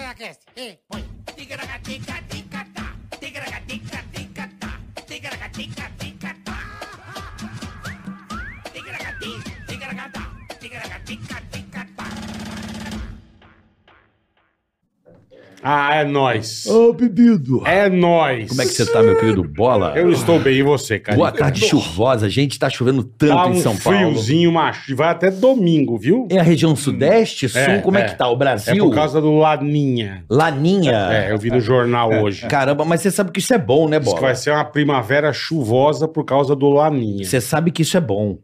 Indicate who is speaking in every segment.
Speaker 1: Ticaracast, e põe. Ticaracatica-ticatá, ticaracatica-ticatá, ticaracatica-ticatá. Ticaracati, ticaracatá, ticaracatica-ticatá.
Speaker 2: Ah, é nóis.
Speaker 3: Oh.
Speaker 4: Ô, bebido!
Speaker 2: É nóis.
Speaker 3: Como é que você tá, meu querido Bola?
Speaker 2: Eu estou bem, e você, cara?
Speaker 3: Boa tarde chuvosa, gente, tá chovendo tanto
Speaker 2: Tá um
Speaker 3: em São Paulo.
Speaker 2: friozinho, macho. E vai até domingo, viu?
Speaker 3: É a região sudeste, sul,
Speaker 2: É,
Speaker 3: como é,
Speaker 2: é.
Speaker 3: que tá? O
Speaker 2: É
Speaker 3: Brasil,
Speaker 2: por causa do Laninha.
Speaker 3: Laninha.
Speaker 2: É, eu vi no jornal hoje.
Speaker 3: Caramba, mas você sabe que isso é bom, né,
Speaker 2: Diz que
Speaker 3: Bola?
Speaker 2: vai ser uma primavera chuvosa por causa do Laninha.
Speaker 3: Você sabe que isso é bom.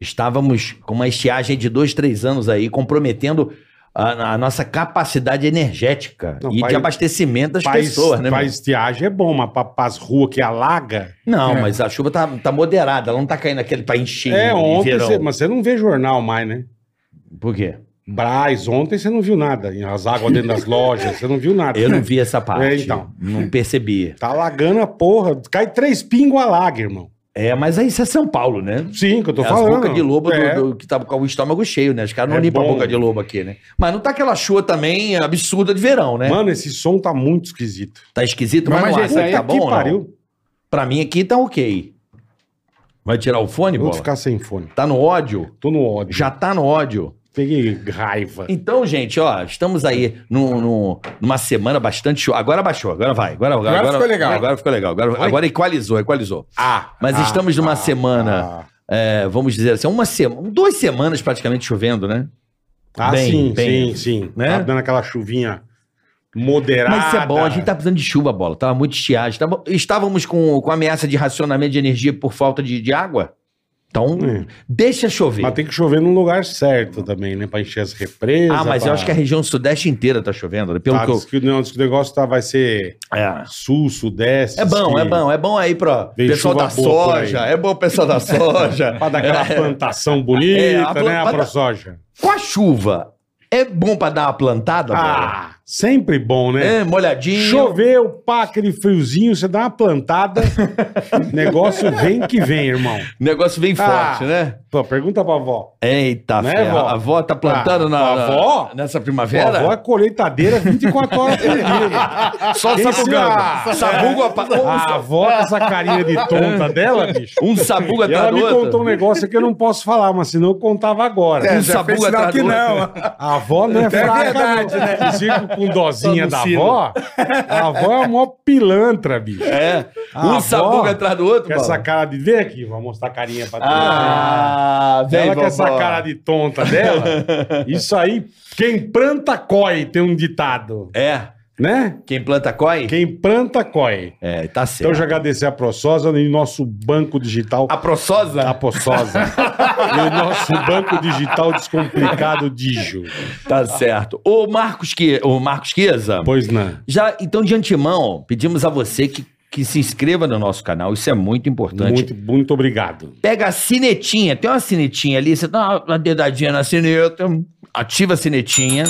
Speaker 3: Estávamos com uma estiagem de dois, três anos aí, comprometendo a, a nossa capacidade energética
Speaker 2: Não,
Speaker 3: e
Speaker 2: pai-
Speaker 3: de abastecimento das
Speaker 2: Pra es-
Speaker 3: pessoas, né?
Speaker 2: pra
Speaker 3: meu?
Speaker 2: estiagem é bom, mas pra, pras ruas que alaga.
Speaker 3: Não, mas a chuva tá, tá moderada, ela não tá caindo aquele pra encher
Speaker 2: é,
Speaker 3: em
Speaker 2: ontem,
Speaker 3: verão. Hum.
Speaker 2: você, mas você não vê jornal mais, né?
Speaker 3: Por quê?
Speaker 2: Braz, ontem você não viu nada. As águas dentro das lojas, você não viu nada.
Speaker 3: Eu não vi essa parte.
Speaker 2: É, então.
Speaker 3: Não percebi.
Speaker 2: Tá alagando a porra. Cai três pingos, alaga, irmão.
Speaker 3: É, mas aí isso é São Paulo, né?
Speaker 2: Sim, que eu tô
Speaker 3: É As
Speaker 2: falando.
Speaker 3: boca de lobo do-
Speaker 2: É.
Speaker 3: do- que tava com o estômago cheio, né? Os caras não
Speaker 2: É
Speaker 3: limpam a
Speaker 2: bom.
Speaker 3: boca de lobo aqui, né? Mas não tá aquela chuva também absurda de verão, né?
Speaker 2: Mano, esse som tá muito esquisito.
Speaker 3: tá esquisito, mas,
Speaker 4: Mas,
Speaker 3: não
Speaker 4: mas
Speaker 3: acha
Speaker 4: esse aí
Speaker 3: que tá
Speaker 2: Puta
Speaker 3: bom
Speaker 2: é que
Speaker 3: ou não?
Speaker 2: pariu.
Speaker 3: Pra mim aqui tá ok. Vai tirar o fone,
Speaker 2: Vou
Speaker 3: bola?
Speaker 2: ficar sem fone.
Speaker 3: Tá no ódio?
Speaker 2: Tô no ódio.
Speaker 3: Já tá no ódio.
Speaker 2: peguei raiva.
Speaker 3: Então, gente, ó, estamos aí num- num- numa semana bastante show. Agora baixou, agora vai. Agora, agora,
Speaker 4: Agora ficou legal.
Speaker 3: Agora ficou legal. Agora, agora equalizou, equalizou.
Speaker 2: Ah,
Speaker 3: Mas
Speaker 2: ah,
Speaker 3: estamos numa
Speaker 2: ah,
Speaker 3: semana,
Speaker 2: ah.
Speaker 3: é, vamos dizer assim, uma semana, duas semanas praticamente chovendo, né?
Speaker 2: Ah,
Speaker 3: Bem,
Speaker 2: sim,
Speaker 3: bem,
Speaker 2: sim, sim.
Speaker 3: né?
Speaker 2: Tá dando aquela chuvinha moderada.
Speaker 3: Mas isso é bom, a gente tá precisando de chuva, bola. Tava muito estiagem. Tava- estávamos com, com ameaça de racionamento de energia por falta de, de água. Então,
Speaker 2: É.
Speaker 3: deixa chover.
Speaker 2: Mas tem que chover num lugar certo também, né? Pra encher as represas.
Speaker 3: ah, mas
Speaker 2: pra-
Speaker 3: eu acho que a região sudeste inteira tá chovendo, né? Pelo
Speaker 2: Tá,
Speaker 3: que eu.
Speaker 2: diz que, não, diz que o negócio tá, vai ser
Speaker 3: É.
Speaker 2: sul, sudeste.
Speaker 3: É bom,
Speaker 2: diz
Speaker 3: é
Speaker 2: que-
Speaker 3: bom, é bom aí pro
Speaker 2: Vem
Speaker 3: pessoal
Speaker 2: chuva
Speaker 3: da
Speaker 2: boa por aí.
Speaker 3: soja, é bom o pessoal da soja.
Speaker 2: Pra dar aquela
Speaker 3: É.
Speaker 2: plantação bonita,
Speaker 3: É, a
Speaker 2: né? A
Speaker 3: planta-
Speaker 2: ProSoja.
Speaker 3: Com a chuva, é bom pra dar uma plantada, bola?
Speaker 2: Ah, sempre bom, né?
Speaker 3: Tá É, molhadinho.
Speaker 2: Choveu, pá, aquele friozinho, você dá uma plantada, negócio vem que vem, irmão.
Speaker 3: O negócio vem forte,
Speaker 2: Ah.
Speaker 3: né?
Speaker 2: Pô, pergunta pra avó.
Speaker 3: Eita,
Speaker 2: Né,
Speaker 3: ferro.
Speaker 2: vó?
Speaker 3: A avó tá plantando
Speaker 2: Ah,
Speaker 3: na,
Speaker 2: a avó? Pô,
Speaker 3: nessa
Speaker 2: a
Speaker 3: primavera?
Speaker 2: avó é colheitadeira 24 horas por dia.
Speaker 3: Só
Speaker 2: Quem será?
Speaker 3: sabugando.
Speaker 2: é.
Speaker 3: Sabugo a
Speaker 2: A
Speaker 3: pa-
Speaker 2: avó com essa carinha de tonta dela, bicho.
Speaker 3: um, um sabugo
Speaker 2: E ela
Speaker 3: atrás do
Speaker 2: me contou um
Speaker 3: outro.
Speaker 2: negócio que eu não posso falar, mas senão eu contava agora.
Speaker 3: É.
Speaker 4: É,
Speaker 3: Um
Speaker 4: já
Speaker 3: sabugo
Speaker 4: fez sinal
Speaker 3: atrás
Speaker 4: que
Speaker 3: do
Speaker 4: não.
Speaker 2: A avó não é, fraca,
Speaker 4: verdade,
Speaker 2: não.
Speaker 4: né?
Speaker 2: Vocês ficam com
Speaker 4: Só
Speaker 2: dozinha
Speaker 4: no
Speaker 2: da
Speaker 4: sino.
Speaker 2: avó, a avó é a maior pilantra, bicho.
Speaker 3: É.
Speaker 2: A
Speaker 3: Um
Speaker 2: avó
Speaker 3: sabugo atrás do outro,
Speaker 2: Ah, Com essa
Speaker 3: bola.
Speaker 2: cara de... Vem aqui, vou mostrar a carinha pra tu.
Speaker 3: Ah, vem,
Speaker 2: ela com
Speaker 3: vovó.
Speaker 2: essa cara de tonta dela, isso aí, quem planta coi, tem um ditado,
Speaker 3: É.
Speaker 2: né?
Speaker 3: Quem planta coi?
Speaker 2: Quem planta coi.
Speaker 3: É, tá certo.
Speaker 2: Então eu já agradecer a ProSosa e nosso banco digital
Speaker 3: A proçosa?
Speaker 2: a Possosa. e o nosso banco digital descomplicado Dijo.
Speaker 3: Tá certo. Ô, Marcos, que... Ô, Marcos Chiesa,
Speaker 2: Pois não.
Speaker 3: já, então, de antemão, pedimos a você que, que se inscreva no nosso canal. Isso é muito importante.
Speaker 2: Muito, muito obrigado.
Speaker 3: Pega a sinetinha, tem uma sinetinha ali, você dá uma- uma dedadinha na sineta, ativa a sinetinha.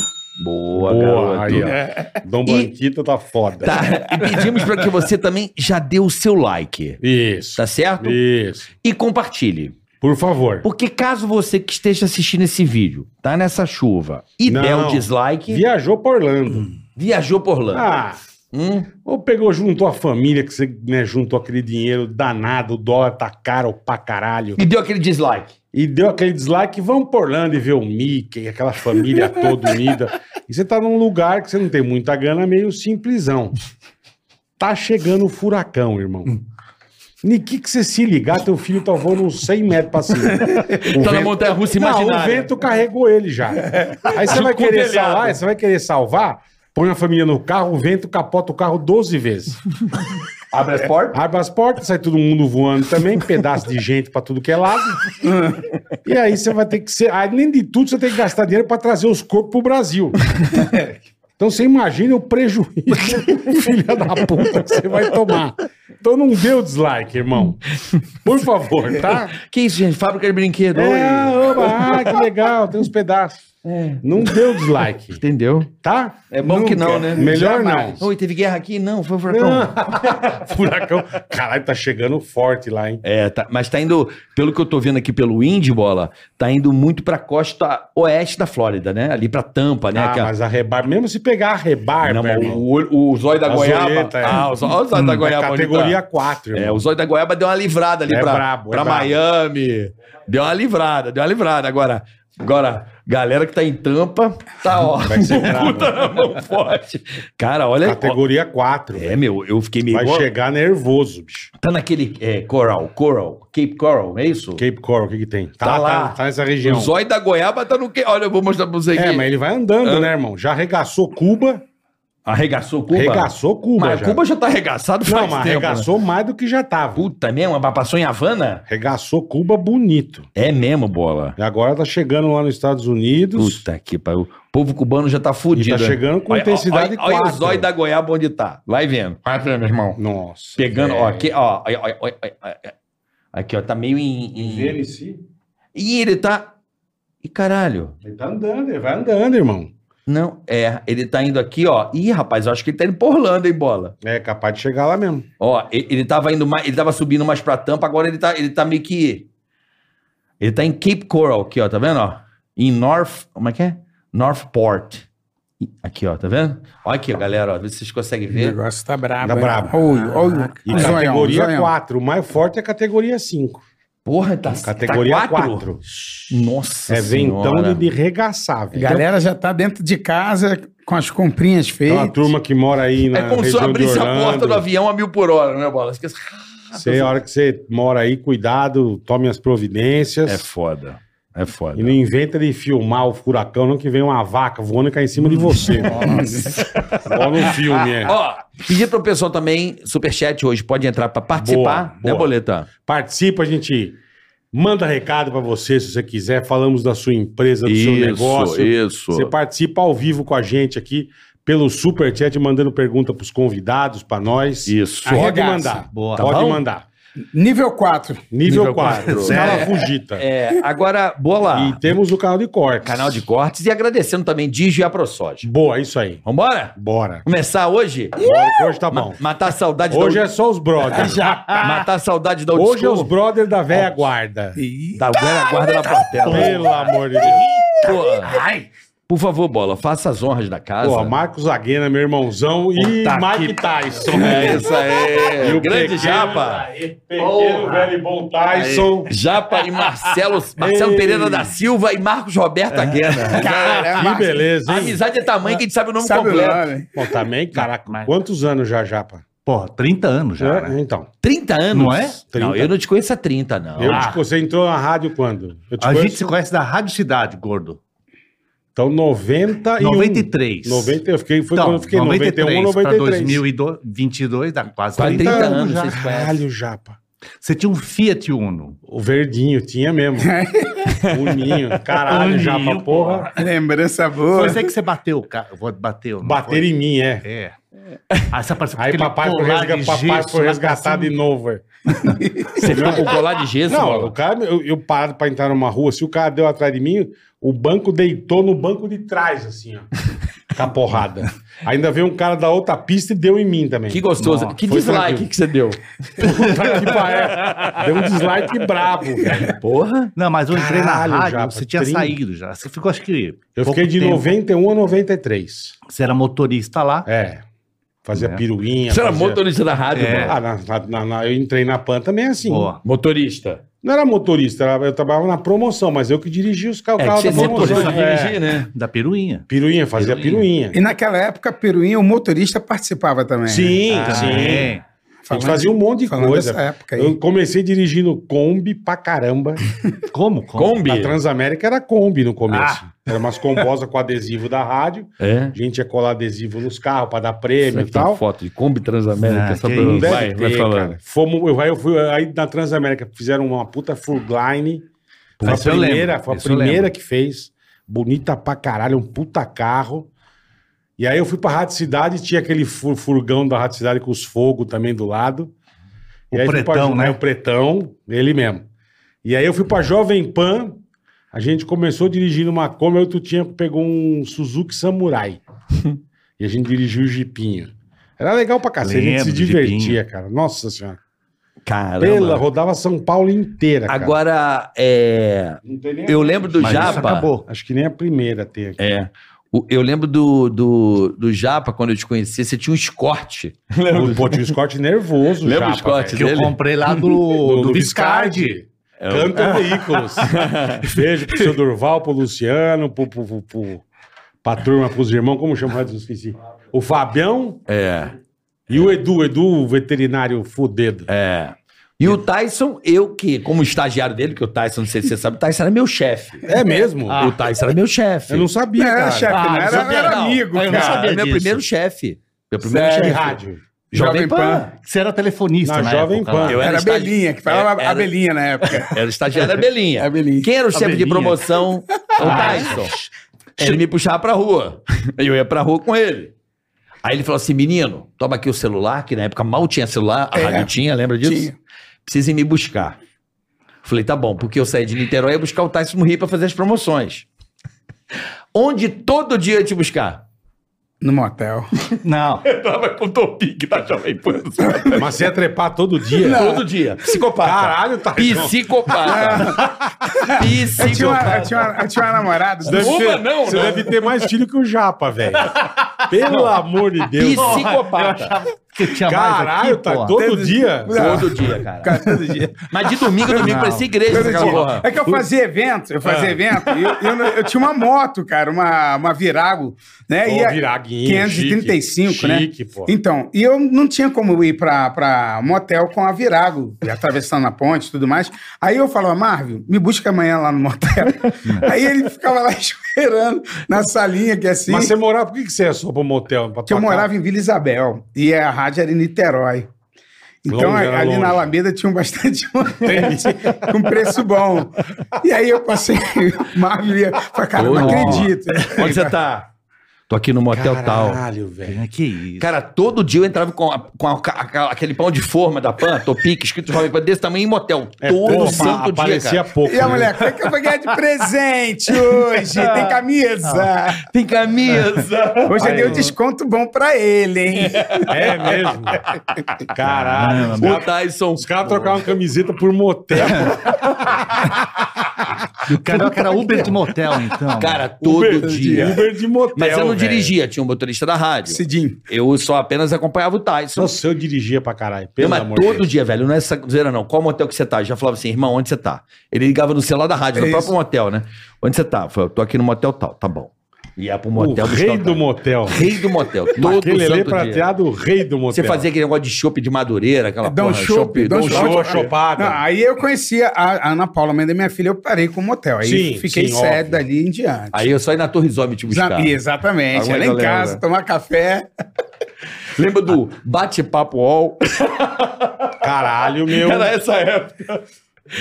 Speaker 3: Boa, garoto. É.
Speaker 2: aí, ó. Dom Blanquito tá foda.
Speaker 3: Tá, e pedimos para que você também já dê o seu like,
Speaker 2: Isso.
Speaker 3: tá certo?
Speaker 2: Isso.
Speaker 3: E compartilhe.
Speaker 2: Por favor.
Speaker 3: Porque caso você que esteja assistindo esse vídeo, tá nessa chuva e
Speaker 2: Não.
Speaker 3: der o dislike,
Speaker 2: Viajou pra Orlando.
Speaker 3: viajou por lá. hum?
Speaker 2: Ah, Ou pegou, juntou a família, que você né, juntou aquele dinheiro danado, o dólar tá caro pra caralho.
Speaker 3: e deu aquele dislike.
Speaker 2: E deu aquele dislike, vamos por Orlando e ver o Mickey, aquela família toda unida. E você tá num lugar que você não tem muita grana, meio simplesão. Tá chegando o furacão, irmão.
Speaker 3: Hum.
Speaker 2: Ni que que você se ligar, teu filho tá voando uns 100 metros pra cima. O
Speaker 3: tá na
Speaker 2: vento-
Speaker 3: montanha russa
Speaker 2: não, o
Speaker 3: imaginária.
Speaker 2: vento carregou ele já. Aí você
Speaker 3: Junto
Speaker 2: vai
Speaker 3: com o
Speaker 2: querer
Speaker 3: telhado.
Speaker 2: salvar, você vai querer salvar, põe a família no carro, o vento capota o carro 12 vezes.
Speaker 3: Abre
Speaker 2: É.
Speaker 3: as portas.
Speaker 2: Abre as portas, sai todo mundo voando também, pedaço de gente pra tudo que é lado. e aí você vai ter que ser. Além de tudo, você tem que gastar dinheiro pra trazer os corpos pro Brasil. Então você imagina o prejuízo, filha da puta, que você vai tomar. Então não dê o dislike, irmão. Por favor, tá?
Speaker 3: Que isso, gente? Fábrica de brinquedo.
Speaker 2: É,
Speaker 3: Oi.
Speaker 2: oba, ah, que legal, tem uns pedaços. Não deu dislike,
Speaker 3: Entendeu?
Speaker 2: tá?
Speaker 5: É bom que não, né?
Speaker 2: Melhor
Speaker 5: Jamais.
Speaker 2: não.
Speaker 3: Oi, teve guerra aqui? Não, foi um furacão.
Speaker 2: Furacão. Caralho, tá chegando forte lá, hein?
Speaker 3: É, tá- mas tá indo, pelo que eu tô vendo aqui pelo Indy Bola, tá indo muito pra costa oeste da Flórida, né? Ali pra Tampa, né?
Speaker 2: ah,
Speaker 3: Que a-
Speaker 2: mas a rebar, mesmo se pegar a rebar,
Speaker 3: Não,
Speaker 2: meu
Speaker 3: mas
Speaker 2: irmão,
Speaker 5: O, olho- o zóio da
Speaker 2: A
Speaker 5: goiaba.
Speaker 2: zoieta, é.
Speaker 3: Ah, o zóio da
Speaker 2: é
Speaker 3: Goiaba. onde
Speaker 2: categoria
Speaker 3: tá?
Speaker 2: 4,
Speaker 3: É, o zóio da Goiaba deu uma livrada ali
Speaker 2: É
Speaker 3: pra,
Speaker 2: brabo, é
Speaker 3: pra
Speaker 2: brabo.
Speaker 3: Miami. Deu uma livrada, deu uma livrada. Agora, agora, galera que tá em Tampa, tá ó.
Speaker 2: Vai ser brabo.
Speaker 3: Puta na mão forte. Cara, olha.
Speaker 2: Categoria 4.
Speaker 3: ó, É, meu, eu fiquei meio.
Speaker 2: Vai chegar nervoso, bicho.
Speaker 3: Tá naquele é, Coral, Coral, Cape Coral, é isso?
Speaker 2: Cape Coral, o que que tem? Tá,
Speaker 3: Tá
Speaker 2: tá-
Speaker 3: lá.
Speaker 2: Tá nessa
Speaker 3: O
Speaker 2: região.
Speaker 3: zóio da Goiaba tá no que? Olha, eu vou mostrar pra vocês
Speaker 2: É,
Speaker 3: aqui.
Speaker 2: mas ele vai andando, né, irmão? Já arregaçou Cuba.
Speaker 3: Arregaçou Cuba?
Speaker 2: Arregaçou Cuba
Speaker 3: mas
Speaker 2: já.
Speaker 3: Cuba já tá arregaçado faz
Speaker 2: Não, mas
Speaker 3: tempo. né?
Speaker 2: arregaçou mais do que já tava.
Speaker 3: Puta mesmo, mas passou em Havana?
Speaker 2: Arregaçou Cuba bonito.
Speaker 3: É mesmo, bola.
Speaker 2: E agora tá chegando lá nos Estados Unidos.
Speaker 3: Puta que pariu. O povo cubano já tá
Speaker 2: e
Speaker 3: fudido.
Speaker 2: tá
Speaker 3: né?
Speaker 2: chegando com
Speaker 3: Olha-
Speaker 2: intensidade
Speaker 3: olha, olha, olha o
Speaker 2: 4.
Speaker 3: zóio da Goiaba onde tá. Vai vendo. Vai vendo, meu irmão. É.
Speaker 2: Nossa. É.
Speaker 3: Pegando, ó,
Speaker 2: velho.
Speaker 3: aqui, ó, olha, olha, olha, olha, olha. Aqui, ó, tá meio em... em... E ele tá... E caralho.
Speaker 2: Ele tá andando, ele vai andando, irmão.
Speaker 3: Não, é, ele tá indo aqui, ó. Ih, rapaz, eu acho que ele tá indo por Orlando, hein, bola.
Speaker 2: É capaz de chegar lá mesmo.
Speaker 3: Ó, ele, ele tava indo mais, ele tava subindo mais pra tampa, agora ele tá, ele tá meio que. Ele tá em Cape Coral aqui, ó, tá vendo? Ó? Em North. Como é que é? Northport. Ih, Aqui, ó, tá vendo? Olha aqui, ó, galera, ó, vê se vocês conseguem
Speaker 5: O
Speaker 3: ver.
Speaker 5: negócio tá brabo.
Speaker 2: Tá
Speaker 5: hein?
Speaker 2: brabo.
Speaker 5: Olha, olha.
Speaker 2: E
Speaker 5: o zoião,
Speaker 2: categoria
Speaker 5: zoião.
Speaker 2: 4. O mais forte é a categoria 5.
Speaker 3: Porra, tá.
Speaker 2: Categoria
Speaker 3: tá quatro?
Speaker 2: 4.
Speaker 3: Nossa
Speaker 2: É ventão
Speaker 3: senhora.
Speaker 2: de, de regaçar, velho.
Speaker 5: Galera já tá dentro de casa com as comprinhas
Speaker 2: Então,
Speaker 5: feitas.
Speaker 2: a turma que mora aí na
Speaker 3: É como se eu
Speaker 2: região de
Speaker 3: abrisse a porta do
Speaker 2: Orlando,
Speaker 3: avião a mil por hora, né, bola? Esquece.
Speaker 2: você, a hora que você mora aí, cuidado, tome as providências.
Speaker 3: É foda. É foda.
Speaker 2: E não inventa de filmar o furacão, não que vem uma vaca voando e cai em cima de você. Igual no filme, é.
Speaker 3: Ó, pedir pro pessoal também, superchat hoje, pode entrar pra participar,
Speaker 2: Boa,
Speaker 3: né,
Speaker 2: boa.
Speaker 3: Boleta?
Speaker 2: Participa, a gente manda recado pra você se você quiser. Falamos da sua empresa, do seu negócio.
Speaker 3: isso.
Speaker 2: Você participa ao vivo com a gente aqui pelo Superchat, mandando pergunta pros convidados, pra nós.
Speaker 3: Isso.
Speaker 2: Pode
Speaker 5: Arregaça.
Speaker 2: mandar.
Speaker 3: Boa.
Speaker 2: Pode
Speaker 3: Tá bom?
Speaker 2: mandar.
Speaker 5: Nível 4.
Speaker 2: Nível
Speaker 3: Nível quatro.
Speaker 2: 4. Sala Fugita.
Speaker 3: É, agora, bola.
Speaker 2: E temos o canal de cortes.
Speaker 3: Canal de cortes e agradecendo também Digio e a ProSoja.
Speaker 2: Boa, isso aí.
Speaker 3: Vambora?
Speaker 2: Bora.
Speaker 3: Começar hoje?
Speaker 2: Bora que hoje tá bom.
Speaker 3: Matar a saudade
Speaker 2: Hoje
Speaker 3: da
Speaker 2: é só os brothers.
Speaker 3: Matar a saudade da
Speaker 2: Hoje é
Speaker 3: School,
Speaker 2: os brothers da velha guarda.
Speaker 3: Da velha guarda da Portela.
Speaker 2: Pelo amor de Deus.
Speaker 3: Pô, Por favor, bola, faça as honras da casa.
Speaker 2: Pô, Marcos Aguena, meu irmãozão, e
Speaker 3: Puta
Speaker 2: Mike Tyson.
Speaker 3: É isso aí.
Speaker 2: E o
Speaker 3: grande
Speaker 2: pequeno-
Speaker 3: Japa.
Speaker 2: Aê, Pequeno, velho e bom Tyson.
Speaker 3: Japa e Marcelo, Marcelo
Speaker 2: Ei. É.
Speaker 3: Pereira da Silva e Marcos Roberto Aguena.
Speaker 2: Que beleza,
Speaker 3: A
Speaker 2: hein?
Speaker 3: amizade é tamanho que a gente sabe o nome
Speaker 5: Sabe o
Speaker 3: completo.
Speaker 5: nome?
Speaker 2: Bom, também, caraca,
Speaker 6: Mas-
Speaker 2: quantos anos já, Japa?
Speaker 6: Porra, 30 anos já,
Speaker 2: É,
Speaker 6: né?
Speaker 2: Então,
Speaker 3: 30 anos?
Speaker 6: Não é?
Speaker 3: Não,
Speaker 2: 30.
Speaker 3: eu não te conheço há 30, não.
Speaker 2: eu
Speaker 6: Ah.
Speaker 2: te- você entrou na rádio quando? Eu te
Speaker 6: A gente
Speaker 2: conheço-
Speaker 6: se conhece da Rádio Cidade, gordo.
Speaker 2: Então, 91.
Speaker 6: 93.
Speaker 2: 90, eu fiquei, foi
Speaker 6: então,
Speaker 2: quando eu fiquei 91,
Speaker 6: 93 pra
Speaker 2: 93.
Speaker 6: 2022, dá quase
Speaker 3: Quase
Speaker 6: 30,
Speaker 3: 30
Speaker 6: anos.
Speaker 3: anos,
Speaker 2: já.
Speaker 3: vocês conhecem.
Speaker 2: Caralho, Japa.
Speaker 6: Você tinha um Fiat Uno.
Speaker 2: O verdinho tinha mesmo. Uninho. Caralho,
Speaker 6: Uninho,
Speaker 2: Japa, porra.
Speaker 5: Lembrança
Speaker 2: É.
Speaker 5: boa.
Speaker 6: Foi você é que você bateu, cara. Bateu. não
Speaker 2: Bater
Speaker 6: foi?
Speaker 2: em mim, é.
Speaker 6: É. Aí você apareceu com
Speaker 2: Aí
Speaker 6: aquele
Speaker 2: papai foi,
Speaker 6: colar
Speaker 2: resga-
Speaker 6: de né?
Speaker 2: papai
Speaker 6: gesso
Speaker 2: foi
Speaker 6: na
Speaker 2: resgatar de
Speaker 6: calcinha.
Speaker 2: novo, velho.
Speaker 3: Você ficou com colar de gesso?
Speaker 2: Não,
Speaker 3: Bola?
Speaker 2: o cara, eu, eu parado pra entrar numa rua, se o cara deu atrás de mim, o banco deitou no banco de trás, assim, ó. Com a porrada. Ainda veio um cara da outra pista e deu em mim também.
Speaker 3: Que gostoso. que
Speaker 2: foi
Speaker 3: dislike
Speaker 2: tranquilo.
Speaker 3: que você deu.
Speaker 2: Puta que pariu. Deu um dislike brabo, velho.
Speaker 3: Porra.
Speaker 6: assim, Não, mas eu entrei na
Speaker 2: Caralho,
Speaker 6: rádio,
Speaker 2: Japa,
Speaker 6: você tinha
Speaker 2: 30.
Speaker 6: saído já. Você ficou, acho que.
Speaker 2: Eu
Speaker 6: pouco
Speaker 2: fiquei de
Speaker 6: tempo.
Speaker 2: 91 a 93.
Speaker 6: Você era motorista lá.
Speaker 2: É. Fazia
Speaker 6: É.
Speaker 2: piruinha.
Speaker 3: Você era
Speaker 2: fazia-
Speaker 3: motorista da rádio,
Speaker 6: É.
Speaker 3: mano.
Speaker 2: Ah, na- na- na- na- eu entrei na PAN também assim.
Speaker 6: Boa.
Speaker 3: Motorista.
Speaker 2: Não era motorista, era- eu trabalhava na promoção, mas eu que dirigia os carros.
Speaker 3: É,
Speaker 2: carros
Speaker 3: que você é
Speaker 2: da promoção.
Speaker 3: motorista
Speaker 2: É.
Speaker 3: dirigir, né?
Speaker 6: Da peruinha.
Speaker 2: Piruinha, fazia piruinha.
Speaker 5: E naquela época, Peruinha, o motorista participava também.
Speaker 2: Sim, sim.
Speaker 6: Sim.
Speaker 2: A gente fazia um monte de
Speaker 5: É. Ah, falando
Speaker 2: coisa.
Speaker 5: dessa época aí.
Speaker 2: Eu comecei dirigindo Kombi pra caramba.
Speaker 6: Como? Como?
Speaker 3: Kombi.
Speaker 2: A Transamérica era Kombi no começo.
Speaker 5: Ah.
Speaker 2: Era umas combosas com adesivo da rádio.
Speaker 3: É.
Speaker 2: A gente ia colar adesivo nos carros pra dar
Speaker 3: Será
Speaker 2: prêmio
Speaker 3: que
Speaker 2: e
Speaker 3: tem
Speaker 2: tal.
Speaker 3: foto de Kombi Transamérica.
Speaker 6: Ah,
Speaker 3: só
Speaker 6: que
Speaker 3: pra-
Speaker 6: isso.
Speaker 3: Vai, vai falando.
Speaker 2: Fomos, eu, aí eu fui aí na Transamérica, fizeram uma puta Furgline. Foi a
Speaker 6: Isso eu
Speaker 2: primeira,
Speaker 6: lembro,
Speaker 2: foi a
Speaker 6: isso eu
Speaker 2: primeira
Speaker 6: lembro.
Speaker 2: que fez. Bonita pra caralho, um puta carro. E aí eu fui pra Rádio Cidade, tinha aquele fu- furgão da Rádio Cidade com os fogos também do lado.
Speaker 6: O
Speaker 2: aí fui pra
Speaker 6: pretão,
Speaker 2: Jo-
Speaker 6: né?
Speaker 2: é, O pretão, ele mesmo. E aí eu fui pra Jovem Pan, A gente começou dirigindo uma Kombi, aí tu tinha pegou um Suzuki Samurai. e a gente dirigiu o Jeepinho. Era legal pra cacete, a gente se
Speaker 6: Lembro do
Speaker 2: divertia,
Speaker 6: Jeepinho.
Speaker 2: cara. Nossa senhora.
Speaker 3: Caramba.
Speaker 2: Pela, rodava São Paulo inteira, cara.
Speaker 3: Agora, é,
Speaker 2: Não tem nem a-
Speaker 3: eu lembro do
Speaker 6: Mas isso
Speaker 3: Japa.
Speaker 6: acabou.
Speaker 2: Acho que nem a primeira tem aqui.
Speaker 3: É. O- Eu lembro do, do, do Japa, quando eu te conheci, você tinha um escorte.
Speaker 2: O, pô, tinha o Scott nervoso,
Speaker 3: Lembra o
Speaker 2: Japa,
Speaker 3: Scott?
Speaker 2: velho.
Speaker 6: Que eu
Speaker 3: Dele?
Speaker 6: comprei lá do, do, Viscardi.
Speaker 2: Canta Veículos. Beijo pro seu Durval, pro Luciano, pro, pro, pro, pro, pra turma, pros irmãos, como chama? Eu Esqueci. O Fabião
Speaker 3: É,
Speaker 2: e o Edu, Edu, o veterinário fudedo.
Speaker 3: é. E o Tyson, eu que, como estagiário dele, que o Tyson, não sei se você sabe, o Tyson era meu chefe.
Speaker 2: É mesmo?
Speaker 3: O Tyson era meu chefe.
Speaker 2: Eu É, não sabia,
Speaker 5: Não era
Speaker 2: cara.
Speaker 5: chefe, não,
Speaker 6: Ah,
Speaker 5: era,
Speaker 6: não sabia,
Speaker 5: era
Speaker 3: não.
Speaker 5: amigo,
Speaker 6: Eu não
Speaker 5: cara.
Speaker 6: sabia.
Speaker 3: Era meu
Speaker 6: disso.
Speaker 3: primeiro chefe. Meu primeiro
Speaker 2: Sério?
Speaker 3: chefe.
Speaker 2: rádio.
Speaker 3: Jovem
Speaker 5: Jovem
Speaker 3: Pan.
Speaker 6: Você era telefonista,
Speaker 2: Na
Speaker 6: na
Speaker 2: Jovem
Speaker 6: época,
Speaker 2: Pan.
Speaker 6: lá.
Speaker 3: Eu
Speaker 5: Era,
Speaker 3: era, estagi-
Speaker 5: Belinha, que falava
Speaker 2: É,
Speaker 3: era-
Speaker 5: Abelinha na época.
Speaker 3: Era estagiário da Belinha.
Speaker 5: Abelinha.
Speaker 3: Quem era o
Speaker 6: A
Speaker 3: chefe de
Speaker 6: Belinha.
Speaker 3: promoção? O Tyson. Ele me puxava pra rua. Eu ia pra rua com ele. Aí ele falou assim: menino, toma aqui o celular, que na época mal tinha celular, a
Speaker 5: É.
Speaker 3: rádio tinha, lembra disso?
Speaker 5: Tinha.
Speaker 3: Precisa ir me buscar. Falei, tá bom, porque eu saí de Niterói e ia buscar o Tyson no Rio pra fazer as promoções. Onde todo dia eu ia te buscar?
Speaker 5: No motel.
Speaker 6: Não.
Speaker 3: Eu tava com o Topic da Jovem Pan.
Speaker 2: Mas você ia trepar todo dia.
Speaker 3: Todo dia. Psicopata.
Speaker 2: Caralho, tá
Speaker 3: Psicopata.
Speaker 5: Eu tinha,
Speaker 3: Psicopata.
Speaker 5: uma, eu, tinha uma, eu tinha uma namorada.
Speaker 2: Você deve
Speaker 3: Uma
Speaker 2: ter-
Speaker 3: não,
Speaker 2: Você
Speaker 3: né?
Speaker 2: deve ter mais filho que o Japa, velho. Pelo amor de Deus.
Speaker 3: Psicopata.
Speaker 6: Que tinha mais
Speaker 2: Caralho,
Speaker 6: aqui,
Speaker 2: tá
Speaker 6: porra.
Speaker 2: todo
Speaker 5: Teve-
Speaker 2: dia.
Speaker 3: Todo dia, cara.
Speaker 5: Cara, todo dia.
Speaker 3: Mas de domingo, a domingo
Speaker 6: Não.
Speaker 3: parecia igreja.
Speaker 5: Todo
Speaker 3: essa
Speaker 5: dia.
Speaker 3: porra.
Speaker 5: É que eu fazia evento, eu
Speaker 2: Ah.
Speaker 5: fazia evento, e eu, eu não- eu tinha uma moto, cara, uma, uma Virago, né?
Speaker 2: Ô,
Speaker 5: e a-
Speaker 2: Viraguinho,
Speaker 5: 535,
Speaker 2: chique,
Speaker 5: né?
Speaker 2: chique, pô.
Speaker 5: Então, e eu não tinha como ir pra, pra motel com a Virago, e atravessando a ponte e tudo mais. Aí eu falava, Marvio, me busca amanhã lá no motel. Aí ele ficava lá esperando, na salinha, que é assim.
Speaker 2: Mas você morava, por que que você ia só pro motel? Pra
Speaker 5: Porque eu
Speaker 2: tua casa?
Speaker 5: morava em Vila Isabel e a rádio era em Niterói. Então,
Speaker 2: Longe, era
Speaker 5: ali
Speaker 2: longe.
Speaker 5: na Alameda tinha um bastante montante com preço bom. E aí eu passei, Marvel ia pra cara, não
Speaker 3: Ô,
Speaker 5: acredito.
Speaker 3: Onde você tá? Tô aqui no motel tal.
Speaker 2: Caralho, velho.
Speaker 6: Né, Que isso.
Speaker 3: Cara, todo dia eu entrava com, a- com a- a- aquele pão de forma da Pan, Topic, escrito Jovem Pan, desse tamanho em motel. É todo
Speaker 2: pouco,
Speaker 3: santo dia,
Speaker 2: É, aparecia
Speaker 3: cara.
Speaker 2: pouco.
Speaker 5: E a
Speaker 2: né?
Speaker 5: mulher, o que que eu vou ganhar de presente hoje? Tem camisa.
Speaker 3: Tem camisa.
Speaker 5: Hoje eu dei um desconto bom pra ele, hein?
Speaker 2: É mesmo. Caralho. Os
Speaker 3: o
Speaker 2: caras-
Speaker 3: Tyson.
Speaker 2: Os caras trocavam camiseta por motel.
Speaker 6: O Carioca era Uber de motel, então.
Speaker 3: Cara, todo
Speaker 2: Uber,
Speaker 3: dia.
Speaker 2: Uber de motel.
Speaker 3: Mas eu não
Speaker 2: velho.
Speaker 3: dirigia, tinha um motorista da rádio.
Speaker 5: Cidinho.
Speaker 3: Eu só apenas acompanhava o Tyson.
Speaker 2: Nossa, eu dirigia pra caralho.
Speaker 3: Não,
Speaker 2: Pelo
Speaker 3: mas
Speaker 2: amor de
Speaker 3: todo
Speaker 2: Deus.
Speaker 3: dia, velho, não é zera não. Qual motel que você tá? Eu já falava assim, irmão, onde você tá? Ele ligava no celular da rádio, no
Speaker 5: É
Speaker 3: próprio
Speaker 5: isso.
Speaker 3: motel, né? Onde você tá? Eu falei, eu tô aqui no motel tal, tá bom. Ia pro
Speaker 2: O
Speaker 3: motel buscar
Speaker 2: rei
Speaker 3: o
Speaker 2: do
Speaker 3: cara.
Speaker 2: motel.
Speaker 3: Rei do motel. Todo
Speaker 2: Aquele ele
Speaker 3: santo dia.
Speaker 2: prateado, o rei do motel.
Speaker 3: Você fazia aquele negócio de chopp de madureira, aquela
Speaker 5: Dá um chopp, dá um
Speaker 2: show,
Speaker 5: chopp.
Speaker 2: chopada.
Speaker 5: Não, aí eu conhecia a Ana Paula, mãe da minha filha, eu parei com o motel. Aí
Speaker 2: Sim,
Speaker 5: fiquei
Speaker 2: sim,
Speaker 5: sério
Speaker 2: óbvio.
Speaker 5: dali em diante.
Speaker 3: Aí eu só ia na Torre tipo, Zó me te buscar. né?
Speaker 5: Exatamente, Exatamente.
Speaker 3: Alguma
Speaker 5: Era em
Speaker 3: galera.
Speaker 5: casa, tomar café.
Speaker 3: Lembra do bate-papo all?
Speaker 2: Caralho, meu.
Speaker 3: Era essa época.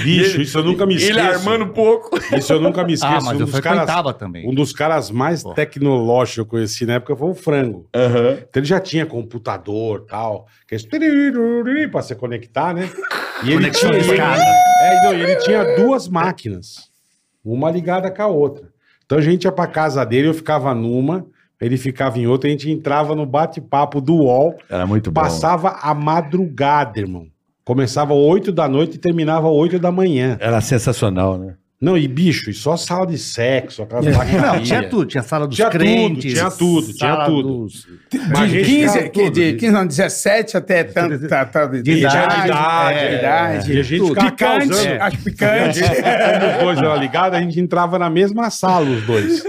Speaker 2: Bicho, isso eu nunca me esqueço.
Speaker 3: Ele armando um pouco.
Speaker 2: Isso eu nunca me esqueço.
Speaker 6: Ah, mas eu frequentava também.
Speaker 2: Um dos caras mais tecnológicos que eu conheci na época foi o Frango. Então ele já tinha computador e tal. Que é isso, tiririri, pra se conectar, né? E ele
Speaker 6: Conexão
Speaker 2: tinha,
Speaker 6: de
Speaker 2: ele-
Speaker 6: escada.
Speaker 2: é, não, e ele tinha duas máquinas. Uma ligada com a outra. Então a gente ia pra casa dele, eu ficava numa, ele ficava em outra, a gente entrava no bate-papo do UOL,
Speaker 3: Era muito bom.
Speaker 2: passava a madrugada, irmão. Começava 8 da noite e terminava 8 da manhã.
Speaker 3: Era sensacional, né?
Speaker 2: Não, e bicho, e só sala de sexo, aquelas
Speaker 6: Não,
Speaker 2: baixarias.
Speaker 6: tinha tudo. Tinha sala dos
Speaker 2: Tinha tudo,
Speaker 6: crentes.
Speaker 2: tinha tudo, tinha
Speaker 6: sala
Speaker 2: tudo.
Speaker 6: dos-
Speaker 2: Mas
Speaker 5: De
Speaker 2: a gente
Speaker 5: 15,
Speaker 2: ficava
Speaker 5: que-
Speaker 2: tudo,
Speaker 5: de
Speaker 2: de-
Speaker 5: 15, não, 17 até tanto, tá, tá, de,
Speaker 2: de idade,
Speaker 5: idade,
Speaker 2: de idade,
Speaker 5: é,
Speaker 2: é,
Speaker 5: idade.
Speaker 2: E a gente
Speaker 5: Tudo.
Speaker 2: ficava
Speaker 5: picante,
Speaker 2: causando. É.
Speaker 5: as picantes.
Speaker 2: Como os dois eram ligados, a gente entrava na mesma sala, os dois.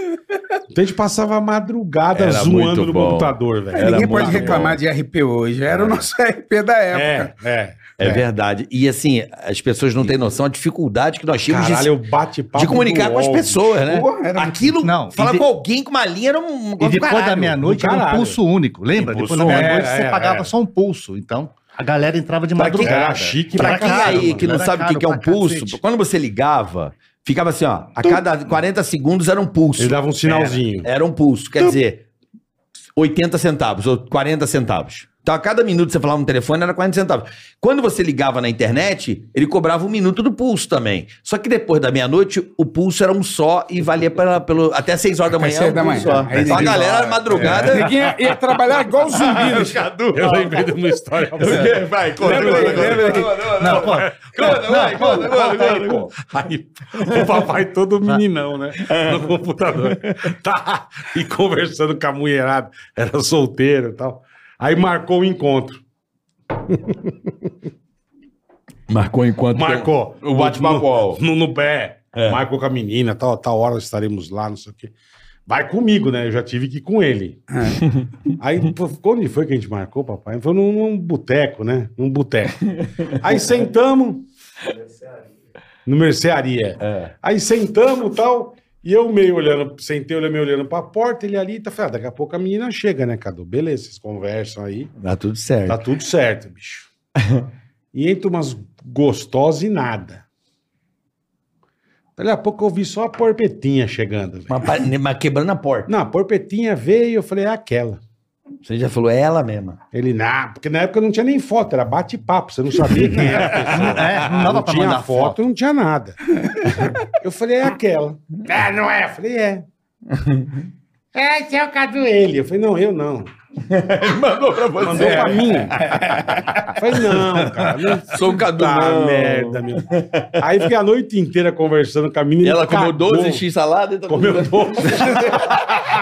Speaker 2: Então a gente passava a madrugada
Speaker 3: Era muito
Speaker 2: zoando no
Speaker 3: bom.
Speaker 2: computador, velho.
Speaker 3: Era
Speaker 5: Ninguém pode
Speaker 3: muito
Speaker 5: reclamar
Speaker 3: bom.
Speaker 5: de RP hoje. Era o nosso RP da época.
Speaker 2: É, é.
Speaker 3: É, verdade. E assim, as pessoas não têm noção da dificuldade que nós tínhamos de,
Speaker 2: Caralho, eu bate-papo.
Speaker 3: de comunicar
Speaker 2: do
Speaker 3: com as
Speaker 2: UOL,
Speaker 3: pessoas, né?
Speaker 5: Porra, era-
Speaker 3: Aquilo,
Speaker 6: Não,
Speaker 3: falar
Speaker 6: e de-
Speaker 3: com alguém com uma linha era um.
Speaker 6: E depois
Speaker 3: caralho.
Speaker 6: da meia-noite
Speaker 2: do
Speaker 6: era um
Speaker 2: caralho.
Speaker 6: pulso único. Lembra?
Speaker 2: Impulso
Speaker 6: depois da meia-noite
Speaker 2: único,
Speaker 6: você
Speaker 2: é,
Speaker 6: pagava
Speaker 2: é.
Speaker 6: só um pulso. Então a galera entrava de
Speaker 2: Pra quem-
Speaker 6: madrugada.
Speaker 2: era chique
Speaker 3: Pra
Speaker 2: pra
Speaker 3: quem
Speaker 6: caramba,
Speaker 3: aí que não
Speaker 6: era
Speaker 3: sabe o que
Speaker 6: caro
Speaker 3: que é um
Speaker 6: pra
Speaker 3: pulso,
Speaker 6: cacete.
Speaker 3: quando você ligava, ficava assim, ó, a cada 40 segundos era um pulso.
Speaker 2: Ele dava um sinalzinho.
Speaker 3: Era um pulso, quer dizer, 80 centavos ou 40 centavos. Então, a cada minuto que você falava no telefone era 40 centavos. Quando você ligava na internet, ele cobrava um minuto do pulso também. Só que depois da meia-noite, o pulso era um só e valia pela, pelo, até 6 horas da manhã.
Speaker 5: seis
Speaker 3: era um
Speaker 5: da
Speaker 3: pulso
Speaker 5: manhã.
Speaker 3: só.
Speaker 5: Aí
Speaker 3: Então a
Speaker 5: ninguém É.
Speaker 3: galera,
Speaker 6: é.
Speaker 3: madrugada.
Speaker 5: Ninguém ia, ia trabalhar igual zumbi. né?
Speaker 2: Eu lembrei de uma história.
Speaker 3: Vai, conta,
Speaker 5: Lembra aí,
Speaker 3: conta, conta.
Speaker 5: lembra aí.
Speaker 6: Não, pô.
Speaker 3: Conta, vai, conta, conta, conta. É.
Speaker 2: Aí o papai todo meninão, né? No computador. Tá. E conversando com a mulherada. Era solteiro e tal. Aí marcou o encontro.
Speaker 3: Marcou enquanto.
Speaker 2: Marcou.
Speaker 3: O bate-papo. ó.
Speaker 2: No, no pé. É. Marcou com a menina, tal, tal hora estaremos lá, não sei o quê. Vai comigo, né? Eu já tive que ir com ele. Aí, pô, onde foi que a gente marcou, papai? Foi num, num boteco, né? Num boteco. Aí sentamos. No mercearia. É. Aí sentamos tal. E eu meio olhando, sentei olhando, meio olhando pra porta, ele ali, tá falando, ah, daqui a pouco a menina chega, né, Cadu? Beleza, vocês conversam aí.
Speaker 3: Dá tudo certo.
Speaker 2: Tá tudo certo, bicho. E entra umas gostosas e nada. Daqui a pouco eu vi só a porpetinha chegando. velho.
Speaker 3: Mas, pa- mas quebrando a porta.
Speaker 2: Não, a porpetinha veio e eu falei, é aquela.
Speaker 3: Você já falou, é ela mesma.
Speaker 2: Ele, não, porque na época não tinha nem foto, era bate-papo, você não sabia quem era a pessoa.
Speaker 6: É, não
Speaker 2: Não,
Speaker 6: dava pra
Speaker 2: tinha
Speaker 6: mandar
Speaker 2: foto,
Speaker 6: foto.
Speaker 2: não tinha nada. Eu falei, é aquela. É, não é? Eu falei, é. É, esse é o Cadu ele. Eu falei, não, eu não.
Speaker 3: Mandou pra você.
Speaker 2: Mandou pra mim. Eu falei, não, cara. Não
Speaker 3: Sou o Cadu.
Speaker 2: Tá,
Speaker 3: não.
Speaker 2: merda, meu. Aí fiquei a noite inteira conversando com a
Speaker 3: E
Speaker 2: menina.
Speaker 3: ela comeu
Speaker 2: cagou.
Speaker 3: 12 x salada e tá
Speaker 2: um Comeu 12.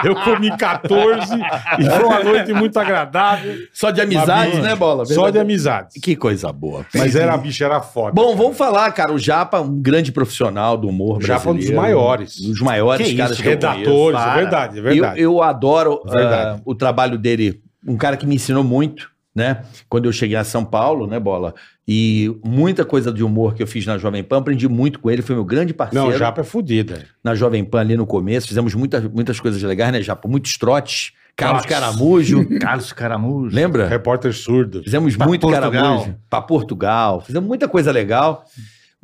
Speaker 2: Eu comi 14 e foi uma noite muito agradável.
Speaker 3: Só de amizades,
Speaker 2: Babi.
Speaker 3: né, Bola?
Speaker 2: Só de
Speaker 3: Verdade.
Speaker 2: amizades.
Speaker 3: Que coisa boa.
Speaker 2: Mas era a bicha, era foda.
Speaker 3: Bom, vamos falar, cara. O Japa, um grande profissional do humor
Speaker 2: O Japa é um dos
Speaker 3: brasileiro.
Speaker 2: maiores.
Speaker 3: Um dos maiores
Speaker 6: Que
Speaker 3: caras
Speaker 6: isso,
Speaker 3: que eu
Speaker 6: redator,
Speaker 3: conheço.
Speaker 2: Atores, é
Speaker 6: para.
Speaker 2: verdade, é
Speaker 3: Eu,
Speaker 2: verdade.
Speaker 3: eu adoro ah,
Speaker 2: Verdade.
Speaker 3: o trabalho dele. Um cara que me ensinou muito, né? Quando eu cheguei a São Paulo, né, Bola? E muita coisa de humor que eu fiz na Jovem Pan, aprendi muito com ele. Foi meu grande parceiro
Speaker 2: Não, o Japa é fodida.
Speaker 3: na Jovem Pan ali no começo. Fizemos muitas, muitas coisas legais, né, Japa? Muitos trotes. Carlos
Speaker 2: Nossa. É.
Speaker 3: Caramujo.
Speaker 6: Carlos Caramujo.
Speaker 3: Lembra?
Speaker 2: Repórter surdo.
Speaker 3: Fizemos
Speaker 6: Pra
Speaker 3: muito
Speaker 6: Portugal.
Speaker 3: caramujo pra Portugal. Fizemos muita coisa legal.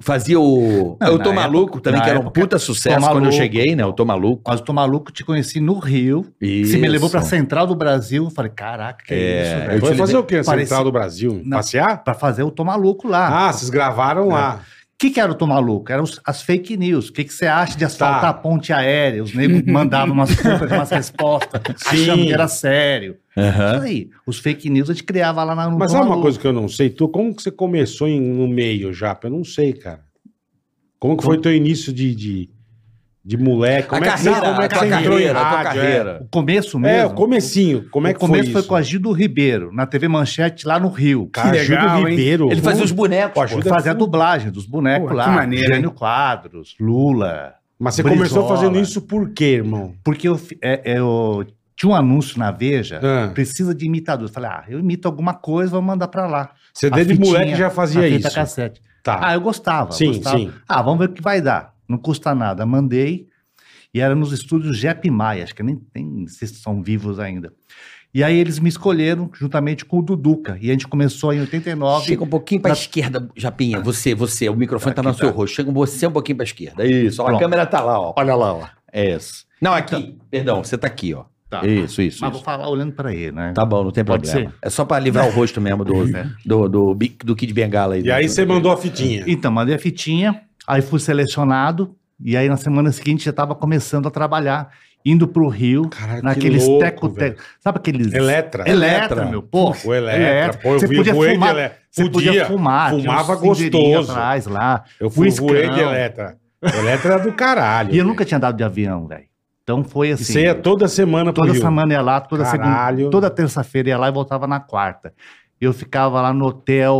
Speaker 3: Fazia o.
Speaker 6: Não,
Speaker 3: eu
Speaker 6: na
Speaker 3: tô
Speaker 6: época-
Speaker 3: maluco também,
Speaker 6: na
Speaker 3: que era um
Speaker 6: época,
Speaker 3: puta sucesso
Speaker 6: Tô
Speaker 3: quando eu
Speaker 6: Maluco.
Speaker 3: cheguei, né? Eu tô maluco.
Speaker 6: Mas tô maluco, te conheci no Rio.
Speaker 3: Isso.
Speaker 6: Você me levou pra Central do Brasil. Eu falei, caraca, que
Speaker 3: É,
Speaker 6: isso,
Speaker 3: eu
Speaker 6: velho.
Speaker 3: te
Speaker 2: Foi fazer o quê?
Speaker 6: Parece-
Speaker 2: Central do Brasil?
Speaker 6: Não.
Speaker 2: Passear?
Speaker 6: Pra fazer o Tô Maluco lá. O
Speaker 2: Ah, vocês gravaram lá.
Speaker 3: É.
Speaker 6: que, que era o Tô Maluco? Eram os- as fake news. O que, que você acha de asfaltar
Speaker 2: Tá.
Speaker 6: a ponte aérea? Os negros mandavam umas putas, umas respostas, achando que era sério. Isso
Speaker 3: Aham.
Speaker 6: aí. Os fake news a gente criava lá na- no
Speaker 2: Mas
Speaker 6: Tô
Speaker 2: é uma
Speaker 6: Maluco.
Speaker 2: coisa que eu não sei. Tu, como que você começou em- no meio, Japa? Eu não sei, cara. Como que foi teu início de, de, de moleque?
Speaker 3: A
Speaker 2: Como é que
Speaker 3: carreira,
Speaker 2: você, como é
Speaker 3: a
Speaker 2: que
Speaker 3: tua
Speaker 2: você entrou em
Speaker 3: carreira, a tua
Speaker 2: rádio? É?
Speaker 3: carreira.
Speaker 6: O começo mesmo.
Speaker 2: É, o comecinho. Como é que
Speaker 6: o começo
Speaker 2: foi
Speaker 6: foi,
Speaker 2: isso?
Speaker 6: com a Gildo Ribeiro, na TV Manchete, lá no Rio.
Speaker 2: Cara,
Speaker 5: Que
Speaker 2: Gil do
Speaker 5: legal, hein?
Speaker 2: Ribeiro.
Speaker 3: Ele fazia os
Speaker 2: Pô,
Speaker 3: bonecos. pô.
Speaker 2: ajuda-
Speaker 6: Fazia a dublagem dos bonecos
Speaker 5: Pô,
Speaker 6: lá.
Speaker 5: que maneiro,
Speaker 6: Jânio Quadros, Lula.
Speaker 2: Mas você
Speaker 6: Brizola.
Speaker 2: começou fazendo isso por quê, irmão?
Speaker 6: Porque eu, fi- é- é, eu tinha um anúncio na Veja,
Speaker 2: Ah.
Speaker 6: precisa de imitador. Eu falei, ah, eu imito alguma coisa, vou mandar pra lá.
Speaker 2: Você
Speaker 6: A
Speaker 2: desde
Speaker 6: fitinha,
Speaker 2: moleque já
Speaker 6: a
Speaker 2: fazia
Speaker 6: fita
Speaker 2: isso.
Speaker 6: cassete. Ah,
Speaker 2: Tá.
Speaker 6: eu gostava.
Speaker 2: Sim,
Speaker 6: gostava.
Speaker 2: sim.
Speaker 6: Ah, vamos ver o que vai dar. Não custa nada. Mandei. E era nos estúdios Jep Maia, acho que nem, nem sei se são vivos ainda. E aí eles me escolheram juntamente com o Duduca. E a gente começou em 89.
Speaker 3: Chega um pouquinho pra
Speaker 6: Na-
Speaker 3: esquerda, Japinha. Você, você. O microfone tá
Speaker 6: Aqui
Speaker 3: no seu
Speaker 6: tá.
Speaker 3: rosto. Chega você um pouquinho pra esquerda. Isso. ó, a
Speaker 6: Pronto.
Speaker 3: câmera tá lá, ó.
Speaker 6: Olha lá, ó.
Speaker 3: É isso. Não, aqui. Perdão, você tá aqui, ó.
Speaker 6: Tá.
Speaker 3: Isso, isso.
Speaker 6: Mas
Speaker 3: isso.
Speaker 6: vou falar olhando pra ele, né?
Speaker 3: Tá bom, não tem
Speaker 6: Pode
Speaker 3: problema. É só pra livrar o rosto mesmo do, do, do, do, do Kid Bengala aí. né?
Speaker 2: E aí
Speaker 3: Do-
Speaker 2: você mandou a fitinha.
Speaker 6: Então, mandei a fitinha, aí fui selecionado, e aí na semana seguinte já estava começando a trabalhar, indo pro Rio,
Speaker 2: Caralho, Ah, que
Speaker 6: naqueles
Speaker 2: louco,
Speaker 6: teco-teco. Sabe aqueles.
Speaker 2: Eletra.
Speaker 6: Eletra, meu, porra.
Speaker 2: O Eletra. Pô, eu
Speaker 6: Você
Speaker 2: vi
Speaker 6: podia
Speaker 2: o voei de
Speaker 6: fumar.
Speaker 2: Eletra.
Speaker 6: Você
Speaker 2: Podia.
Speaker 6: podia fumar. tinha
Speaker 2: Fumava
Speaker 6: uns cinzeirinhos
Speaker 2: gostoso.
Speaker 6: Atrás, lá.
Speaker 2: Eu fui
Speaker 6: Whiscão.
Speaker 2: voei de Eletra. Eletra era do caralho.
Speaker 6: E eu
Speaker 2: velho.
Speaker 6: nunca tinha andado de avião, velho. Então foi
Speaker 2: E
Speaker 6: assim.
Speaker 2: você ia toda semana pro
Speaker 6: Toda
Speaker 2: Rio.
Speaker 6: semana ia lá, toda
Speaker 2: Caralho.
Speaker 6: segunda, toda terça-feira ia lá e voltava na quarta. Eu ficava lá no hotel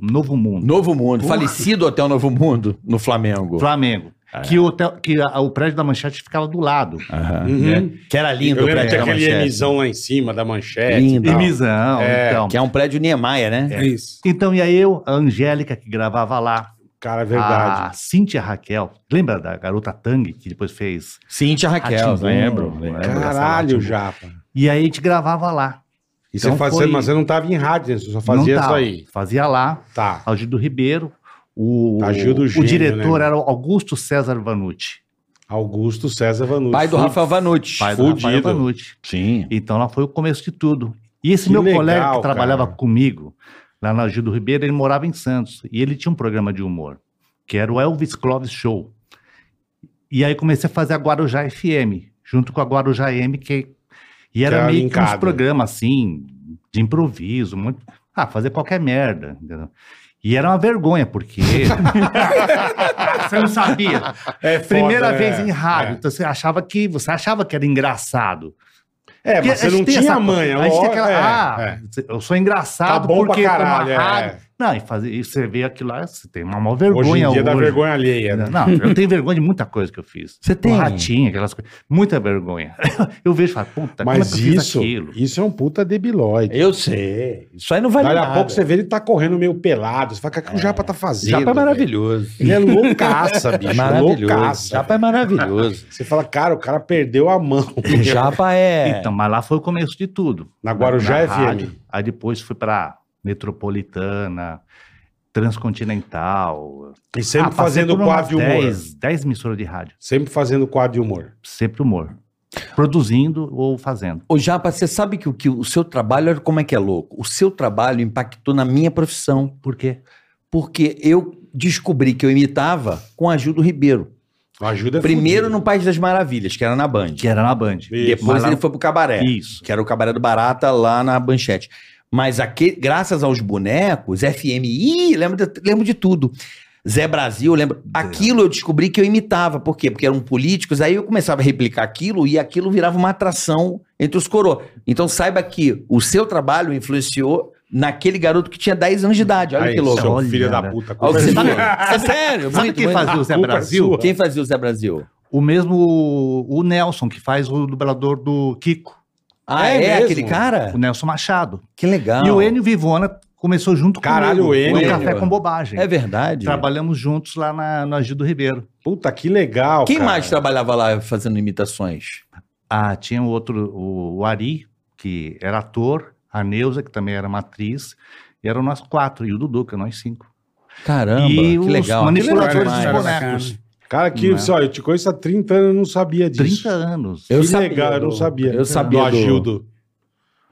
Speaker 6: Novo Mundo,
Speaker 3: Novo Mundo, falecido Hotel Novo Mundo, no Flamengo.
Speaker 6: Flamengo,
Speaker 2: É.
Speaker 6: que o hotel, que a- o prédio da Manchete ficava do lado.
Speaker 3: Aham.
Speaker 2: Uhum.
Speaker 3: É. Que era lindo
Speaker 2: Eu
Speaker 3: o
Speaker 2: lembro que
Speaker 3: prédio da
Speaker 2: aquele
Speaker 3: Manchete.
Speaker 2: emisão lá em cima da manchete.
Speaker 3: Lindo.
Speaker 2: e tal.
Speaker 6: Emisão, então.
Speaker 3: Que é um prédio Niemeyer, né?
Speaker 5: É isso.
Speaker 6: Então, e aí eu, a Angélica, que gravava lá,
Speaker 2: Cara, é verdade.
Speaker 6: a Cíntia Raquel, lembra da garota Tang, que depois fez...
Speaker 3: Cíntia Raquel,
Speaker 6: Ratimbum,
Speaker 3: lembro.
Speaker 6: né?
Speaker 3: lembro.
Speaker 2: Caralho, Japa.
Speaker 6: E aí a gente gravava lá.
Speaker 2: E
Speaker 6: Então
Speaker 2: você fazia,
Speaker 6: foi-
Speaker 2: mas você não tava em rádio, né? você só fazia
Speaker 6: Não
Speaker 2: isso
Speaker 6: tava.
Speaker 2: aí.
Speaker 6: Fazia lá,
Speaker 2: Tá.
Speaker 6: Algildo Ribeiro, o,
Speaker 2: Agildo
Speaker 6: o
Speaker 2: Tá, gênio,
Speaker 6: diretor
Speaker 2: né?
Speaker 6: era o Augusto César Vanucci,
Speaker 2: Augusto César Vanucci.
Speaker 3: Pai do
Speaker 2: Fu-
Speaker 3: Rafael Vanucci.
Speaker 6: pai do Rafael
Speaker 2: Fudido.
Speaker 6: Vanucci.
Speaker 3: Sim.
Speaker 6: Então lá foi o começo de tudo. E esse
Speaker 2: Que
Speaker 6: meu
Speaker 2: legal,
Speaker 6: colega que
Speaker 2: cara.
Speaker 6: trabalhava comigo, lá na Gildo Ribeiro, ele morava em Santos. E ele tinha um programa de humor, que era o Elvis Clovis Show. E aí comecei a fazer a Guarujá FM, junto com a Guarujá M, que... é- E era
Speaker 2: Que é era
Speaker 6: meio que uns
Speaker 2: linkado.
Speaker 6: programas, assim, de improviso, muito... Ah, fazer qualquer merda, entendeu? E era uma vergonha, porque... você não sabia.
Speaker 2: É foda,
Speaker 6: Primeira
Speaker 2: né?
Speaker 6: vez em rádio,
Speaker 2: É.
Speaker 6: então você achava que você achava que era engraçado.
Speaker 2: É,
Speaker 6: Porque
Speaker 2: mas você
Speaker 6: a gente
Speaker 2: não
Speaker 6: tem
Speaker 2: tinha
Speaker 6: essa-
Speaker 2: manha.
Speaker 6: A gente tem aquela,
Speaker 2: é,
Speaker 6: ah,
Speaker 2: é.
Speaker 6: eu sou engraçado
Speaker 2: Tá bom
Speaker 6: porque
Speaker 2: pra
Speaker 6: tô na
Speaker 2: caralho, é.
Speaker 6: rádio. Não, e fazer e você vê aquilo lá, você tem uma maior
Speaker 2: Hoje em
Speaker 6: vergonha
Speaker 2: dia
Speaker 6: hoje.
Speaker 2: dá vergonha alheia. Né?
Speaker 6: Não, eu tenho vergonha de muita coisa que eu fiz.
Speaker 3: Você
Speaker 6: Com
Speaker 3: tem?
Speaker 6: Ratinho, aquelas coisas. Muita vergonha. Eu vejo e falo, puta,
Speaker 2: Mas
Speaker 6: como é que eu fiz
Speaker 2: isso,
Speaker 6: aquilo?
Speaker 2: isso é um puta debilóide.
Speaker 3: Eu sei. Isso aí não vale
Speaker 2: Daqui
Speaker 3: nada.
Speaker 2: a pouco você vê ele tá correndo meio pelado. Você fala, o que que o Japa tá fazendo?
Speaker 3: Japa é
Speaker 2: velho?"
Speaker 3: maravilhoso.
Speaker 2: Ele é loucaça, bicho.
Speaker 3: Maravilhoso.
Speaker 2: Loucaça.
Speaker 3: Japa é maravilhoso.
Speaker 2: Você fala, cara, o cara perdeu a mão.
Speaker 3: O Japa é.
Speaker 6: Então, mas lá foi o começo de tudo.
Speaker 2: Na Guarujá FM.
Speaker 6: rádio. Aí depois fui pra Metropolitana, Transcontinental.
Speaker 2: E sempre
Speaker 6: Ah, passei
Speaker 2: fazendo
Speaker 6: por umas
Speaker 2: quadro de humor.
Speaker 6: 10, 10 emissoras de rádio.
Speaker 2: Sempre fazendo quadro de humor.
Speaker 6: Sempre humor. Produzindo ou fazendo.
Speaker 3: Ô Japa, você sabe que o, que o seu trabalho, olha como é que é louco. O seu trabalho impactou na minha profissão.
Speaker 6: Por quê?
Speaker 3: Porque eu descobri que eu imitava com a Gildo Ribeiro.
Speaker 2: Ajuda é
Speaker 3: Primeiro
Speaker 2: fudido.
Speaker 3: no País das Maravilhas, que era na Band.
Speaker 6: Que era na Band.
Speaker 2: Isso.
Speaker 3: Depois
Speaker 6: Mas lá-
Speaker 3: ele é. foi pro Cabaré.
Speaker 6: Isso.
Speaker 3: que era o Cabaré do Barata lá na Banchete. Mas aqui, graças aos bonecos, FMI, lembro de, lembro de tudo. Zé Brasil, lembro. Aquilo eu descobri que eu imitava. Por quê? Porque eram políticos, aí eu começava a replicar aquilo e aquilo virava uma atração entre os coroas. Então saiba que o seu trabalho influenciou naquele garoto que tinha 10 anos de idade. Olha
Speaker 2: Aí,
Speaker 3: que louco.
Speaker 2: Seu
Speaker 6: Olha,
Speaker 2: filho da
Speaker 6: né?
Speaker 2: puta.
Speaker 3: Olha o que você tá
Speaker 2: conversou.
Speaker 3: falando. Isso é sério.
Speaker 6: Sabe
Speaker 3: muito,
Speaker 6: quem
Speaker 3: muito.
Speaker 6: fazia o Zé
Speaker 2: culpa é
Speaker 6: Brasil?
Speaker 2: sua.
Speaker 3: Quem fazia o Zé Brasil?
Speaker 6: O mesmo o Nelson, que faz o dublador do Kiko,
Speaker 3: Ah,
Speaker 2: É
Speaker 3: é,
Speaker 2: mesmo?
Speaker 3: aquele cara?
Speaker 6: o Nelson Machado.
Speaker 3: Que legal.
Speaker 6: E o Enio Vivona começou junto
Speaker 2: Caralho,
Speaker 6: comigo,
Speaker 2: o Enio.
Speaker 6: no Café com Bobagem.
Speaker 3: É verdade.
Speaker 6: Trabalhamos juntos lá na, no Agido Ribeiro.
Speaker 2: Puta, que legal,
Speaker 3: Quem
Speaker 2: cara.
Speaker 3: mais tá trabalhava lá fazendo imitações?
Speaker 6: Ah, tinha o outro, o, o Ari, que era ator, a Neuza, que também era uma atriz, e eram nós quatro, e o Dudu, que é nós cinco.
Speaker 3: Caramba,
Speaker 6: e
Speaker 3: que
Speaker 6: os
Speaker 3: legal.
Speaker 6: manipuladores
Speaker 3: Que legal
Speaker 6: dos
Speaker 3: demais.
Speaker 6: bonecos.
Speaker 2: Cara, que,
Speaker 6: Não é?
Speaker 2: você, olha, eu te conheço há 30 anos, eu não sabia disso.
Speaker 6: 30 anos.
Speaker 3: Eu
Speaker 2: que
Speaker 3: sabia
Speaker 2: legal, eu não
Speaker 3: do-
Speaker 2: sabia.
Speaker 3: eu sabia
Speaker 2: do
Speaker 3: do-
Speaker 2: Agildo.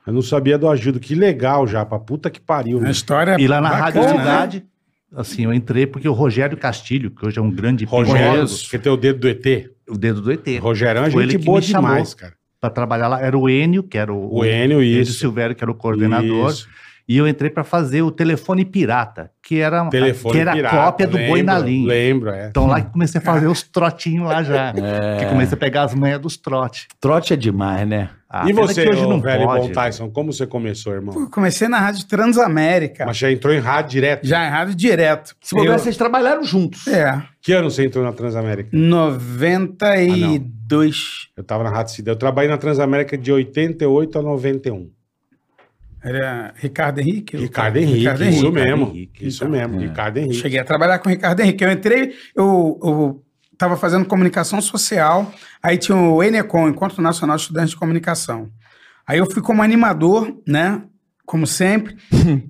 Speaker 2: Eu não sabia do Agildo. Que legal, Japa. Puta que pariu.
Speaker 6: É,
Speaker 5: A
Speaker 2: né?
Speaker 5: história
Speaker 6: E lá na
Speaker 5: bacana,
Speaker 6: Rádio
Speaker 5: né?
Speaker 6: Cidade, assim, eu entrei porque o Rogério Castilho, que hoje é um grande
Speaker 2: Rogério,
Speaker 6: psicólogo,
Speaker 2: que tem o dedo do ET.
Speaker 6: o dedo do ET,
Speaker 2: Rogerão é
Speaker 6: Foi
Speaker 2: gente
Speaker 6: ele que
Speaker 2: boa
Speaker 6: me chamou.
Speaker 2: demais, cara.
Speaker 6: para trabalhar lá, era o Enio, que era o,
Speaker 2: O Enio,
Speaker 6: Enio
Speaker 2: isso.
Speaker 6: Silvério, que era o coordenador,
Speaker 2: Isso.
Speaker 6: e eu entrei para fazer o telefone pirata, que era
Speaker 2: Telefone
Speaker 6: que era a
Speaker 2: pirata,
Speaker 6: cópia do Boi na
Speaker 2: lembro,
Speaker 6: Linha.
Speaker 2: Lembro, é.
Speaker 6: Então lá que comecei a fazer os trotinhos lá já, né? que comecei a pegar as manhas dos trotes.
Speaker 3: Trote é demais, né?
Speaker 6: Ah,
Speaker 2: e
Speaker 6: pena
Speaker 2: você,
Speaker 6: que hoje
Speaker 2: ô,
Speaker 6: não
Speaker 2: velho
Speaker 6: pode.
Speaker 2: Bom Tyson, como você começou, irmão?
Speaker 5: Pô, comecei na Rádio Transamérica.
Speaker 2: Mas já entrou em rádio direto.
Speaker 5: Já em rádio direto.
Speaker 3: Se bobear, vocês trabalharam juntos.
Speaker 5: É.
Speaker 2: Que ano você entrou na Transamérica?
Speaker 5: 92.
Speaker 2: Eu tava na Rádio Cidade. Eu trabalhei na Transamérica de 88 a 91.
Speaker 5: Era Ricardo Henrique?
Speaker 2: Ricardo Henrique,
Speaker 5: Ricardo
Speaker 2: isso
Speaker 5: Henrique.
Speaker 2: mesmo.
Speaker 6: Henrique.
Speaker 2: Isso mesmo, Ricardo Henrique.
Speaker 5: Cheguei a trabalhar com o Ricardo Henrique. Eu entrei, eu, eu tava fazendo comunicação social, aí tinha o Enecom, Encontro Nacional de Estudantes de Comunicação. Aí eu fui como animador, né? Como sempre.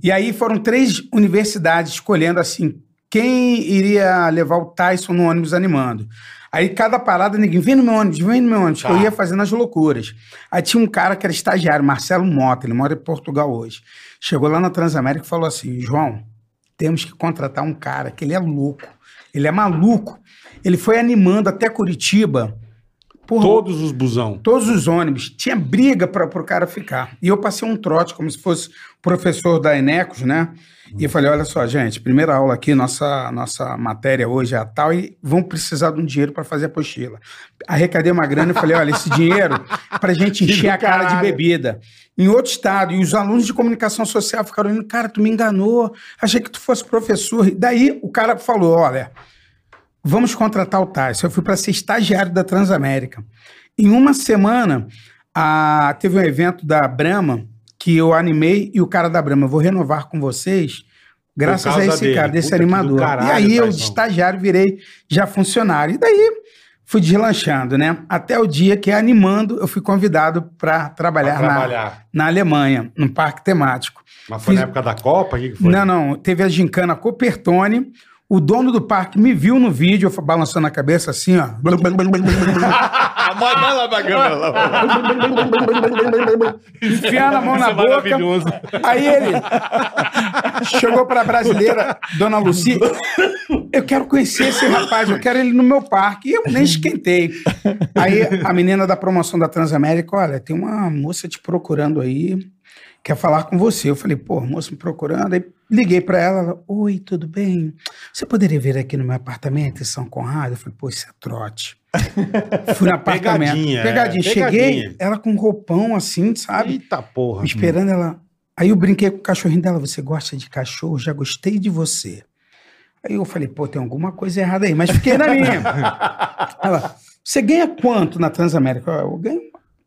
Speaker 5: e aí foram três universidades escolhendo assim quem iria levar o Tyson no ônibus animando. Aí cada parada, ninguém, vem no meu ônibus, vem no meu ônibus, que eu ia fazendo as loucuras. Aí tinha um cara que era estagiário, Marcelo Mota, ele mora em Portugal hoje. Chegou lá na Transamérica e falou assim: João, temos que contratar um cara que ele é louco, ele é maluco. Ele foi animando até Curitiba. Porra,
Speaker 2: Todos os busão.
Speaker 5: todos os ônibus. Tinha briga para o cara ficar. E eu passei um trote, como se fosse professor da Enecos, né? E eu falei: olha só, gente, primeira aula aqui, nossa, nossa matéria hoje é a tal, e vão precisar de um dinheiro para fazer a apostila. Arrecadei uma grana e falei: olha, esse dinheiro para gente encher a cara de
Speaker 2: caralho.
Speaker 5: bebida. Em outro estado. E os alunos de comunicação social ficaram olhando: cara, tu me enganou, achei que tu fosse professor. E daí o cara falou: olha vamos contratar o Tyson. Eu fui para ser estagiário da Transamérica. Em uma semana, a- teve um evento da Brahma que eu animei e o cara da Brahma, eu vou renovar com vocês, graças a
Speaker 2: causa
Speaker 5: esse
Speaker 2: dele.
Speaker 5: cara, desse
Speaker 2: Puta que do
Speaker 5: animador.
Speaker 2: caralho,
Speaker 5: e aí eu, de
Speaker 2: Tyson.
Speaker 5: estagiário, virei já funcionário. E daí fui deslanchando, né? Até o dia que, animando, eu fui convidado para
Speaker 2: Pra
Speaker 5: trabalhar, na-
Speaker 2: trabalhar.
Speaker 5: Na, Alemanha, num parque temático.
Speaker 2: Mas foi na
Speaker 5: Fiz-
Speaker 2: época da Copa? O que que foi?
Speaker 5: Não, não. Teve a gincana Copertone. O dono do parque me viu no vídeo, eu fa- balançando a cabeça assim, ó. Blum, blum, blum, blum, blum, blum.
Speaker 3: Manda lá pra câmera. lá.
Speaker 5: enfiando a mão na
Speaker 3: Isso é
Speaker 5: boca.
Speaker 3: maravilhoso.
Speaker 5: Aí ele chegou pra brasileira, dona Luci. Eu quero conhecer esse rapaz, eu quero ele no meu parque. E eu nem esquentei. Aí a menina da promoção da Transamérica, olha, tem uma moça te procurando aí, quer falar com você. Eu falei, pô, moça me procurando. Aí liguei pra ela, ela, oi, tudo bem? Você poderia vir aqui no meu apartamento em São Conrado? Eu falei, pô, isso é trote. Fui no apartamento.
Speaker 2: Pegadinha, é.
Speaker 5: Pegadinha.
Speaker 2: Pegadinha.
Speaker 5: Cheguei, ela com roupão assim, sabe?
Speaker 2: Eita porra.
Speaker 5: Me Uhum. esperando ela. Aí eu brinquei com o cachorrinho dela. Você gosta de cachorro? Já gostei de você. Aí eu falei, pô, tem alguma coisa errada aí, mas fiquei na minha. Ela, você ganha quanto na Transamérica? Eu ganho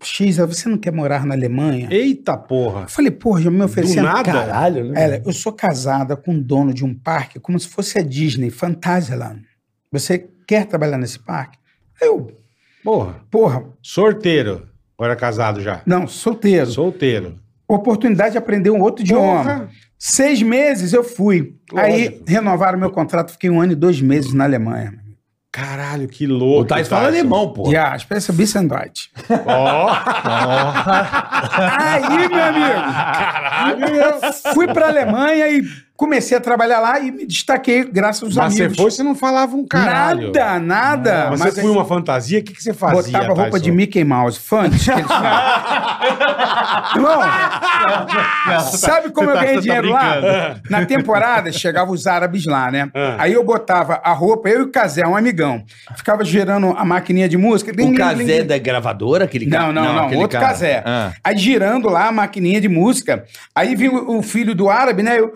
Speaker 5: X. Ela, você não quer morar na Alemanha?
Speaker 2: Eita porra.
Speaker 5: Eu falei, pô, já me
Speaker 2: Do
Speaker 5: oferecendo.
Speaker 2: nada?
Speaker 5: Cara,
Speaker 2: Caralho,
Speaker 5: ela, eu sou casada com o dono de um parque, como se fosse a Disney, Fantasyland. Você quer trabalhar nesse parque? Aí Eu,
Speaker 2: Porra.
Speaker 5: porra,
Speaker 2: Sorteiro. Agora é casado já.
Speaker 5: não, solteiro.
Speaker 2: Solteiro.
Speaker 5: Oportunidade de aprender um outro idioma.
Speaker 2: Porra.
Speaker 5: Seis meses eu fui. Aí renovaram meu contrato, fiquei um ano e dois meses na Alemanha.
Speaker 2: Caralho, que louco.
Speaker 7: o Thais fala
Speaker 2: Tyson.
Speaker 7: alemão, pô.
Speaker 5: E a espécie Bissendite.
Speaker 2: Ó.
Speaker 5: Aí, meu amigo,
Speaker 2: Caralho.
Speaker 5: eu fui pra Alemanha e comecei a trabalhar lá e me destaquei graças aos
Speaker 2: Mas você
Speaker 5: amigos.
Speaker 2: foi, você não falava um caralho.
Speaker 5: Nada, nada.
Speaker 2: Mas, você foi uma fantasia, o que, que você fazia?
Speaker 5: Botava roupa
Speaker 2: Tyson?
Speaker 5: de Mickey Mouse, fãs. que eles chamam. Irmão, sabe como
Speaker 3: você
Speaker 5: eu
Speaker 3: tá-
Speaker 5: ganhei
Speaker 3: você tá
Speaker 5: dinheiro lá? Na temporada, chegava os árabes lá, né?
Speaker 2: Ah.
Speaker 5: Aí eu botava a roupa, eu e o Casé, um amigão. Ficava girando a maquininha de música.
Speaker 7: O Casé da gravadora, aquele
Speaker 5: Não, não, não,
Speaker 7: aquele
Speaker 5: outro
Speaker 7: cara.
Speaker 5: Casé.
Speaker 7: Ah.
Speaker 5: Aí girando lá a maquininha de música. Aí vinha o o filho do árabe, né? Eu.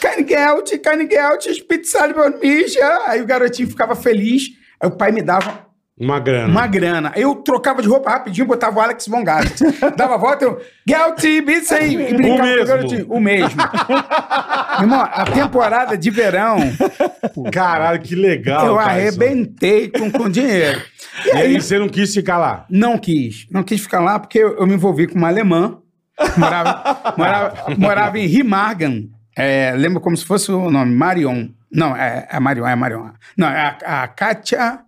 Speaker 5: Can get, can get, spitzal misha. Aí o garotinho ficava feliz. Aí o pai me dava
Speaker 2: Uma grana.
Speaker 5: uma grana. Eu trocava de roupa rapidinho, botava o Alex von Gattes. Dava a volta, eu... Guilty, bitch, aí, e brincava
Speaker 2: mesmo.
Speaker 5: garotinho. O mesmo. Irmão, a temporada de verão,
Speaker 2: Caralho, que legal.
Speaker 5: eu
Speaker 2: Tyson.
Speaker 5: arrebentei com, com dinheiro. E
Speaker 2: E aí
Speaker 5: aí,
Speaker 2: você não quis ficar lá.
Speaker 5: não quis. Não quis ficar lá porque eu, eu me envolvi com uma alemã. Morava, morava, morava em Rimargan. É, lembro como se fosse o nome, Marion. Não, é, é Marion, é Marion. Não, é a, a Kátia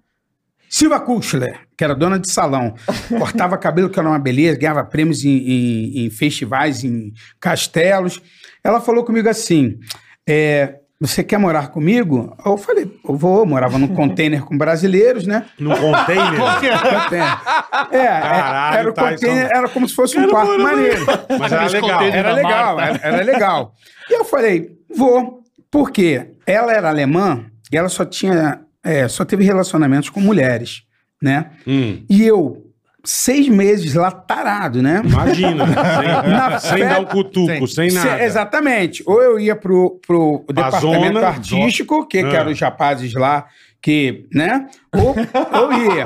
Speaker 5: Silva Kuchler, que era dona de salão. Cortava cabelo, que era uma beleza, ganhava prêmios em, em- em festivais, em castelos. Ela falou comigo assim: é, Você quer morar comigo? Eu falei: Eu vou. Morava num container com brasileiros, né?
Speaker 2: No container.
Speaker 5: Container. É, é,
Speaker 2: Caralho,
Speaker 5: era o
Speaker 2: Tyson.
Speaker 5: container, era como se fosse um quarto maneiro.
Speaker 2: Mas era
Speaker 3: Aqueles
Speaker 2: legal.
Speaker 3: containers.
Speaker 5: Era
Speaker 3: da
Speaker 5: legal, era, era legal. E eu falei, vou. Porque ela era alemã e ela só tinha, é, só teve relacionamentos com mulheres, né?
Speaker 2: Hum,
Speaker 5: E eu, seis meses lá tarado, né?
Speaker 2: imagina.
Speaker 5: Na
Speaker 2: Sem, sem
Speaker 5: fé-
Speaker 2: dar um cutuco, sem,
Speaker 5: Se-
Speaker 2: nada.
Speaker 5: exatamente. Ou eu ia pro, pro departamento
Speaker 2: zona,
Speaker 5: artístico, que, que
Speaker 2: Ah.
Speaker 5: eram os rapazes lá, que, né? Ou eu ia.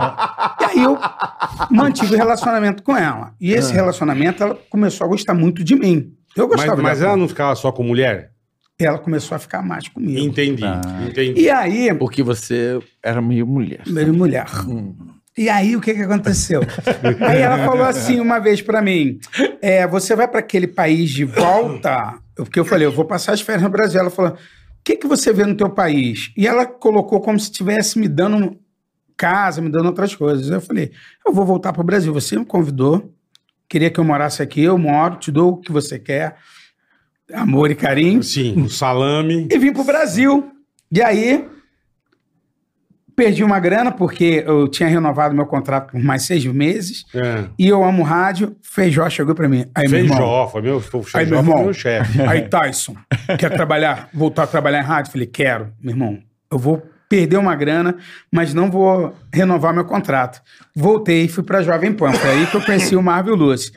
Speaker 5: E aí eu mantive o relacionamento com ela. E esse
Speaker 2: Ah.
Speaker 5: relacionamento, ela começou a gostar muito de mim. Eu
Speaker 2: Mas,
Speaker 5: gostava
Speaker 2: mas
Speaker 5: dela.
Speaker 2: ela não ficava só com mulher?
Speaker 5: ela começou a ficar mais comigo.
Speaker 2: Entendi,
Speaker 6: Ah.
Speaker 2: entendi.
Speaker 5: E aí,
Speaker 3: Porque você era meio mulher.
Speaker 5: primeiro mulher. E aí, o que, que aconteceu? aí ela falou assim uma vez pra mim: é, você vai pra aquele país de volta? Porque eu falei, eu vou passar as férias no Brasil. Ela falou: o que, que você vê no teu país? E ela colocou como se estivesse me dando casa, me dando outras coisas. Eu falei, eu vou voltar pro Brasil. Você me convidou, queria que eu morasse aqui, eu moro, te dou o que você quer. Amor e carinho.
Speaker 2: Sim, o salame.
Speaker 5: e vim pro Brasil. E aí perdi uma grana porque eu tinha renovado meu contrato por mais seis meses
Speaker 2: É.
Speaker 5: e eu amo rádio. Feijó chegou pra mim. Aí, meu irmão,
Speaker 2: Feijó, foi meu, foi, feijó
Speaker 5: meu
Speaker 2: foi
Speaker 5: irmão.
Speaker 2: meu chefe.
Speaker 5: aí Tyson, quer trabalhar, voltar a trabalhar em rádio? Falei, quero, meu irmão. Eu vou perder uma grana, mas não vou renovar meu contrato. Voltei e fui pra Jovem Pan. Foi aí que eu conheci o Marvel Luz.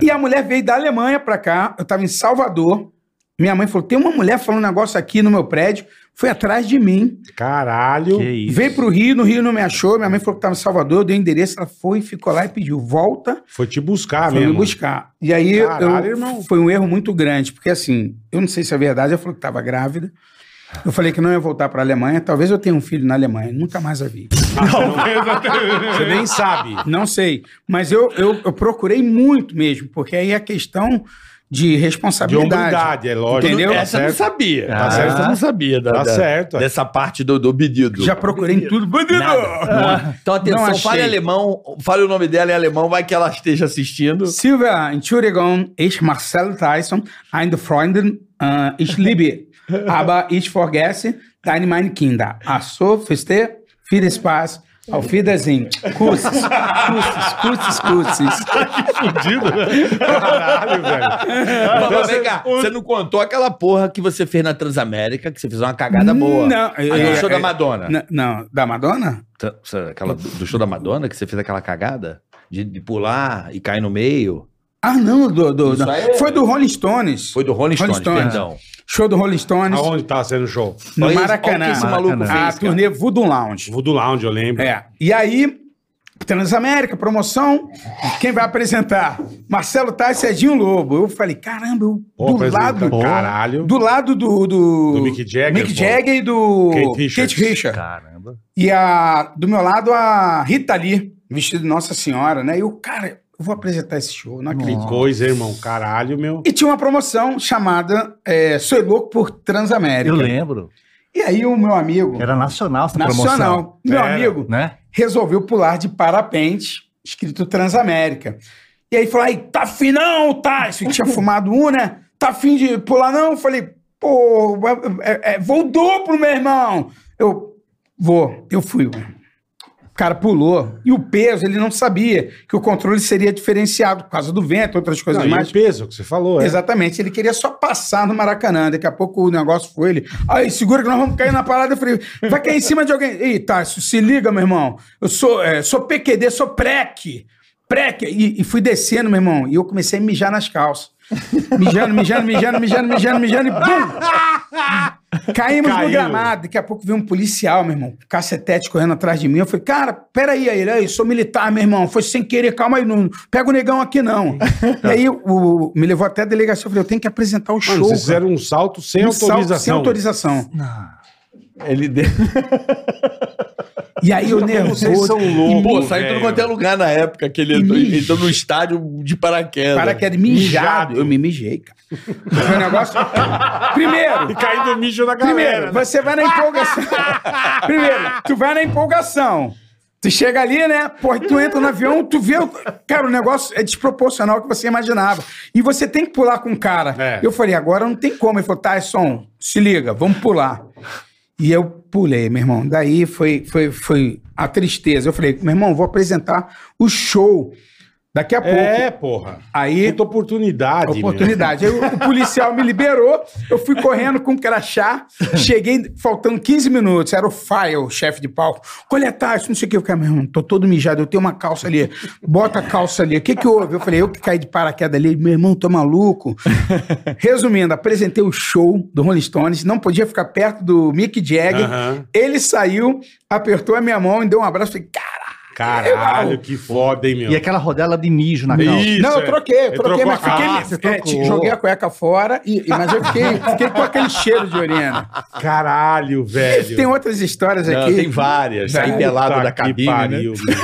Speaker 5: E a mulher veio da Alemanha pra cá. Eu tava em Salvador. Minha mãe falou: tem uma mulher falando um negócio aqui no meu prédio. Foi atrás de mim.
Speaker 2: Caralho.
Speaker 6: Que isso.
Speaker 5: Veio pro Rio, no Rio não me achou. Minha mãe falou que tava em Salvador, eu dei o endereço, ela foi, ficou lá e pediu. Volta
Speaker 2: Foi te buscar
Speaker 5: pra me
Speaker 2: mesmo.
Speaker 5: buscar. E aí
Speaker 2: Ah, Caralho,
Speaker 5: eu-
Speaker 2: irmão.
Speaker 5: foi um erro muito grande, porque assim, eu não sei se é verdade, ela falou que tava grávida. Eu falei que não ia voltar pra Alemanha, talvez eu tenha um filho na Alemanha, nunca mais a vi.
Speaker 2: Você nem sabe.
Speaker 5: Não sei, mas eu, eu, eu procurei muito mesmo, porque aí a é questão de
Speaker 2: De
Speaker 5: responsabilidade.
Speaker 2: hombridade, é lógico.
Speaker 5: Entendeu?
Speaker 2: Tá
Speaker 3: Essa eu não
Speaker 2: certo.
Speaker 3: sabia.
Speaker 7: Ah,
Speaker 3: Ah,
Speaker 2: Tá certo.
Speaker 3: Essa eu não sabia. da-
Speaker 2: Tá
Speaker 3: da-
Speaker 2: certo, é.
Speaker 3: Dessa parte do, do pedido.
Speaker 5: Já procurei em tudo. Bandido!
Speaker 7: Nada. Então,
Speaker 5: Não
Speaker 7: atenção,
Speaker 5: achei.
Speaker 7: fale alemão, fale o nome dela em alemão, vai que ela esteja assistindo.
Speaker 5: Silvia Entschuldigung, ich Marcel Tyson, eine Freundin, äh, ich liebe, aber ich vergesse deine meine Kinder. Ach so, verstehe? Viel Spaß, auf Wiedersehen. Kusses, Kusses, Kusses, Kusses.
Speaker 2: Caralho, velho.
Speaker 7: Mas, mas vem cá, você não contou aquela porra que você fez na Transamérica, que você fez uma cagada boa.
Speaker 5: Não,
Speaker 7: Aí,
Speaker 5: é,
Speaker 7: no show
Speaker 5: é,
Speaker 7: da Madonna.
Speaker 5: N- Não, da Madonna?
Speaker 7: Tra- sabe Aquela do, do show da Madonna, que você fez aquela cagada de, de pular e cair no meio.
Speaker 5: Ah, não, do, do,
Speaker 7: Isso
Speaker 5: do-
Speaker 7: aí é-
Speaker 5: foi do Rolling Stones.
Speaker 7: Foi do Rolling
Speaker 5: Rolling
Speaker 7: Stones,
Speaker 5: Stones.
Speaker 7: perdão.
Speaker 5: Show do Rolling Stones,
Speaker 2: Aonde tá sendo o show?
Speaker 5: no
Speaker 7: Olha isso,
Speaker 5: Maracanã.
Speaker 7: olha o que esse maluco
Speaker 6: Maracanã.
Speaker 7: fez,
Speaker 5: a
Speaker 7: cara.
Speaker 5: turnê Voodoo Lounge.
Speaker 2: Vou do lounge, eu lembro.
Speaker 5: É. E aí, Transamérica, promoção. Quem vai apresentar? Marcelo Tais, Serginho Lobo. Eu falei, caramba, eu,
Speaker 2: Pô,
Speaker 5: do
Speaker 2: apresenta-
Speaker 5: lado.
Speaker 2: caralho.
Speaker 5: Do lado do. Do,
Speaker 2: Do Mick Jagger,
Speaker 5: Mick
Speaker 2: pô.
Speaker 5: Jagger e do.
Speaker 2: Kate Richards.
Speaker 5: Kate Richards.
Speaker 6: Caramba.
Speaker 5: E a, do meu lado, a Rita Lee, vestida de Nossa Senhora, né? E eu, cara, eu vou apresentar esse show, não
Speaker 2: Que
Speaker 5: acredito.
Speaker 2: coisa, irmão. Caralho, meu.
Speaker 5: E tinha uma promoção chamada é, Sou Louco por Transamérica.
Speaker 6: Eu lembro.
Speaker 5: E aí, o meu amigo.
Speaker 6: Tipo, Era nacional essa promoção.
Speaker 5: nacional. Meu
Speaker 2: Era.
Speaker 5: amigo.
Speaker 6: Né?
Speaker 5: resolveu pular de parapente, escrito Transamérica. E aí falou, aí, tá afim não, Tyson? Tinha fumado um, né? Tá afim de pular não? Eu Falei, pô, é, é, vou duplo, meu irmão. Eu vou, eu fui. mano. O cara pulou. E o peso, ele não sabia que o controle seria diferenciado por causa do vento, outras coisas
Speaker 2: Não, e
Speaker 5: mais.
Speaker 2: o peso que você falou, é.
Speaker 5: Exatamente, ele queria só passar no Maracanã. Daqui a pouco o negócio foi ele. Aí, segura que nós vamos cair na parada. Eu falei, vai cair em cima de alguém. Ei, Tássio, se liga, meu irmão. Eu sou, é, sou PQD, sou PREC. PREC. E, e fui descendo, meu irmão. E eu comecei a mijar nas calças. Mijando, mijando, mijando, mijando, mijando, mijando e bum! Caímos
Speaker 2: Caiu.
Speaker 5: no gramado. Daqui a pouco veio um policial, meu irmão. Cacetete correndo atrás de mim. Eu falei, cara, peraí aí, ele, aí, sou militar, meu irmão. Foi sem querer, calma aí, não pega o negão aqui não. e aí o, me levou até a delegacia. Eu falei, eu tenho que apresentar o show.
Speaker 2: Mano, vocês
Speaker 5: cara.
Speaker 2: fizeram um salto sem
Speaker 5: Um salto
Speaker 2: autorização.
Speaker 5: Sem autorização.
Speaker 3: Ele deu.
Speaker 5: E aí eu nervoso.
Speaker 2: loucos.
Speaker 3: Pô, saiu tudo
Speaker 2: velho.
Speaker 3: quanto é lugar na época que ele entrou, ele entrou no estádio de paraquedas.
Speaker 5: Para que era mijado.
Speaker 2: Mijado.
Speaker 5: Eu me mijei, cara. Foi um negócio.
Speaker 2: E
Speaker 5: Primeiro,
Speaker 2: cair do mijo da galera.
Speaker 5: Primeiro, você vai na empolgação. Primeiro, tu vai na empolgação. Tu chega ali, né? Porra, tu entra no avião, tu vê. o- Cara, o negócio é desproporcional ao que você imaginava. E você tem que pular com o cara.
Speaker 2: É.
Speaker 5: Eu falei, agora não tem como. Ele falou, Tyson, se liga, vamos pular. E eu pulei, meu irmão. Daí foi, foi, foi a tristeza. Eu falei, meu irmão, vou apresentar o show daqui a pouco.
Speaker 2: É, porra.
Speaker 5: Aí.
Speaker 2: Puta oportunidade. meu.
Speaker 5: Oportunidade. Aí o o policial me liberou, eu fui correndo com crachá, cheguei faltando 15 minutos, era o Fire, o chefe de palco. Coletar, isso não sei o que, eu falei, "Ah, meu irmão, tô todo mijado, eu tenho uma calça ali, bota a calça ali, o que que houve? Eu falei, eu que caí de paraquedas ali, meu irmão, tô maluco. Resumindo, apresentei o show do Rolling Stones, não podia ficar perto do Mick Jagger,
Speaker 2: Aham.
Speaker 5: ele saiu, apertou a minha mão e deu um abraço, falei, cara...
Speaker 2: Caralho, que foda, hein, meu.
Speaker 6: E aquela rodela de mijo na calça.
Speaker 2: Isso,
Speaker 5: é não,
Speaker 2: é.
Speaker 5: eu troquei, eu
Speaker 2: Ele trocou
Speaker 5: troquei, mas
Speaker 2: a calça,
Speaker 6: você
Speaker 5: fiquei. é,
Speaker 6: trocou.
Speaker 5: joguei a cueca fora, e, e- mas eu fiquei, fiquei com aquele cheiro de urina.
Speaker 2: Caralho, velho.
Speaker 5: Tem um outras histórias
Speaker 3: Não,
Speaker 5: aqui.
Speaker 3: tem várias. Sair
Speaker 2: Tá Puta
Speaker 3: pelado da
Speaker 2: que
Speaker 3: cabine.
Speaker 2: pariu,
Speaker 3: né?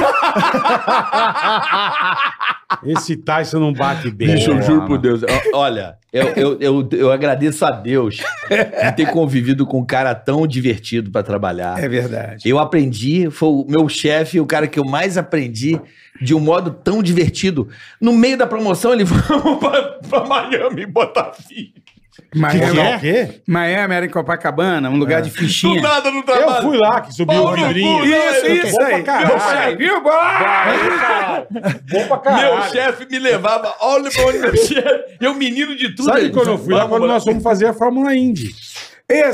Speaker 2: meu. Esse Tyson não bate bem.
Speaker 3: Bicho, eu
Speaker 2: Porra,
Speaker 3: juro
Speaker 2: mano.
Speaker 3: por Deus.
Speaker 7: Ó, Olha, eu, eu, eu, eu agradeço a Deus de ter convivido com um cara tão divertido pra trabalhar.
Speaker 5: É verdade.
Speaker 7: Eu aprendi, foi o meu chefe, o cara que eu mais aprendi de um modo tão divertido. No meio da promoção, ele vamos pra, pra Miami botar filho.
Speaker 2: Que
Speaker 5: Miami,
Speaker 2: que é? Ah. O quê?
Speaker 5: Miami era em Copacabana, um lugar de
Speaker 3: Do
Speaker 5: fichinha.
Speaker 3: nada no trabalho.
Speaker 2: Eu fui lá que subiu o
Speaker 3: Paulo
Speaker 2: vidrinho.
Speaker 3: Cu, isso,
Speaker 2: Bom pra
Speaker 5: Eu
Speaker 2: caralho.
Speaker 5: sei, viu, boy?
Speaker 2: Bom pra caralho.
Speaker 3: Meu chefe me levava, olha pra onde meu chefe. Eu, menino de tudo.
Speaker 2: Sabe
Speaker 3: ele-
Speaker 2: quando eu fui lá?
Speaker 3: Vamos,
Speaker 2: Quando
Speaker 3: vamos.
Speaker 2: nós fomos fazer a Fórmula Indy. A primeira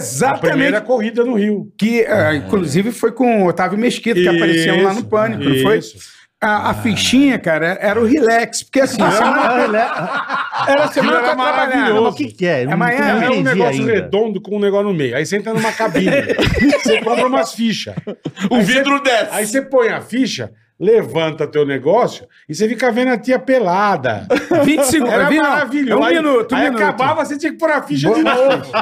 Speaker 5: Exatamente.
Speaker 2: corrida no Rio.
Speaker 5: Que, eh, inclusive, foi com o Otávio Mesquita, que apareceu lá no Pânico, não foi?
Speaker 2: Isso. Ah.
Speaker 5: A, a fichinha, cara, era o relax. Porque assim, semana,
Speaker 6: Ah,
Speaker 5: era semana
Speaker 2: Aquilo
Speaker 5: pra
Speaker 2: era
Speaker 5: trabalhar.
Speaker 2: maravilhoso.
Speaker 6: Mas o que, que é? Eu
Speaker 5: É Miami,
Speaker 6: não
Speaker 2: É um
Speaker 6: entendi
Speaker 2: negócio
Speaker 6: ainda.
Speaker 2: redondo com um negócio no meio. Aí você entra numa cabine. você compra umas fichas.
Speaker 3: O vidro desce.
Speaker 2: Aí você põe a ficha, levanta teu negócio e você fica vendo a tia pelada.
Speaker 5: 20 segundos.
Speaker 2: Era
Speaker 5: Era
Speaker 2: maravilhoso.
Speaker 5: Um
Speaker 2: Aí-
Speaker 5: minuto, um
Speaker 2: aí
Speaker 5: minuto.
Speaker 2: acabava, você tinha que pôr a ficha de novo.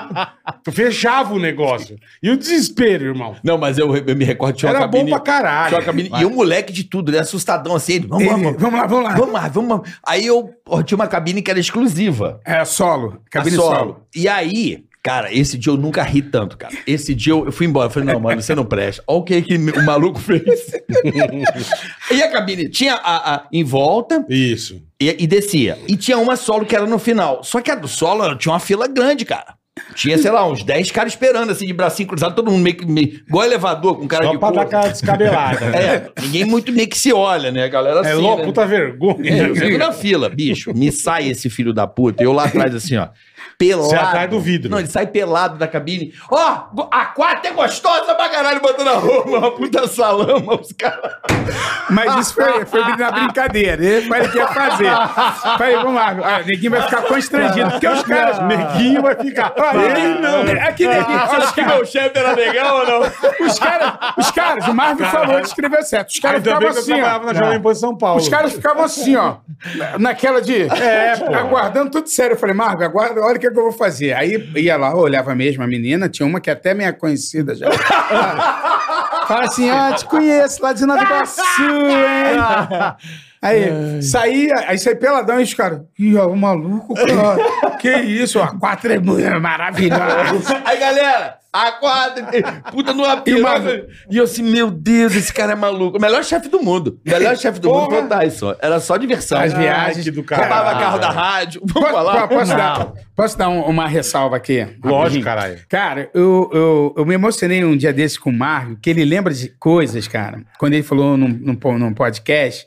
Speaker 2: Tu fechava o negócio. E o desespero, irmão.
Speaker 3: Não, mas eu, eu me recordo, tinha uma
Speaker 2: Era bom
Speaker 3: cabine...
Speaker 2: pra caralho.
Speaker 3: tinha uma cabine- e o moleque de tudo, ele assustadão assim, ele, vamos,
Speaker 5: Ele-
Speaker 3: lá,
Speaker 5: Vamos,
Speaker 3: vamos,
Speaker 5: lá, vamos lá.
Speaker 3: vamos lá, vamos lá. Aí eu, eu tinha uma cabine que era exclusiva.
Speaker 5: É solo. Cabine
Speaker 3: a
Speaker 5: solo.
Speaker 3: E aí, cara, esse dia eu nunca ri tanto, cara. Esse dia eu, eu fui embora. Eu falei, não, mano, você não presta. Olha o que, que o maluco fez. e a cabine tinha a, a- em volta
Speaker 2: Isso.
Speaker 3: e, e descia. E tinha uma solo que era no final. Só que a do solo ela tinha uma fila grande, cara. Tinha, sei lá, uns 10 caras esperando, assim, de bracinho cruzado, todo mundo meio que. Meio, igual elevador, com cara
Speaker 2: Só
Speaker 3: de.
Speaker 2: pra
Speaker 3: cu.
Speaker 2: dar aquela descabelada. né?
Speaker 3: É, ninguém muito meio que se olha, né? A galera assim.
Speaker 2: É ló,
Speaker 3: né?
Speaker 2: puta
Speaker 3: É,
Speaker 2: vergonha.
Speaker 3: eu fico na fila, bicho. Me sai esse filho da puta. Eu lá atrás, assim, ó. Pelado.
Speaker 2: Você atrás do vidro.
Speaker 3: Não, ele sai pelado da cabine. Ó, go- a quarta é gostosa pra caralho, botando a roupa, uma puta salama, os caras.
Speaker 5: Mas isso foi, foi na brincadeira. Ele falei que ia fazer. Falei, vamos lá. Ah, o neguinho vai ficar constrangido. Porque os caras.
Speaker 2: Neguinho vai ficar. Ah, ele não.
Speaker 5: Aqui, neguinho. Olha os caras.
Speaker 3: meu chefe era legal ou não?
Speaker 5: Os caras, os caras, o Marvin falou, descreveu certo. Os caras
Speaker 2: Ainda bem
Speaker 5: ficavam
Speaker 2: que eu
Speaker 5: assim, ó.
Speaker 2: trabalhava na Jovem Pan São Paulo.
Speaker 5: Os caras ficavam assim, ó. na- Naquela de. Aguardando tudo sério. Eu falei, Marga, aguarda, olha o que, é que eu vou fazer. Aí ia lá, olhava mesmo a menina, tinha uma que até meia conhecida já. Fala assim, ah, te conheço lá de Nova Iguaçu, hein? Aí, saí, aí saí peladão e os caras, ih, ó, o maluco, cara, que isso, ó, quatro é mulher maravilhosa.
Speaker 3: Aí, galera, a quarta. Puta numa
Speaker 5: mano-
Speaker 3: piroca. E eu assim, meu Deus, esse cara é maluco. O melhor chefe do mundo. O melhor chefe do mundo foi o Tyson. Era só diversão.
Speaker 5: As
Speaker 3: Roubava
Speaker 5: viagens
Speaker 2: que do caralho.
Speaker 3: Roubava carro da rádio. Vamos
Speaker 5: Posso,
Speaker 3: falar.
Speaker 5: posso dar, posso dar um- uma ressalva aqui?
Speaker 2: Lógico, caralho.
Speaker 5: Cara, eu, eu, eu me emocionei um dia desse com o Marvio, que ele lembra de coisas, cara, quando ele falou num, num, po- num podcast,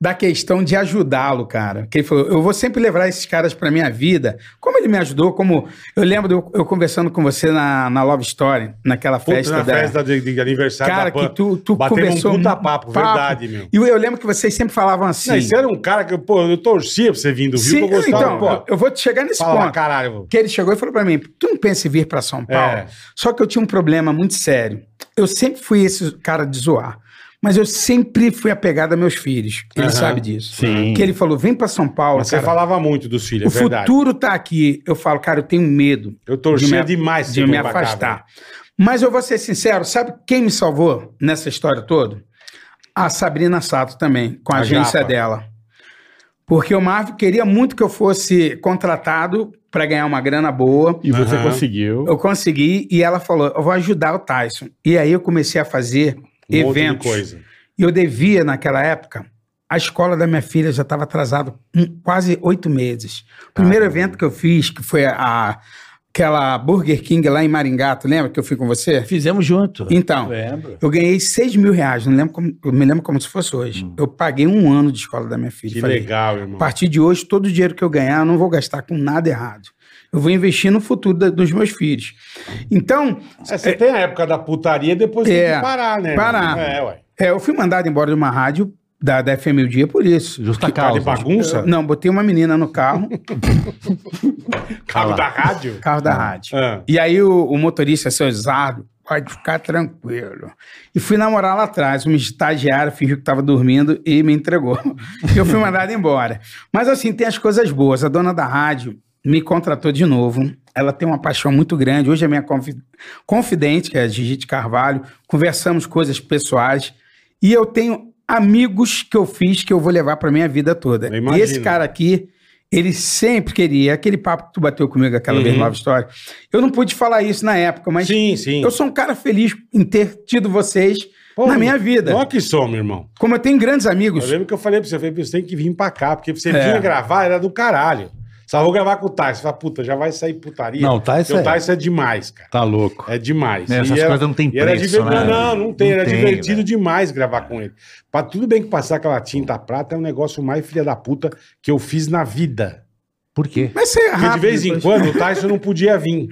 Speaker 5: da questão de ajudá-lo, cara. Que ele falou, eu vou sempre levar esses caras pra minha vida. Como ele me ajudou, como... Eu lembro de eu, eu conversando com você na, na Love Story, naquela
Speaker 2: Puta,
Speaker 5: festa
Speaker 2: na
Speaker 5: da...
Speaker 2: festa de, de aniversário
Speaker 5: Cara,
Speaker 2: da Pan.
Speaker 5: que tu, tu
Speaker 2: Batemos
Speaker 5: conversou...
Speaker 2: um puta papo, verdade, meu.
Speaker 5: E eu, eu lembro que vocês sempre falavam assim...
Speaker 2: Não, esse era um cara que, pô, eu torcia pra você vir do Rio,
Speaker 5: Sim,
Speaker 2: que eu gostava,
Speaker 5: então,
Speaker 2: pô.
Speaker 5: eu vou te chegar nesse
Speaker 2: Fala,
Speaker 5: ponto.
Speaker 2: caralho.
Speaker 5: Que ele chegou e falou pra mim: Tu não pensa em vir pra São Paulo?
Speaker 2: É.
Speaker 5: Só que eu tinha um problema muito sério. Eu sempre fui esse cara de zoar. Mas eu sempre fui apegado a meus filhos. Ele
Speaker 2: Aham.
Speaker 5: sabe disso.
Speaker 2: Sim.
Speaker 5: Que ele falou: Vem pra São Paulo.
Speaker 2: Mas você
Speaker 5: cara.
Speaker 2: falava muito dos filhos,
Speaker 5: o
Speaker 2: é verdade.
Speaker 5: futuro tá aqui. Eu falo, cara, eu tenho medo
Speaker 2: Eu torcia
Speaker 5: de me-
Speaker 2: demais
Speaker 5: de
Speaker 2: você
Speaker 5: me
Speaker 2: vir pra cá,
Speaker 5: afastar. Mas eu vou ser sincero: sabe quem me salvou nessa história toda? A Sabrina Sato também, com a,
Speaker 2: A
Speaker 5: agência
Speaker 2: Japa.
Speaker 5: dela. Porque o Marvin queria muito que eu fosse contratado para ganhar uma grana boa.
Speaker 8: E você
Speaker 2: Aham.
Speaker 8: conseguiu.
Speaker 5: Eu consegui e ela falou: eu vou ajudar o Tyson. E aí eu comecei a fazer
Speaker 2: Um monte de
Speaker 5: eventos.
Speaker 2: coisa.
Speaker 5: E eu devia, naquela época, a escola da minha filha já estava atrasada um- quase oito meses. O primeiro evento que eu fiz, que foi a, aquela Burger King lá em Maringá, tu lembra que eu fui com você?
Speaker 3: Fizemos junto.
Speaker 5: Então,
Speaker 3: Lembro.
Speaker 5: eu ganhei seis mil reais, não lembro como, eu me lembro como se fosse hoje. Eu paguei um ano de escola da minha filha.
Speaker 2: Hum. Que
Speaker 5: Falei,
Speaker 2: legal,
Speaker 5: a
Speaker 2: irmão.
Speaker 5: partir de hoje, todo o dinheiro que eu ganhar, eu não vou gastar com nada errado. Eu vou investir no futuro da- dos meus filhos. Então,
Speaker 2: É, você tem a época da putaria, depois tem
Speaker 5: É,
Speaker 2: que parar, né?
Speaker 5: parar.
Speaker 2: irmão? É, ué.
Speaker 5: é, eu fui mandado embora de uma rádio da, da FM o Dia por isso.
Speaker 6: Justa
Speaker 2: Cara de
Speaker 6: causa.
Speaker 2: bagunça?
Speaker 5: Não, botei uma menina no carro,
Speaker 2: Cabo da rádio?
Speaker 5: carro da rádio.
Speaker 2: Ah,
Speaker 5: E aí o, o motorista, seu Zardo, pode ficar tranquilo. E fui namorar lá atrás, um estagiário fingiu que estava dormindo e me entregou. Eu fui mandado embora. Mas assim, tem as coisas boas. A dona da rádio me contratou de novo. Ela tem uma paixão muito grande. Hoje é minha confi- confidente, que é a Gigi de Carvalho. Conversamos coisas pessoais. E eu tenho amigos que eu fiz que eu vou levar para minha vida toda.
Speaker 2: Eu imagino.
Speaker 5: E esse cara aqui, ele sempre queria. Aquele papo que tu bateu comigo, aquela
Speaker 2: Uhum.
Speaker 5: vez nova história. Eu não pude falar isso na época, mas
Speaker 2: Ah. sim, sim.
Speaker 5: eu sou um cara feliz em ter tido vocês
Speaker 2: Pô,
Speaker 5: na minha vida.
Speaker 2: Olha que som, meu irmão.
Speaker 5: Como eu tenho grandes amigos.
Speaker 2: Eu lembro que eu falei pra você, eu falei, você tem que vir pra cá, porque você
Speaker 5: É.
Speaker 2: vinha gravar, era do caralho. Só vou gravar com o Tyson. Fala, puta, já vai sair putaria.
Speaker 3: Não, o Tyson
Speaker 2: Porque
Speaker 3: é-
Speaker 2: O Tyson é demais, cara.
Speaker 3: Tá louco.
Speaker 2: É demais.
Speaker 6: É, essas
Speaker 2: era-
Speaker 6: coisas não tem
Speaker 2: e era
Speaker 6: preço,
Speaker 2: diver-
Speaker 6: né?
Speaker 2: Não, não tem.
Speaker 6: Não
Speaker 2: era
Speaker 6: tem,
Speaker 2: divertido
Speaker 6: velho.
Speaker 2: demais gravar com ele. Pra tudo bem que passar aquela tinta prata é um negócio mais filha da puta que eu fiz na vida.
Speaker 6: Por quê?
Speaker 5: Mas você é
Speaker 2: Porque de
Speaker 5: rápido.
Speaker 2: vez em
Speaker 5: depois.
Speaker 2: quando o Tyson não podia vir.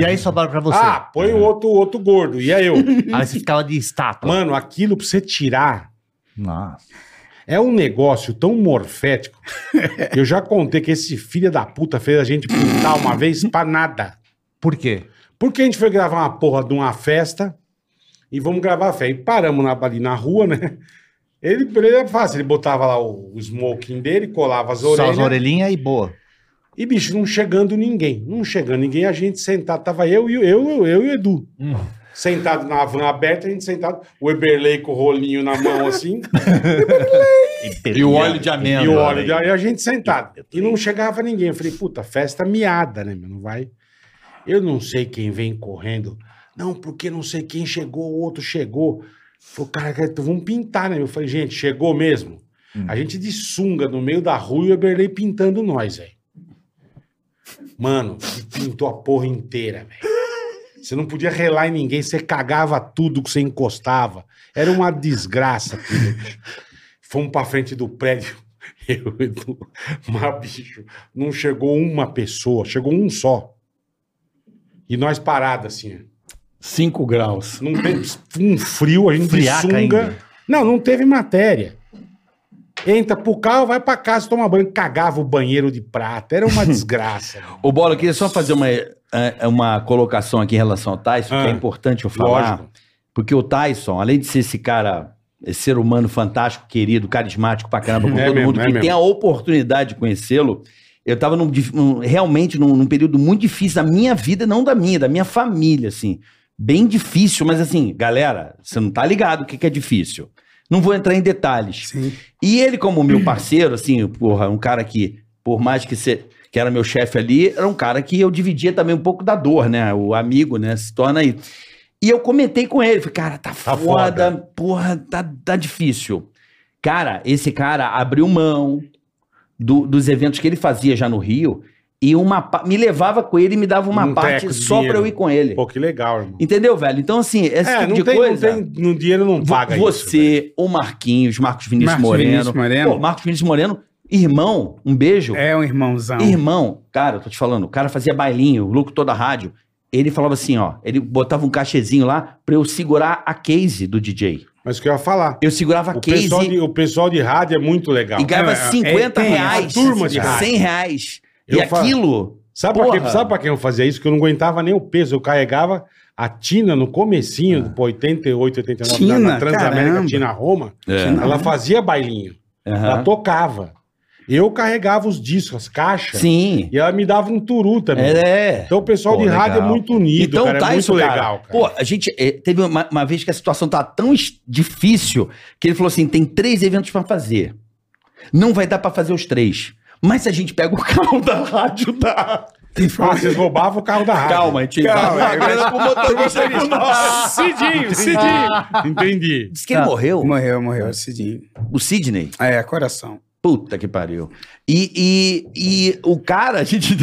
Speaker 6: E aí sobraram pra você.
Speaker 2: Ah, põe o outro, outro gordo. E aí eu?
Speaker 6: Aí você ficava de estátua.
Speaker 2: Mano, aquilo pra você tirar
Speaker 6: Nossa.
Speaker 2: é um negócio tão morfético. Eu já contei que esse filho da puta fez a gente pintar uma vez pra nada.
Speaker 6: Por quê?
Speaker 2: Porque a gente foi gravar uma porra de uma festa e vamos gravar a festa. E paramos na- ali na rua, né? Ele, ele era fácil, ele botava lá o, o smoking dele, colava as
Speaker 6: Só
Speaker 2: orelhas.
Speaker 6: as orelhinhas e boa.
Speaker 2: E, bicho, não chegando ninguém. Não chegando ninguém, a gente sentado. Tava eu e o- eu, eu, eu e o Edu. Sentado na van aberta, a gente sentado. O Eberlei com o rolinho na mão, assim.
Speaker 9: E o óleo de amêndoa.
Speaker 2: e o
Speaker 6: né?
Speaker 2: óleo. de- E a gente sentado. E não chegava ninguém. Eu falei, puta, festa miada, né, meu? Não vai. Eu não sei quem vem correndo. Não, porque não sei quem chegou, o outro chegou. Falei, cara, cara, então vamos pintar, né? Eu falei, gente, chegou mesmo. A gente de sunga no meio da rua e o Eberlei pintando nós, velho. Mano, pintou a porra inteira, velho. Você não podia relar em ninguém, você cagava tudo que você encostava. Era uma desgraça. Tudo. Fomos pra frente do prédio. Eu, e Edu, mas bicho, não chegou uma pessoa, chegou um só. E nós parados assim. ó.
Speaker 9: 5 graus.
Speaker 2: Não teve um frio, a gente de
Speaker 6: Friaca
Speaker 2: sunga.
Speaker 6: ainda.
Speaker 2: Não, não teve matéria. Entra pro carro, vai pra casa, toma banho, cagava o banheiro de prata. Era uma desgraça. mano.
Speaker 3: Ô, Bola, eu queria só fazer uma, eh, uma colocação aqui em relação ao Tyson, que
Speaker 2: Ah,
Speaker 3: é importante eu falar.
Speaker 2: Lógico.
Speaker 3: Porque o Tyson, além de ser esse cara, esse ser humano fantástico, querido, carismático pra caramba, com
Speaker 2: É
Speaker 3: todo
Speaker 2: mesmo,
Speaker 3: mundo
Speaker 2: é
Speaker 3: que
Speaker 2: mesmo.
Speaker 3: tem a oportunidade de conhecê-lo, eu tava num dif- num- realmente num, num período muito difícil da minha vida, não da minha, da minha família, assim. Bem difícil, mas assim, galera, você não tá ligado o que, que é difícil. Não vou entrar em detalhes.
Speaker 5: Sim.
Speaker 3: E ele, como meu parceiro, assim, porra, um cara que, por mais que você. Que era meu chefe ali, era um cara que eu dividia também um pouco da dor, né? O amigo, né? Se torna aí. E eu comentei com ele, falei, cara, tá,
Speaker 2: Tá
Speaker 3: foda, porra, tá, tá difícil. Cara, esse cara abriu mão do- dos eventos que ele fazia já no Rio e uma pa- me levava com ele e me dava uma
Speaker 2: Um
Speaker 3: parte
Speaker 2: teco de
Speaker 3: só pra
Speaker 2: dinheiro.
Speaker 3: eu ir com ele.
Speaker 2: Pô, que legal, irmão.
Speaker 3: Entendeu, velho? Então, assim, esse
Speaker 2: É,
Speaker 3: tipo
Speaker 2: não
Speaker 3: de
Speaker 2: tem,
Speaker 3: coisa.
Speaker 2: não tem. No dinheiro não
Speaker 3: Vo-
Speaker 2: paga isso. velho.
Speaker 3: Você, o Marquinhos, Marcos Vinícius
Speaker 5: Marcos
Speaker 3: Moreno.
Speaker 5: Vinícius Moreno.
Speaker 3: Pô, Marcos Vinícius Moreno, irmão, um beijo.
Speaker 5: É um irmãozão.
Speaker 3: Irmão, cara, eu tô te falando, o cara fazia bailinho, louco toda a rádio. Ele falava assim, ó, ele botava um cachezinho lá pra eu segurar a case do DJ.
Speaker 2: Mas o que eu ia falar?
Speaker 3: Eu segurava a
Speaker 2: O pessoal,
Speaker 3: case
Speaker 2: de, o pessoal de rádio é muito legal.
Speaker 3: e ganhava
Speaker 5: É, é,
Speaker 3: 50
Speaker 5: tem, é uma
Speaker 3: reais,
Speaker 2: turma de rádio.
Speaker 3: 100 reais. e
Speaker 2: Eu falo-
Speaker 3: aquilo,
Speaker 2: Sabe pra,
Speaker 3: Porra.
Speaker 2: quem, sabe pra quem eu fazia isso? Que eu não aguentava nem o peso. Eu carregava a Tina no comecinho, pô, 88, 89, na- na
Speaker 5: Tina,
Speaker 2: Transamérica,
Speaker 5: caramba.
Speaker 2: Tina Roma.
Speaker 5: É.
Speaker 2: Ela fazia bailinho. Ela
Speaker 5: Tá
Speaker 3: aham,
Speaker 2: tocava. Eu carregava os discos, as caixas.
Speaker 3: sim,
Speaker 2: E ela me dava um turu também.
Speaker 3: é...
Speaker 2: Então o pessoal
Speaker 6: Pô,
Speaker 2: de rádio
Speaker 6: legal.
Speaker 2: é muito unido,
Speaker 3: Então,
Speaker 2: cara.
Speaker 3: tá
Speaker 2: é muito
Speaker 3: isso, cara.
Speaker 2: legal, cara.
Speaker 3: Pô, a gente eh, teve uma, uma vez que a situação tá tão es- difícil que ele falou assim: tem três eventos pra fazer. Não vai dar pra fazer os três. Mas se a gente pega o carro da rádio, dá.
Speaker 2: Ah, vocês roubavam o carro da rádio.
Speaker 3: Calma, a gente
Speaker 5: Calma,
Speaker 3: dá a grana pro motorista e pro nosso.
Speaker 2: Cidinho, Cidinho. Ah. Entendi.
Speaker 3: Diz que ele morreu,
Speaker 5: Morreu, morreu, Cidinho.
Speaker 3: o Sidney.
Speaker 5: É, coração.
Speaker 3: Puta que pariu. E, e, e o cara, a gente.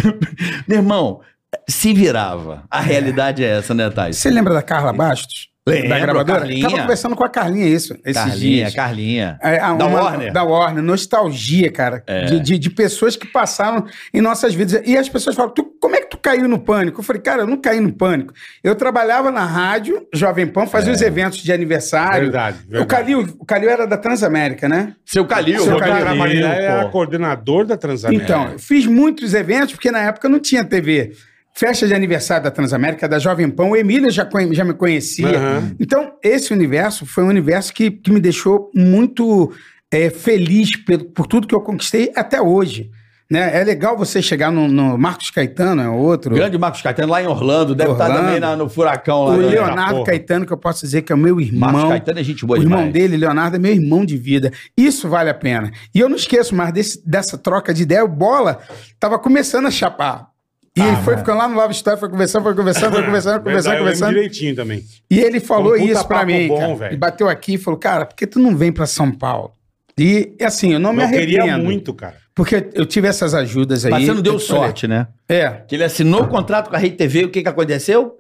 Speaker 3: Meu irmão, se virava. A realidade é essa, né, Thais?
Speaker 5: Você lembra da Carla Bastos?
Speaker 3: Lembro,
Speaker 5: da gravadora?
Speaker 3: Carlinha.
Speaker 5: Tava conversando com a Carlinha é isso, esses
Speaker 3: Carlinha,
Speaker 5: dias.
Speaker 3: Carlinha.
Speaker 5: É, a-
Speaker 3: Da
Speaker 5: uma-
Speaker 3: Warner?
Speaker 5: Da Warner. Nostalgia, cara. De, de- de pessoas que passaram em nossas vidas. E as pessoas falam, tu, como é que tu caiu no pânico? Eu falei, cara, eu não caí no pânico. Eu trabalhava na rádio Jovem Pan, fazia os eventos de aniversário.
Speaker 2: Verdade, verdade.
Speaker 5: O, Calil, o Calil era da Transamérica, né?
Speaker 9: Seu Calil.
Speaker 2: Seu
Speaker 5: Seu
Speaker 2: cara
Speaker 5: Calil,
Speaker 2: trabalha- ele era
Speaker 9: pô.
Speaker 2: coordenador da Transamérica.
Speaker 5: Então, eu fiz muitos eventos, porque na época não tinha TV. Festa de aniversário da Transamérica, da Jovem Pan, o Emílio já, conhe- já me conhecia.
Speaker 2: Aham.
Speaker 5: Então, esse universo foi um universo que, que me deixou muito eh, feliz pelo- por tudo que eu conquistei até hoje. Né? É legal você chegar no, no Marcos Caetano, é outro.
Speaker 3: Grande Marcos Caetano lá em Orlando, deve estar
Speaker 5: Orlando.
Speaker 3: também na- no furacão
Speaker 5: o
Speaker 3: lá. né?
Speaker 5: Leonardo
Speaker 2: porra.
Speaker 5: Caetano, que eu posso dizer que é o meu irmão.
Speaker 3: Marcos Caetano é gente boa
Speaker 5: o irmão
Speaker 3: demais.
Speaker 5: dele, Leonardo, é meu irmão de vida. Isso vale a pena. E eu não esqueço mais desse- dessa troca de ideia. O Bola tava começando a chapar. E ele foi ficando lá no Love Story, foi conversando, foi conversando, foi conversando,
Speaker 2: Ah, né? Verdade,
Speaker 5: conversando,
Speaker 2: eu lembro
Speaker 5: conversando.
Speaker 2: direitinho também.
Speaker 5: E ele falou
Speaker 2: Um puta
Speaker 5: isso pra
Speaker 2: papo
Speaker 5: mim,
Speaker 2: bom,
Speaker 5: cara.
Speaker 2: velho.
Speaker 5: E bateu aqui e falou, cara, por que tu não vem pra São Paulo? E assim, eu não me
Speaker 2: eu queria
Speaker 5: arrependo.
Speaker 2: muito, cara.
Speaker 5: Porque eu tive essas ajudas aí.
Speaker 3: Mas você não deu
Speaker 5: Eu falei,
Speaker 3: sorte, né?
Speaker 5: É.
Speaker 3: Que ele assinou o contrato com a Rede TV, o que que aconteceu?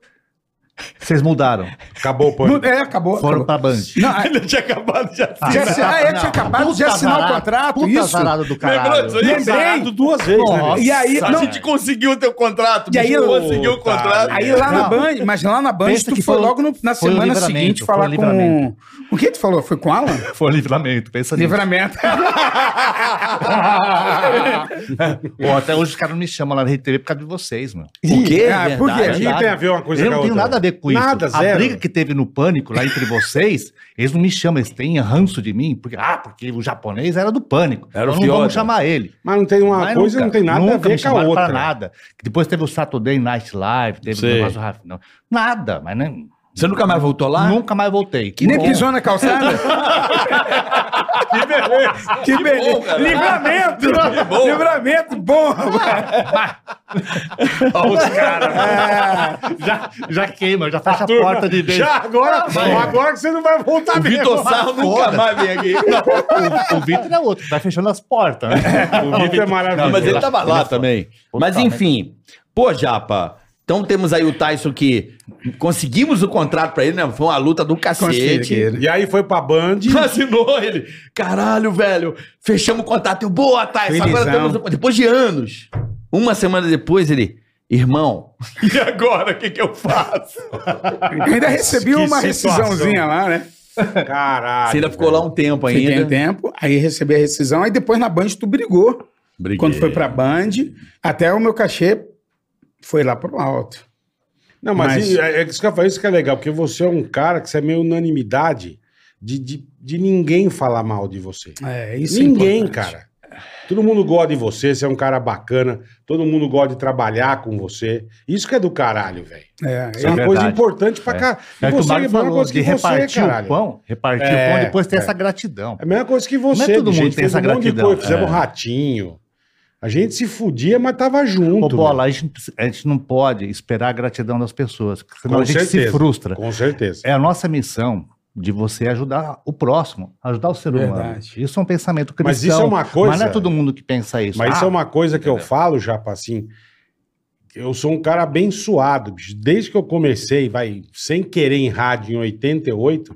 Speaker 6: Vocês mudaram.
Speaker 2: Acabou o
Speaker 5: Não-
Speaker 2: pânico.
Speaker 5: É, acabou.
Speaker 6: Foram
Speaker 5: acabou.
Speaker 6: pra Band.
Speaker 5: Não, é, a-
Speaker 9: Ele tinha acabado de assinar.
Speaker 5: já,
Speaker 6: você
Speaker 5: assi-
Speaker 6: tá-
Speaker 5: ah, é, tinha
Speaker 6: não.
Speaker 5: acabado de
Speaker 6: Puta
Speaker 5: assinar o
Speaker 6: azarado,
Speaker 5: contrato,
Speaker 6: puta
Speaker 5: isso.
Speaker 6: azarado do caralho.
Speaker 9: Lembrou disso aí?
Speaker 2: Casado duas vezes, né,
Speaker 6: Nossa.
Speaker 5: E aí,
Speaker 9: A
Speaker 5: não,
Speaker 9: gente conseguiu o teu contrato.
Speaker 5: E aí
Speaker 9: bicho,
Speaker 5: eu-
Speaker 9: conseguiu o
Speaker 2: Puta
Speaker 9: contrato.
Speaker 2: merda.
Speaker 5: aí lá na
Speaker 6: Não.
Speaker 5: Band, mas lá na Band,
Speaker 6: Pensa
Speaker 5: tu
Speaker 6: que
Speaker 5: foi
Speaker 6: foi-
Speaker 5: logo no- na
Speaker 6: foi um
Speaker 5: semana
Speaker 6: livramento,
Speaker 5: seguinte
Speaker 6: foi um
Speaker 5: falar com.
Speaker 6: livramento.
Speaker 5: O que tu falou? Foi com o Alan?
Speaker 6: Foi livramento, pensa nisso.
Speaker 5: Livramento.
Speaker 6: Pô, até hoje os caras não me chamam lá na Rede TV por causa de vocês, meu.
Speaker 3: Por quê?
Speaker 5: Ah, por quê?
Speaker 2: O que tem a ver uma coisa
Speaker 6: Eu
Speaker 2: com a
Speaker 6: não tenho
Speaker 2: outra?
Speaker 6: nada a ver com isso.
Speaker 2: Nada,
Speaker 6: A
Speaker 2: zero.
Speaker 6: briga que teve no pânico lá entre vocês, eles não me chamam, eles têm ranço de mim, porque, ah, porque o japonês era do pânico.
Speaker 3: Era o
Speaker 6: Nós não
Speaker 3: Fiota.
Speaker 6: vamos chamar ele.
Speaker 2: Mas não tem uma
Speaker 6: Mas
Speaker 2: coisa,
Speaker 6: nunca-
Speaker 2: não tem nada a
Speaker 6: nunca me
Speaker 2: ver com a
Speaker 6: chamaram
Speaker 2: outra.
Speaker 6: pra nada. Depois teve o Saturday Night Live, teve o
Speaker 3: Sei.
Speaker 6: negócio do Rafa- não. Nada, mas nem-
Speaker 3: Você nunca mais voltou lá?
Speaker 6: nunca mais voltei. Que
Speaker 5: Nem
Speaker 6: bom.
Speaker 5: pisou na calçada? que beleza. Que beleza.
Speaker 9: né?
Speaker 3: cara.
Speaker 2: Tá
Speaker 5: Livramento.
Speaker 3: bom.
Speaker 5: Livramento. Bom, rapaz.
Speaker 3: Olha os caras.
Speaker 6: É. Já, já queima, já fecha a porta de vez.
Speaker 2: Já agora,
Speaker 6: vai.
Speaker 2: agora que você não vai voltar mesmo.
Speaker 3: Vitor Sarro nunca mais vem aqui.
Speaker 6: O, o Vitor é outro, vai fechando as portas. Né?
Speaker 2: O Vitor é maravilhoso.
Speaker 3: Não, mas ele tá-
Speaker 6: lá-
Speaker 3: tava lá também. Mas enfim, pô, Japa. Então temos aí o Tyson que conseguimos o contrato pra ele, né? Foi uma luta do cacete.
Speaker 5: Conseguiram.
Speaker 2: E aí foi pra Band.
Speaker 3: Assinou ele. Caralho, velho. Fechamos o contrato. Eu, Boa, Tyson. Agora
Speaker 5: Felizão.
Speaker 3: temos... um- Depois de anos. Uma semana depois ele... Irmão, e agora o que, que eu faço?
Speaker 5: Ainda recebi
Speaker 2: Que
Speaker 5: uma
Speaker 2: situação.
Speaker 5: rescisãozinha lá, né?
Speaker 2: Caralho.
Speaker 3: Você ainda ficou lá um tempo ainda.
Speaker 5: Fiquei um tempo, aí recebi a rescisão, aí depois na Band tu brigou.
Speaker 3: Briguei.
Speaker 5: Quando foi pra Band, até o meu cachê foi lá pro alto.
Speaker 2: Não, mas,
Speaker 5: Mas-
Speaker 2: e- é, é isso que eu falei, isso que é legal, porque você é um cara que você é meio unanimidade de, de, de ninguém falar mal de você.
Speaker 5: É,
Speaker 2: ninguém, cara. Todo mundo gosta de você, você é um cara bacana, todo mundo gosta de trabalhar com você. Isso que é do caralho, velho.
Speaker 5: É,
Speaker 2: Isso é uma
Speaker 6: verdade.
Speaker 2: coisa importante pra cá.
Speaker 6: É
Speaker 2: E
Speaker 6: que o
Speaker 2: você é a
Speaker 6: Mário
Speaker 2: mesma
Speaker 6: falou
Speaker 2: coisa
Speaker 6: de
Speaker 2: que você,
Speaker 6: repartir o
Speaker 2: caralho.
Speaker 6: pão, repartir o pão,
Speaker 2: É,
Speaker 6: depois ter
Speaker 2: é.
Speaker 6: essa gratidão.
Speaker 2: É a mesma coisa que você,
Speaker 6: Não é todo
Speaker 2: a gente
Speaker 6: mundo tem
Speaker 2: fez um
Speaker 6: essa gratidão,
Speaker 2: coisa, fizemos
Speaker 6: é.
Speaker 2: ratinho. A gente se fudia, mas tava
Speaker 6: Ô,
Speaker 2: junto.
Speaker 6: Bola, a gente, a gente não pode esperar a gratidão das pessoas, porque senão
Speaker 2: Com
Speaker 6: a gente se
Speaker 2: certeza.
Speaker 6: frustra.
Speaker 2: meu. Com certeza.
Speaker 6: É a nossa missão de você ajudar o próximo, ajudar o ser humano.
Speaker 5: Verdade.
Speaker 6: Isso é um pensamento cristão.
Speaker 2: Mas isso é uma coisa-
Speaker 6: Mas não é todo mundo que pensa isso.
Speaker 2: Mas isso
Speaker 6: Ah,
Speaker 2: é uma coisa que eu falo, Japa, assim. Eu sou um cara abençoado, bicho. Desde que eu comecei, vai, sem querer em rádio em 88,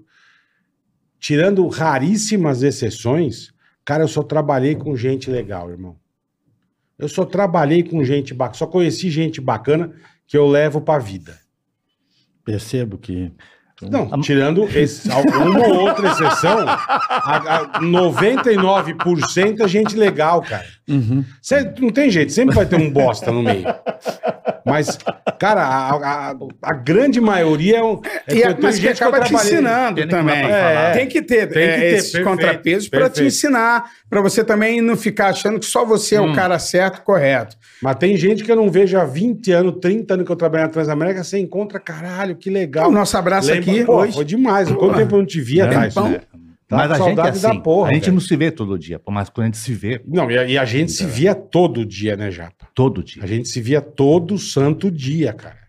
Speaker 2: tirando raríssimas exceções, cara, eu só trabalhei com gente legal, irmão. Eu só trabalhei com gente bacana, só conheci gente bacana que eu levo pra vida.
Speaker 3: Percebo que.
Speaker 2: Não, tirando esse, uma ou outra exceção, a, a 99% é gente legal, cara. Cê- não tem jeito, sempre vai ter um bosta no meio. Mas, cara, a, a- a grande maioria é um. é
Speaker 5: E
Speaker 2: que
Speaker 5: a-
Speaker 2: eu tenho
Speaker 5: mas que
Speaker 2: gente que eu
Speaker 5: acaba te
Speaker 2: trabalhei-
Speaker 5: ensinando
Speaker 6: Tem que
Speaker 5: também.
Speaker 6: falar pra falar.
Speaker 5: Tem que
Speaker 2: Tem
Speaker 5: ter,
Speaker 2: que
Speaker 5: é,
Speaker 2: ter,
Speaker 5: esses
Speaker 2: perfeito,
Speaker 5: contrapesos para te
Speaker 2: perfeito.
Speaker 5: ensinar, para você também não ficar achando que só você
Speaker 2: Hum.
Speaker 5: é o cara certo, correto.
Speaker 2: Mas tem gente que eu não vejo há 20 anos, 30 anos que eu trabalho na Transamérica, você encontra, caralho, que legal.
Speaker 5: O nosso abraço
Speaker 2: Lembra-
Speaker 5: aqui
Speaker 2: Pô,
Speaker 5: hoje.
Speaker 2: Foi demais. Quanto tempo eu não te via, Tyson?
Speaker 5: Tempão.
Speaker 2: né? Tá
Speaker 6: mas
Speaker 2: com
Speaker 6: a gente é
Speaker 2: saudade da
Speaker 6: assim,
Speaker 2: porra,
Speaker 6: a gente
Speaker 2: velho.
Speaker 6: não se vê todo dia, mas quando a gente se vê
Speaker 2: Não, e a, e a gente se via todo dia, né, Japa?
Speaker 6: todo dia.
Speaker 2: A gente se via todo santo dia, cara.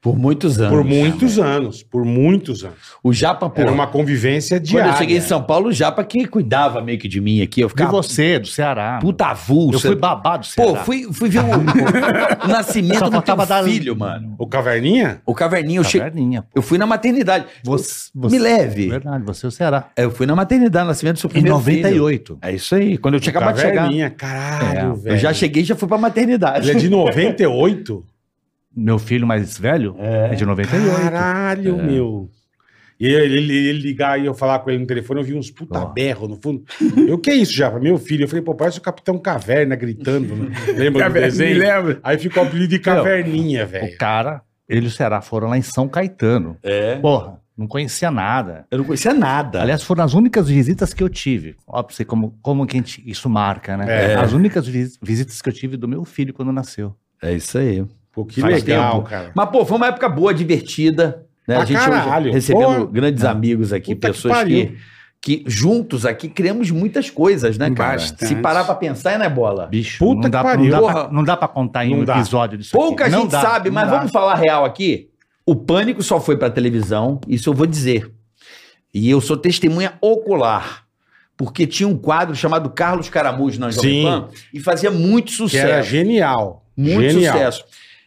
Speaker 3: Por muitos anos.
Speaker 2: Por muitos anos. Por muitos anos.
Speaker 3: O Japa, pô.
Speaker 2: Era uma convivência
Speaker 3: Quando
Speaker 2: diária.
Speaker 3: eu cheguei em São Paulo, o Japa que cuidava meio que de mim aqui. Eu
Speaker 6: De
Speaker 3: ficava
Speaker 6: você, do Ceará.
Speaker 3: puta
Speaker 6: eu
Speaker 3: avulsa.
Speaker 6: fui babado do
Speaker 3: Pô,
Speaker 6: Ceará.
Speaker 3: fui, fui ver o, o nascimento
Speaker 6: Só
Speaker 3: do teu
Speaker 6: faltava dar-
Speaker 3: filho, mano.
Speaker 2: O Caverninha?
Speaker 3: O Caverninha, eu, che...
Speaker 6: Caverninha, pô.
Speaker 3: eu fui na maternidade.
Speaker 6: Você, é
Speaker 3: Me leve.
Speaker 6: Verdade, você e o Ceará.
Speaker 3: É, Eu fui na maternidade, nascimento do seu
Speaker 6: Em
Speaker 3: primeiro filho.
Speaker 6: 98.
Speaker 3: É isso aí. Quando eu tinha acabado de chegar.
Speaker 2: Caverninha, caralho,
Speaker 6: É,
Speaker 2: velho.
Speaker 3: Eu já cheguei e já fui pra maternidade.
Speaker 2: Ele é de 98?
Speaker 6: Meu filho mais velho é, de 98.
Speaker 3: É.
Speaker 2: Caralho, meu. E ele, ele- ele ligar e eu falar com ele no telefone, eu vi uns puta
Speaker 6: Ó.
Speaker 2: berro no fundo. Eu, que é isso, já? Meu filho. Eu falei, pô, parece o Capitão Caverna gritando. né? Lembra do
Speaker 5: Caverna, me
Speaker 2: desenho?
Speaker 5: lembra?
Speaker 2: Aí ficou o apelido de Caverninha, velho.
Speaker 6: O cara, ele e o Ceará foram lá em São Caetano.
Speaker 3: É. Tá.
Speaker 6: Porra, não conhecia nada.
Speaker 3: Eu não conhecia nada.
Speaker 6: Aliás, foram as únicas visitas que eu tive. Ó, pra você como, como que a gente- isso marca, né?
Speaker 2: É.
Speaker 6: As únicas vis- visitas que eu tive do meu filho quando nasceu.
Speaker 3: É isso aí.
Speaker 2: Pô, que
Speaker 3: Faz
Speaker 2: legal,
Speaker 3: tempo.
Speaker 2: cara.
Speaker 3: Mas, pô, foi uma época boa, divertida. Né?
Speaker 2: Pra
Speaker 3: a gente
Speaker 2: caralho,
Speaker 3: hoje recebendo
Speaker 2: porra.
Speaker 3: grandes amigos aqui,
Speaker 2: Puta que
Speaker 3: pessoas que,
Speaker 2: pariu.
Speaker 3: que, juntos aqui criamos muitas coisas, né, cara?
Speaker 5: Bastante.
Speaker 3: Se parar pra pensar, né, bola?
Speaker 6: Bicho,
Speaker 2: Puta
Speaker 6: não,
Speaker 2: que
Speaker 6: dá,
Speaker 2: pariu.
Speaker 6: não, dá
Speaker 3: Porra.
Speaker 6: pra, não dá pra contar em
Speaker 2: Não
Speaker 6: um
Speaker 2: dá.
Speaker 6: episódio disso. aqui.
Speaker 3: Pouca
Speaker 6: Não
Speaker 3: gente
Speaker 6: dá,
Speaker 3: sabe,
Speaker 6: não
Speaker 3: mas
Speaker 6: dá.
Speaker 3: vamos falar real aqui. O pânico só foi pra televisão, isso eu vou dizer. E eu sou testemunha ocular. Porque tinha um quadro chamado Carlos Caramujo na
Speaker 2: Sim.
Speaker 3: Jovem Pan e fazia muito
Speaker 2: Que era
Speaker 3: sucesso.
Speaker 2: genial.
Speaker 3: Muito
Speaker 2: genial.
Speaker 3: sucesso.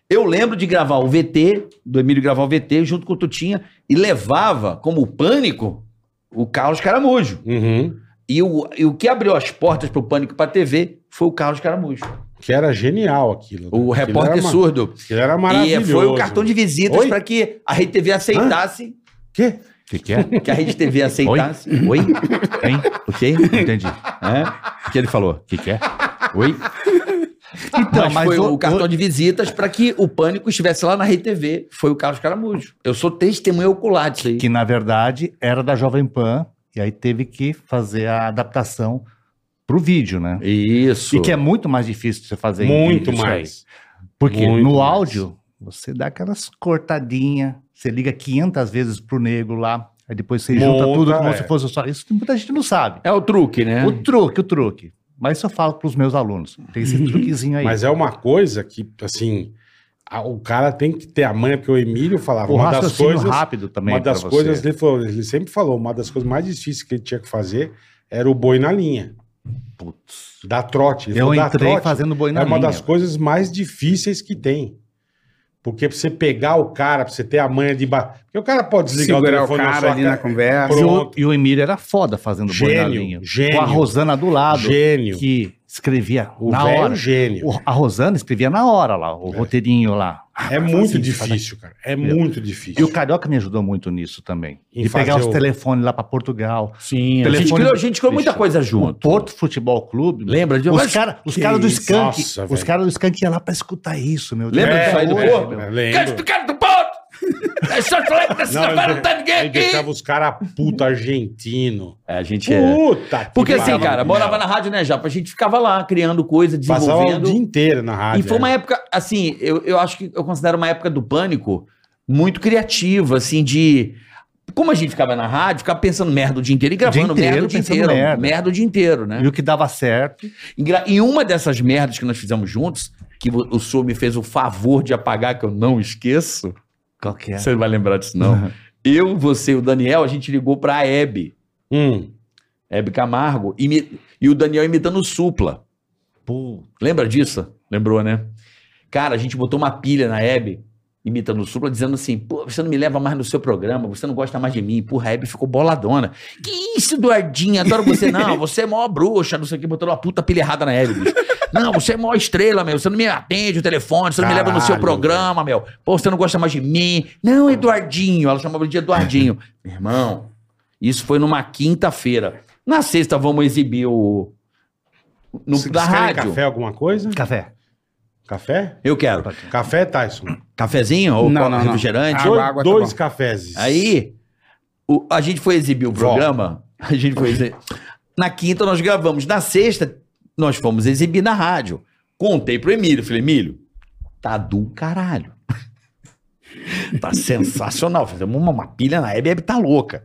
Speaker 3: Eu lembro de gravar o VT, do Emílio gravar o VT junto com o Tutinha, e levava como pânico o Carlos Caramujo.
Speaker 2: Uhum.
Speaker 3: E o, e o que abriu as portas para o pânico para a TV foi o Carlos Caramujo,
Speaker 2: Que era genial aquilo. né? Aquilo
Speaker 3: o repórter
Speaker 2: era ma-
Speaker 3: surdo.
Speaker 2: Aquilo era
Speaker 6: é,
Speaker 3: E
Speaker 6: um
Speaker 2: maravilhoso.
Speaker 3: foi o cartão de visitas
Speaker 2: Oi?
Speaker 3: para que a Rede TV aceitasse.
Speaker 2: Quê?
Speaker 6: O que, que é?
Speaker 3: Que a Rede TV aceitasse. Oi?
Speaker 6: Hein?
Speaker 3: Ok?
Speaker 6: Entendi.
Speaker 3: É? O que ele falou?
Speaker 6: O que, que é?
Speaker 3: Oi?
Speaker 6: Então,
Speaker 3: mas,
Speaker 6: mas
Speaker 3: foi
Speaker 6: o-
Speaker 3: o cartão de visitas para que o pânico estivesse lá na Rede TV. Foi o Carlos Caramujo. Eu sou testemunha ocular disso aí.
Speaker 6: que na verdade era da Jovem Pan, e aí teve que fazer a adaptação pro vídeo, né?
Speaker 3: Isso.
Speaker 6: E que é muito mais difícil de você fazer em
Speaker 2: Muito
Speaker 6: vídeo isso aí.
Speaker 2: mais.
Speaker 6: Porque
Speaker 2: Muito
Speaker 6: no
Speaker 2: mais.
Speaker 6: áudio, você dá aquelas cortadinhas, você liga 500 vezes pro nego lá, aí depois você junta
Speaker 2: Monta,
Speaker 6: tudo como
Speaker 2: é.
Speaker 6: se fosse só. Isso muita gente não sabe.
Speaker 3: É o truque, né?
Speaker 6: O truque, o truque. Mas isso eu falo pros meus alunos. Tem esse truquezinho aí.
Speaker 2: Mas é uma coisa que, assim, a- o cara tem que ter a manha, porque o Emílio falava,
Speaker 6: o
Speaker 2: uma das
Speaker 6: raciocínio
Speaker 2: coisas.
Speaker 6: rápido também
Speaker 2: uma
Speaker 6: pra
Speaker 2: das
Speaker 6: você.
Speaker 2: coisas, ele, falou, ele sempre falou, uma das coisas mais difíceis que ele tinha que fazer era o boi na linha.
Speaker 6: Putz.
Speaker 2: Dar trote. Ele
Speaker 6: Eu
Speaker 2: falou, "Dar
Speaker 6: entrei
Speaker 2: trote
Speaker 6: fazendo boi na
Speaker 2: É uma
Speaker 6: linha.
Speaker 2: das coisas mais difíceis que tem. Porque pra você pegar o cara, pra você ter a manha de... ba- Porque o cara pode desligar
Speaker 5: Segurar
Speaker 2: o
Speaker 5: o
Speaker 2: telefone na
Speaker 5: cara
Speaker 2: sua
Speaker 5: ali
Speaker 2: cara.
Speaker 5: na conversa.
Speaker 6: E o,
Speaker 2: Pronto.
Speaker 6: e o Emílio era foda fazendo boi na
Speaker 2: Gênio,
Speaker 6: linha.
Speaker 2: gênio.
Speaker 6: Com a Rosana do lado,
Speaker 2: Gênio.
Speaker 6: que escrevia
Speaker 2: O
Speaker 6: na
Speaker 2: velho
Speaker 6: hora.
Speaker 2: gênio.
Speaker 6: O- a Rosana escrevia na hora lá, o roteirinho lá.
Speaker 2: É muito
Speaker 6: assim,
Speaker 2: difícil, cara. É muito difícil.
Speaker 6: E o Carioca me ajudou muito nisso também.
Speaker 2: Em
Speaker 6: de pegar
Speaker 2: fazer
Speaker 6: os
Speaker 2: o-
Speaker 6: telefones lá pra Portugal.
Speaker 3: Sim. A gente
Speaker 6: Telefone
Speaker 3: criou, a
Speaker 6: do-
Speaker 3: gente criou muita
Speaker 6: Bicho,
Speaker 3: coisa
Speaker 6: O
Speaker 3: junto.
Speaker 6: Porto Futebol Clube.
Speaker 3: Lembra de
Speaker 6: Os
Speaker 3: Mas-
Speaker 6: caras os
Speaker 2: que
Speaker 6: cara do
Speaker 2: isso?
Speaker 6: Skank.
Speaker 2: Nossa,
Speaker 6: os
Speaker 2: velho.
Speaker 6: caras do Skank iam lá pra escutar isso, meu Deus.
Speaker 3: Lembra
Speaker 6: Até
Speaker 3: disso aí do
Speaker 6: hoje,
Speaker 3: Porto?
Speaker 6: meu.
Speaker 2: Eu
Speaker 3: Quer
Speaker 2: lembro.
Speaker 3: explicar do ponto? É só falar dessa
Speaker 2: Não,
Speaker 3: não,
Speaker 2: ele,
Speaker 3: não tá ninguém
Speaker 2: ele
Speaker 3: aqui.
Speaker 2: deixava os caras puto argentino.
Speaker 3: É, a gente é.
Speaker 2: Puta que
Speaker 3: Porque assim,
Speaker 2: pariu.
Speaker 3: cara, morava na rádio, né, Japa? A gente ficava lá criando coisa,
Speaker 2: Passava o
Speaker 3: desenvolvendo.
Speaker 2: dia inteiro na
Speaker 3: E
Speaker 2: rádio.
Speaker 3: foi uma
Speaker 2: é.
Speaker 3: época, assim, eu, eu acho que eu considero uma época do pânico muito criativa, assim, de. Como a gente ficava na rádio, ficava pensando merda o dia inteiro e gravando
Speaker 6: inteiro,
Speaker 3: merda o dia
Speaker 6: pensando
Speaker 3: inteiro. Merda.
Speaker 6: merda.
Speaker 3: o dia inteiro, né?
Speaker 6: E o que dava certo.
Speaker 3: E, gra- e uma dessas merdas que nós fizemos juntos, que vo- o senhor me fez o favor de apagar, que eu não esqueço.
Speaker 6: Qual que é?
Speaker 3: Você não vai lembrar disso, não. eu, você e o Daniel, a gente ligou pra Hebe,
Speaker 2: Hum.
Speaker 3: Hebe Camargo, imi- e o Daniel imitando o Supla.
Speaker 6: Pô,
Speaker 3: Lembra disso? Lembrou, né? Cara, a gente botou uma pilha na Hebe, imitando o Supla, dizendo assim: pô, você não me leva mais no seu programa, você não gosta mais de mim. Porra, a Hebe ficou boladona. Que isso, Eduardinha, adoro você. Não, você é mó bruxa, não sei o que, botando uma puta pilha errada na Hebe. bicho. Não, você é mó estrela, meu, você não me atende o telefone, você não me leva no seu
Speaker 2: Caralho,
Speaker 3: programa, meu. Pô, você não gosta mais de mim. Não, Eduardinho. Ela chamava de Eduardinho. meu irmão, isso foi numa quinta-feira. Na sexta, vamos exibir o. No,
Speaker 2: Vocês
Speaker 3: da
Speaker 2: querem
Speaker 3: rádio.
Speaker 2: café alguma coisa?
Speaker 6: café.
Speaker 2: Café?
Speaker 3: Eu quero.
Speaker 2: Café, Tyson.
Speaker 3: Cafezinho ou
Speaker 5: Não,
Speaker 3: copo
Speaker 5: não, não.
Speaker 3: refrigerante?
Speaker 5: Água,
Speaker 2: dois
Speaker 5: água, tá
Speaker 2: dois
Speaker 5: bom.
Speaker 2: cafés.
Speaker 3: Aí, o- a gente foi exibir o
Speaker 2: Volta.
Speaker 3: programa. A gente foi exibir. Na quinta nós gravamos. Na sexta, nós fomos exibir na rádio. Contei pro Emílio. Falei, Emílio, tá do caralho. tá sensacional. Fizemos uma, uma pilha na Hebe, a Hebe tá louca.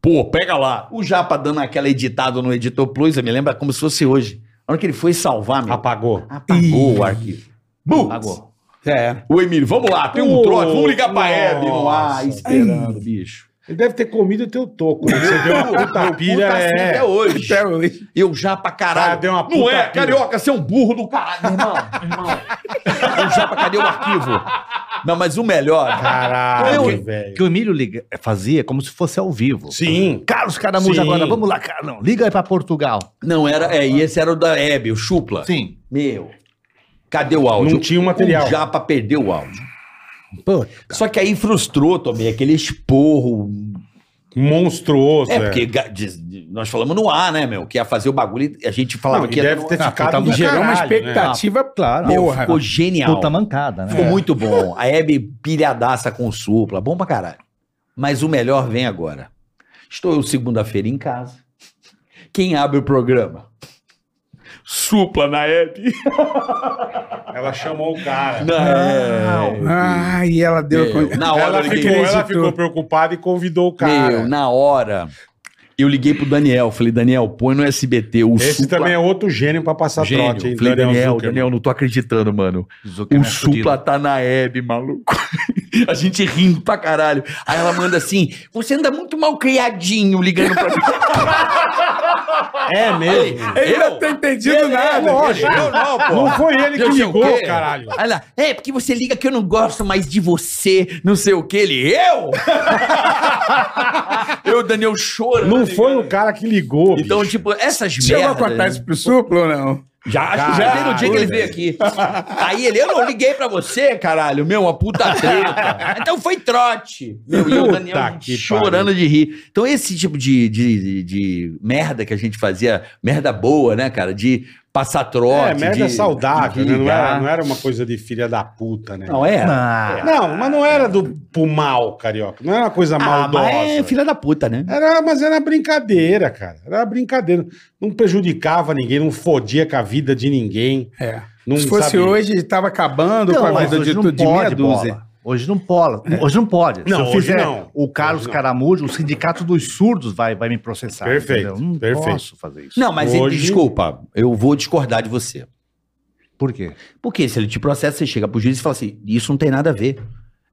Speaker 3: Pô, pega lá. O Japa dando aquela editada no Editor Plus, eu me lembro como se fosse hoje. A hora que ele foi salvar, meu,
Speaker 2: Apagou.
Speaker 3: apagou o arquivo. Bum!
Speaker 6: Pagou.
Speaker 5: É.
Speaker 3: O Emílio, vamos lá, tem um
Speaker 2: Ô,
Speaker 3: trote, vamos ligar pra Hebe. Não há,
Speaker 2: nossa.
Speaker 3: esperando, bicho.
Speaker 2: Ele deve ter comido o teu toco. né? Você deu uma puta pilha.
Speaker 3: Puta assim
Speaker 2: é.
Speaker 3: até hoje.
Speaker 5: Até hoje.
Speaker 3: Eu já pra
Speaker 2: Cara,
Speaker 3: caralho.
Speaker 2: deu uma puta
Speaker 3: não é,
Speaker 2: pilha.
Speaker 3: carioca, você é um burro do caralho, meu irmão. meu irmão. Eu já pra cadê o arquivo? Não, mas o melhor.
Speaker 2: Caralho,
Speaker 3: Eu-
Speaker 2: velho.
Speaker 6: Que o Emílio liga- fazia como se fosse ao vivo.
Speaker 2: Sim.
Speaker 6: Carlos Caramujo
Speaker 2: Sim.
Speaker 6: agora, vamos lá, Carlão. Liga aí pra Portugal.
Speaker 3: Não, era. É, e esse era o da Hebe, o Chupla.
Speaker 6: Sim.
Speaker 3: Meu. Cadê o áudio? Um
Speaker 2: Não tinha o material.
Speaker 3: O Japa perdeu o áudio. Só que aí frustrou, Tomei, aquele esporro
Speaker 2: Monstruoso.
Speaker 3: É, porque ga- diz- diz- nós falamos no ar, né, meu? Que ia fazer o bagulho e a gente falava
Speaker 2: Não, e
Speaker 3: que ia
Speaker 2: deve ter
Speaker 3: Ah,
Speaker 2: ficado
Speaker 3: puta,
Speaker 2: Tá do
Speaker 5: Gerou uma
Speaker 2: caralho, né?
Speaker 5: expectativa, claro.
Speaker 3: meu,
Speaker 5: Porra.
Speaker 3: Ficou genial.
Speaker 6: Puta mancada, né?
Speaker 2: É.
Speaker 3: Ficou muito bom. A Hebe pilhadaça com o supla. Bom pra caralho. Mas o melhor vem agora. Estou eu segunda-feira em casa. Quem abre o programa? Supla na Hebe.
Speaker 2: Ela chamou o cara.
Speaker 3: Na Hebe.
Speaker 5: Ah, e ela
Speaker 2: É.
Speaker 5: deu.
Speaker 3: Meu, na hora
Speaker 2: Ela
Speaker 3: eu liguei.
Speaker 2: ficou, ela ficou preocupada e convidou o cara.
Speaker 3: Meu, na hora. Eu liguei pro Daniel. Falei, Daniel, põe no SBT o
Speaker 2: Esse
Speaker 3: supla.
Speaker 2: também é outro gênio pra passar
Speaker 3: Gênio.
Speaker 2: trote, hein?
Speaker 3: Falei, Daniel, Daniel,
Speaker 2: Zuckerman.
Speaker 3: não tô acreditando, mano.
Speaker 6: Zuckerman
Speaker 2: um
Speaker 3: O
Speaker 6: é fudido.
Speaker 3: Supla tá na Hebe, maluco. A gente rindo pra caralho. Aí ela manda assim: você anda muito mal criadinho ligando pra mim.
Speaker 2: É mesmo.
Speaker 5: Ele não tem entendido nada.
Speaker 2: Lógico.
Speaker 3: Eu não, pô.
Speaker 2: Não foi ele que
Speaker 3: é Eu sei o
Speaker 2: ligou,
Speaker 3: quê.
Speaker 2: caralho.
Speaker 3: Aí ela, é, porque você liga que eu não gosto mais de você, não sei o que. Ele, eu? eu, Daniel, chorando.
Speaker 2: Não foi o cara que ligou.
Speaker 3: Então,
Speaker 2: bicho.
Speaker 3: tipo, essas
Speaker 5: Chegou a
Speaker 3: merdas.
Speaker 5: contar isso pro suplo ou não?
Speaker 3: Já,
Speaker 2: Caralho,
Speaker 3: já Ah, no dia que ele veio aqui. Aí ele, eu não liguei pra você, caralho, meu, uma puta treta. Então foi trote. Meu, e o
Speaker 2: Puta
Speaker 3: Daniel a gente
Speaker 2: que
Speaker 3: chorando de rir. Então esse tipo de, de, de merda que a gente fazia, merda boa, né, cara, de
Speaker 7: passar trote.
Speaker 2: é, merda
Speaker 7: de-
Speaker 2: saudável,
Speaker 7: de
Speaker 2: né? Não era,
Speaker 7: ligar.
Speaker 2: não era uma coisa de filha da puta, né?
Speaker 7: Não, é.
Speaker 6: Ah,
Speaker 2: Não, mas não era do pro mal, carioca. Não era uma coisa
Speaker 3: Ah,
Speaker 2: maldosa.
Speaker 3: mas é filha da puta, né?
Speaker 2: Era, mas era brincadeira, cara. Era brincadeira. Não prejudicava ninguém, não fodia com a vida de ninguém.
Speaker 5: É.
Speaker 2: Não
Speaker 5: Se fosse
Speaker 2: sabe-
Speaker 5: hoje, estava acabando
Speaker 6: Não,
Speaker 5: com a
Speaker 6: mas
Speaker 5: vida
Speaker 6: hoje
Speaker 5: de,
Speaker 6: não
Speaker 5: tu- de
Speaker 6: pode,
Speaker 5: meia dúzia.
Speaker 6: Bola. Hoje não pola. Hoje não pode.
Speaker 2: É. Não,
Speaker 6: Se eu
Speaker 2: hoje
Speaker 6: fizer
Speaker 2: não.
Speaker 6: o Carlos
Speaker 2: Hoje não.
Speaker 6: Caramujo, o sindicato dos surdos vai, vai me processar.
Speaker 2: Perfeito,
Speaker 6: entendeu? Não
Speaker 2: perfeito.
Speaker 6: posso fazer isso.
Speaker 3: Não, mas ele-
Speaker 2: Hoje-
Speaker 3: desculpa, eu vou discordar de você.
Speaker 6: Por quê?
Speaker 3: Porque se ele te processa, você chega pro juiz e fala assim: isso não tem nada a ver.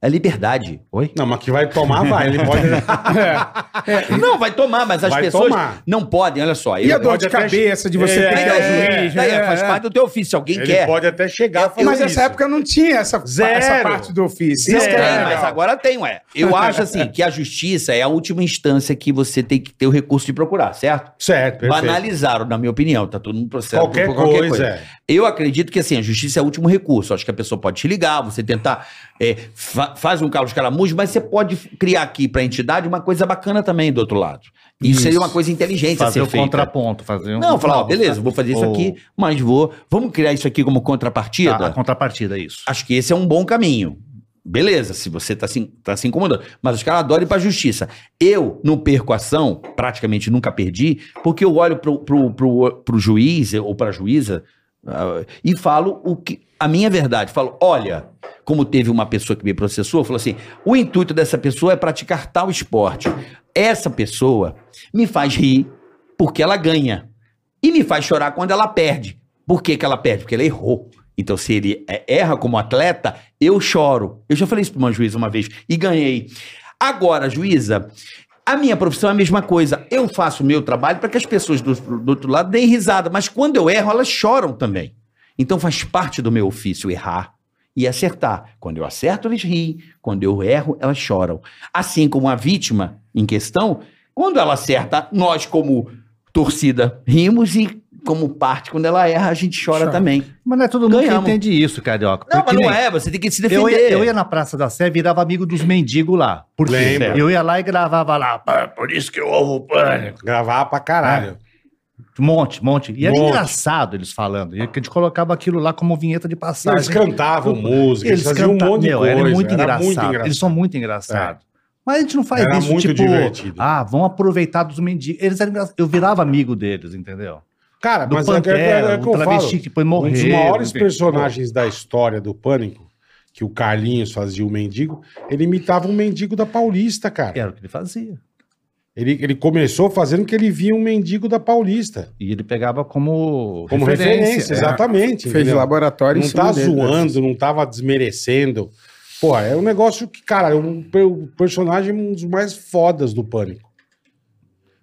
Speaker 3: É liberdade.
Speaker 6: Oi?
Speaker 2: Não, mas que vai tomar, vai. Ele pode.
Speaker 3: É, Não, vai tomar, mas as
Speaker 2: Vai
Speaker 3: pessoas
Speaker 2: tomar.
Speaker 3: não podem, olha só.
Speaker 5: E
Speaker 3: ele-
Speaker 5: a dor
Speaker 2: pode
Speaker 5: de
Speaker 2: até-
Speaker 5: cabeça de você
Speaker 2: É,
Speaker 5: ter que ir ao
Speaker 3: Daí-
Speaker 5: juiz,
Speaker 3: daí
Speaker 5: é,
Speaker 3: faz
Speaker 5: é.
Speaker 3: parte do teu ofício, se alguém
Speaker 2: ele
Speaker 3: quer.
Speaker 2: pode até chegar a falar
Speaker 5: Mas
Speaker 2: é, isso.
Speaker 5: nessa época não tinha essa,
Speaker 2: Zero.
Speaker 5: essa parte do ofício.
Speaker 2: Zero.
Speaker 5: Isso que
Speaker 3: Tem,
Speaker 5: era
Speaker 2: É,
Speaker 3: mas
Speaker 5: legal.
Speaker 3: agora tem, ué. Eu acho assim que a justiça é a última instância que você tem que ter o recurso de procurar, certo?
Speaker 2: Certo, perfeito.
Speaker 3: Banalizaram, na minha opinião, tá todo mundo processado
Speaker 2: Qualquer,
Speaker 3: por
Speaker 2: coisa. é.
Speaker 3: Eu acredito que assim, a justiça é o último recurso. Acho que a pessoa pode te ligar, você tentar. é, fa- faz um Carlos Caramujo, mas você pode f- criar aqui para a entidade uma coisa bacana também do outro lado. Isso,
Speaker 5: Isso.
Speaker 3: seria uma coisa inteligente a
Speaker 6: Fazer
Speaker 3: ser
Speaker 6: o
Speaker 3: feita.
Speaker 6: contraponto. Fazer um...
Speaker 3: Não, falar, ó, beleza, vou fazer isso
Speaker 6: Ou-
Speaker 3: aqui, mas vou. Vamos criar isso aqui como contrapartida?
Speaker 6: Tá, a contrapartida, isso.
Speaker 3: acho que esse é um bom caminho. Beleza, se você tá se, tá se incomodando. Mas os caras adoram ir pra justiça. Eu não perco ação, praticamente nunca perdi, porque eu olho pro, pro, pro, pro juiz ou pra juíza ah, e falo o que. A minha verdade, falo, olha, como teve uma pessoa que me processou, falou assim: o intuito dessa pessoa é praticar tal esporte. Essa pessoa me faz rir porque ela ganha. E me faz chorar quando ela perde. Por que, que ela perde? Porque ela errou. Então, se ele é, erra como atleta, eu choro. Eu já falei isso para uma juíza uma vez e ganhei. Agora, juíza, a minha profissão é a mesma coisa. Eu faço o meu trabalho para que as pessoas do, do outro lado deem risada, mas quando eu erro, elas choram também. Então, faz parte do meu ofício errar e acertar. Quando eu acerto, eles riem. Quando eu erro, elas choram. Assim como a vítima em questão, quando ela acerta, nós, como torcida, rimos e, como parte, quando ela erra, a gente chora
Speaker 5: Chora.
Speaker 3: também.
Speaker 6: Mas não é todo mundo
Speaker 3: Ganhamos.
Speaker 6: que entende isso, Carioca.
Speaker 3: Não,
Speaker 6: porque
Speaker 3: mas não
Speaker 6: nem-
Speaker 3: é, você tem que se
Speaker 6: Eu ia,
Speaker 3: defender.
Speaker 6: eu ia na Praça da Sé e virava amigo dos mendigos lá. Por quê?
Speaker 2: Lembra.
Speaker 6: Eu ia lá e gravava lá. "Pá, Por isso que eu ouvo o pânico.
Speaker 2: Gravar pra caralho.
Speaker 6: Um monte, um monte. E era
Speaker 2: Monte.
Speaker 6: engraçado eles falando. E é a gente colocava aquilo lá como vinheta de passagem.
Speaker 2: Eles cantavam música, eles, faziam
Speaker 6: cantavam-
Speaker 2: um monte de
Speaker 6: Meu,
Speaker 2: coisa.
Speaker 6: Era muito engraçado. Eles são muito engraçados. Mas a gente não faz
Speaker 2: Era
Speaker 6: isso,
Speaker 2: muito
Speaker 6: tipo...
Speaker 2: divertido.
Speaker 6: Ah, vão aproveitar dos mendigos. Eles eram engraçados. Eu virava amigo deles, entendeu?
Speaker 2: Cara,
Speaker 6: Do
Speaker 2: mas é que-
Speaker 6: Pantera,
Speaker 2: é, é, que
Speaker 6: do
Speaker 2: eu falo.
Speaker 6: travesti que né? depois
Speaker 2: Um
Speaker 6: morreu.
Speaker 2: dos maiores
Speaker 6: enfim.
Speaker 2: personagens da história do Pânico, que o Carlinhos fazia o mendigo, ele imitava um mendigo da Paulista, cara.
Speaker 6: Era o que ele fazia.
Speaker 2: Ele, ele começou fazendo que ele via um mendigo da Paulista.
Speaker 6: E ele pegava como...
Speaker 2: Como
Speaker 5: Referência,
Speaker 2: referência,
Speaker 5: é.
Speaker 2: exatamente.
Speaker 5: Fez
Speaker 2: entendeu?
Speaker 5: laboratório em
Speaker 2: Não
Speaker 5: cima
Speaker 2: tá
Speaker 5: dele, né?
Speaker 2: zoando, não tava desmerecendo. Pô, é um negócio que, cara, é um, pe- o personagem um dos mais fodas do Pânico.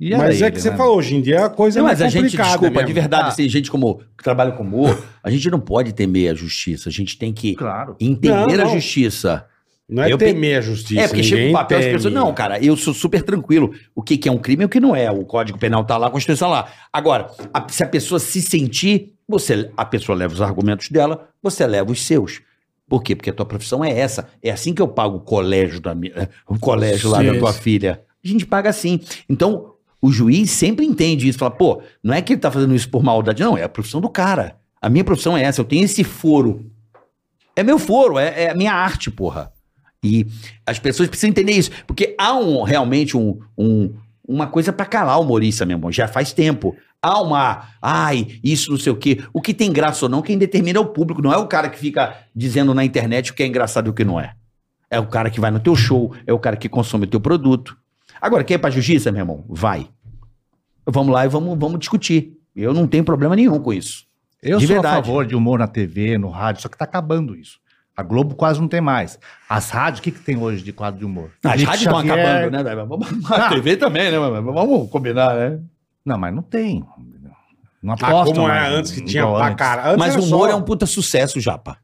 Speaker 6: E era
Speaker 2: Mas é
Speaker 6: ele,
Speaker 2: que você
Speaker 6: né?
Speaker 2: falou, hoje em dia a coisa
Speaker 3: Não,
Speaker 2: é
Speaker 3: mas a
Speaker 2: mais
Speaker 3: gente,
Speaker 2: complicada
Speaker 3: desculpa, de
Speaker 2: mesmo. Tá.
Speaker 3: verdade,
Speaker 6: Ah.
Speaker 3: assim, gente como que trabalha com humor, a gente não pode temer a justiça. A gente tem que
Speaker 6: Claro.
Speaker 3: entender
Speaker 2: Não,
Speaker 3: a
Speaker 2: não.
Speaker 3: justiça.
Speaker 2: Não é
Speaker 3: Eu
Speaker 2: temer a justiça,
Speaker 3: é, porque chega
Speaker 2: ninguém
Speaker 3: um papel, as
Speaker 2: teme.
Speaker 3: pessoas. Não, cara, eu sou super tranquilo. O que, que é um crime e o que não é. O Código Penal tá lá, a Constituição lá. Agora, a- se a pessoa se sentir, você, a pessoa leva os argumentos dela, você leva os seus. Por quê? Porque a tua profissão é essa. É assim que eu pago o colégio da minha, o colégio lá da
Speaker 5: Sim.
Speaker 3: tua filha. A gente paga assim. Então, o juiz sempre entende isso. Fala, pô, não é que ele tá fazendo isso por maldade, não. É a profissão do cara. A minha profissão é essa. Eu tenho esse foro. É meu foro, é, é a minha arte, porra. E as pessoas precisam entender isso. Porque há um, realmente um, um- uma coisa pra calar o humorista, meu irmão. Já faz tempo. Há uma. Ai, isso não sei o quê. O que tem graça ou não, quem determina é o público. Não é o cara que fica dizendo na internet o que é engraçado e o que não é. É o cara que vai no teu show, é o cara que consome o teu produto. Agora, quer ir pra justiça, meu irmão? Vai. Vamos lá e vamos, vamos discutir. Eu não tenho problema nenhum com isso.
Speaker 6: Eu
Speaker 3: De
Speaker 6: sou
Speaker 3: verdade.
Speaker 6: a favor de humor na TV, no rádio, só que tá acabando isso. A Globo quase não tem mais. As rádios, o que, que tem hoje de quadro de humor?
Speaker 3: As
Speaker 6: Felipe
Speaker 3: rádios estão
Speaker 6: Xavier-
Speaker 3: acabando, né? velho? Vamos- A
Speaker 6: Ah.
Speaker 3: TV também, né? mano? Vamos combinar, né?
Speaker 6: Não, mas não tem. Não
Speaker 2: Ah,
Speaker 6: aposta.
Speaker 2: como era antes que tinha pra caralho. Antes
Speaker 3: Mas o
Speaker 2: era
Speaker 3: humor
Speaker 2: só-
Speaker 3: é um puta sucesso, Japa.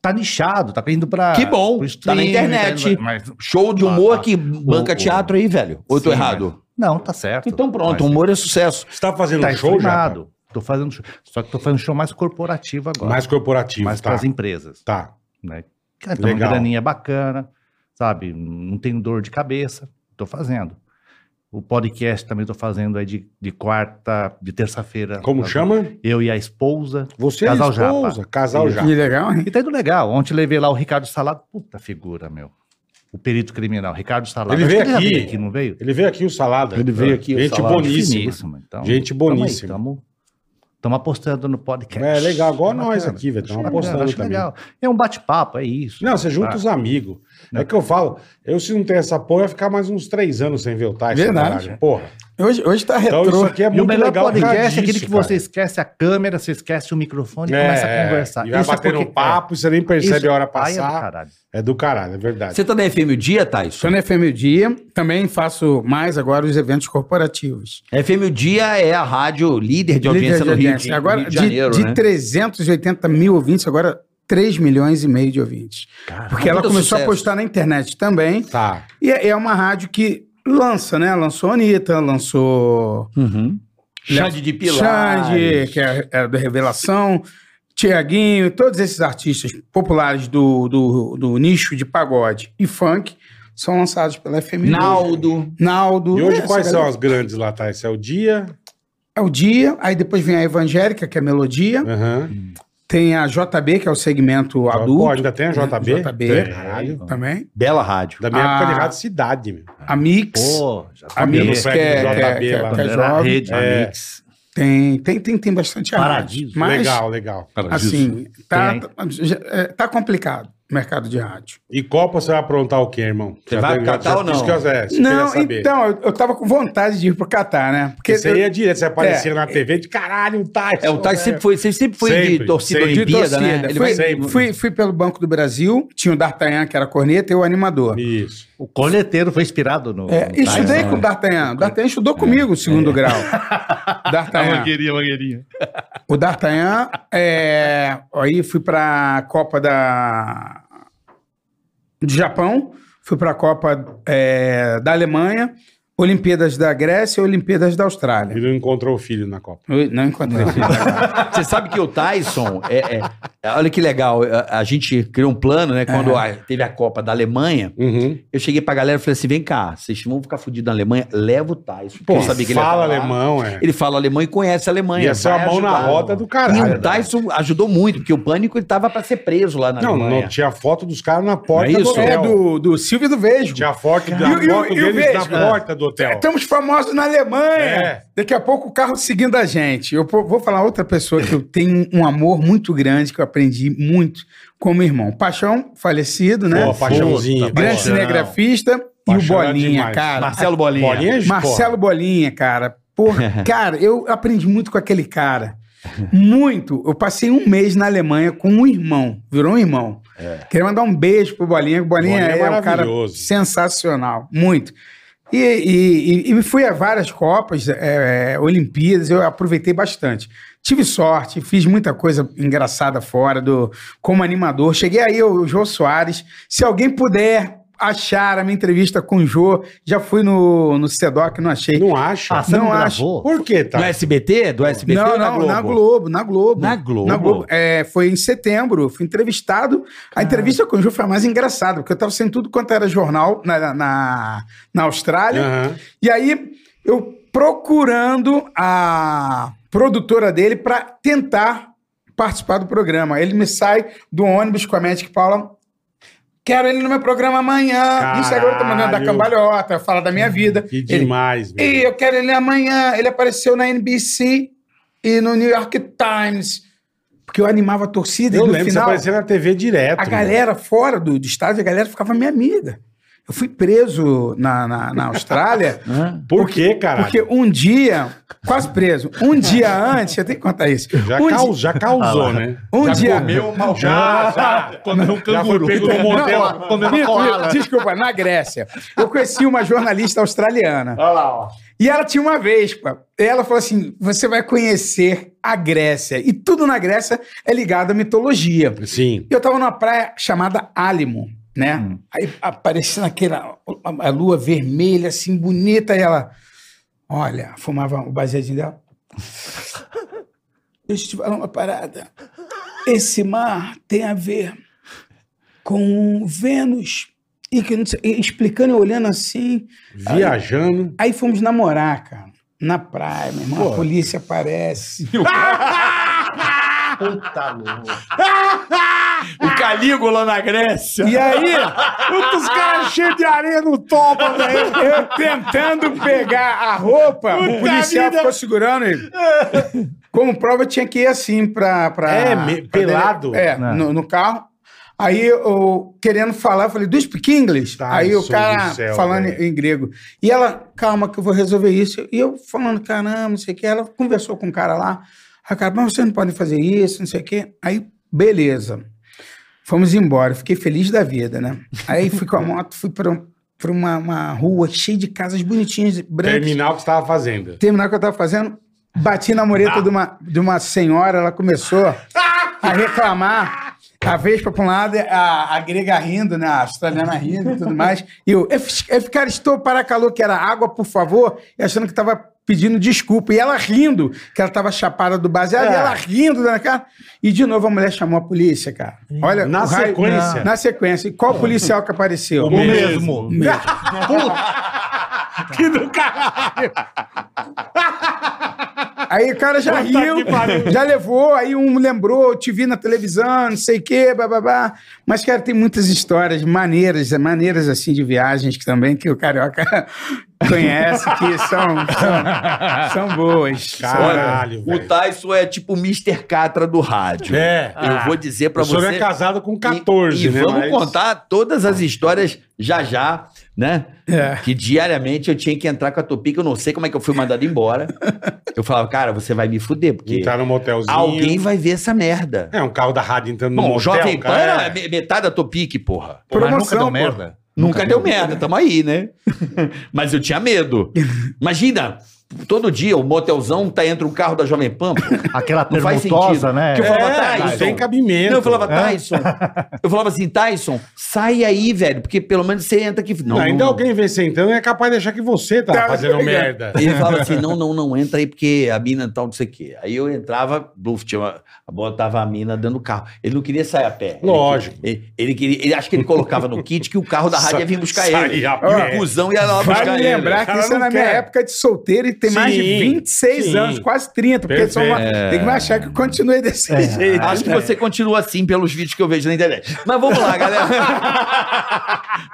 Speaker 6: Tá nichado, tá indo pra.
Speaker 3: Que bom,
Speaker 6: pro
Speaker 3: tá na internet.
Speaker 6: tá indo- mas-
Speaker 3: Show de
Speaker 6: Ah,
Speaker 3: humor
Speaker 6: tá.
Speaker 3: que banca
Speaker 6: O- o-
Speaker 3: teatro aí, velho. Ou eu tô
Speaker 6: Sim,
Speaker 3: errado?
Speaker 6: Não, tá certo.
Speaker 3: Então
Speaker 6: Mas
Speaker 3: pronto, humor é sucesso.
Speaker 2: Você tá fazendo
Speaker 6: Tá
Speaker 2: um show já?
Speaker 6: informado. Tô fazendo show. Só que tô fazendo show mais corporativo agora.
Speaker 2: Mais corporativo,
Speaker 6: mais
Speaker 2: tá.
Speaker 6: pras empresas.
Speaker 2: Tá.
Speaker 6: Né? Cara, tem uma
Speaker 2: Legal.
Speaker 6: graninha bacana, sabe? Não tenho dor de cabeça. Tô fazendo. O podcast também estou fazendo aí de, de quarta, de terça-feira.
Speaker 2: Como
Speaker 6: Tá-
Speaker 2: chama?
Speaker 6: Eu e a esposa.
Speaker 2: Você
Speaker 6: Casal
Speaker 2: é esposa. Casal
Speaker 6: Isso.
Speaker 2: já.
Speaker 5: Que legal, hein?
Speaker 6: E tá indo legal. Ontem levei lá o Ricardo Salado. Puta figura, meu. O perito criminal, Ricardo Salado.
Speaker 2: Ele
Speaker 6: Acho
Speaker 2: veio
Speaker 6: que já
Speaker 2: aqui.
Speaker 6: não veio?
Speaker 2: Ele veio aqui, o Salada.
Speaker 3: Ele veio aqui, o
Speaker 2: Gente
Speaker 3: Salada.
Speaker 2: boníssima.
Speaker 6: Finíssimo, então.
Speaker 2: Gente
Speaker 6: Tamo aí,
Speaker 2: boníssima.
Speaker 6: Tamo, tamo apostando no podcast.
Speaker 2: É legal, igual nós
Speaker 6: bacana.
Speaker 2: aqui, velho. Estamos
Speaker 6: Acho
Speaker 2: apostando
Speaker 6: bacana, acho
Speaker 2: também.
Speaker 6: legal. É um bate-papo, é isso.
Speaker 2: Não, você junta
Speaker 6: Tá.
Speaker 2: os amigos. É que eu falo, eu se não ter essa porra, ia ficar mais uns três anos sem ver o Tyson.
Speaker 5: Verdade.
Speaker 2: caralho. Porra.
Speaker 5: Hoje, hoje tá
Speaker 2: Então
Speaker 5: retrô.
Speaker 2: isso aqui é
Speaker 6: É E
Speaker 2: muito
Speaker 6: o melhor
Speaker 2: legal por causa
Speaker 6: podcast é aquele
Speaker 2: disso,
Speaker 6: que você
Speaker 2: cara.
Speaker 6: esquece a câmera, você esquece o microfone e
Speaker 2: É,
Speaker 6: começa a conversar. é
Speaker 2: E vai batendo
Speaker 6: porque-
Speaker 2: papo, e você nem
Speaker 6: é,
Speaker 2: percebe
Speaker 6: isso-
Speaker 2: a hora
Speaker 6: Ai, é do
Speaker 2: passar.
Speaker 6: caralho.
Speaker 2: É do caralho, é verdade.
Speaker 3: Você tá na FM o dia, Tyson?
Speaker 5: Sou na FM o Dia, também faço mais agora os eventos corporativos.
Speaker 3: FM o dia é a rádio líder de audiência
Speaker 5: Líder de
Speaker 3: no Rio,
Speaker 5: audiência.
Speaker 3: de-
Speaker 5: Agora,
Speaker 3: Rio de
Speaker 5: de,
Speaker 3: Janeiro,
Speaker 5: de
Speaker 3: né?
Speaker 5: 380 mil ouvintes, agora 3 milhões e meio de ouvintes. Porque ela
Speaker 3: muito
Speaker 5: começou a
Speaker 3: sucesso.
Speaker 5: postar na internet também.
Speaker 2: Tá.
Speaker 5: E é é uma rádio que lança, né? Lançou Anitta, lançou
Speaker 3: Uhum. Xande de Pilar.
Speaker 5: Xande, que é, é do Revelação, Tiaguinho, todos esses artistas populares do, do, do nicho de pagode e funk são lançados pela FM.
Speaker 3: Naldo.
Speaker 5: Naldo.
Speaker 2: E hoje
Speaker 6: é,
Speaker 5: Essa
Speaker 2: quais são
Speaker 5: galera-
Speaker 2: as grandes lá, tá? Esse é o dia.
Speaker 5: É o dia, aí depois vem a evangélica, que é a melodia.
Speaker 2: Aham.
Speaker 5: Tem a JB, que é o segmento adulto.
Speaker 2: Pô, ainda tem a
Speaker 6: né?
Speaker 2: JB?
Speaker 5: JB.
Speaker 6: é.
Speaker 2: Tem, Caralho.
Speaker 5: Também.
Speaker 3: Bela rádio.
Speaker 2: Da minha
Speaker 5: Ah.
Speaker 2: época de rádio cidade, meu.
Speaker 5: A Mix.
Speaker 6: Pô, já
Speaker 5: a
Speaker 6: sabia.
Speaker 5: Mix, que
Speaker 2: Fred do
Speaker 5: é, que é-
Speaker 2: JB
Speaker 5: que é-
Speaker 2: lá.
Speaker 5: que é
Speaker 6: Era
Speaker 5: jovem.
Speaker 6: rede,
Speaker 2: É.
Speaker 6: Mix.
Speaker 5: Tem, tem, tem, tem bastante rádio.
Speaker 6: Paradiso.
Speaker 5: Mas,
Speaker 2: Legal, legal.
Speaker 5: assim, tá,
Speaker 6: Tem.
Speaker 5: tá, já- é, tá complicado o mercado de rádio.
Speaker 2: E Copa você vai aprontar o quê, irmão?
Speaker 3: Você vai pro Catar ou não?
Speaker 2: isso que eu- é, isso que eu
Speaker 5: Não,
Speaker 2: queria saber.
Speaker 5: então, eu, eu tava com vontade de ir pro Catar, né? Porque
Speaker 2: Porque você
Speaker 5: eu-
Speaker 2: ia direto, você aparecia
Speaker 5: É.
Speaker 2: na TV de caralho, o Tyson.
Speaker 3: É, o Tyson sempre foi, sempre, sempre foi
Speaker 2: Sempre,
Speaker 3: de torcida
Speaker 2: sempre.
Speaker 3: Olimpíada, né?
Speaker 5: torcida.
Speaker 3: Ele
Speaker 5: Fui-
Speaker 3: vai-
Speaker 2: sempre.
Speaker 5: fui, fui pelo Banco do Brasil, tinha o D'Artagnan, que era corneta, e o animador.
Speaker 2: Isso.
Speaker 6: O coleteiro foi inspirado no.
Speaker 5: É,
Speaker 6: no
Speaker 5: e estudei
Speaker 6: Tyson,
Speaker 5: com o
Speaker 6: né?
Speaker 5: D'Artagnan. O D'Artagnan
Speaker 2: É,
Speaker 5: estudou comigo, o segundo grau. D'Artagnan. O D'Artagnan, é, aí fui pra Copa da... do Japão, fui pra Copa é, da Alemanha, Olimpíadas da Grécia e Olimpíadas da Austrália.
Speaker 2: Ele não encontrou o filho na Copa.
Speaker 5: Eu não encontrei.
Speaker 3: Você sabe que o Tyson é, é- Olha que legal. A, a gente criou um plano, né? Quando
Speaker 2: É.
Speaker 3: a- teve a Copa da Alemanha,
Speaker 2: Uhum.
Speaker 3: eu cheguei pra galera e falei assim: vem cá, vocês vão ficar fudidos na Alemanha, leva o Tyson. porque
Speaker 2: Pô,
Speaker 3: eu sabia que ele ia
Speaker 2: fala
Speaker 3: falar.
Speaker 2: alemão, é.
Speaker 3: Ele fala alemão e conhece a Alemanha.
Speaker 2: Ia ser a
Speaker 3: vai
Speaker 2: mão na
Speaker 3: ajudar.
Speaker 2: roda do
Speaker 3: E
Speaker 2: caralho.
Speaker 3: o Tyson ajudou muito, porque o pânico ele tava pra ser preso lá na
Speaker 2: Não,
Speaker 3: Alemanha.
Speaker 2: não tinha foto dos caras na porta
Speaker 3: Não é
Speaker 2: do
Speaker 3: isso?
Speaker 5: É
Speaker 2: hotel.
Speaker 5: do, do Silvio do Vejo.
Speaker 2: Tinha foto, da
Speaker 5: E o- e o-
Speaker 2: foto
Speaker 5: e o
Speaker 2: deles
Speaker 5: beijo,
Speaker 2: na
Speaker 5: né?
Speaker 2: porta do hotel.
Speaker 5: Estamos famosos na Alemanha.
Speaker 2: É.
Speaker 5: Daqui a pouco o carro seguindo a gente. Eu po- vou falar outra pessoa que eu tenho um amor muito grande, que eu aprendi muito como irmão. Paixão, falecido, né?
Speaker 2: Pô, paixãozinho.
Speaker 5: Grande
Speaker 2: Paixão.
Speaker 5: cinegrafista e o
Speaker 2: Paixão era
Speaker 5: Bolinha,
Speaker 2: demais.
Speaker 5: cara.
Speaker 3: Ah, Marcelo Bolinha.
Speaker 2: Bolinha é porra.
Speaker 5: Marcelo Bolinha, cara. Porra, cara, eu aprendi muito com aquele cara. Muito. Eu passei um mês na Alemanha com um irmão. Virou um irmão. Queria mandar um beijo pro Bolinha. O Bolinha,
Speaker 2: É. Bolinha é
Speaker 5: é, um cara
Speaker 2: maravilhoso.
Speaker 5: sensacional. Muito. E, e, e- e fui a várias Copas, é, é, Olimpíadas, eu aproveitei bastante. Tive sorte, fiz muita coisa engraçada fora do como animador. Cheguei aí, o Jô Soares. Se alguém puder achar a minha entrevista com o Jô, já fui no, no SEDOC, não achei.
Speaker 2: Não acha.
Speaker 6: Ah, você não,
Speaker 5: Não acho.
Speaker 6: gravou?
Speaker 2: Por que,
Speaker 3: Do
Speaker 2: tá?
Speaker 3: SBT? Do SBT
Speaker 5: não,
Speaker 3: ou na
Speaker 5: não,
Speaker 3: Globo?
Speaker 5: na Globo, na Globo.
Speaker 3: Na Globo?
Speaker 5: É, foi em setembro, eu fui entrevistado. A entrevista com o Ju foi a mais engraçada, porque eu tava sendo tudo quanto era jornal na, na, na Austrália.
Speaker 2: Aham.
Speaker 5: E aí, eu procurando a produtora dele para tentar participar do programa. Ele me sai do ônibus com a Magic Paula. Quero ele no meu programa amanhã. Isso agora eu tô mandando da
Speaker 2: Caralho.
Speaker 5: cambalhota, fala da minha vida.
Speaker 2: Que
Speaker 5: Ele,
Speaker 2: demais, meu.
Speaker 5: e eu quero ele amanhã. Ele apareceu na NBC e no New York Times. Porque eu animava a torcida
Speaker 2: Eu
Speaker 5: e no
Speaker 2: lembro, você
Speaker 5: final
Speaker 2: aparecia na TV direto.
Speaker 5: a
Speaker 2: meu.
Speaker 5: galera fora do, do estádio, a galera ficava minha amiga. Eu fui preso na, na, na Austrália
Speaker 3: Hã?
Speaker 2: Por quê, caralho?
Speaker 5: porque um dia, quase preso, um dia antes, eu tenho que contar isso.
Speaker 2: Já,
Speaker 5: um
Speaker 2: caus-
Speaker 5: dia,
Speaker 2: já causou,
Speaker 6: Ah lá.
Speaker 2: né?
Speaker 5: um dia
Speaker 2: mal. Já, já. Comeu um canguru. Já foi pego no motel.
Speaker 5: Não, me- me- Desculpa, na Grécia. Eu conheci uma jornalista australiana. Olha lá, E ela tinha uma Vespa. E ela falou assim: você vai conhecer a Grécia. E tudo na Grécia é ligado à mitologia.
Speaker 2: Sim.
Speaker 5: Eu tava numa praia chamada Álimo, né? Aí aparecendo aquela a a lua vermelha, assim, bonita, e ela. Olha, fumava o baseadinho dela. Deixa eu te falar uma parada. Esse mar tem a ver com Vênus E que não sei- e explicando, eu olhando assim.
Speaker 2: Viajando.
Speaker 5: Aí fomos namorar, cara. Na praia, meu irmão.
Speaker 2: Pô.
Speaker 5: A polícia aparece.
Speaker 6: Puta louco.
Speaker 3: O Calígula na Grécia.
Speaker 5: E aí,
Speaker 2: Quantos caras cheios de areia no topo, velho?
Speaker 5: né? eu tentando pegar a roupa, o policial
Speaker 2: vida.
Speaker 5: ficou segurando ele. Como prova, eu tinha que ir assim pra. pra
Speaker 2: É, me-
Speaker 5: pra
Speaker 2: pelado? Ah.
Speaker 5: É, no, no carro. Aí eu, querendo falar, eu falei, do speak English?
Speaker 2: Tá,
Speaker 5: aí o
Speaker 2: sou
Speaker 5: cara
Speaker 2: do céu,
Speaker 5: falando
Speaker 2: velho.
Speaker 5: em grego. E ela, calma que eu vou resolver isso. E eu falando, caramba, não sei o que. Ela conversou com o cara lá. Aí o cara, mas você não pode fazer isso, não sei o que. Aí, beleza. Fomos embora. Fiquei feliz da vida, né? Aí fui com a moto, fui pra, um- pra uma, uma rua cheia de casas bonitinhas, brancas.
Speaker 2: Terminar o que você tava fazendo.
Speaker 5: Terminar o que eu tava fazendo, bati na mureta de, uma, de uma senhora, ela começou a reclamar. A Vespa pra um lado, a, a grega rindo, né? A australiana rindo e tudo mais. E eu, é ficar, estou para calor, que era água, por favor, e achando que tava pedindo desculpa. E ela rindo, que ela tava chapada do baseado, e ela rindo na cara. E de novo a mulher chamou a polícia, cara. Olha,
Speaker 2: Na
Speaker 5: o raio-
Speaker 2: sequência.
Speaker 5: na sequência. E qual policial que apareceu?
Speaker 2: O
Speaker 6: mesmo.
Speaker 2: É. Que do caralho!
Speaker 5: Aí o cara já
Speaker 2: Puta
Speaker 5: riu,
Speaker 2: que pariu.
Speaker 5: já levou, aí um lembrou, eu te vi na televisão, não sei o quê, bababá. Mas, cara, tem muitas histórias maneiras, maneiras assim de viagens que também que o carioca conhece, que são, são, são boas.
Speaker 2: Caralho,
Speaker 3: Olha, o
Speaker 2: velho.
Speaker 3: Tyson é tipo o Mr. Catra do rádio.
Speaker 2: É.
Speaker 3: Eu vou dizer Ah, pra
Speaker 2: o senhor é
Speaker 3: você.
Speaker 2: casado com 14,
Speaker 3: e, e
Speaker 2: né?
Speaker 3: vamos
Speaker 2: mas-
Speaker 3: contar todas as histórias já já, né?
Speaker 5: É.
Speaker 3: Que diariamente eu tinha que entrar com a Topic, eu não sei como é que eu fui mandado embora. Eu falava, cara, você vai me fuder, porque
Speaker 2: Entrar no motelzinho.
Speaker 3: alguém vai ver essa merda.
Speaker 2: É, um carro da rádio entrando no
Speaker 3: Bom,
Speaker 2: motel,
Speaker 3: Jovem Pan é
Speaker 2: cara. é
Speaker 3: era me- metade da Topic, porra.
Speaker 6: Pô, mas nunca
Speaker 5: Promoção,
Speaker 6: deu
Speaker 5: pô.
Speaker 6: merda.
Speaker 3: Nunca, deu merda, tamo aí, né? Mas eu tinha medo. Imagina, todo dia o motelzão tá entre o carro da Jovem Pan, pô.
Speaker 6: Aquela
Speaker 3: Não faz
Speaker 6: permutosa,
Speaker 3: sentido.
Speaker 6: né?
Speaker 3: Que eu falava,
Speaker 2: É,
Speaker 3: Tyson.
Speaker 2: não tem cabimento.
Speaker 3: Não, eu falava,
Speaker 2: É?
Speaker 3: Tyson. Eu falava assim, Tyson, sai aí, velho, porque pelo menos você entra aqui. Não,
Speaker 2: Não, ainda
Speaker 3: não.
Speaker 2: alguém vem sentando e é capaz de achar que você tá
Speaker 5: Tá,
Speaker 2: fazendo
Speaker 5: é.
Speaker 2: merda.
Speaker 3: Ele falava assim: não, não, não, entra aí, porque a mina tal, não sei o quê. Aí eu entrava, bluff, tinha uma, botava a mina dando carro. Ele não queria sair a pé. Ele
Speaker 2: Lógico.
Speaker 3: que- Ele, ele queria, ele acho que ele colocava no kit que o carro da rádio ia vir buscar
Speaker 2: Sa-
Speaker 3: ele.
Speaker 2: sair a
Speaker 3: E
Speaker 2: pé.
Speaker 3: o cuzão ia lá
Speaker 5: Vale
Speaker 3: buscar ele.
Speaker 5: lembrar que
Speaker 2: Cara,
Speaker 5: isso é
Speaker 2: não
Speaker 5: na minha
Speaker 2: quer.
Speaker 5: época de solteiro e tem mais de
Speaker 2: Sim,
Speaker 5: 26
Speaker 2: sim.
Speaker 5: anos, quase 30, porque são uma- tem que achar que eu continuei
Speaker 2: É.
Speaker 5: desse jeito.
Speaker 3: Acho que você continua assim pelos vídeos que eu vejo na internet. Mas vamos lá, galera.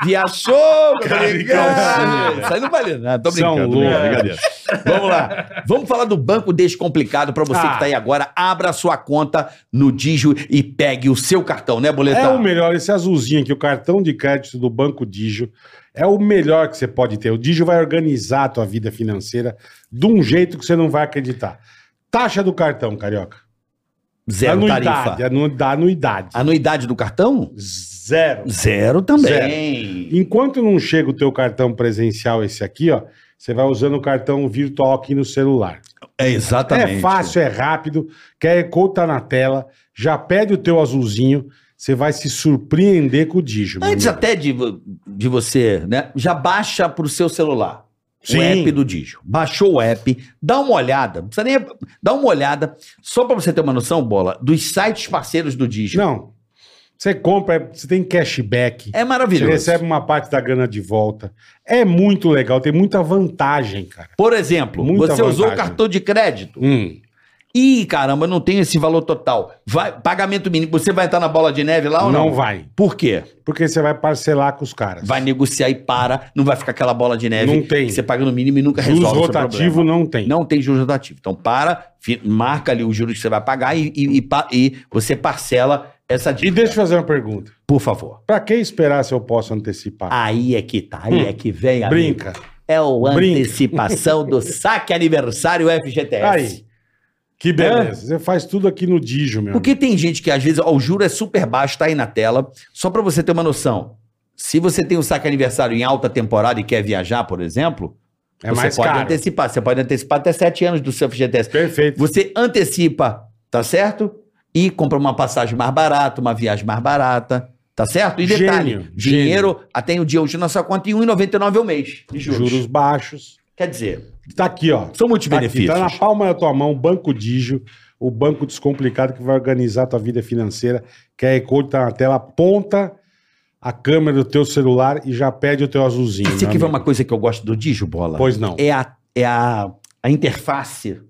Speaker 3: Viajou, tá
Speaker 2: Cara,
Speaker 3: ligado? Isso aí não vale nada. Tô
Speaker 2: São
Speaker 3: brincando. né? tô
Speaker 2: loucos.
Speaker 3: brincando, brincadeira. Vamos lá. Vamos falar do Banco Descomplicado. Pra você
Speaker 2: Ah.
Speaker 3: que tá aí agora, abra sua conta no Digio e pegue o seu cartão, né, Boletar?
Speaker 2: É o melhor, esse azulzinho aqui, o cartão de crédito do Banco Digio, é o melhor que você pode ter. O Digio vai organizar a tua vida financeira de um jeito que você não vai acreditar. Taxa do cartão, Carioca.
Speaker 3: Zero
Speaker 2: anuidade,
Speaker 3: tarifa.
Speaker 2: anu- Da anuidade.
Speaker 3: Anuidade do cartão?
Speaker 2: Zero.
Speaker 3: Zero também.
Speaker 2: Zero. Enquanto não chega o teu cartão presencial, esse aqui, ó, você vai usando o cartão virtual aqui no celular.
Speaker 3: É exatamente.
Speaker 2: É fácil, é rápido, quer tá na tela, já pede o teu azulzinho, você vai se surpreender com o Digio. meu
Speaker 3: Antes
Speaker 2: amigo.
Speaker 3: até de, vo- de você, né? Já baixa pro seu celular.
Speaker 2: Sim.
Speaker 3: O app do Digio. Baixou o app, dá uma olhada. Não precisa nem. Dá uma olhada, só pra você ter uma noção, bola, dos sites parceiros do Digio.
Speaker 2: Não. Você compra, você tem cashback.
Speaker 3: É
Speaker 2: Você
Speaker 3: maravilhoso.
Speaker 2: recebe uma parte da grana de volta. É muito legal, tem muita vantagem, cara.
Speaker 3: Por exemplo,
Speaker 2: Muita
Speaker 3: você usou o
Speaker 2: vantagem.
Speaker 3: cartão de crédito.
Speaker 2: Hum.
Speaker 3: Ih, caramba, não tem esse valor total. Vai, pagamento mínimo. Você vai entrar na bola de neve lá Ah, ou
Speaker 2: Não,
Speaker 3: não?
Speaker 2: vai.
Speaker 3: Por quê?
Speaker 2: Porque você vai parcelar com os caras.
Speaker 3: Vai negociar e para, não vai ficar aquela bola de neve.
Speaker 2: Não tem.
Speaker 3: que Você paga no mínimo e nunca
Speaker 2: Juros
Speaker 3: resolve. o seu
Speaker 2: rotativo
Speaker 3: problema.
Speaker 2: não tem.
Speaker 3: Não tem juros rotativo. Então, para, fi- marca ali o juros que você vai pagar e, e- e pa- e você parcela essa
Speaker 2: E
Speaker 3: dívida.
Speaker 2: deixa eu fazer uma pergunta.
Speaker 3: Por favor.
Speaker 2: Pra que esperar se eu posso antecipar?
Speaker 3: Aí é que tá, aí é que vem a.
Speaker 2: Hum. Brinca.
Speaker 3: É o
Speaker 2: Brinca.
Speaker 3: antecipação do saque aniversário FGTS.
Speaker 2: Aí. Que beleza. Você faz tudo aqui no Digio, meu.
Speaker 3: Porque tem gente que às vezes, ó, o juro é super baixo, tá aí na tela. Só pra você ter uma noção. Se você tem um saque aniversário em alta temporada e quer viajar, por exemplo,
Speaker 2: amigo. É
Speaker 3: você
Speaker 2: mais
Speaker 3: pode
Speaker 2: caro.
Speaker 3: antecipar. Você pode antecipar até 7 anos do seu FGTS.
Speaker 2: Perfeito.
Speaker 3: Você antecipa, tá certo? E compra uma passagem mais barata, uma viagem mais barata, tá certo? E detalhe,
Speaker 2: Gênio,
Speaker 3: dinheiro até o dia hoje na sua conta e 1,99 ao mês de juros.
Speaker 2: Juros. baixos.
Speaker 3: Quer dizer,
Speaker 2: Tá aqui, ó.
Speaker 3: são muitos
Speaker 2: Tá, aqui,
Speaker 3: benefícios.
Speaker 2: tá na palma da tua mão, Banco Digio, o banco descomplicado que vai organizar tua vida financeira. QR Code tá na tela, aponta a câmera do teu celular e já pede o teu azulzinho.
Speaker 3: Você
Speaker 2: né,
Speaker 3: quer ver
Speaker 2: amigo?
Speaker 3: uma coisa que eu gosto do Digio, Bola?
Speaker 2: Pois não.
Speaker 3: É a, é a, a interface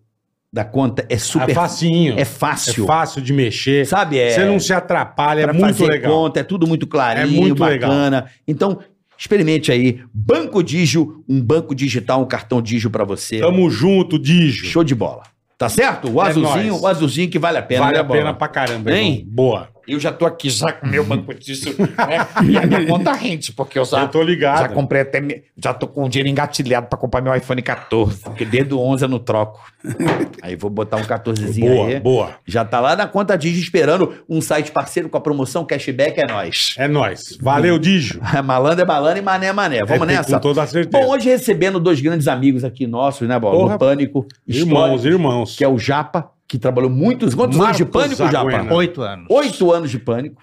Speaker 3: da conta é super...
Speaker 2: é facinho.
Speaker 3: É
Speaker 2: É
Speaker 3: fácil.
Speaker 2: fácil, de mexer.
Speaker 3: Sabe? É,
Speaker 2: Você não se atrapalha, é
Speaker 3: pra
Speaker 2: muito
Speaker 3: fazer
Speaker 2: legal.
Speaker 3: conta, é tudo muito
Speaker 2: É
Speaker 3: clarinho,
Speaker 2: muito legal.
Speaker 3: bacana. Então, experimente aí. Banco Digio, um banco digital, um cartão Digio pra você.
Speaker 2: Tamo junto, Dijo.
Speaker 3: Show de bola. Tá certo? O
Speaker 2: É
Speaker 3: azulzinho,
Speaker 2: nóis.
Speaker 3: o azulzinho que vale a pena.
Speaker 2: vale
Speaker 3: né,
Speaker 2: a
Speaker 3: Bola?
Speaker 2: pena pra caramba,
Speaker 3: Hein?
Speaker 2: irmão. Boa.
Speaker 1: Eu já tô aqui já com meu banco disso. né? E a minha conta rende, porque eu já,
Speaker 2: Eu tô
Speaker 1: já
Speaker 2: ligado.
Speaker 1: comprei até. me- Já tô com o dinheiro engatilhado pra comprar meu iPhone 14.
Speaker 3: Porque dedo 11 eu não troco. aí vou botar um 14zinho
Speaker 2: Boa,
Speaker 3: aí.
Speaker 2: boa.
Speaker 3: Já tá lá na conta Digio esperando um site parceiro com a promoção cashback é nós.
Speaker 2: É nóis. Valeu, Dijo.
Speaker 3: Malandro é malandro e mané é mané. Vamos
Speaker 2: É,
Speaker 3: nessa?
Speaker 2: Com toda a certeza.
Speaker 3: Bom, hoje recebendo dois grandes amigos aqui nossos, né, Bola?
Speaker 2: Porra.
Speaker 3: No Pânico.
Speaker 2: irmãos,
Speaker 3: histórico,
Speaker 2: irmãos.
Speaker 3: Que é o Japa, que trabalhou muitos... Quantos anos de
Speaker 2: Marcos
Speaker 3: Pânico,
Speaker 2: Zaguena.
Speaker 3: Japa?
Speaker 6: É. Oito anos.
Speaker 3: Oito anos de Pânico,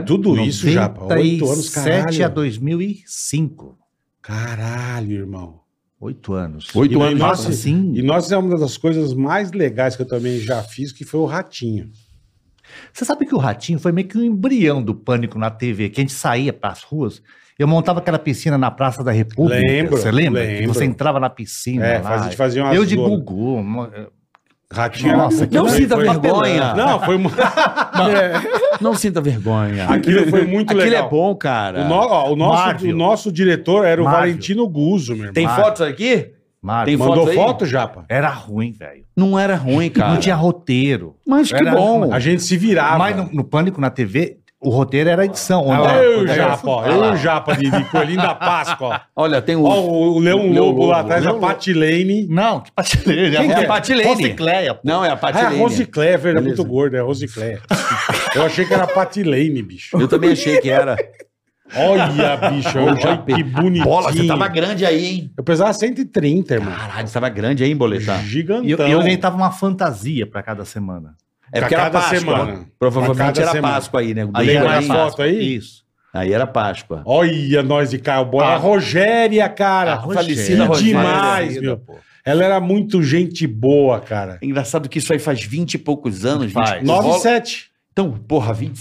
Speaker 2: Tudo isso, já. Oito anos,
Speaker 6: 97 a
Speaker 2: caralho.
Speaker 6: 2005.
Speaker 2: Caralho, irmão.
Speaker 6: Oito anos.
Speaker 2: E
Speaker 3: Oito
Speaker 2: nós-
Speaker 3: anos.
Speaker 2: nossa,
Speaker 3: Japa.
Speaker 6: Sim.
Speaker 2: E nós é uma das coisas mais legais que eu também já fiz, que foi o ratinho.
Speaker 6: Você sabe que o Ratinho foi meio que um embrião do pânico na TV, que a gente saía pras ruas. Eu montava aquela piscina na Praça da República.
Speaker 2: Lembro,
Speaker 6: Você lembra? Que
Speaker 2: lembro.
Speaker 6: Você entrava na piscina.
Speaker 2: É,
Speaker 6: lá.
Speaker 2: faz- a gente fazia uma
Speaker 6: Eu de eh, Gugu. uma-
Speaker 2: Ratinho.
Speaker 6: Nossa,
Speaker 2: era-
Speaker 6: que
Speaker 3: Não
Speaker 2: foi-
Speaker 3: sinta
Speaker 2: foi-
Speaker 3: vergonha.
Speaker 2: Não, foi mu-
Speaker 3: Não sinta vergonha.
Speaker 2: aquilo foi muito
Speaker 3: Aquilo
Speaker 2: legal.
Speaker 3: é bom, cara.
Speaker 2: O, no- ó, o nosso,
Speaker 6: Marvel.
Speaker 2: o nosso diretor era o
Speaker 6: Marvel.
Speaker 2: Valentino Guzzo, meu irmão.
Speaker 3: Tem fotos aqui?
Speaker 6: Mário,
Speaker 3: Tem
Speaker 2: Mandou
Speaker 3: foto aí?
Speaker 2: foto, Japa?
Speaker 6: Era ruim, velho.
Speaker 3: Não era ruim, cara.
Speaker 6: Não tinha roteiro.
Speaker 3: Mas que
Speaker 6: Era-
Speaker 3: bom.
Speaker 2: A gente se virava.
Speaker 6: Mas no, no Pânico na TV, o roteiro era a edição.
Speaker 2: Olha
Speaker 6: onde
Speaker 2: lá,
Speaker 6: era-
Speaker 2: Ah, eu,
Speaker 3: tá
Speaker 6: onde era-
Speaker 2: Japa, ó, eu, Japa, de, de Coelhinho da Páscoa.
Speaker 3: Olha, tem o.
Speaker 2: Ó, o, o Leão
Speaker 3: Leão
Speaker 2: Lobo lá
Speaker 3: Lobo.
Speaker 2: atrás, a
Speaker 3: Leão
Speaker 2: Patilene.
Speaker 6: Não, que Patilene.
Speaker 3: Quem que é?
Speaker 6: a
Speaker 3: Patilene.
Speaker 6: Rosicléia, pô.
Speaker 3: Não, é
Speaker 2: Ah,
Speaker 3: a
Speaker 2: é a
Speaker 3: Patilene.
Speaker 2: Rosicléia, velho, é muito gorda, é a Rosicléia. eu achei que era a Patilene, bicho.
Speaker 3: Eu também achei que era.
Speaker 2: Olha, bicho,
Speaker 3: Ô,
Speaker 2: olha
Speaker 3: Japa,
Speaker 2: que bonitinho.
Speaker 3: Bola, você tava grande aí, hein? tá.
Speaker 2: Eu pesava 130, irmão.
Speaker 3: Caralho, você tava grande aí, hein, boletar?
Speaker 2: Gigantão.
Speaker 6: E eu, eu inventava uma fantasia pra cada semana.
Speaker 3: É
Speaker 2: Pra
Speaker 3: porque era né?
Speaker 2: cada
Speaker 3: Páscoa.
Speaker 2: semana. Pra
Speaker 3: Provavelmente
Speaker 2: cada
Speaker 3: era
Speaker 2: semana.
Speaker 3: Páscoa aí, né?
Speaker 6: Aí
Speaker 2: Lembra
Speaker 6: era
Speaker 2: da
Speaker 6: Páscoa.
Speaker 2: foto aí?
Speaker 6: Isso.
Speaker 3: Aí era Páscoa.
Speaker 2: Olha nós de cowboy.
Speaker 6: Ah.
Speaker 2: É A Rogéria, cara.
Speaker 6: A Rogéria.
Speaker 3: falecida
Speaker 2: Que
Speaker 3: Rogéria.
Speaker 2: demais, meu. Ela era muito gente boa, cara.
Speaker 3: É engraçado que isso aí faz 20 e poucos anos.
Speaker 6: Faz.
Speaker 3: 20
Speaker 2: 9
Speaker 3: Bola-
Speaker 2: e 7.
Speaker 3: Então, porra, 20,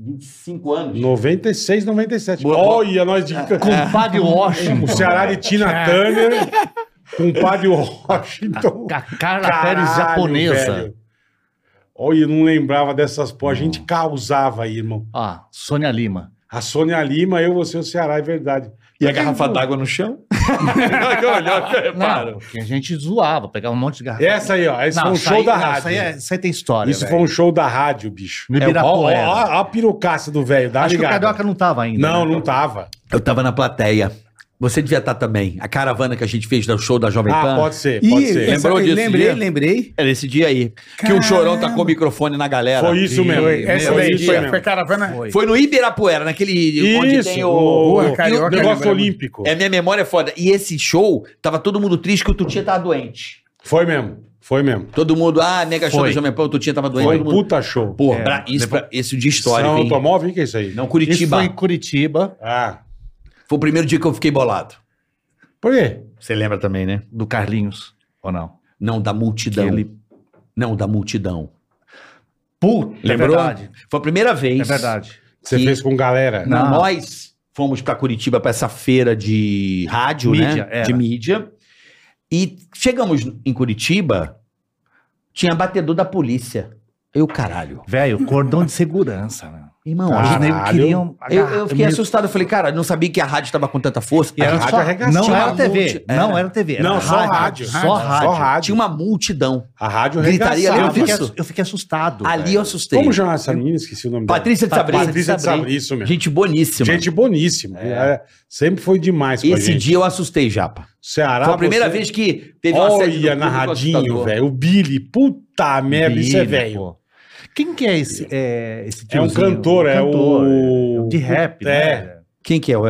Speaker 3: 25 anos.
Speaker 2: 96, 97.
Speaker 3: Boa, É. boa.
Speaker 2: Olha nós de...
Speaker 6: Compadre Washington. É.
Speaker 2: O Ceará de Tina Turner. com o Padre Washington.
Speaker 6: A Carla
Speaker 2: Caralho,
Speaker 6: Pérez japonesa.
Speaker 2: velho. Olha, eu não lembrava dessas porras. A
Speaker 3: Hum.
Speaker 2: gente causava aí, irmão.
Speaker 6: Ah, Sônia Lima.
Speaker 2: A Sônia Lima, eu, você, o Ceará, é verdade.
Speaker 3: E a garrafa d'água no chão? Olha, olha, repara.
Speaker 6: Não, porque a gente zoava, pegava um monte de garrafa.
Speaker 2: Essa aí, ó. Esse
Speaker 6: Não,
Speaker 2: foi um
Speaker 6: isso
Speaker 2: show
Speaker 6: aí-
Speaker 2: da
Speaker 6: não,
Speaker 2: rádio.
Speaker 6: Isso aí, é- isso aí tem história.
Speaker 2: Isso
Speaker 6: velho.
Speaker 2: foi um show da rádio, bicho. É,
Speaker 6: No
Speaker 2: ó,
Speaker 6: Ibirapuera.
Speaker 2: ó, ó a pirucaça do velho, dá
Speaker 6: Acho que o
Speaker 2: ligado.
Speaker 6: Carioca não tava ainda.
Speaker 2: Não,
Speaker 6: né?
Speaker 2: não tá. tava.
Speaker 3: Eu tava na plateia. Você devia estar também. A caravana que a gente fez do show da Jovem Pan.
Speaker 2: Ah, pode ser,
Speaker 5: Ih,
Speaker 2: pode ser.
Speaker 5: lembrou
Speaker 3: Lembrou disso,
Speaker 5: Lembrei,
Speaker 3: né?
Speaker 5: lembrei.
Speaker 3: Era esse dia aí. Que o Chorão tacou o microfone na galera.
Speaker 2: Foi isso mesmo.
Speaker 5: Foi, essa
Speaker 2: foi
Speaker 5: daí
Speaker 2: isso
Speaker 5: foi,
Speaker 2: mesmo.
Speaker 5: foi caravana.
Speaker 6: Foi.
Speaker 3: Foi no Ibirapuera, naquele... onde tem
Speaker 2: Isso,
Speaker 3: o...
Speaker 2: o,
Speaker 5: Rua
Speaker 2: o
Speaker 5: Carioca,
Speaker 2: negócio
Speaker 5: lembra?
Speaker 2: olímpico.
Speaker 3: É, minha memória é foda. E esse show, tava todo mundo triste que o Tutinha tava doente.
Speaker 2: Foi mesmo, foi mesmo.
Speaker 3: Todo mundo, ah, nega show
Speaker 6: Foi.
Speaker 3: da Jovem Pan, o Tutinha tava doente.
Speaker 2: Foi um
Speaker 3: todo mundo...
Speaker 2: puta show.
Speaker 3: Pô,
Speaker 6: É,
Speaker 3: pra- isso, pra- esse dia histórico,
Speaker 2: São
Speaker 3: hein?
Speaker 2: automóvel, o que é isso aí?
Speaker 3: Não,
Speaker 6: Isso
Speaker 3: Curitiba.
Speaker 6: foi
Speaker 3: Foi...
Speaker 6: em Curitiba,
Speaker 2: Ah,
Speaker 3: o primeiro dia que eu fiquei bolado.
Speaker 2: por quê?
Speaker 3: Você lembra também, né?
Speaker 6: do Carlinhos, ou não?
Speaker 3: Não, da multidão.
Speaker 6: Que ele-
Speaker 3: Não, da multidão.
Speaker 6: Puta,
Speaker 3: Lembrou?
Speaker 6: é verdade.
Speaker 3: Foi a primeira vez.
Speaker 6: É verdade.
Speaker 2: Você
Speaker 3: Que-
Speaker 2: fez com galera.
Speaker 6: Não.
Speaker 3: Não, Nós fomos pra Curitiba pra essa feira de rádio,
Speaker 6: Mídia,
Speaker 3: né?
Speaker 6: era.
Speaker 3: De mídia. E chegamos em Curitiba, tinha batedor da polícia. Eu, caralho.
Speaker 6: Velho, cordão de segurança, né?
Speaker 3: Irmão,
Speaker 6: Os
Speaker 2: Caralho.
Speaker 6: negros queriam.
Speaker 3: eu, eu fiquei
Speaker 6: meio-
Speaker 3: assustado. Eu falei, cara, não sabia que a rádio tava com tanta força.
Speaker 6: E era
Speaker 2: rádio
Speaker 6: só,
Speaker 2: arregaçava
Speaker 6: não era
Speaker 3: um
Speaker 6: TV.
Speaker 3: monte.
Speaker 6: Não era TV. Era
Speaker 2: é Não, só rádio,
Speaker 6: Só rádio.
Speaker 2: Só rádio.
Speaker 3: Tinha uma multidão.
Speaker 2: A rádio
Speaker 3: Gritaria,
Speaker 2: arregaçava.
Speaker 6: Eu fiquei,
Speaker 3: Isso.
Speaker 6: assu- eu fiquei assustado.
Speaker 3: Ali eu
Speaker 6: velho.
Speaker 3: assustei.
Speaker 2: Como chamava essa menina? Esqueci o nome
Speaker 3: assim. Patrícia de
Speaker 2: dela.
Speaker 3: Sabri.
Speaker 2: Patrícia de Sabri, isso mesmo.
Speaker 3: Gente boníssima.
Speaker 2: Gente boníssima. É, Sempre foi demais com a
Speaker 3: Esse
Speaker 2: gente.
Speaker 3: dia eu assustei, Japa.
Speaker 2: Ceará,
Speaker 3: Foi a primeira
Speaker 2: você-
Speaker 3: vez que teve um assédio do
Speaker 2: Olha,
Speaker 3: público ao
Speaker 2: narradinho,
Speaker 3: computador.
Speaker 2: velho. O Billy, puta merda, isso é
Speaker 6: Billy,
Speaker 2: velho.
Speaker 6: né, pô. Quem que é esse, é, esse
Speaker 2: É um
Speaker 6: tiozinho?
Speaker 2: cantor, é o-
Speaker 6: é. De rap,
Speaker 2: É.
Speaker 6: né?
Speaker 3: Quem que é? o-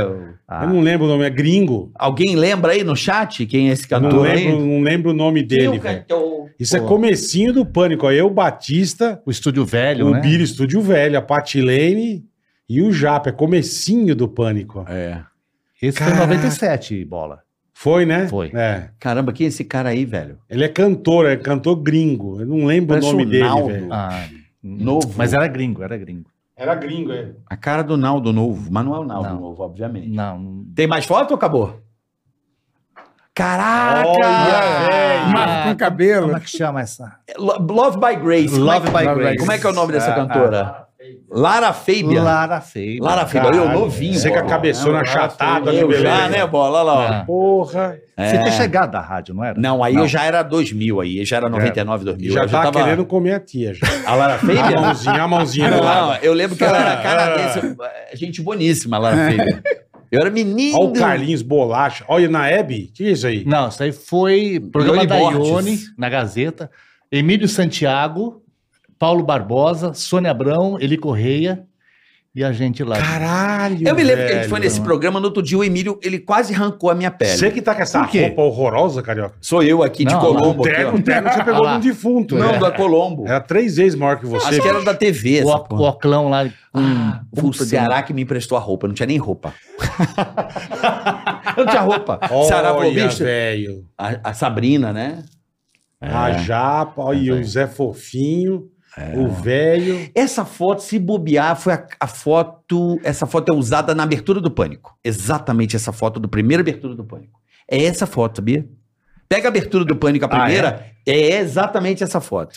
Speaker 6: Ah,
Speaker 2: Eu não lembro o nome, é gringo.
Speaker 3: Alguém lembra aí no chat quem é esse
Speaker 2: Eu não,
Speaker 3: cantor aí?
Speaker 2: lembro, não lembro o nome
Speaker 3: Quem é o
Speaker 2: dele, velho.
Speaker 3: cantor?
Speaker 2: Isso é
Speaker 6: Pô.
Speaker 2: comecinho do pânico. ó. Eu, Batista,
Speaker 6: O estúdio velho,
Speaker 2: o
Speaker 6: né?
Speaker 2: Billy Estúdio Velho, a Patilene e o Japa. É comecinho do pânico. ó.
Speaker 3: É.
Speaker 6: Esse
Speaker 2: Caraca.
Speaker 6: foi em 97, bola.
Speaker 2: Foi, né?
Speaker 6: Foi.
Speaker 2: É.
Speaker 3: Caramba, quem é esse cara aí, velho?
Speaker 2: Ele é cantor, é cantor gringo. Eu não lembro
Speaker 3: Parece
Speaker 2: o nome
Speaker 3: o
Speaker 2: dele,
Speaker 3: Naldo.
Speaker 2: velho.
Speaker 6: Ah,
Speaker 3: Novo.
Speaker 6: Mas era gringo, era gringo.
Speaker 2: Era gringo, é.
Speaker 3: A cara do Naldo Novo. Mas não é o Naldo
Speaker 6: Não.
Speaker 3: Novo, obviamente.
Speaker 6: Não.
Speaker 3: Tem mais foto ou acabou? Caraca!
Speaker 1: Olha,
Speaker 5: Marca com cabelo.
Speaker 6: Como é que chama essa?
Speaker 3: Lo- Love by Grace. Como é-
Speaker 6: Love by Grace.
Speaker 3: Como é que é o nome dessa
Speaker 6: Ah,
Speaker 3: cantora? Lara Fabian.
Speaker 6: Lara Feia.
Speaker 3: Lara Fabian. Olha, eu novinho.
Speaker 2: Você é com a
Speaker 3: bola.
Speaker 2: cabeçona achatada de
Speaker 3: Eu um já,
Speaker 2: beleza.
Speaker 3: né, bola? Olha lá. ó.
Speaker 6: Ah.
Speaker 2: Porra.
Speaker 6: Você tinha chegado da rádio, não era?
Speaker 3: É. Não, aí
Speaker 6: Não.
Speaker 3: eu já era 2000 aí. Já era 99, 2000.
Speaker 2: É. Já
Speaker 3: eu
Speaker 2: tava querendo Ah, comer a tia, já.
Speaker 3: A Lara
Speaker 2: A
Speaker 3: Fabian?
Speaker 2: mãozinha, a mãozinha. do lado.
Speaker 3: Não, é eu lembro que ela
Speaker 2: Ah.
Speaker 3: era canadense. eh, Gente boníssima, a Lara Fabian. Eu era menino.
Speaker 2: Olha o Carlinhos Bolacha. Olha, na Hebe, que é isso aí?
Speaker 6: Não, isso aí foi programa
Speaker 3: Ione
Speaker 6: da
Speaker 3: Bortes.
Speaker 6: Ione, na Gazeta. Emílio Santiago, Paulo Barbosa, Sônia Abrão, Eli Correia e a gente lá.
Speaker 2: Caralho,
Speaker 3: Eu me lembro que a gente
Speaker 2: velho.
Speaker 3: foi nesse programa, no outro dia o Emílio, ele quase arrancou a minha pele.
Speaker 2: Você que tá com essa
Speaker 6: Por quê?
Speaker 2: roupa horrorosa, carioca.
Speaker 3: Sou eu aqui de
Speaker 6: Não,
Speaker 3: Colombo.
Speaker 2: O
Speaker 3: aqui, ó.
Speaker 2: Teco, o Teco, você pegou
Speaker 6: Ah lá.
Speaker 2: um defunto.
Speaker 3: Não,
Speaker 2: né?
Speaker 3: da Colombo.
Speaker 2: Era três vezes maior que você.
Speaker 3: é. Acho que era
Speaker 2: bicho.
Speaker 3: da TV.
Speaker 6: O,
Speaker 3: essa
Speaker 6: o
Speaker 3: porra.
Speaker 6: Oclão lá.
Speaker 3: Ah,
Speaker 6: com-
Speaker 3: o Ceará que me emprestou a roupa, eu não tinha nem roupa. eu não tinha roupa. O Ceará falou,
Speaker 2: Olha,
Speaker 3: bicho,
Speaker 2: velho.
Speaker 3: a, a Sabrina, né?
Speaker 2: A
Speaker 3: É,
Speaker 2: japa, olha, o Zé Fofinho, o velho.
Speaker 3: Essa foto, se bobear, foi a, a foto. Essa foto é usada na abertura do Pânico. Exatamente essa foto do primeiro abertura do Pânico. É essa foto, sabia? Pega a abertura do Pânico, a
Speaker 6: Ah,
Speaker 3: primeira, é? exatamente essa foto.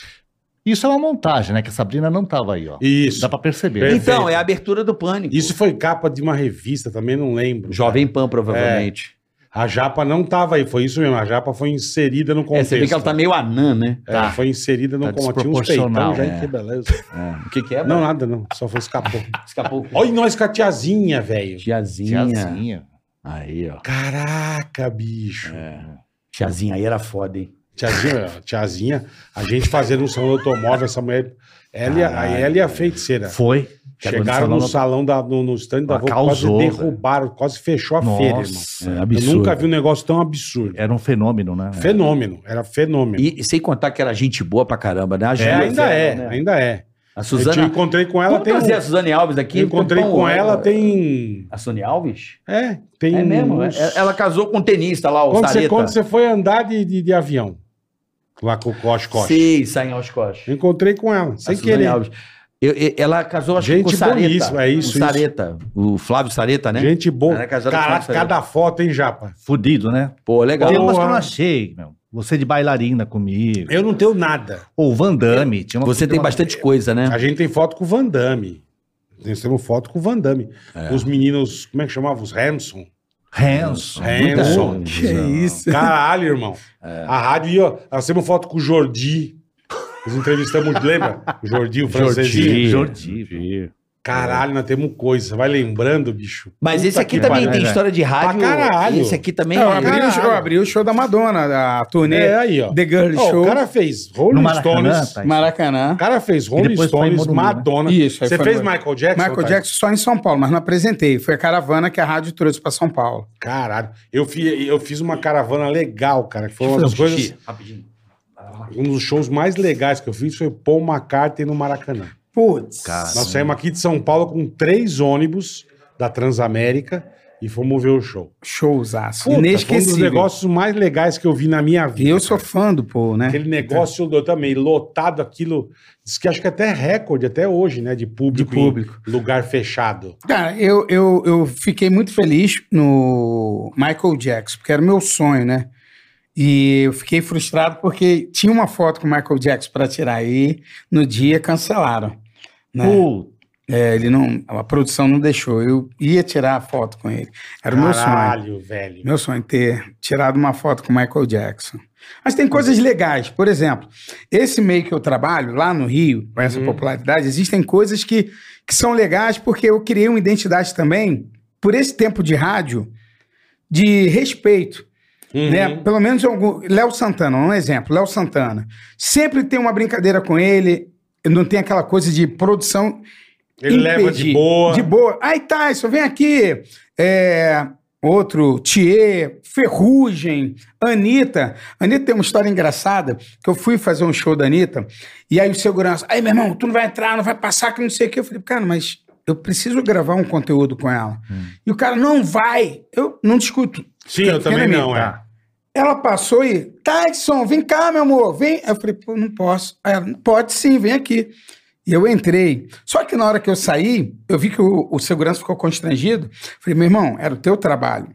Speaker 6: Isso é uma montagem, né? Que a Sabrina não tava aí, ó.
Speaker 2: Isso.
Speaker 6: Dá pra perceber. né?
Speaker 2: Perfeito.
Speaker 3: Então, é a abertura do Pânico.
Speaker 2: Isso foi capa de uma revista, também não lembro.
Speaker 3: Jovem Pan, provavelmente.
Speaker 2: A japa não tava aí, foi isso mesmo. A japa foi inserida no
Speaker 3: É,
Speaker 2: contexto.
Speaker 3: você vê que ela tá meio anã, né?
Speaker 2: É,
Speaker 6: Tá.
Speaker 2: Foi inserida no
Speaker 6: Tá
Speaker 2: contexto. Tinha uns peitão
Speaker 6: desproporcional,
Speaker 2: já,
Speaker 3: né?
Speaker 2: que beleza.
Speaker 3: O que, que é?
Speaker 2: Não,
Speaker 3: mano?
Speaker 2: nada não, só foi escapou.
Speaker 3: Escapou.
Speaker 2: Olha nós com a tiazinha, velho.
Speaker 3: Tiazinha.
Speaker 2: é.
Speaker 6: Tiazinha.
Speaker 3: Aí, ó.
Speaker 2: Caraca, bicho.
Speaker 3: Tiazinha aí era foda, hein?
Speaker 2: Tiazinha, tiazinha, a gente fazendo um salão de automóvel, essa mulher. Ela, e a- a ela e a feiticeira.
Speaker 3: Tá
Speaker 6: Foi.
Speaker 2: Chegaram no salão, da, no, no stand da
Speaker 6: Ah,
Speaker 2: Volvo,
Speaker 6: causou,
Speaker 2: quase derrubaram, quase fechou a feira, irmão.
Speaker 6: Nossa,
Speaker 3: É
Speaker 2: Eu nunca vi um negócio tão absurdo.
Speaker 6: Era um fenômeno, né?
Speaker 2: Fenômeno, era fenômeno.
Speaker 3: E, e sem contar que era gente boa pra caramba, né? A
Speaker 2: É,
Speaker 3: Júlia
Speaker 2: ainda
Speaker 3: Zero,
Speaker 2: é,
Speaker 3: né?
Speaker 2: ainda é.
Speaker 3: A
Speaker 2: Eu te
Speaker 3: Suzana.
Speaker 2: encontrei com ela
Speaker 3: Vamos
Speaker 2: tem.
Speaker 3: trazer a
Speaker 2: um-
Speaker 3: Suzane Alves aqui.
Speaker 2: Encontrei
Speaker 3: Então,
Speaker 2: com
Speaker 3: é-
Speaker 2: ela tem.
Speaker 3: A Sônia Alves?
Speaker 2: É, tem.
Speaker 3: É mesmo? é-
Speaker 2: uns-
Speaker 3: é- Ela casou com o tenista lá, o
Speaker 2: Quando você,
Speaker 3: Sareta.
Speaker 2: quando você foi andar de, de, de avião, lá com o Coche Coche.
Speaker 3: Sei, saem aos coches.
Speaker 2: Eu Encontrei com ela, sem
Speaker 3: A Suzane
Speaker 2: querer.
Speaker 3: Alves. Eu- eu- ela casou, acho que
Speaker 2: Gente
Speaker 3: com o Sareta.
Speaker 2: boníssima, é isso, isso.
Speaker 3: O Sareta. O Flávio Sareta, né?
Speaker 2: Gente boa.
Speaker 3: Ela é casada com
Speaker 2: Caraca,
Speaker 3: o Flávio Sareta.
Speaker 2: cada foto, hein, Japa?
Speaker 6: Fudido, né?
Speaker 3: Pô, legal.
Speaker 6: Tem umas que eu
Speaker 2: Porra.
Speaker 6: não achei, meu. Você de bailarina comigo.
Speaker 2: Eu não tenho nada.
Speaker 6: Ou Van Damme. Tinha uma-
Speaker 3: Você tem
Speaker 6: uma-
Speaker 3: bastante coisa, né?
Speaker 2: A gente tem foto com o Van Damme. Nós temos foto com o Van Damme. Os meninos, como é que chamava? Os Hanson.
Speaker 6: Hanson.
Speaker 3: muita
Speaker 2: Hanson.
Speaker 3: coisa.
Speaker 5: Que isso?
Speaker 2: Caralho, irmão. A rádio ia. Nós temos foto com o Jordi. Nós entrevistamos, lembra? O Jordi, o francesinho.
Speaker 6: Jordi.
Speaker 2: Caralho, nós temos coisa. Você Vai lembrando, bicho.
Speaker 3: Mas
Speaker 2: Puta
Speaker 3: esse aqui
Speaker 2: que
Speaker 3: também
Speaker 2: pariu. né?
Speaker 3: tem história de rádio.
Speaker 2: caralho.
Speaker 3: Esse aqui também. é
Speaker 5: Eu abri, o
Speaker 2: Caralho.
Speaker 5: show, eu abri o show da Madonna, a turnê
Speaker 2: É, aí, ó.
Speaker 5: The Girl
Speaker 2: Ó,
Speaker 5: Show,
Speaker 2: o cara fez
Speaker 6: No
Speaker 2: Rolling
Speaker 6: Maracanã,
Speaker 2: Stones.
Speaker 6: tá?
Speaker 2: O
Speaker 5: Maracanã.
Speaker 2: cara fez
Speaker 6: E
Speaker 2: Rolling
Speaker 6: depois foi em
Speaker 2: Stones,
Speaker 6: Morumbi, né?
Speaker 2: Madonna.
Speaker 5: Isso, aí
Speaker 2: Você
Speaker 5: foi
Speaker 2: fez
Speaker 5: no-
Speaker 2: Michael Jackson?
Speaker 5: Michael
Speaker 2: Thaís?
Speaker 5: Jackson só em São Paulo, mas não apresentei. Foi a caravana que a rádio trouxe pra São Paulo.
Speaker 2: Caralho. Eu, fi- eu fiz uma caravana legal, cara. Que foi uma
Speaker 3: Fazer um
Speaker 2: das coisas.
Speaker 3: xixi, Rapidinho.
Speaker 2: Um dos shows mais legais que eu fiz foi Paul McCartney no Maracanã.
Speaker 5: Putz.
Speaker 2: Nós saímos aqui de São Paulo com três ônibus da Transamérica e fomos ver o show.
Speaker 5: Showzaço.
Speaker 2: Puta, Foi um dos
Speaker 5: Inesquecível.
Speaker 2: negócios mais legais que eu vi na minha vida.
Speaker 5: Eu sou fã do Paul, né?
Speaker 2: Aquele negócio eu também, lotado aquilo. Diz que acho que até é recorde até hoje, né? De
Speaker 5: De
Speaker 2: público. em
Speaker 5: público.
Speaker 2: Lugar fechado.
Speaker 5: Cara, eu, eu, eu fiquei muito feliz no Michael Jackson, porque era o meu sonho, né? E eu fiquei frustrado porque tinha uma foto com o Michael Jackson pra tirar aí, no dia cancelaram. né?
Speaker 6: Puta.
Speaker 5: É, ele não, a produção não deixou. Eu ia tirar a foto com ele. Era o meu sonho.
Speaker 2: Caralho, velho.
Speaker 5: Meu sonho é ter tirado uma foto com o Michael Jackson. Mas tem coisas legais. Por exemplo, esse meio que eu trabalho lá no Rio, com essa popularidade, existem coisas que, que são legais porque eu criei uma identidade também, por esse tempo de rádio, de respeito. Né?
Speaker 2: Uhum.
Speaker 5: Pelo menos algum. Léo Santana, um exemplo. Léo Santana. Sempre tem uma brincadeira com ele, não tem aquela coisa de produção
Speaker 2: Ele leva
Speaker 5: impedir.
Speaker 2: de boa.
Speaker 5: De boa. Aí, Tyson, vem aqui. É, outro, Thier, Ferrugem, Anitta. Anitta tem uma história engraçada, que eu fui fazer um show da Anitta, e aí o segurança, aí, meu irmão, tu não vai entrar, não vai passar, que não sei o quê. Eu falei, cara, mas eu preciso gravar um conteúdo com ela. E o cara, não vai. Eu não discuto.
Speaker 2: Hum. Sim, eu também
Speaker 5: Fica na
Speaker 2: não,
Speaker 5: minha,
Speaker 2: é.
Speaker 5: Ela passou e, Tyson, vem cá, meu amor, vem. Aí eu falei, pô, não posso. Aí ela, pode sim, vem aqui. E eu entrei. Só que na hora que eu saí, eu vi que o, o segurança ficou constrangido. Falei, meu irmão, era o teu trabalho.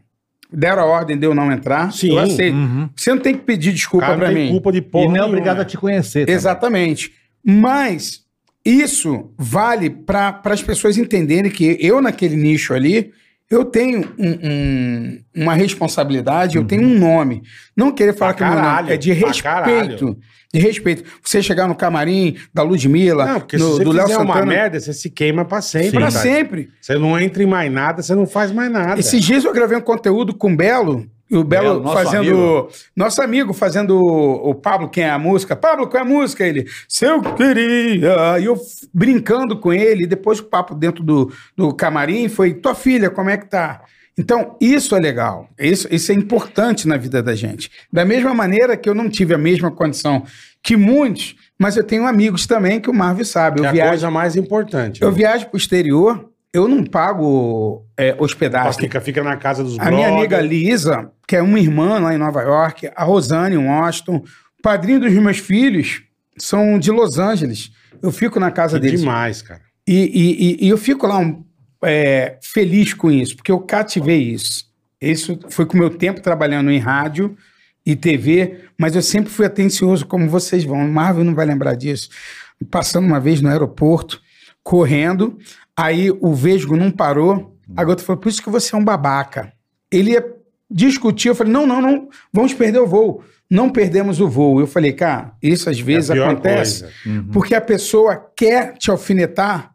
Speaker 5: Deram a ordem de eu não entrar.
Speaker 2: Sim.
Speaker 5: Eu aceito.
Speaker 6: Uhum.
Speaker 5: Você não tem que pedir
Speaker 2: O
Speaker 5: desculpa
Speaker 2: cara
Speaker 5: pra
Speaker 2: não
Speaker 5: mim.
Speaker 2: tem culpa de porra.
Speaker 6: E não é
Speaker 2: nenhuma.
Speaker 6: obrigado a te conhecer. também.
Speaker 5: Exatamente. Mas isso vale para as pessoas entenderem que eu, naquele nicho ali, eu tenho um- um- uma responsabilidade, eu tenho um nome. Não querer falar que
Speaker 2: Uhum. Pra
Speaker 5: o meu nome
Speaker 2: caralho,
Speaker 5: é de
Speaker 2: pra
Speaker 5: respeito.
Speaker 2: caralho.
Speaker 5: De respeito. Você chegar no camarim da Ludmilla,
Speaker 2: Não, porque
Speaker 5: no-
Speaker 2: se você
Speaker 5: do Léo
Speaker 2: fizer uma
Speaker 5: Santana,
Speaker 2: merda, você se queima pra sempre.
Speaker 6: Sim.
Speaker 5: para
Speaker 2: cara.
Speaker 5: sempre.
Speaker 2: Você não entra em mais nada, você não faz mais nada.
Speaker 5: Esses dias eu gravei um conteúdo com o Belo, e o Belo,
Speaker 3: Belo, nosso
Speaker 5: fazendo.
Speaker 3: amigo.
Speaker 5: Nosso amigo fazendo o, o Pablo, quem é a música? Pablo, qual é a música? Ele, se eu queria. E eu f- brincando com ele, e depois o papo dentro do, do camarim foi: tua filha, como é que tá? Então, isso é legal. Isso, isso é importante na vida da gente. Da mesma maneira que eu não tive a mesma condição que muitos, mas eu tenho amigos também que o Marvel sabe.
Speaker 2: Que é
Speaker 5: Eu
Speaker 2: a
Speaker 5: viajo,
Speaker 2: coisa mais importante.
Speaker 5: eu
Speaker 2: né?
Speaker 5: viajo pro exterior, eu não pago é, hospedagem.
Speaker 2: Fica, fica na casa dos
Speaker 5: A minha amiga Lisa, que é uma irmã lá em Nova York, a Rosane Washington, padrinho dos meus filhos, são de Los Angeles. Eu fico na casa
Speaker 2: Que
Speaker 5: deles.
Speaker 2: demais, cara.
Speaker 5: E, e- e- e eu fico lá um, é, feliz com isso, porque eu cativei isso. Isso foi com o meu tempo trabalhando em rádio e TV, mas eu sempre fui atencioso, como vocês vão. O Marvel não vai lembrar disso. Passando uma vez no aeroporto, correndo, aí o Vesgo não parou. A garota falou: por isso que você é um babaca. Ele ia discutir, eu falei: não, não, não, vamos perder o voo. Não perdemos o voo. Eu falei, cara, isso às vezes
Speaker 2: É a pior
Speaker 5: acontece.
Speaker 2: coisa.
Speaker 6: Uhum.
Speaker 5: Porque a pessoa quer te alfinetar,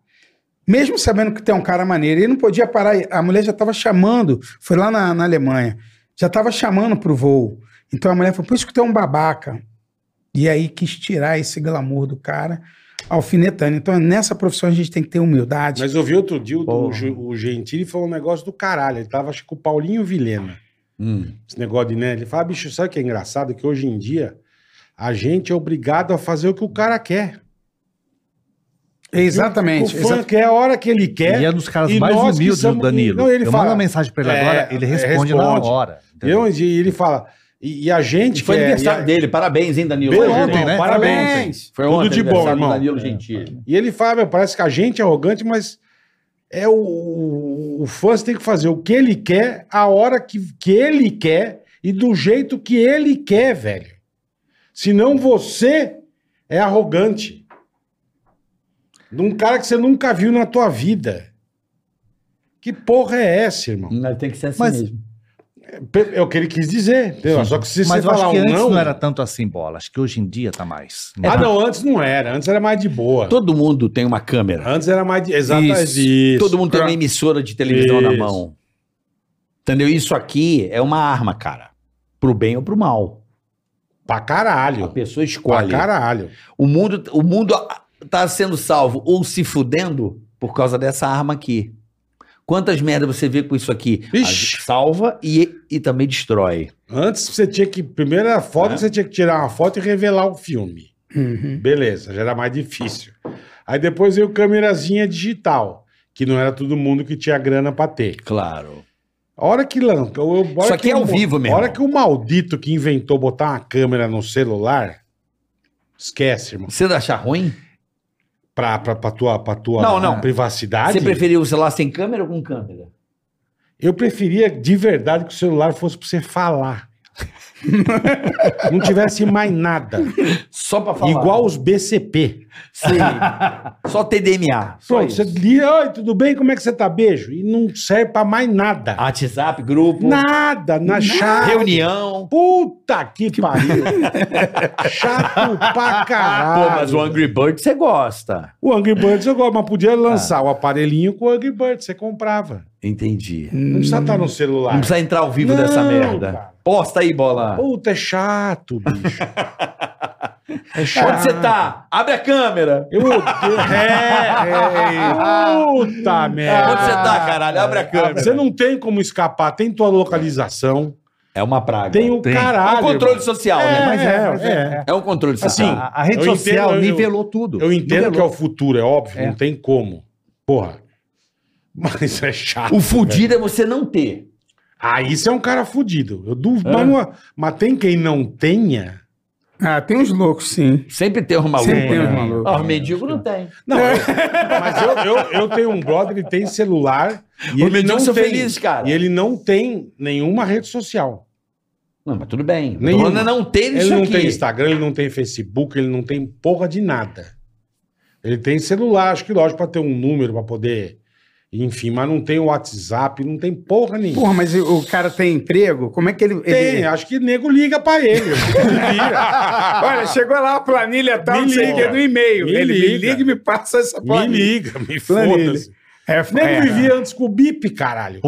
Speaker 5: mesmo sabendo que tem um cara maneiro. Ele não podia parar. A mulher já estava chamando, foi lá na, na Alemanha, já estava chamando pro voo. Então a mulher falou: por isso que tu é um babaca. E aí quis tirar esse glamour do cara alfinetando. Então nessa profissão a gente tem que ter humildade.
Speaker 2: Mas eu vi outro dia o, do-
Speaker 6: Porra.
Speaker 2: Ju- o Gentili falou um negócio do caralho. Ele tava, acho que com o Paulinho Vilena. Esse negócio de, né? Ele fala, bicho, sabe o que é engraçado? Que hoje em dia a gente é obrigado a fazer o que o cara quer.
Speaker 5: Exatamente.
Speaker 2: o fã
Speaker 5: exa-
Speaker 2: quer a hora que ele quer.
Speaker 6: E é um dos caras
Speaker 2: E
Speaker 6: mais
Speaker 2: nós que
Speaker 6: humildes,
Speaker 2: somos-
Speaker 6: o Danilo.
Speaker 2: Não, ele
Speaker 6: eu
Speaker 2: fala-
Speaker 6: mando uma mensagem pra ele
Speaker 2: É,
Speaker 6: agora, ele
Speaker 2: é,
Speaker 6: responde,
Speaker 2: responde.
Speaker 6: na hora. entendeu?
Speaker 2: Eu, e ele fala. E, e a gente.
Speaker 3: Foi
Speaker 2: quer-
Speaker 3: aniversário
Speaker 2: e a-
Speaker 3: dele, parabéns, hein, Danilo?
Speaker 2: Beleza,
Speaker 6: ontem,
Speaker 2: irmão,
Speaker 6: né?
Speaker 2: Parabéns.
Speaker 3: Foi
Speaker 2: Tudo
Speaker 3: ontem,
Speaker 2: de bom,
Speaker 3: aniversário do
Speaker 2: irmão. É.
Speaker 3: Danilo Gentili.
Speaker 2: E ele fala, meu, parece que a gente é arrogante, mas é o, o, o fã tem que fazer o que ele quer, a hora que, que ele quer e do jeito que ele quer, velho. Senão você é arrogante. De um cara que você nunca viu na tua vida. Que porra é essa, irmão?
Speaker 7: Mas Tem que ser assim
Speaker 6: Mas-
Speaker 7: mesmo.
Speaker 2: É o que ele quis dizer. entendeu? Só que se você
Speaker 6: Mas eu acho
Speaker 2: falar
Speaker 6: que
Speaker 2: um
Speaker 6: antes
Speaker 2: não...
Speaker 6: não... era tanto assim bola. Acho que hoje em dia tá mais.
Speaker 2: Ah, não, antes não era. Antes era mais de boa.
Speaker 3: Todo mundo tem uma câmera.
Speaker 2: Antes era mais de... Exatamente isso.
Speaker 3: Isso. Todo mundo tem uma emissora de televisão na
Speaker 2: Isso.
Speaker 3: mão. Entendeu? Isso aqui é uma arma, cara. Pro bem ou pro mal.
Speaker 2: Pra
Speaker 3: A
Speaker 2: caralho.
Speaker 3: pessoa
Speaker 2: Pra
Speaker 3: escolhe.
Speaker 2: caralho.
Speaker 3: O mundo, o mundo tá sendo salvo ou se fudendo por causa dessa arma aqui. Quantas merdas você vê com isso aqui?
Speaker 2: Ixi.
Speaker 3: A- Salva e, e também destrói.
Speaker 2: Antes você tinha que. Primeiro era a
Speaker 3: Né?
Speaker 2: foto, você tinha que tirar uma foto e revelar o filme.
Speaker 5: Uhum.
Speaker 2: Beleza, já era mais difícil. Aí depois veio câmerazinha digital, que não era todo mundo que tinha grana pra ter.
Speaker 3: Claro.
Speaker 2: A hora que lança.
Speaker 3: Isso aqui é ao vivo mesmo.
Speaker 2: A hora que o maldito que inventou botar uma câmera no celular. Esquece, irmão.
Speaker 3: Você achar ruim?
Speaker 2: Pra, pra, pra tua, pra tua
Speaker 3: Não, não.
Speaker 2: privacidade.
Speaker 3: Você preferia o celular sem câmera ou com câmera?
Speaker 2: Eu preferia de verdade que o celular fosse pra você falar. não tivesse mais nada.
Speaker 3: Só pra falar.
Speaker 2: Igual os BCP.
Speaker 3: Sim. Só TDMA. Só
Speaker 2: Pronto,
Speaker 3: isso.
Speaker 2: você liga, oi, tudo bem? Como é que você tá? Beijo. E não serve pra mais nada.
Speaker 3: WhatsApp, grupo,
Speaker 2: Nada, na chave.
Speaker 3: reunião.
Speaker 2: Puta que, pariu. Chato pra caralho.
Speaker 3: Pô, mas o Angry Ah. Bird você gosta.
Speaker 2: O Angry Birds eu gosto, mas podia lançar o aparelhinho com o Angry Birds, você comprava.
Speaker 3: Entendi.
Speaker 2: Não precisa estar no celular.
Speaker 3: Hum. Não precisa entrar ao vivo dessa
Speaker 2: Não,
Speaker 3: merda.
Speaker 2: cara.
Speaker 3: Posta aí, bola.
Speaker 2: Puta, é chato, bicho. É chato.
Speaker 3: Onde você tá? Abre a câmera.
Speaker 2: Eu odeio. É, é. Puta merda.
Speaker 3: Ah. Onde você tá, caralho? Abre a câmera.
Speaker 2: Ah, Você não tem como escapar, tem tua localização,
Speaker 3: É uma praga.
Speaker 2: tem o
Speaker 6: Tem.
Speaker 2: caralho.
Speaker 3: É um controle
Speaker 2: irmão.
Speaker 3: social,
Speaker 2: É,
Speaker 3: né?
Speaker 6: Mas é, mas é.
Speaker 2: é.
Speaker 3: É um controle social.
Speaker 2: Assim,
Speaker 6: A, a rede
Speaker 2: Eu
Speaker 6: social
Speaker 2: entendo, eu-
Speaker 6: nivelou tudo.
Speaker 2: Eu entendo que é
Speaker 6: Nivelou.
Speaker 2: o futuro, é óbvio,
Speaker 6: É.
Speaker 2: não tem como. Porra. Mas é chato.
Speaker 3: o fudido é você não ter.
Speaker 6: É.
Speaker 2: é. Ah, isso é um cara fudido. Eu duvido. Mas, não- mas tem quem não tenha
Speaker 5: Ah, tem uns loucos, sim.
Speaker 3: Sempre tem um maluco.
Speaker 5: Sempre tem
Speaker 3: né?
Speaker 5: uns malucos.
Speaker 3: Ah, os mendigos não tem.
Speaker 2: Não,
Speaker 6: É.
Speaker 2: eu- mas eu, eu, eu tenho um brother, ele tem celular. E
Speaker 3: Os
Speaker 2: ele não
Speaker 3: mendigos são
Speaker 2: tem,
Speaker 3: felizes, cara.
Speaker 2: E ele não tem nenhuma rede social.
Speaker 3: Não, mas tudo bem.
Speaker 2: Nenhum.
Speaker 3: Nenhum. Não tem
Speaker 2: Ele
Speaker 3: isso
Speaker 2: não
Speaker 3: aqui.
Speaker 2: tem Instagram, ele não tem Facebook, ele não tem porra de nada. Ele tem celular, acho que lógico, pra ter um número, pra poder. Enfim, mas não tem WhatsApp, não tem porra nenhuma.
Speaker 5: Porra, mas o cara tem emprego? Como é que ele.
Speaker 2: Tem,
Speaker 5: ele-
Speaker 2: acho que nego liga pra ele. Liga.
Speaker 5: Olha, chegou lá a planilha tal,
Speaker 2: Me
Speaker 5: não sei o
Speaker 2: liga.
Speaker 5: que, no e-mail.
Speaker 2: Me
Speaker 5: ele me
Speaker 2: liga.
Speaker 5: liga e me passa essa
Speaker 2: me
Speaker 5: planilha.
Speaker 2: liga, me
Speaker 5: Planilha.
Speaker 2: foda-se.
Speaker 5: É,
Speaker 2: Nego
Speaker 5: é.
Speaker 2: vivia antes com o bip, caralho.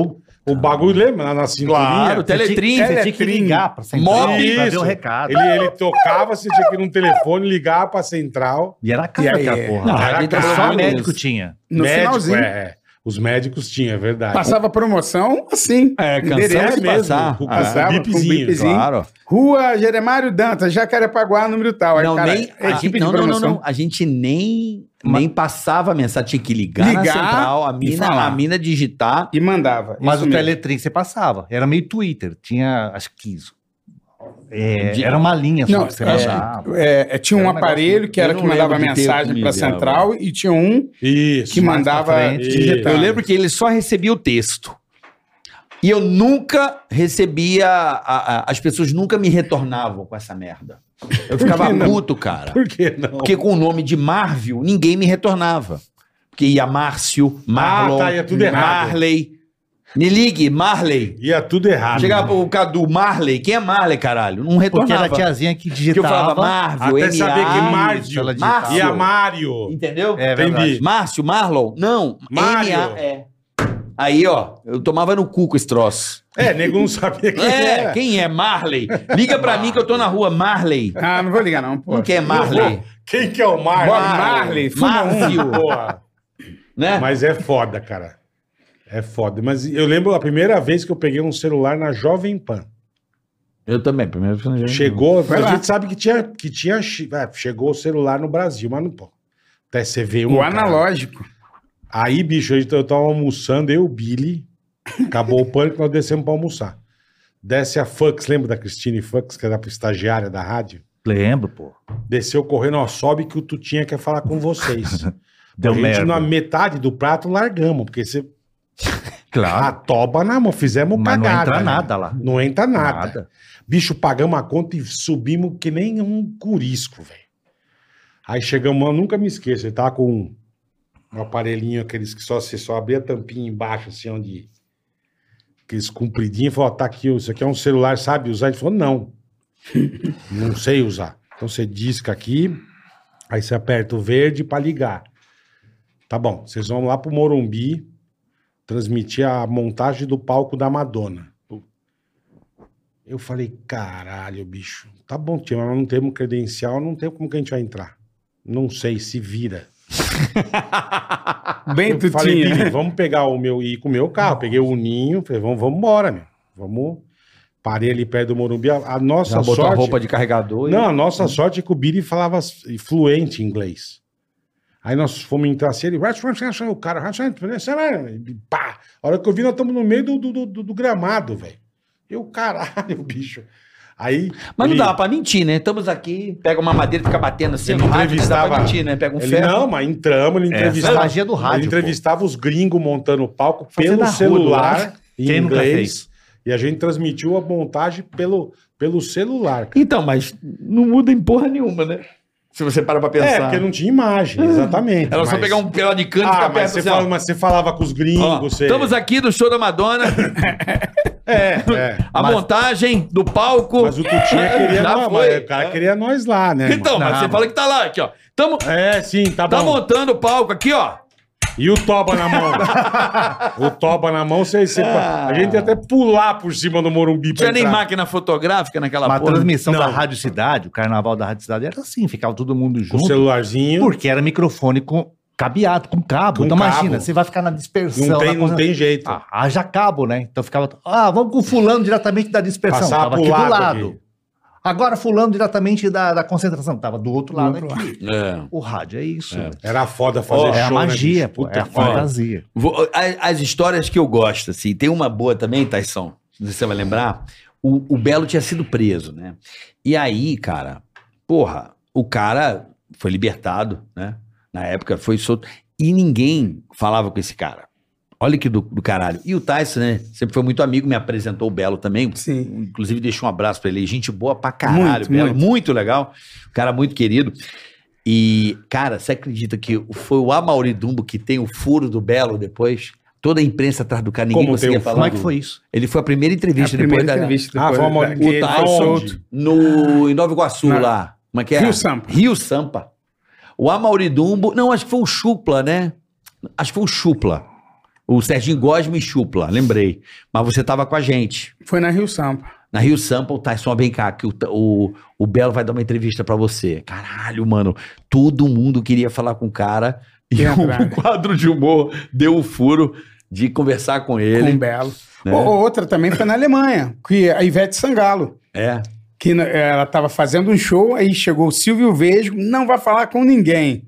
Speaker 2: O bagulho, lembra? Na, na cinturinha.
Speaker 3: Claro, Teletrim.
Speaker 6: Você tinha que ligar pra central
Speaker 3: Móvel.
Speaker 6: pra ver
Speaker 2: Isso.
Speaker 6: o recado.
Speaker 2: Ele, ele tocava, você tinha que ir num telefone, ligar pra central.
Speaker 6: E era caro
Speaker 5: E aí,
Speaker 6: aquela
Speaker 5: é.
Speaker 6: porra.
Speaker 3: Não,
Speaker 6: Era
Speaker 3: ali tá
Speaker 6: caro.
Speaker 3: só
Speaker 6: só
Speaker 3: isso.
Speaker 6: médico tinha.
Speaker 5: No
Speaker 2: Médico,
Speaker 5: finalzinho.
Speaker 2: É, os médicos tinham, é verdade.
Speaker 5: Passava promoção assim.
Speaker 3: É,
Speaker 5: Endereço,
Speaker 3: canção de passar.
Speaker 2: com, com
Speaker 5: Passava com
Speaker 2: bipzinho.
Speaker 5: Ah, bipzinho.
Speaker 3: Claro.
Speaker 5: Rua Jeremário Dantas, Jacarepaguá, número tal. Aí,
Speaker 3: não,
Speaker 5: cara,
Speaker 3: nem,
Speaker 2: tipo
Speaker 3: a,
Speaker 5: equipe
Speaker 3: não,
Speaker 5: de
Speaker 3: não, não,
Speaker 5: promoção.
Speaker 3: não. A gente nem, nem passava a mensagem. Tinha que ligar, na
Speaker 5: Ligar
Speaker 3: central, a mina,
Speaker 5: falar.
Speaker 3: a mina digitar.
Speaker 5: E mandava.
Speaker 6: Mas
Speaker 5: isso
Speaker 6: o
Speaker 5: mesmo.
Speaker 6: Teletrim você passava. Era meio Twitter. Tinha, acho que isso. É,
Speaker 3: De-
Speaker 6: era uma linha só
Speaker 5: Não,
Speaker 6: que você
Speaker 5: é-
Speaker 6: baixava.
Speaker 5: É, é, tinha um
Speaker 6: Era um
Speaker 5: aparelho que
Speaker 3: Eu
Speaker 5: era
Speaker 3: não
Speaker 5: que mandava
Speaker 3: lembro de ter
Speaker 5: mensagem
Speaker 3: comigo,
Speaker 5: pra central e tinha um
Speaker 2: Isso.
Speaker 5: que mandava.
Speaker 6: pra frente,
Speaker 5: Isso.
Speaker 2: digitado.
Speaker 3: Eu lembro que ele só recebia o texto. E eu nunca recebia. a- a- as pessoas nunca me retornavam com essa merda. Eu ficava puto, cara.
Speaker 2: Por que não?
Speaker 3: Porque com o nome de Marvel, ninguém me retornava. Porque ia Márcio, Marlon,
Speaker 2: tá, ia tudo errado.
Speaker 3: Marley. Me ligue, Marley.
Speaker 2: Ia tudo errado.
Speaker 3: Chegava pro Cadu, Marley. Quem é Marley, caralho? Não
Speaker 6: Porque era
Speaker 3: retornava.
Speaker 6: a tiazinha que
Speaker 3: Porque eu falava
Speaker 6: digitava.
Speaker 3: Marvel,
Speaker 2: Até
Speaker 3: MA,
Speaker 2: saber que Mar-
Speaker 6: isso, ela
Speaker 3: Márcio.
Speaker 6: digitava.
Speaker 2: E a Mário.
Speaker 3: Entendeu?
Speaker 6: É verdade.
Speaker 2: Entendi.
Speaker 3: Márcio, Marlon? Não.
Speaker 2: Mário.
Speaker 3: MA, é. Aí, ó, eu tomava no cu com esse troço.
Speaker 2: É, nego não sabia quem
Speaker 3: É,
Speaker 2: era.
Speaker 3: quem é Marley? Liga pra mim que eu tô na rua, Marley.
Speaker 5: Ah, não vou ligar, não, pô.
Speaker 3: Não quer Marley.
Speaker 2: Quem que é o Mário?
Speaker 3: Bob
Speaker 5: Marley, fuma um.
Speaker 3: Márcio,
Speaker 2: Porra.
Speaker 3: né?
Speaker 2: Mas é foda, cara. É foda. Mas eu lembro a primeira vez que eu peguei um celular na Jovem Pan.
Speaker 3: Eu também, primeiro que eu não-
Speaker 2: Chegou,
Speaker 5: Vai
Speaker 2: a
Speaker 5: Uhum. lá.
Speaker 2: gente sabe que tinha, que tinha chi- é, chegou o celular no Brasil, mas não pô. Até você vê um.
Speaker 5: O
Speaker 2: cara.
Speaker 5: analógico.
Speaker 2: Aí, bicho, eu tava almoçando, eu e o Billy. Acabou o pânico, nós descemos pra almoçar. Desce a Fux, lembra da Cristine Fux, que era a estagiária da rádio?
Speaker 6: Lembro, pô.
Speaker 2: Desceu correndo, ó, sobe que o Tutinha quer falar com vocês.
Speaker 6: Deu
Speaker 2: a gente,
Speaker 6: merda.
Speaker 2: na metade do prato, largamos, porque você
Speaker 6: Claro.
Speaker 2: a toba na mão, fizemos
Speaker 6: Ah. mas não
Speaker 2: Ah, cagada.
Speaker 6: entra
Speaker 2: né?
Speaker 6: nada lá.
Speaker 2: Não entra nada. Bicho, pagamos a conta e subimos que nem um curisco, velho. Aí chegamos, eu nunca me esqueço, ele tava com um, um aparelhinho, aqueles que só você só abria a tampinha embaixo, assim, onde. Aqueles compridinhos, falou: ó, tá aqui, isso aqui é um celular, sabe usar? Ele falou: não. não sei usar. Então você disca aqui, aí você aperta o verde pra ligar. Tá bom, vocês vão lá pro Morumbi transmitir a montagem do palco da Madonna. Eu falei, caralho, bicho. Tá bom, tia, mas não temos credencial, não tem como que a gente vai entrar. Não sei, se vira.
Speaker 5: Bem
Speaker 3: Ah,
Speaker 5: né?
Speaker 2: Eu falei,
Speaker 5: tutinha.
Speaker 2: Billy, vamos pegar o meu e ir com o meu carro. Peguei o Ninho, falei, vamos, vamos embora, meu. Vamos. Parei ali perto do Morumbi. A, a nossa
Speaker 3: Já botou
Speaker 2: sorte.
Speaker 3: a roupa de carregador. e-
Speaker 2: Não, a nossa sorte é que o Billy falava s- fluente inglês. Aí nós fomos entrar assim, ele... O cara... e Pá! A hora que eu vi, nós estamos no meio do, do, do- do gramado, velho. Eu, caralho, bicho. Aí...
Speaker 3: Mas não
Speaker 2: ele-
Speaker 3: dava pra mentir, né? Estamos aqui, pega uma madeira e fica batendo assim
Speaker 2: Ele
Speaker 3: no rádio, não dá pra
Speaker 2: entrevistava-
Speaker 3: mentir, né? Pega um
Speaker 2: Ele,
Speaker 3: ferro.
Speaker 2: não, mas entramos, ele
Speaker 6: Essa é a
Speaker 2: entrevistava,
Speaker 6: magia do
Speaker 2: ele
Speaker 6: rádio. pô.
Speaker 2: entrevistava os gringos montando o palco
Speaker 6: Fazendo
Speaker 2: pelo
Speaker 6: né? a rua do
Speaker 2: celular
Speaker 6: lado.
Speaker 2: em
Speaker 6: Quem nunca
Speaker 2: inglês. E a gente transmitiu a montagem pelo, pelo celular. cara.
Speaker 3: Então, mas não muda em porra nenhuma, né? Se você para pra
Speaker 2: É,
Speaker 3: pensar.
Speaker 2: porque não tinha imagem, exatamente.
Speaker 3: Era só
Speaker 2: mas-
Speaker 3: pegar um pedaço de canto e
Speaker 2: Ah,
Speaker 3: ficar
Speaker 2: mas
Speaker 3: perto
Speaker 2: você,
Speaker 3: assim,
Speaker 2: fala-
Speaker 3: ó.
Speaker 2: mas você falava com os gringos.
Speaker 3: Ó,
Speaker 2: você...
Speaker 3: Estamos aqui no show da Madonna,
Speaker 2: É, é.
Speaker 3: a montagem do palco.
Speaker 2: Mas o Tutinha queria
Speaker 3: Já
Speaker 2: nós,
Speaker 3: foi.
Speaker 2: mas o cara queria nós lá, né?
Speaker 3: Então, mas
Speaker 6: Não,
Speaker 3: você
Speaker 6: mano.
Speaker 3: fala que tá lá, aqui, ó. Tamo,
Speaker 2: mano? É, sim, tá,
Speaker 3: tá
Speaker 2: bom.
Speaker 3: montando o palco aqui, ó.
Speaker 2: E o toba na mão? o toba na mão, você, você-
Speaker 3: Ah.
Speaker 2: a gente ia até pular por cima do Morumbi. pra
Speaker 3: Tinha nem
Speaker 2: entrar.
Speaker 3: máquina fotográfica naquela
Speaker 6: Mas a
Speaker 3: porra.
Speaker 6: transmissão
Speaker 2: Não.
Speaker 6: da Rádio Cidade, o carnaval da Rádio Cidade, era assim, ficava todo mundo
Speaker 2: Com o
Speaker 6: junto.
Speaker 2: celularzinho.
Speaker 6: Porque era microfone com cabeado, com cabo.
Speaker 2: Com
Speaker 6: então
Speaker 2: cabo.
Speaker 6: imagina, você vai ficar na dispersão.
Speaker 2: Não tem,
Speaker 6: na
Speaker 2: não tem jeito.
Speaker 6: Ah, haja cabo, né? Então ficava. Ah, vamos com fulano diretamente da dispersão.
Speaker 2: Passava
Speaker 6: tava
Speaker 2: pro
Speaker 6: aqui do
Speaker 2: lado
Speaker 6: lado.
Speaker 2: aqui.
Speaker 6: Agora fulano diretamente da, da concentração. Tava do outro lado aqui.
Speaker 3: É.
Speaker 6: O rádio é isso. né?
Speaker 2: Era foda
Speaker 6: É,
Speaker 2: fazer show.
Speaker 6: a
Speaker 2: né,
Speaker 6: magia,
Speaker 2: bicho?
Speaker 6: pô.
Speaker 2: Puta
Speaker 6: É a
Speaker 2: que pariu.
Speaker 6: fantasia.
Speaker 3: Vou- a- as histórias que eu gosto, assim, tem uma boa também, Taisson, não sei se você vai lembrar. O, o Belo tinha sido preso, né? E aí, cara, Porra, o cara foi libertado, né? Na época foi solto. E ninguém falava com esse cara. Olha que do, do caralho. E o Tyson, né? Sempre foi muito amigo, me apresentou o Belo também.
Speaker 5: Sim. É
Speaker 3: Inclusive, deixou um abraço pra ele. Gente boa pra caralho,
Speaker 5: Muito,
Speaker 3: Belo.
Speaker 5: muito.
Speaker 3: Muito. legal. Um cara muito querido. E, cara, você acredita que foi o Amauri Dumbo que tem o furo do Belo depois? Toda a imprensa atrás do cara, ninguém
Speaker 2: Como tem
Speaker 3: conseguia
Speaker 2: o
Speaker 3: falar.
Speaker 6: Como é que foi isso?
Speaker 3: Ele foi a primeira entrevista
Speaker 5: É a primeira
Speaker 3: depois da,
Speaker 5: entrevista
Speaker 2: Ah,
Speaker 5: depois
Speaker 2: vamos
Speaker 5: da-
Speaker 2: olhar.
Speaker 5: que ele
Speaker 3: O
Speaker 5: foi
Speaker 3: Tyson.
Speaker 5: solto.
Speaker 3: no, em Nova Iguaçu
Speaker 5: Na-
Speaker 3: lá. Como é que é?
Speaker 5: Rio Sampa.
Speaker 3: Rio Sampa. O Amauridumbo. Não, acho que foi o Chupla, né? Acho que foi o Chupla. O Serginho Gosme e Chupla, lembrei. Mas você tava com a gente.
Speaker 5: Foi na Rio Sampa.
Speaker 3: Na Rio Sampa, o Tyson vem cá, que o, o, o Belo vai dar uma entrevista pra você. Caralho, mano. Todo mundo queria falar com o cara. E
Speaker 5: Que
Speaker 3: o
Speaker 5: entrada.
Speaker 3: quadro de humor deu o furo de conversar com ele.
Speaker 5: Com Belo.
Speaker 3: Né?
Speaker 5: O- Outra também foi na Alemanha, que a Ivete Sangalo.
Speaker 3: É.
Speaker 5: que na- ela estava fazendo um show, aí chegou o Silvio Vesgo, não vai falar com ninguém.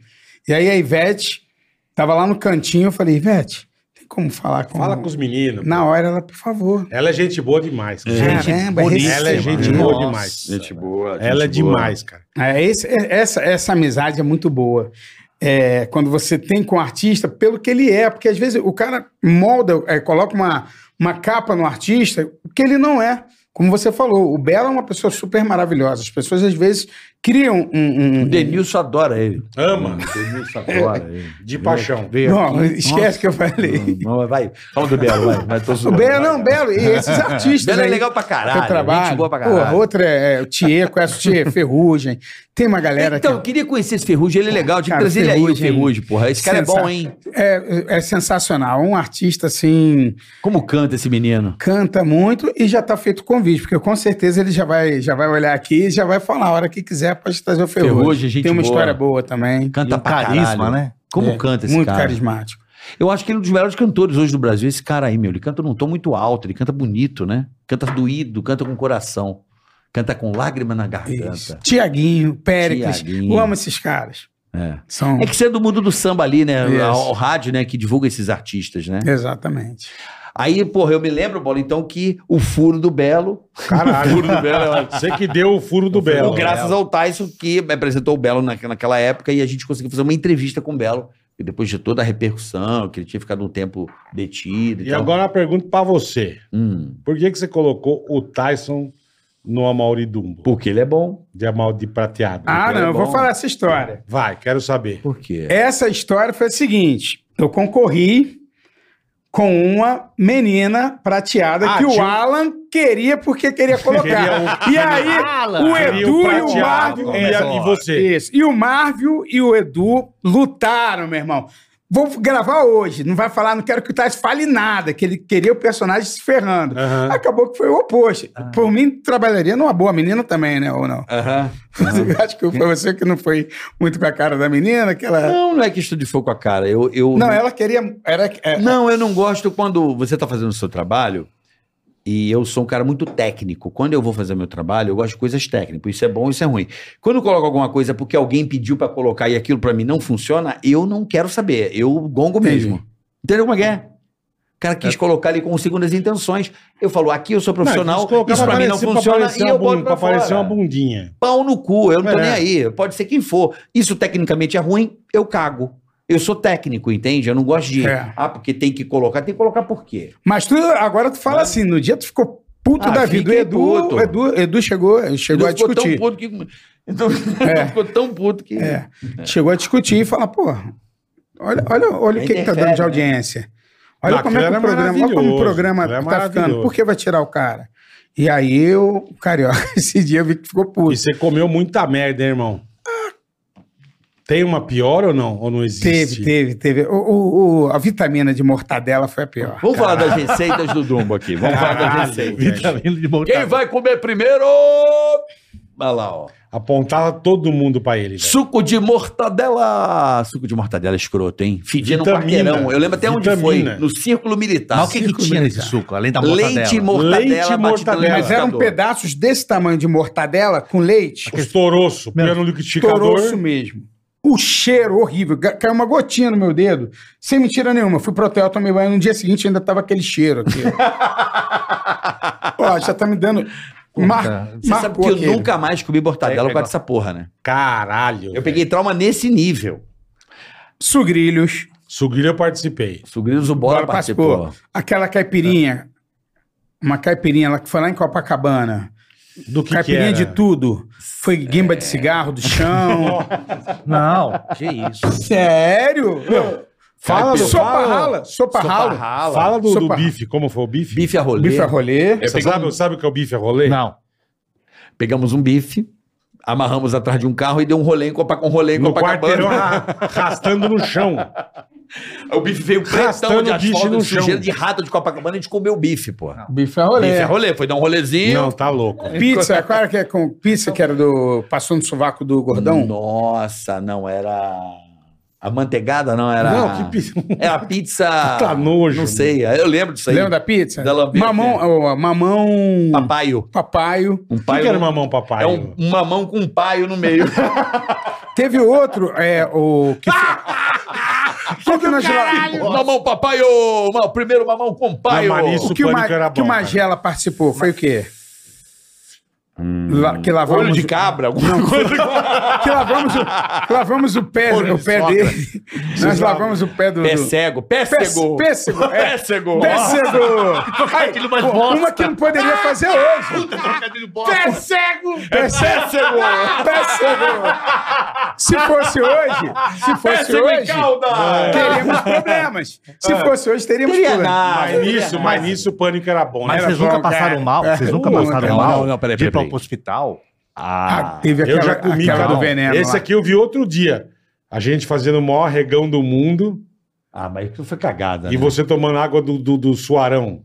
Speaker 5: E aí a Ivete estava lá no cantinho, eu falei, Ivete, tem como falar com...
Speaker 2: Fala com os meninos.
Speaker 5: Na hora ela, por favor.
Speaker 2: Ela é gente boa demais. cara.
Speaker 5: Gente Caramba, boníssima.
Speaker 2: Ela é gente
Speaker 3: Nossa,
Speaker 2: boa demais.
Speaker 3: Gente boa.
Speaker 2: Ela é
Speaker 3: gente boa.
Speaker 2: demais, cara.
Speaker 5: É, esse- é- essa, essa amizade é muito boa. É, quando você tem com o artista, pelo que ele é, porque às vezes o cara molda, é, coloca uma, uma capa no artista, o que ele não é. Como você falou, o Belo é uma pessoa super maravilhosa. As pessoas às vezes criam um- um-
Speaker 3: O
Speaker 5: um,
Speaker 3: Denilson adora ele. É.
Speaker 2: Ama.
Speaker 3: O Denilson adora ele.
Speaker 2: De paixão.
Speaker 5: Não, esquece que eu falei.
Speaker 3: Não, não, vai, fala do Belo, vai. vai tô
Speaker 5: O
Speaker 3: zoando, vai.
Speaker 5: Belo, não, Belo, e esses artistas.
Speaker 3: Belo é
Speaker 5: aí,
Speaker 3: legal pra caralho.
Speaker 5: seu trabalho.
Speaker 3: Gente boa pra
Speaker 5: Porra,
Speaker 3: caralho.
Speaker 5: outra é o Thier, conhece o Thier, Ferrugem. Tem uma galera
Speaker 3: então, eu
Speaker 5: que
Speaker 3: queria conhecer esse Ferrugem, ele é legal. Tinha que
Speaker 5: Cara,
Speaker 3: trazer ele aí, o
Speaker 5: Ferrugem.
Speaker 3: Ferrugem, porra. Esse cara é bom, hein?
Speaker 5: é, é sensacional. Um artista, assim,
Speaker 3: Como canta esse menino.
Speaker 5: canta muito e já tá feito o convite, porque com certeza ele já vai, já vai olhar aqui e já vai falar. A hora que quiser, pode trazer o Ferrugem.
Speaker 3: Ferrugem, é gente
Speaker 5: Tem uma
Speaker 3: boa.
Speaker 5: história boa também.
Speaker 6: E
Speaker 3: Canta
Speaker 6: um
Speaker 3: pra
Speaker 6: carisma,
Speaker 3: caralho.
Speaker 6: né?
Speaker 3: Como canta esse
Speaker 5: Muito
Speaker 3: cara?
Speaker 5: carismático.
Speaker 3: Eu acho que ele é um dos melhores cantores hoje do Brasil, esse cara aí, meu. Ele canta num tom muito alto, ele canta bonito, né? Canta doído, canta com coração. Canta com lágrima na garganta.
Speaker 5: Tiaguinho, Péricles.
Speaker 3: Tiaguinho.
Speaker 5: Eu amo esses caras.
Speaker 3: É.
Speaker 5: São.
Speaker 3: É que você é do mundo do samba ali, né?
Speaker 5: Isso.
Speaker 3: O, o rádio, né? Que divulga esses artistas, né?
Speaker 5: Exatamente.
Speaker 3: Aí, porra, eu me lembro, Bola, então, que o furo do Belo.
Speaker 2: Caralho. Você que deu o furo do Belo.
Speaker 3: é graças ao Tyson, que me apresentou o Belo na- naquela época, e a gente conseguiu fazer uma entrevista com o Belo. E depois de toda a repercussão, que ele tinha ficado um tempo detido e,
Speaker 2: E
Speaker 3: tal.
Speaker 2: agora uma pergunta pra você.
Speaker 3: Hum,
Speaker 2: Por que, que você colocou o Tyson no Amauri Dumbo?
Speaker 3: porque ele é bom.
Speaker 2: De Amauri de prateado.
Speaker 5: Ah, não, eu
Speaker 3: é
Speaker 5: vou falar essa história.
Speaker 2: Vai, quero saber.
Speaker 3: Por quê?
Speaker 5: Essa história foi a seguinte: eu concorri com uma menina prateada
Speaker 2: Ah,
Speaker 5: que o
Speaker 2: tinha um-
Speaker 5: Alan queria porque queria colocar. E aí, o
Speaker 2: Queria um
Speaker 5: Edu e o
Speaker 2: prateado
Speaker 5: Marvio.
Speaker 2: e, a- e você.
Speaker 5: Isso. E o Marvio e o Edu lutaram, meu irmão. Vou gravar hoje, não vai falar, não quero que o Tais fale nada, que ele queria o personagem se ferrando.
Speaker 2: Aham. Ah.
Speaker 5: Acabou que foi o oposto. Por mim, trabalharia numa boa menina também, né? Ou não?
Speaker 3: Aham.
Speaker 5: Acho que foi você que não foi muito com a cara da menina, que ela.
Speaker 3: Não, não é que estudo de fogo com a cara. Eu, eu
Speaker 5: Não, ela queria. Era, é,
Speaker 3: Não, eu não gosto quando você tá fazendo o seu trabalho e eu sou um cara muito técnico. Quando eu vou fazer meu trabalho, eu gosto de coisas técnicas. Isso é bom, isso é ruim. Quando eu coloco alguma coisa porque alguém pediu pra colocar e aquilo pra mim não funciona, eu não quero saber. Eu gongo mesmo. Entendeu como é que é? O cara quis colocar ali com segundas intenções. Eu falo, aqui eu sou
Speaker 2: É. Não, eles
Speaker 3: profissional,
Speaker 2: colocaram
Speaker 3: isso pra mim não
Speaker 2: aparecer-
Speaker 3: funciona
Speaker 2: aparecer
Speaker 3: e
Speaker 2: uma
Speaker 3: eu
Speaker 2: bunda-
Speaker 3: boto pra
Speaker 2: pra aparecer
Speaker 3: fora.
Speaker 2: uma bundinha.
Speaker 3: Pau no cu, eu não tô
Speaker 2: É.
Speaker 3: nem aí. Pode ser quem for. Isso tecnicamente é ruim, eu cago. Eu sou técnico, entende? Eu não gosto de.
Speaker 5: É.
Speaker 3: Ah, porque tem que colocar. Tem que colocar por quê?
Speaker 5: Mas tu, agora tu fala assim, no dia tu ficou puto
Speaker 3: Ah,
Speaker 5: da vida. O
Speaker 3: fiquei
Speaker 5: Edu,
Speaker 3: puto.
Speaker 5: o Edu, Edu chegou, chegou
Speaker 3: Ele
Speaker 5: a discutir.
Speaker 3: Ficou tão puto que. Então,
Speaker 5: É.
Speaker 3: ficou tão puto que.
Speaker 5: É, Chegou a discutir e falar, pô, olha, olha, olha o que, que tá
Speaker 3: Interfere,
Speaker 5: dando de
Speaker 3: né?
Speaker 5: audiência. Olha
Speaker 2: Ah,
Speaker 5: como é que
Speaker 2: aquilo
Speaker 5: o
Speaker 2: era
Speaker 5: programa, olha como o
Speaker 2: maravilhoso,
Speaker 5: programa
Speaker 2: aquilo era
Speaker 5: tá ficando.
Speaker 2: maravilhoso.
Speaker 5: Por que vai tirar o cara? E aí eu, carioca, esse dia eu vi que ficou
Speaker 2: E
Speaker 5: puto.
Speaker 2: você comeu muita merda, hein, irmão? Tem uma pior ou não? Ou não existe?
Speaker 5: Teve, teve, teve. O, o- o- a vitamina de mortadela foi a pior.
Speaker 3: Vamos falar das receitas do Dumbo aqui. Vamos falar das receitas.
Speaker 6: Vitamina de
Speaker 3: Quem
Speaker 6: mortadela.
Speaker 3: vai comer primeiro? Vai lá, ó.
Speaker 2: Apontava todo mundo pra ele. velho.
Speaker 3: Suco de mortadela. Suco de mortadela é escroto, hein? Fedindo um
Speaker 2: Vitamina.
Speaker 3: quarteirão. Eu lembro até onde foi.
Speaker 2: Vitamina.
Speaker 3: No Círculo Militar.
Speaker 6: Mas o que, que
Speaker 3: Círculo
Speaker 6: tinha nesse
Speaker 3: Militar.
Speaker 6: suco, além da mortadela?
Speaker 3: Leite e mortadela.
Speaker 2: Leite e
Speaker 3: batido no
Speaker 2: mortadela.
Speaker 5: Mas um eram
Speaker 3: liquidificador.
Speaker 5: pedaços desse tamanho de mortadela com leite.
Speaker 2: Os toroços, põe no liquidificador.
Speaker 5: Toroço mesmo. O cheiro horrível. Ga- Caiu uma gotinha no meu dedo. Sem mentira nenhuma. Fui pro hotel, tomei banho. No dia seguinte ainda tava aquele cheiro aqui. Ó, já tá me dando... Mar...
Speaker 3: Você sabe que
Speaker 5: Marcou
Speaker 3: eu
Speaker 5: aquele.
Speaker 3: nunca mais comi
Speaker 2: É,
Speaker 3: mortadela por causa dessa porra, né?
Speaker 2: Caralho.
Speaker 3: Eu peguei trauma nesse nível.
Speaker 5: Sugrilhos.
Speaker 2: Sugrilho eu participei.
Speaker 3: Sugrilhos, o Bola
Speaker 5: Bola
Speaker 3: participou.
Speaker 5: Aquela caipirinha. Uma caipirinha lá que foi lá em Copacabana.
Speaker 2: Do que
Speaker 5: caipirinha
Speaker 2: que era?
Speaker 5: de tudo. Foi guimba de cigarro do chão.
Speaker 6: Não, que isso.
Speaker 5: Sério?
Speaker 2: Fala do
Speaker 5: sopa
Speaker 2: fala,
Speaker 5: rala. Sopa rala.
Speaker 3: Parrala.
Speaker 2: fala do, do
Speaker 5: Sopa-
Speaker 2: bife, como foi o bife?
Speaker 3: Bife um- a rolê.
Speaker 5: Bife a rolê.
Speaker 2: Você sabe, sabe o que é o bife a rolê?
Speaker 6: Não.
Speaker 3: Pegamos um bife, amarramos atrás de um carro e deu um rolê em Copacabana. Um rolê em
Speaker 2: No quarteirão né?
Speaker 3: Copacabana.
Speaker 2: ra- arrastando no chão.
Speaker 3: O bife veio pretão
Speaker 2: Arrastando
Speaker 3: de
Speaker 2: o bicho
Speaker 3: asfalto,
Speaker 2: no
Speaker 3: de sujeira
Speaker 2: chão. Ah,
Speaker 3: de rato de Copacabana. A gente comeu o bife, pô.
Speaker 5: Bife a rolê.
Speaker 3: Bife a rolê. Foi dar um rolezinho.
Speaker 2: Não, tá louco.
Speaker 5: Pizza, qual era que é com pizza que era do. Passou no sovaco do gordão?
Speaker 3: Nossa, não era. A manteigada não era.
Speaker 2: Não, que pizza.
Speaker 3: Era pizza.
Speaker 2: Puta nojo,
Speaker 3: Não sei. Eu lembro disso aí. é.
Speaker 5: Lembra da pizza?
Speaker 3: Da lambida.
Speaker 5: mamão. ó, mamão.
Speaker 3: Papaio.
Speaker 5: Papaio.
Speaker 3: Um
Speaker 2: O que,
Speaker 3: paio.
Speaker 2: que era mamão papai?
Speaker 3: É um, um mamão com um paio no meio.
Speaker 5: Teve outro, é, o. Que Qual que nós
Speaker 3: mamão papaio! ma- Primeiro mamão com paio.
Speaker 2: Não, mas isso-
Speaker 5: O que o, Ma-
Speaker 2: Pânico era
Speaker 5: que o
Speaker 2: bom, cara.
Speaker 5: Magela participou foi o quê? La- que lavamos,
Speaker 3: Olho de cabra, alguma
Speaker 5: Não,
Speaker 3: coisa.
Speaker 5: que lavamos o, que lavamos o pé,
Speaker 2: Olho
Speaker 5: o
Speaker 2: de
Speaker 5: pé
Speaker 2: sogra.
Speaker 5: dele. Nós lavamos o pé do.
Speaker 3: Pé
Speaker 5: do
Speaker 3: cego, pêssego.
Speaker 5: Pêssego, é.
Speaker 3: Pêssego.
Speaker 5: Pêssego! Ai,
Speaker 3: Aquilo mais
Speaker 5: pô,
Speaker 3: bosta.
Speaker 5: uma que não poderia fazer hoje. É Pêssego! Pêssego! Pêssego! Se fosse hoje, se fosse
Speaker 3: Pêssego e
Speaker 5: hoje,
Speaker 3: calda.
Speaker 5: teríamos problemas. Se fosse hoje, teríamos
Speaker 3: Teria
Speaker 5: problemas.
Speaker 3: nada.
Speaker 2: Mas nisso, mas nisso o pânico era bom. né?
Speaker 6: Mas
Speaker 2: Era
Speaker 6: vocês nunca
Speaker 2: bom, cara.
Speaker 6: passaram mal? Vocês nunca
Speaker 5: Não,
Speaker 6: passaram
Speaker 5: não,
Speaker 6: mal?
Speaker 3: não, não, peraí,
Speaker 6: De ir pra
Speaker 3: peraí.
Speaker 6: um hospital?
Speaker 5: Ah, teve
Speaker 2: Eu já comi,
Speaker 5: aquela
Speaker 2: cara.
Speaker 5: do veneno.
Speaker 2: Esse
Speaker 5: lá.
Speaker 2: aqui eu vi outro dia. A gente fazendo o maior regão do mundo
Speaker 3: Ah, mas aquilo foi cagada.
Speaker 2: e
Speaker 3: né?
Speaker 2: você tomando água do, do, do suarão.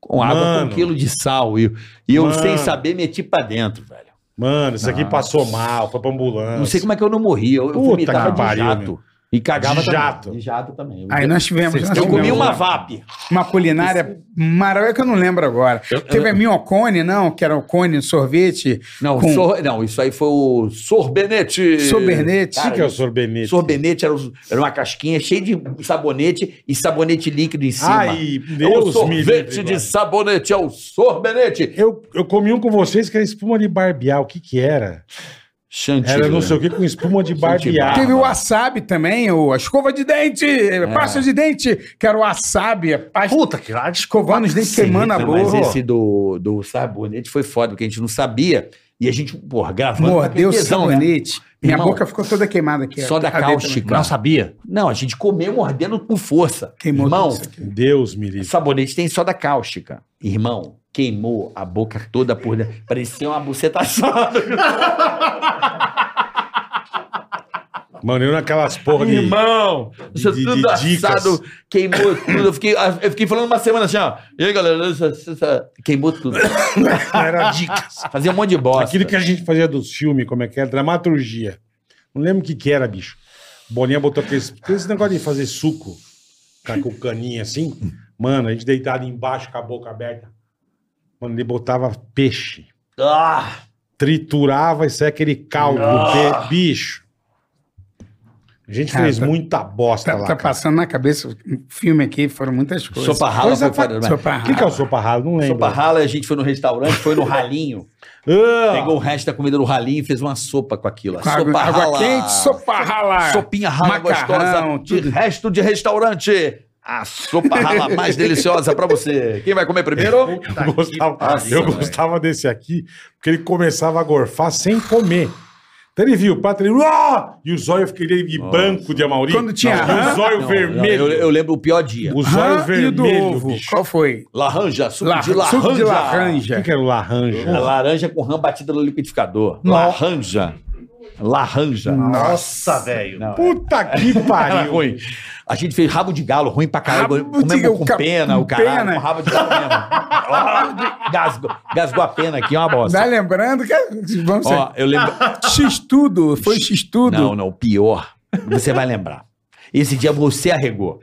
Speaker 3: Com água
Speaker 2: Mano.
Speaker 3: com um quilo de sal. E, e eu,
Speaker 2: Mano.
Speaker 3: sem saber, meti pra dentro, velho.
Speaker 2: Mano, isso aqui passou mal, foi pra ambulância.
Speaker 3: Não sei como é que eu não morri. Eu, eu
Speaker 2: Puta
Speaker 3: vomitava
Speaker 2: que
Speaker 3: de
Speaker 2: pariu,
Speaker 3: jato. E cagava
Speaker 2: De
Speaker 3: também.
Speaker 2: jato.
Speaker 3: De jato também. Eu,
Speaker 5: Aí nós tivemos.
Speaker 6: Vocês
Speaker 5: nós
Speaker 3: eu comi
Speaker 5: tivemos
Speaker 3: uma VAP.
Speaker 5: uma culinária maravilhosa é que eu não lembro agora. Teve a minha Ocone, não? Que era o cone, sorvete,
Speaker 3: Não,
Speaker 5: Com-
Speaker 3: sor- não, isso aí foi o sorbenete.
Speaker 5: sorbernete.
Speaker 2: O que que é o sorbenete?
Speaker 3: Sorbenete era, os- era uma casquinha cheia de sabonete e sabonete líquido
Speaker 2: assim,
Speaker 3: em cima.
Speaker 2: Ai,
Speaker 3: É o
Speaker 2: Deus me
Speaker 3: sorvete
Speaker 2: livre,
Speaker 3: de
Speaker 2: mano.
Speaker 3: sabonete, é o sorbenete.
Speaker 2: eu, eu comi um com vocês que era espuma de barbear. O que que era?
Speaker 3: Chantilly.
Speaker 2: Era não sei o que com né? espuma de barbear.
Speaker 5: Teve o wasabi também, o, a escova de dente, pasta de dente, que era o wasabi, a pasta,
Speaker 6: Puta que lá
Speaker 5: escovando os dentes, queimando a
Speaker 3: Não, Mas
Speaker 5: boca.
Speaker 3: esse do, do sabonete foi foda, porque a gente não sabia. E a gente, porra, gravando.
Speaker 5: Mordeu o
Speaker 3: aquele tesão, né?
Speaker 5: sabonete. Minha
Speaker 3: Irmão,
Speaker 5: boca ficou toda queimada aqui.
Speaker 3: Só da
Speaker 5: A dele também.
Speaker 3: cáustica.
Speaker 6: Não sabia?
Speaker 3: Não, a gente comeu mordendo com força.
Speaker 5: Queimou
Speaker 3: Irmão,
Speaker 5: tudo isso aqui.
Speaker 2: Deus me livre.
Speaker 3: sabonete tem soda cáustica. Irmão, queimou a boca toda por dentro. Parecia uma buceta assada.
Speaker 2: Mano, eu naquelas porra de...
Speaker 3: Irmão, isso
Speaker 2: de- de-
Speaker 3: tudo
Speaker 2: de dicas.
Speaker 3: assado, queimou tudo. Eu fiquei, ah, eu fiquei falando uma semana assim, ó. E aí, galera, essa- essa- essa- queimou tudo.
Speaker 2: Era dicas.
Speaker 3: Fazia um monte de bosta.
Speaker 2: Aquilo que a gente fazia dos filmes, como é que era? Dramaturgia. Não lembro o que que era, bicho. Boninha botou aqueles, aqueles negócio de fazer suco, tá com caninha assim. Mano, a gente deitado embaixo com a boca aberta. Mano, ele botava peixe.
Speaker 3: Ah,
Speaker 2: triturava isso é aquele caldo,
Speaker 3: Ah.
Speaker 2: que- bicho. A gente
Speaker 5: Cara,
Speaker 2: fez
Speaker 5: tá-
Speaker 2: muita bosta
Speaker 5: Tá,
Speaker 2: lá.
Speaker 5: tá
Speaker 2: cara.
Speaker 5: passando na cabeça um filme aqui, foram muitas coisas.
Speaker 3: sopa rala
Speaker 2: Coisa
Speaker 3: foi foda né?
Speaker 2: fa-
Speaker 3: demais.
Speaker 5: Sopa
Speaker 2: O que, que é o
Speaker 5: rala.
Speaker 2: sopa ralo? Não lembro.
Speaker 3: Sopa rala, a gente foi no restaurante, foi no ralinho.
Speaker 2: Ah!
Speaker 3: Pegou o resto da comida do ralinho e fez uma sopa com aquilo.
Speaker 5: Com água-
Speaker 3: sopa
Speaker 5: água
Speaker 3: rala.
Speaker 5: quente, sopa rala.
Speaker 3: Sopinha rala
Speaker 5: Macarrão,
Speaker 3: gostosa. De resto de restaurante. A sopa rala mais deliciosa pra você. Quem vai comer primeiro?
Speaker 2: Eu gostava,
Speaker 3: Nossa,
Speaker 2: eu
Speaker 3: velho.
Speaker 2: gostava desse aqui, porque ele começava a gorfar sem comer. Então ele viu o prato, ele... "Ah!" E o zóio, eu fiquei ele- e branco de amauri.
Speaker 5: Quando tinha
Speaker 2: E
Speaker 5: rã?
Speaker 2: o zóio
Speaker 3: Não,
Speaker 2: vermelho.
Speaker 3: não, eu, eu lembro o pior dia.
Speaker 2: O zóio
Speaker 5: Rã e o do
Speaker 2: vermelho,
Speaker 5: ovo.
Speaker 2: bicho.
Speaker 5: Qual foi?
Speaker 3: Laranja, suco
Speaker 5: La-
Speaker 3: de laranja.
Speaker 5: Suco de
Speaker 2: O que, é?
Speaker 5: laranja.
Speaker 2: que era o laranja?
Speaker 3: A É laranja com rã batida no liquidificador.
Speaker 6: Não.
Speaker 3: Laranja. Laranja.
Speaker 6: Nossa, velho.
Speaker 5: é.
Speaker 2: Puta que
Speaker 3: Era
Speaker 2: pariu.
Speaker 3: ruim. A gente fez rabo de galo, ruim pra caralho.
Speaker 5: Rabo de
Speaker 3: Comemos com
Speaker 5: ga-
Speaker 3: pena,
Speaker 5: com
Speaker 3: o caralho.
Speaker 2: é.
Speaker 5: pena.
Speaker 3: Com rabo de galo mesmo. Ó, gasgou, gasgou a pena aqui, é uma
Speaker 5: Tá
Speaker 3: bosta.
Speaker 5: lembrando que. é- Vamos
Speaker 3: Ó, eu lembro.
Speaker 5: X-tudo, foi
Speaker 2: um
Speaker 5: X-tudo.
Speaker 3: Não, não, pior. Você vai lembrar. Esse dia você arregou.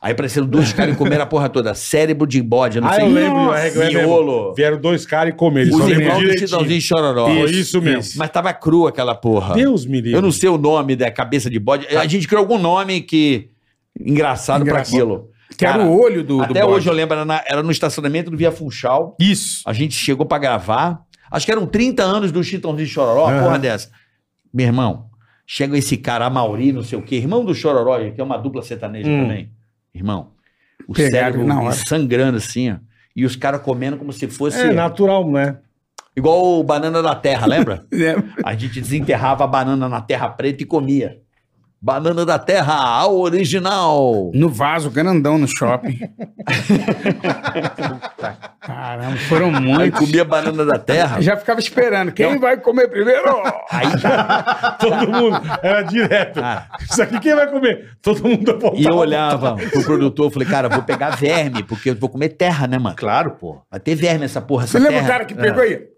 Speaker 3: Aí apareceram dois caras e comeram a porra toda. Cérebro de bode, não
Speaker 2: Ah,
Speaker 3: sei
Speaker 2: eu
Speaker 3: o quê.
Speaker 2: lembro, eu lembro, eu lembro.
Speaker 3: Miolo.
Speaker 2: Vieram dois caras e comeram. eles só
Speaker 3: Os
Speaker 2: lembram
Speaker 3: irmãos do
Speaker 2: direitinho.
Speaker 3: Chitãozinho e Chororó.
Speaker 2: Isso, isso mesmo.
Speaker 3: Mas tava crua aquela porra.
Speaker 2: Deus me livre.
Speaker 3: Eu não sei o nome da cabeça de bode. A gente criou algum nome que. Engraçado, pra
Speaker 5: Ah. Engraçado.
Speaker 3: aquilo.
Speaker 5: Que era
Speaker 3: Cara,
Speaker 5: o olho do, do
Speaker 3: Até
Speaker 5: bode.
Speaker 3: hoje eu lembro, era, na- era no estacionamento do Via Funchal.
Speaker 5: Isso.
Speaker 3: A gente chegou pra gravar. Acho que eram 30 anos do Chitãozinho e Chororó, uma
Speaker 6: Aham.
Speaker 3: porra dessa. Meu irmão, chega esse cara, Mauri, não sei o quê, irmão do Chororó, que é uma dupla sertaneja
Speaker 5: Hum.
Speaker 3: também. Irmão, o
Speaker 5: Pegaram
Speaker 3: cérebro
Speaker 5: na hora.
Speaker 3: sangrando assim, ó. E os caras comendo como se fosse.
Speaker 2: É natural, né?
Speaker 3: Igual o banana da terra, lembra?
Speaker 5: É.
Speaker 3: A gente desenterrava a banana na terra preta e comia. Banana da terra, a original.
Speaker 5: No vaso, grandão no shopping. Caramba, foram
Speaker 3: Aí
Speaker 5: muitos.
Speaker 3: comia banana da terra.
Speaker 5: Já ficava esperando. Quem vai comer primeiro?
Speaker 3: Aí já.
Speaker 2: Todo mundo. Era direto.
Speaker 3: Cara,
Speaker 2: Isso aqui quem vai comer? Todo mundo apontava.
Speaker 3: Ah. e eu olhava pro produtor, eu falei, cara, eu vou pegar verme, porque eu vou comer terra, né, mano?
Speaker 6: Claro, pô.
Speaker 3: Vai ter verme essa porra, essa
Speaker 5: Você
Speaker 3: terra.
Speaker 5: lembra
Speaker 3: Ah.
Speaker 5: o cara que pegou aí?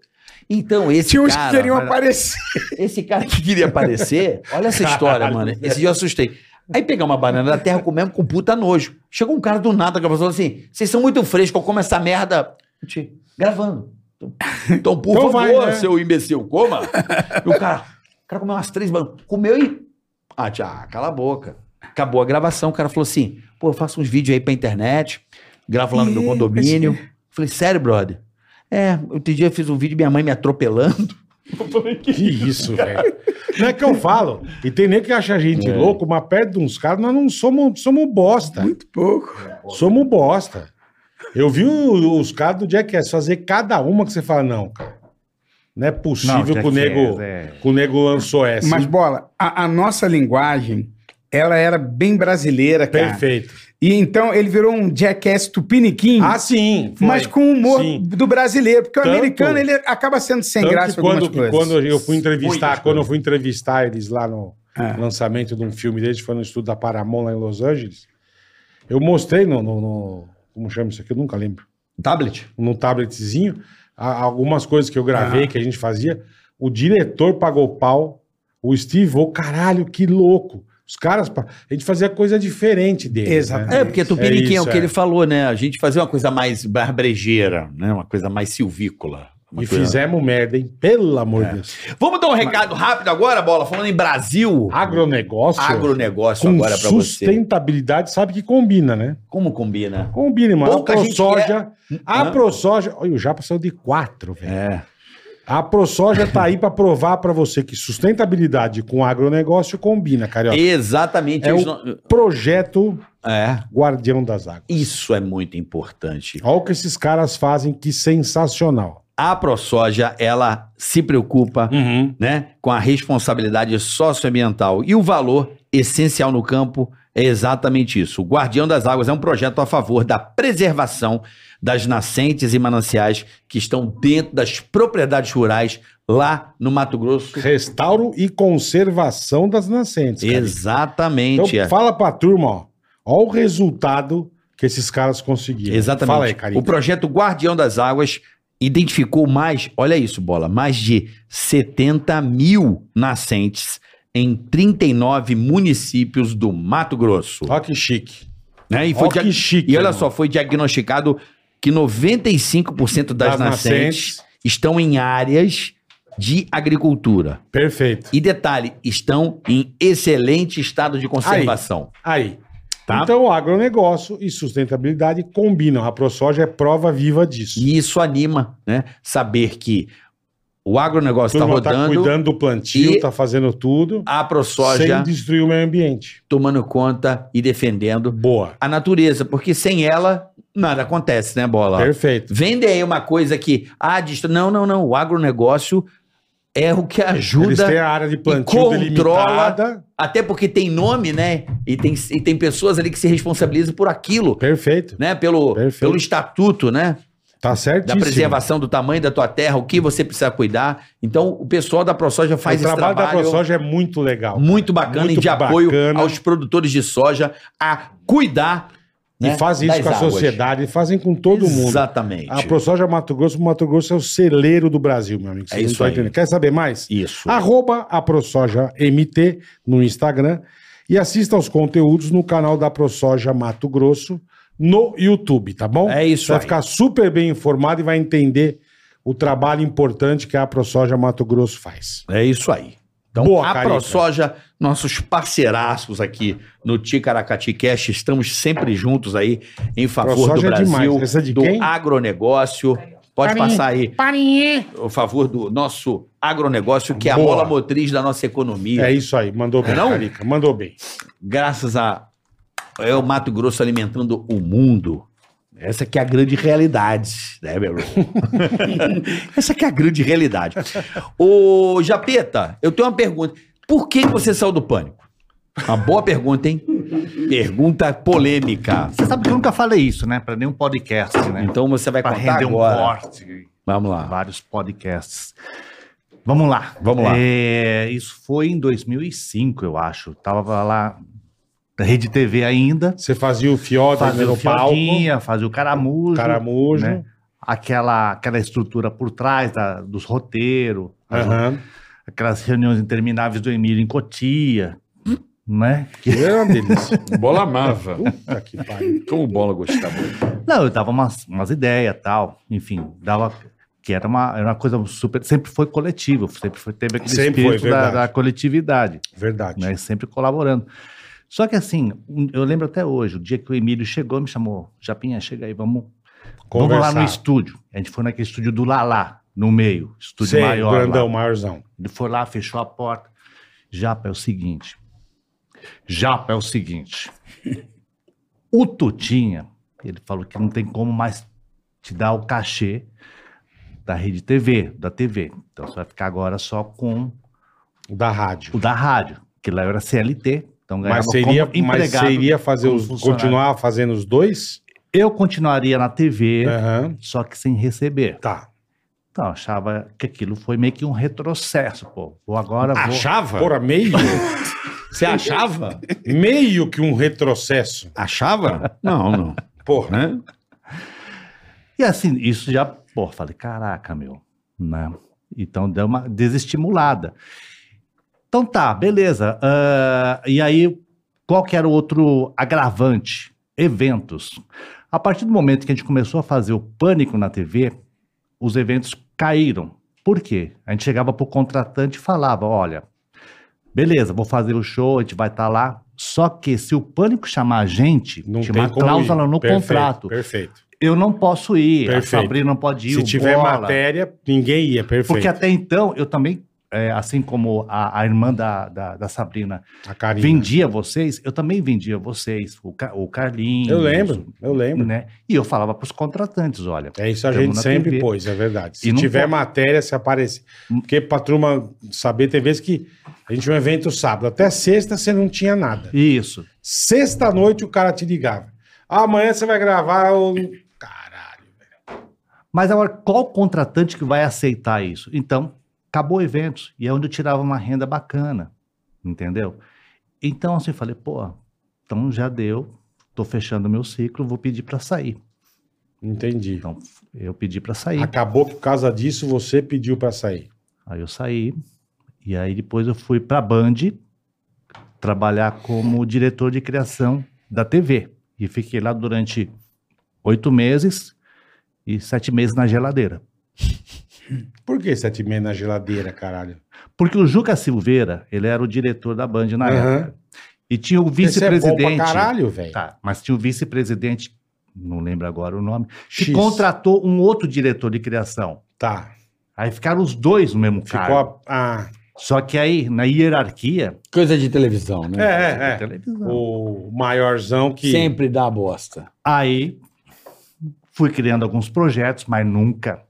Speaker 3: Então, esse
Speaker 5: Tinha uns que
Speaker 3: cara...
Speaker 5: queriam aparecer.
Speaker 3: Esse cara que queria aparecer, olha essa história, mano. Esse dia eu assustei. Aí pegamos uma banana da terra, comemos com puta nojo. Chegou um cara do nada que falou assim: vocês são muito frescos, eu como essa merda. Eu te- Gravando. Então, então, por
Speaker 2: Então
Speaker 3: favor,
Speaker 2: vai, né?
Speaker 3: seu imbecil, coma. E o cara, o cara comeu umas três bananas. Comeu e. Ah, tia, ah, cala a boca. Acabou a gravação, o cara falou assim: pô, eu faço uns vídeos aí pra internet, gravo lá no meu
Speaker 5: Ih,
Speaker 3: condomínio. Eu Falei, sério, brother? É, outro dia eu fiz um vídeo, minha mãe me atropelando.
Speaker 2: Que isso, velho. Não é que eu falo. E tem nem que acha a gente louco, mas perto de uns caras, nós não somos, somos bosta.
Speaker 5: Muito pouco.
Speaker 2: Somos bosta. Eu vi o- os caras do Jackass fazer cada uma que você fala, não, cara. Não é possível que o nego,
Speaker 6: É.
Speaker 2: que o nego lançou essa.
Speaker 5: Mas, Bola, a, a nossa linguagem, ela era bem brasileira, cara.
Speaker 2: Perfeito.
Speaker 5: E então ele virou um jackass tupiniquim.
Speaker 2: Ah, sim. foi.
Speaker 5: mas com o humor
Speaker 2: Sim.
Speaker 5: do brasileiro, porque
Speaker 2: Tanto-
Speaker 5: o americano ele acaba sendo sem
Speaker 2: Tanto
Speaker 5: graça
Speaker 2: que
Speaker 5: em algumas
Speaker 2: quando, que
Speaker 5: coisas.
Speaker 2: quando eu fui entrevistar,
Speaker 3: Muitas
Speaker 2: quando eu fui entrevistar eles lá no
Speaker 5: É.
Speaker 2: lançamento de um filme deles, foi no estudo da Paramount lá em Los Angeles, eu mostrei no, no- no- como chama isso aqui, eu nunca lembro,
Speaker 3: Tablet?
Speaker 2: no tabletzinho, a- algumas coisas que eu gravei, que a gente fazia, o diretor pagou pau, o Steve, ô caralho, que louco. Os caras, pa- a gente fazia coisa diferente deles.
Speaker 5: Exatamente.
Speaker 2: né?
Speaker 3: É, porque Tupiniquim é,
Speaker 2: isso,
Speaker 3: o
Speaker 2: é.
Speaker 3: que ele falou, né? A gente fazia uma coisa mais barbrejeira, né? Uma coisa mais silvícola. Uma
Speaker 2: E
Speaker 3: coisa-
Speaker 2: fizemos merda, hein? Pelo amor de Deus.
Speaker 3: Vamos dar um recado rápido agora, Bola, falando em Brasil.
Speaker 2: Agronegócio.
Speaker 3: Agronegócio
Speaker 2: com
Speaker 3: agora pra você.
Speaker 2: sustentabilidade, sabe que combina, né?
Speaker 3: Como combina?
Speaker 2: Combine, mano.
Speaker 3: Pouca
Speaker 2: a
Speaker 3: gente Hum,
Speaker 2: ProSoja. A
Speaker 3: Hã?
Speaker 2: ProSoja. Olha, o Japa saiu de quatro, velho.
Speaker 3: É.
Speaker 2: A ProSoja tá aí pra provar pra você que sustentabilidade com agronegócio combina, carioca.
Speaker 3: Exatamente.
Speaker 2: É
Speaker 3: Eles
Speaker 2: o-
Speaker 3: não-
Speaker 2: Projeto
Speaker 3: é.
Speaker 2: Guardião das Águas.
Speaker 3: Isso é muito importante.
Speaker 2: Olha o que esses caras fazem, que sensacional.
Speaker 3: A ProSoja, ela se preocupa né, com a responsabilidade socioambiental e o valor essencial no campo é exatamente isso. O Guardião das Águas é um projeto a favor da preservação das nascentes e mananciais que estão dentro das propriedades rurais lá no Mato Grosso.
Speaker 2: Restauro e conservação das nascentes. cara.
Speaker 3: Exatamente.
Speaker 2: Então,
Speaker 3: é.
Speaker 2: fala pra turma, ó. Olha o resultado que esses caras conseguiram.
Speaker 3: Exatamente.
Speaker 2: Fala aí,
Speaker 3: o
Speaker 2: carinho.
Speaker 3: projeto Guardião das Águas identificou mais, olha isso, bola, mais de 70 mil nascentes em 39 municípios do Mato Grosso.
Speaker 2: Olha que chique.
Speaker 3: né? E, foi
Speaker 2: Olha que
Speaker 3: dia-
Speaker 2: chique.
Speaker 3: e olha
Speaker 2: irmão.
Speaker 3: só, foi diagnosticado que 95% das, nascentes estão em áreas de agricultura.
Speaker 2: Perfeito.
Speaker 3: E detalhe, estão em excelente estado de conservação.
Speaker 2: Aí.
Speaker 3: Tá.
Speaker 2: Então, agronegócio e sustentabilidade combinam. A ProSoja é prova viva disso.
Speaker 3: E isso anima, né? Saber que o agronegócio
Speaker 2: Turma
Speaker 3: está
Speaker 2: tá
Speaker 3: rodando,
Speaker 2: cuidando do plantio,
Speaker 3: e-
Speaker 2: está fazendo tudo,
Speaker 3: a
Speaker 2: sem
Speaker 3: ProSoja
Speaker 2: destruir o meio ambiente.
Speaker 3: tomando conta e defendendo
Speaker 2: Boa.
Speaker 3: a natureza, porque sem ela nada acontece, né, Bola?
Speaker 2: Perfeito.
Speaker 3: Vendem aí uma coisa que, ah, distro... não, não, não, o agronegócio é o que
Speaker 2: Eles
Speaker 3: ajuda,
Speaker 2: têm a área de plantio
Speaker 3: controla-
Speaker 2: delimitada.
Speaker 3: até porque tem nome, né? E tem, e tem pessoas ali que se responsabilizam por aquilo,
Speaker 2: Perfeito.
Speaker 3: né? Pelo,
Speaker 2: Perfeito.
Speaker 3: pelo estatuto, né?
Speaker 2: Tá
Speaker 3: Da
Speaker 2: certíssimo.
Speaker 3: preservação do tamanho da tua terra, o que você precisa cuidar. Então, o pessoal da ProSoja faz
Speaker 2: o
Speaker 3: esse
Speaker 2: trabalho,
Speaker 3: trabalho,
Speaker 2: da ProSoja é muito legal.
Speaker 3: muito bacana
Speaker 2: Muito
Speaker 3: e de apoio
Speaker 2: bacana.
Speaker 3: aos produtores de soja a cuidar
Speaker 2: E
Speaker 3: né,
Speaker 2: fazem isso
Speaker 3: das
Speaker 2: com a
Speaker 3: águas.
Speaker 2: sociedade, fazem com todo mundo.
Speaker 3: Exatamente.
Speaker 2: A ProSoja Mato Grosso, Mato Grosso é o celeiro do Brasil, meu amigo. Vocês
Speaker 3: É
Speaker 2: não
Speaker 3: isso
Speaker 2: estão
Speaker 3: aí.
Speaker 2: entendendo. Quer saber mais?
Speaker 3: Isso.
Speaker 2: Arroba a ProSoja MT no Instagram e assista aos conteúdos no canal da ProSoja Mato Grosso no YouTube, tá bom?
Speaker 3: É isso
Speaker 2: Você vai
Speaker 3: aí.
Speaker 2: ficar super bem informado e vai entender o trabalho importante que a ProSoja Mato Grosso faz.
Speaker 3: É isso aí.
Speaker 7: Então,
Speaker 2: Boa,
Speaker 7: a
Speaker 2: Carica.
Speaker 7: ProSoja, nossos parceiraços aqui no Ticaracati Cash, estamos sempre juntos aí em favor do
Speaker 2: ProSoja é
Speaker 7: Brasil,
Speaker 2: demais. Essa é de
Speaker 7: do
Speaker 2: quem?
Speaker 7: agronegócio. Pode
Speaker 1: Carinha.
Speaker 7: passar aí
Speaker 1: Parinhê.
Speaker 7: o favor do nosso agronegócio, que é a
Speaker 2: Boa.
Speaker 7: bola motriz da nossa economia.
Speaker 2: É isso aí, mandou bem,
Speaker 7: Não?
Speaker 2: Carica, mandou bem.
Speaker 7: Graças a é o Mato Grosso alimentando o mundo. Essa que é a grande realidade, né, meu irmão? Essa que é a grande realidade. Ô, Japeta, eu tenho uma pergunta. Por que que você saiu do pânico? Uma boa pergunta, hein? Pergunta polêmica.
Speaker 6: Você sabe que eu nunca falei isso, né? Pra nenhum podcast, né?
Speaker 7: Então você vai
Speaker 6: pra
Speaker 7: contar
Speaker 6: render um
Speaker 7: agora.
Speaker 6: corte.
Speaker 7: Vamos lá.
Speaker 6: Vários podcasts. Vamos lá.
Speaker 7: Vamos lá.
Speaker 6: É, isso foi em 2005, eu acho. Tava lá na Rede TV ainda.
Speaker 2: Você fazia o Fiota
Speaker 6: Fazia o
Speaker 2: no palco,
Speaker 6: Fiodinha, fazia o Caramujo.
Speaker 2: caramujo.
Speaker 6: né? Aquela, aquela estrutura por trás da- dos roteiros.
Speaker 2: Aham.
Speaker 6: Aquelas reuniões intermináveis do Emílio em Cotia. Né?
Speaker 2: Era uma delícia.
Speaker 3: Bola amava.
Speaker 2: Puta que pariu.
Speaker 3: Como
Speaker 7: um
Speaker 3: bola
Speaker 7: Tá
Speaker 3: gostava.
Speaker 6: Não, eu dava umas, umas ideias tal, enfim, dava que era uma, era uma coisa super, sempre foi coletivo, sempre foi, teve aquele
Speaker 2: Sempre foi,
Speaker 6: espírito da,
Speaker 2: verdade.
Speaker 6: da coletividade,
Speaker 2: Verdade.
Speaker 6: né, sempre colaborando. Só que assim, um- eu lembro até hoje, o dia que o Emílio chegou, me chamou, Japinha, chega aí, vamos, vamos lá
Speaker 2: Conversar.
Speaker 6: no estúdio. A gente foi naquele estúdio do Lalá, no meio, estúdio
Speaker 2: Sei,
Speaker 6: maior lá.
Speaker 2: grandão, maiorzão.
Speaker 6: Ele foi lá, fechou a porta. Japa é o seguinte. Japa é o seguinte. O Tutinha, ele falou que não tem como mais te dar o cachê da rede TV, da TV. Então você vai ficar agora só com
Speaker 2: Da rádio.
Speaker 6: o da rádio, que lá era CLT. Então ganhava
Speaker 2: Mas seria,
Speaker 6: como
Speaker 2: mas
Speaker 6: empregado.
Speaker 2: seria fazer
Speaker 6: como
Speaker 2: os,
Speaker 6: funcionário.
Speaker 2: continuar fazendo os dois?
Speaker 6: Eu continuaria na TV,
Speaker 2: Aham.
Speaker 6: só que sem receber.
Speaker 2: Tá.
Speaker 6: Então eu achava que aquilo foi meio que um retrocesso, pô. Vou agora, vou...
Speaker 3: Achava?
Speaker 2: Porra, meio,
Speaker 3: Você achava?
Speaker 2: meio que um retrocesso.
Speaker 3: Achava? Não, não.
Speaker 2: Porra.
Speaker 3: Né?
Speaker 6: E assim, isso já, pô, falei, caraca, meu, né? Então deu uma desestimulada. Então tá, beleza. Ah, e aí, qual que era o outro agravante? Eventos. A partir do momento que a gente começou a fazer o pânico na TV, os eventos caíram. Por quê? A gente chegava pro contratante e falava, olha, beleza, vou fazer o show, a gente vai estar lá. Só que se o pânico chamar a gente,
Speaker 2: Não
Speaker 6: tinha uma
Speaker 2: tem como
Speaker 6: cláusula
Speaker 2: ir.
Speaker 6: no
Speaker 2: Perfeito,
Speaker 6: contrato
Speaker 2: Perfeito.
Speaker 6: eu não posso ir,
Speaker 2: Perfeito.
Speaker 6: a Sabrina não pode ir,
Speaker 2: Se
Speaker 6: o
Speaker 2: tiver
Speaker 6: Bola.
Speaker 2: matéria, ninguém ia. Perfeito.
Speaker 6: Porque até então, eu também, é, assim como a, a irmã da, da, da Sabrina
Speaker 2: A Karina.
Speaker 6: vendia vocês, eu também vendia vocês, o, Ca- o Carlinhos.
Speaker 2: Eu lembro, eu lembro.
Speaker 6: Né? E eu falava para os contratantes, olha,
Speaker 2: É isso a
Speaker 6: Tamo
Speaker 2: gente
Speaker 6: na
Speaker 2: sempre
Speaker 6: TV.
Speaker 2: pôs, é verdade. Se
Speaker 6: E não
Speaker 2: tiver
Speaker 6: pode. Hum.
Speaker 2: matéria, se aparecer. Porque pra turma saber, tem vezes que a gente tinha um evento sábado. Até sexta você não tinha nada.
Speaker 6: isso,
Speaker 2: Sexta noite o cara te ligava. Ah, amanhã você vai gravar o. Caralho.
Speaker 6: Mas agora, qual contratante que vai aceitar isso? Então, acabou eventos. E é onde eu tirava uma renda bacana. Entendeu? Então, assim, eu falei, pô, então já deu. Tô fechando meu ciclo, vou pedir pra sair.
Speaker 2: Entendi.
Speaker 6: Então, eu pedi pra sair.
Speaker 2: Acabou que por causa disso você pediu pra sair.
Speaker 6: Aí eu saí. E aí depois eu fui pra Band trabalhar como diretor de criação da TV. E fiquei lá durante oito meses e sete meses na geladeira.
Speaker 2: Por que sete e meia na geladeira, caralho?
Speaker 6: Porque o Juca Silveira, ele era o diretor da Band na
Speaker 2: Aham.
Speaker 6: época. E tinha o
Speaker 2: Esse é bom pra
Speaker 6: vice-presidente.
Speaker 2: caralho, velho.
Speaker 6: tá, mas tinha o vice-presidente, não lembro agora o nome, que
Speaker 2: X.
Speaker 6: contratou um outro diretor de criação.
Speaker 2: Tá.
Speaker 6: Aí ficaram os dois no mesmo
Speaker 2: Ficou
Speaker 6: cargo.
Speaker 2: a. ah, a-
Speaker 6: Só que aí, na hierarquia,
Speaker 3: Coisa de televisão,
Speaker 2: É,
Speaker 3: né?
Speaker 2: é, é.
Speaker 6: televisão.
Speaker 2: O maiorzão
Speaker 7: É.
Speaker 2: que.
Speaker 3: Sempre dá bosta.
Speaker 6: Aí fui criando alguns projetos, mas nunca,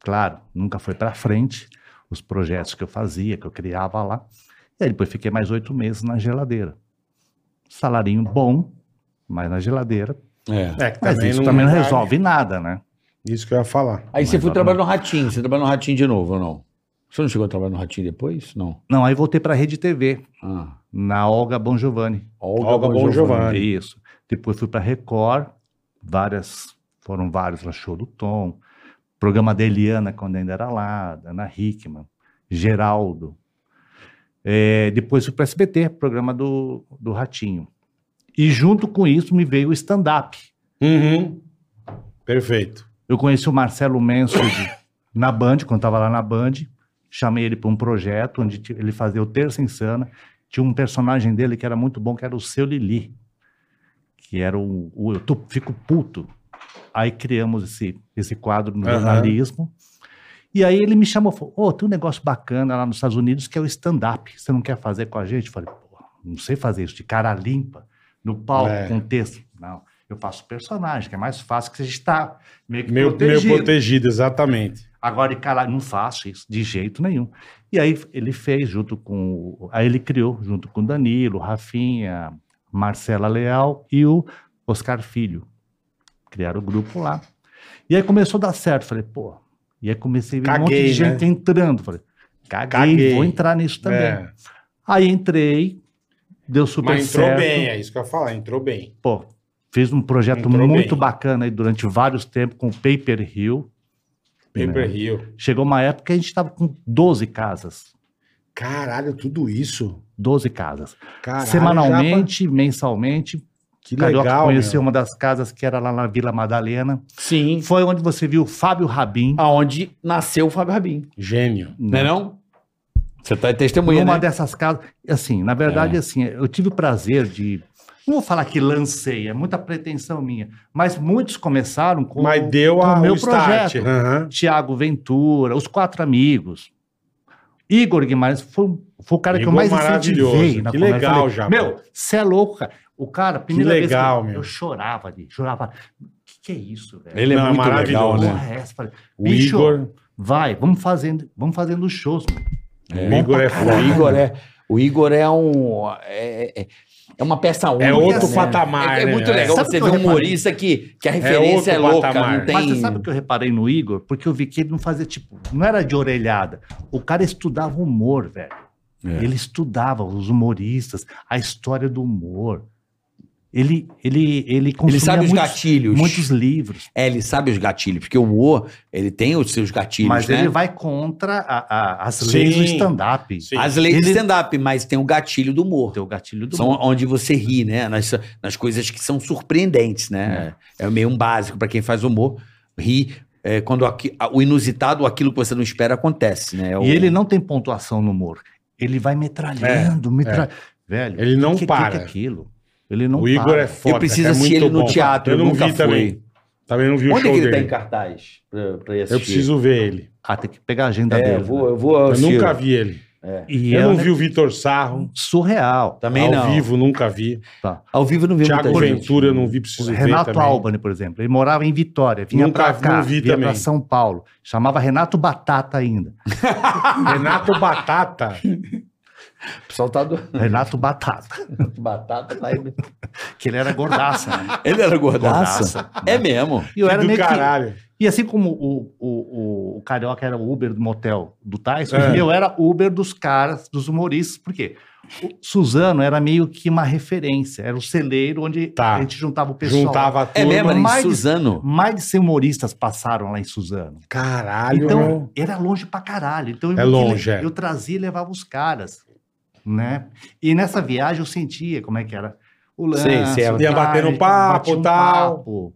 Speaker 6: claro, nunca foi para frente os projetos que eu fazia, que eu criava lá. E aí depois fiquei mais oito meses na geladeira. Salarinho bom, mas na geladeira.
Speaker 3: É.
Speaker 2: É, que
Speaker 6: Mas
Speaker 2: também
Speaker 6: isso
Speaker 2: não,
Speaker 6: também não resolve nada, né?
Speaker 2: Isso que eu ia falar.
Speaker 3: Aí você
Speaker 6: Mas
Speaker 3: foi
Speaker 6: agora
Speaker 3: trabalhar no Ratinho. Você trabalhou no Ratinho de novo ou não? Você não chegou a trabalhar no Ratinho depois? Não.
Speaker 6: Não, aí voltei para a Rede TV,
Speaker 3: Ah.
Speaker 6: na Olga Bon Giovanni.
Speaker 2: Olga Bon Giovanni. Vale.
Speaker 6: Isso. Depois fui para Record, várias, foram vários lá, show do Tom, programa da Eliana quando ainda era lá, da Ana Hickman, Geraldo. É, depois fui para SBT, programa do, do Ratinho. E junto com isso me veio o stand-up.
Speaker 2: Uhum. Perfeito.
Speaker 6: Eu conheci o Marcelo Menso de- na Band, quando estava lá na Band, Chamei ele para um projeto onde ti- ele fazia o Terça Insana. Tinha um personagem dele que era muito bom, que era o Seu Lili. Que era o, o Eu Tô- Fico Puto. Aí criamos esse, esse quadro no
Speaker 2: Aham.
Speaker 6: jornalismo. E aí ele me chamou, falou, ô, tem um negócio bacana lá nos Estados Unidos que é o stand-up. Você não quer fazer com a gente? Eu falei, pô, não sei fazer isso de cara limpa, no palco,
Speaker 2: É.
Speaker 6: com texto. Não, eu faço personagem, que é mais fácil, que você está meio que
Speaker 2: Meu protegido.
Speaker 6: protegido.
Speaker 2: meu protegido, exatamente.
Speaker 6: Agora, de cara, não faço isso de jeito nenhum. E aí ele fez junto com. o- Aí ele criou junto com Danilo, Rafinha, Marcela Leal e o Oscar Filho. Criaram o grupo lá. E aí começou a dar certo. Falei, pô. E aí comecei a ver um monte de
Speaker 2: Caguei, né?
Speaker 6: gente entrando. Falei, caguei,
Speaker 2: Caguei.
Speaker 6: vou entrar nisso também.
Speaker 2: É.
Speaker 6: Aí entrei, deu super
Speaker 2: Mas entrou
Speaker 6: certo.
Speaker 2: bem, é isso que eu ia falar, entrou bem.
Speaker 6: Pô, fez um projeto
Speaker 2: Entrou
Speaker 6: muito
Speaker 2: bem.
Speaker 6: bacana aí durante vários tempos com o Paper Hill.
Speaker 2: Paper Hill.
Speaker 6: Chegou uma época que a gente estava com 12 casas.
Speaker 2: Caralho, tudo isso.
Speaker 6: 12 casas.
Speaker 2: Caralho,
Speaker 6: Semanalmente, mensalmente.
Speaker 2: já- Que
Speaker 6: Carioca
Speaker 2: legal,
Speaker 6: conheceu um
Speaker 2: meu.
Speaker 6: uma das casas que era lá na Vila Madalena.
Speaker 3: Sim.
Speaker 6: Foi onde você viu o Fábio Rabin.
Speaker 3: Aonde nasceu o Fábio Rabin.
Speaker 2: Gênio.
Speaker 3: Não é não? Você tá testemunha,
Speaker 6: Numa
Speaker 3: né? É.
Speaker 6: dessas casas. Assim, na verdade, assim, eu tive o prazer de. Não vou falar que lancei, é muita pretensão minha. Mas muitos começaram com.
Speaker 2: Mas deu a,
Speaker 6: o meu
Speaker 2: o start. né? aham.
Speaker 6: Tiago Ventura, os quatro amigos. Igor Guimarães foi, foi o cara que eu
Speaker 2: Igor
Speaker 6: mais
Speaker 2: maravilhoso.
Speaker 6: incentivei na
Speaker 2: Que
Speaker 6: conversa.
Speaker 2: legal,
Speaker 6: Falei,
Speaker 2: Japa.
Speaker 6: Meu, você é louco, cara. O cara, primeira vez
Speaker 2: legal,
Speaker 6: que eu,
Speaker 2: meu.
Speaker 6: eu chorava ali, chorava. O que, que é isso, velho?
Speaker 3: Ele é
Speaker 2: Não, é
Speaker 3: muito legal,
Speaker 2: maravilhoso.
Speaker 3: né?
Speaker 6: Porra, é essa? Falei,
Speaker 2: O
Speaker 6: Bicho,
Speaker 2: Igor.
Speaker 6: vai, vamos fazendo, vamos fazendo os shows.
Speaker 2: O Igor é
Speaker 3: O
Speaker 2: foda.
Speaker 3: Igor é, o Igor é um. É, é- é uma peça única.
Speaker 2: É outro
Speaker 3: né?
Speaker 2: patamar,
Speaker 3: É, é
Speaker 2: né?
Speaker 3: muito legal
Speaker 6: Sabe
Speaker 3: você
Speaker 6: o
Speaker 3: ver
Speaker 6: que eu
Speaker 3: um
Speaker 6: reparei?
Speaker 3: humorista que, que a referência é,
Speaker 2: outro
Speaker 3: louca,
Speaker 2: patamar.
Speaker 3: não tem.
Speaker 6: Mas você sabe o que eu reparei no Igor? Porque eu vi que ele não fazia, tipo, não era de orelhada. O cara estudava humor, velho.
Speaker 2: É.
Speaker 6: Ele estudava os humoristas, a história do humor. Ele, ele, ele
Speaker 3: Ele
Speaker 6: consumia
Speaker 3: sabe os
Speaker 6: muitos,
Speaker 3: gatilhos.
Speaker 6: muitos livros,
Speaker 3: É, ele sabe os gatilhos, porque o humor, ele tem os seus gatilhos,
Speaker 6: mas
Speaker 3: né?
Speaker 6: ele vai contra a- a- as
Speaker 2: Sim.
Speaker 6: leis do stand-up.
Speaker 2: Sim.
Speaker 3: As leis do
Speaker 6: Ele-
Speaker 3: stand-up, mas tem o gatilho do humor.
Speaker 6: Tem o gatilho do
Speaker 3: São onde você ri, né? Nas, nas coisas que são surpreendentes, né? É, meio um básico pra quem faz humor. Ri é, quando aqui- a- o inusitado, aquilo que você não espera, acontece, né? É o-
Speaker 6: E ele não tem pontuação no humor. Ele vai metralhando, metralhando. Velho,
Speaker 2: É, Ele não
Speaker 6: que,
Speaker 2: para.
Speaker 6: Que é aquilo? Ele não
Speaker 2: o Igor
Speaker 6: para.
Speaker 2: é foda.
Speaker 3: eu preciso
Speaker 2: cara, é
Speaker 3: assistir
Speaker 2: muito
Speaker 3: ele no
Speaker 2: bom.
Speaker 3: teatro, eu,
Speaker 2: Eu não
Speaker 3: nunca
Speaker 2: vi
Speaker 3: fui.
Speaker 2: também. Também não vi o
Speaker 3: Onde
Speaker 2: show
Speaker 3: é que ele tá em
Speaker 2: dele.
Speaker 3: cartaz pra, pra ir assistir?
Speaker 2: eu preciso ver ele.
Speaker 6: Ah, tem que pegar a agenda
Speaker 3: É,
Speaker 6: dele.
Speaker 3: eu vou, eu vou
Speaker 2: Eu
Speaker 3: assistir.
Speaker 2: nunca vi ele.
Speaker 6: E
Speaker 2: eu
Speaker 6: é um
Speaker 2: não vi o Vitor Sarro.
Speaker 6: negócio surreal.
Speaker 3: Também
Speaker 2: ao
Speaker 3: não.
Speaker 2: vivo, nunca vi.
Speaker 3: Ao vivo eu não vi
Speaker 2: Thiago
Speaker 3: muita gente.
Speaker 2: Ventura, eu não vi, preciso ver
Speaker 6: Renato
Speaker 2: também.
Speaker 6: Albani, por exemplo, ele morava em Vitória, vinha
Speaker 2: Nunca
Speaker 6: pra
Speaker 2: vi,
Speaker 6: cá,
Speaker 2: não vi
Speaker 6: vinha
Speaker 2: também.
Speaker 6: pra São Paulo, chamava Renato Batata ainda,
Speaker 2: Renato Batata.
Speaker 3: O pessoal tá do...
Speaker 6: Renato Batata,
Speaker 3: Batata tá aí.
Speaker 6: que ele era gordaça, né?
Speaker 3: Ele era gordaça? É mesmo.
Speaker 6: E eu
Speaker 2: Que
Speaker 6: era
Speaker 2: do
Speaker 6: meio que,
Speaker 2: caralho.
Speaker 6: e assim como o, o, o, o Carioca era o Uber do motel do Tyson,
Speaker 2: É.
Speaker 6: eu era Uber dos caras, dos humoristas, por quê? O Suzano era meio que uma referência, era o celeiro onde
Speaker 2: Tá.
Speaker 6: a gente juntava o pessoal.
Speaker 2: Juntava tudo.
Speaker 3: É mesmo, era em
Speaker 6: mais-
Speaker 3: Suzano.
Speaker 6: Mais de 100 humoristas passaram lá em Suzano.
Speaker 2: Caralho,
Speaker 6: então,
Speaker 2: meu.
Speaker 6: era longe pra caralho. Então, eu,
Speaker 2: É longe, é.
Speaker 6: eu trazia e levava os caras, né? E nessa viagem eu sentia como é que era o lance.
Speaker 3: Sei, sei,
Speaker 6: o
Speaker 2: ia
Speaker 6: tal,
Speaker 2: batendo
Speaker 6: a gente
Speaker 2: papo,
Speaker 6: batia um
Speaker 2: tal.
Speaker 6: papo.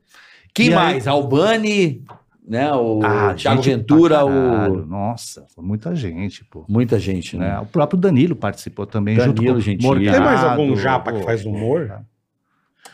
Speaker 3: Quem
Speaker 6: E aí-
Speaker 3: mais? Albani, né? O
Speaker 6: Ah,
Speaker 3: Thiago
Speaker 6: gente
Speaker 3: Ventura,
Speaker 6: pra caralho,
Speaker 3: o...
Speaker 6: Nossa, foi muita gente, pô.
Speaker 3: Muita gente, né?
Speaker 6: Né? O próprio Danilo participou também,
Speaker 3: Danilo
Speaker 6: junto
Speaker 3: Gentili.
Speaker 6: com o Morgado.
Speaker 2: Tem mais algum japa que faz humor?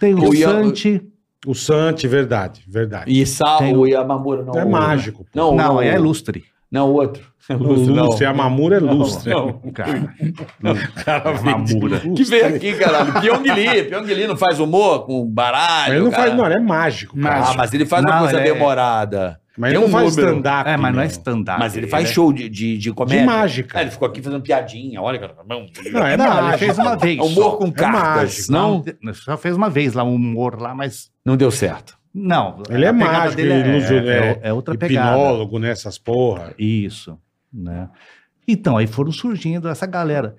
Speaker 6: Tem o,
Speaker 3: O Ian-
Speaker 6: Santi.
Speaker 2: O Santi, verdade, verdade.
Speaker 3: E Sal,
Speaker 6: Tem
Speaker 3: o Yamamura, não.
Speaker 2: é
Speaker 3: o-
Speaker 2: mágico. pô.
Speaker 3: Não,
Speaker 6: Não,
Speaker 3: não,
Speaker 6: é ilustre.
Speaker 3: Não, outro.
Speaker 2: O lustre, a Mamura é lustre.
Speaker 6: Cara,
Speaker 2: Cara,
Speaker 6: É Mamura.
Speaker 3: Que veio aqui, caralho. Pyong Lee. Pyong Lee não faz humor com baralho,
Speaker 2: Mas ele não faz,
Speaker 3: cara.
Speaker 2: não, ele é mágico. cara.
Speaker 3: Ah, mas ele faz uma
Speaker 6: Não,
Speaker 3: coisa
Speaker 6: ele é-
Speaker 3: demorada.
Speaker 2: Mas ele
Speaker 3: tem
Speaker 2: não
Speaker 3: um
Speaker 2: faz
Speaker 3: número.
Speaker 2: stand-up.
Speaker 6: É, mas não é
Speaker 2: meu.
Speaker 6: stand-up.
Speaker 3: Mas Ah, ele faz
Speaker 6: é-
Speaker 3: show de, de, de comédia.
Speaker 2: De mágica.
Speaker 3: Ah, ele ficou aqui fazendo piadinha, olha. cara.
Speaker 2: Não, é
Speaker 6: Não, ele
Speaker 2: mágico.
Speaker 6: fez uma vez. só.
Speaker 3: Humor com cartas.
Speaker 2: mágico.
Speaker 3: não,
Speaker 6: Não, só fez uma vez lá um humor lá, mas
Speaker 3: não deu certo.
Speaker 6: não.
Speaker 2: Ele é
Speaker 6: a pegada
Speaker 2: mágico,
Speaker 6: dele
Speaker 2: ele ilusio-
Speaker 6: é,
Speaker 2: é-
Speaker 6: é, é outra pegada.
Speaker 2: Hipnólogo, né? Essas porra.
Speaker 6: Isso, né? Então aí foram surgindo essa galera.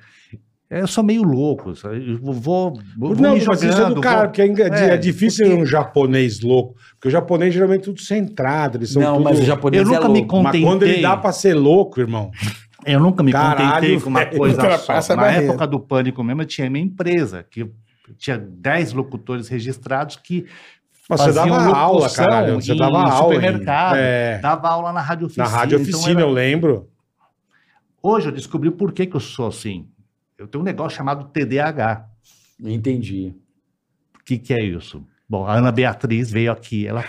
Speaker 6: Eu sou meio louco, sabe? eu vou, vou, vou
Speaker 2: não,
Speaker 6: me
Speaker 2: mas isso é do
Speaker 6: jogando,
Speaker 2: cara,
Speaker 6: vou-
Speaker 2: porque é, enga- é
Speaker 6: É,
Speaker 2: difícil
Speaker 6: porque-
Speaker 2: um japonês louco. Porque o japonês geralmente é tudo centrado, eles são
Speaker 3: não,
Speaker 2: tudo...
Speaker 3: mas o japonês
Speaker 6: Eu nunca
Speaker 3: é
Speaker 6: me
Speaker 3: louco.
Speaker 2: Mas
Speaker 6: contentei.
Speaker 2: quando ele dá pra ser louco, irmão.
Speaker 6: Eu nunca me
Speaker 2: Caralho,
Speaker 6: contentei com uma
Speaker 2: velho,
Speaker 6: coisa
Speaker 5: ultrapassa
Speaker 6: só.
Speaker 5: a
Speaker 6: Na
Speaker 5: barreira.
Speaker 6: época do pânico mesmo, eu tinha minha empresa que tinha 10 locutores registrados que
Speaker 2: Mas você
Speaker 6: faziam
Speaker 2: dava aula,
Speaker 6: locução
Speaker 2: cara. Você
Speaker 6: em
Speaker 2: dava aula. em-
Speaker 6: supermercado.
Speaker 2: É,
Speaker 6: Dava aula na rádio oficina.
Speaker 2: na rádio
Speaker 6: então
Speaker 2: oficina,
Speaker 6: era-
Speaker 2: eu lembro.
Speaker 6: Hoje eu descobri por que, que eu sou assim. Eu tenho um negócio chamado TDAH.
Speaker 7: Entendi.
Speaker 6: O que, que é isso? Bom, a Ana Beatriz veio aqui, ela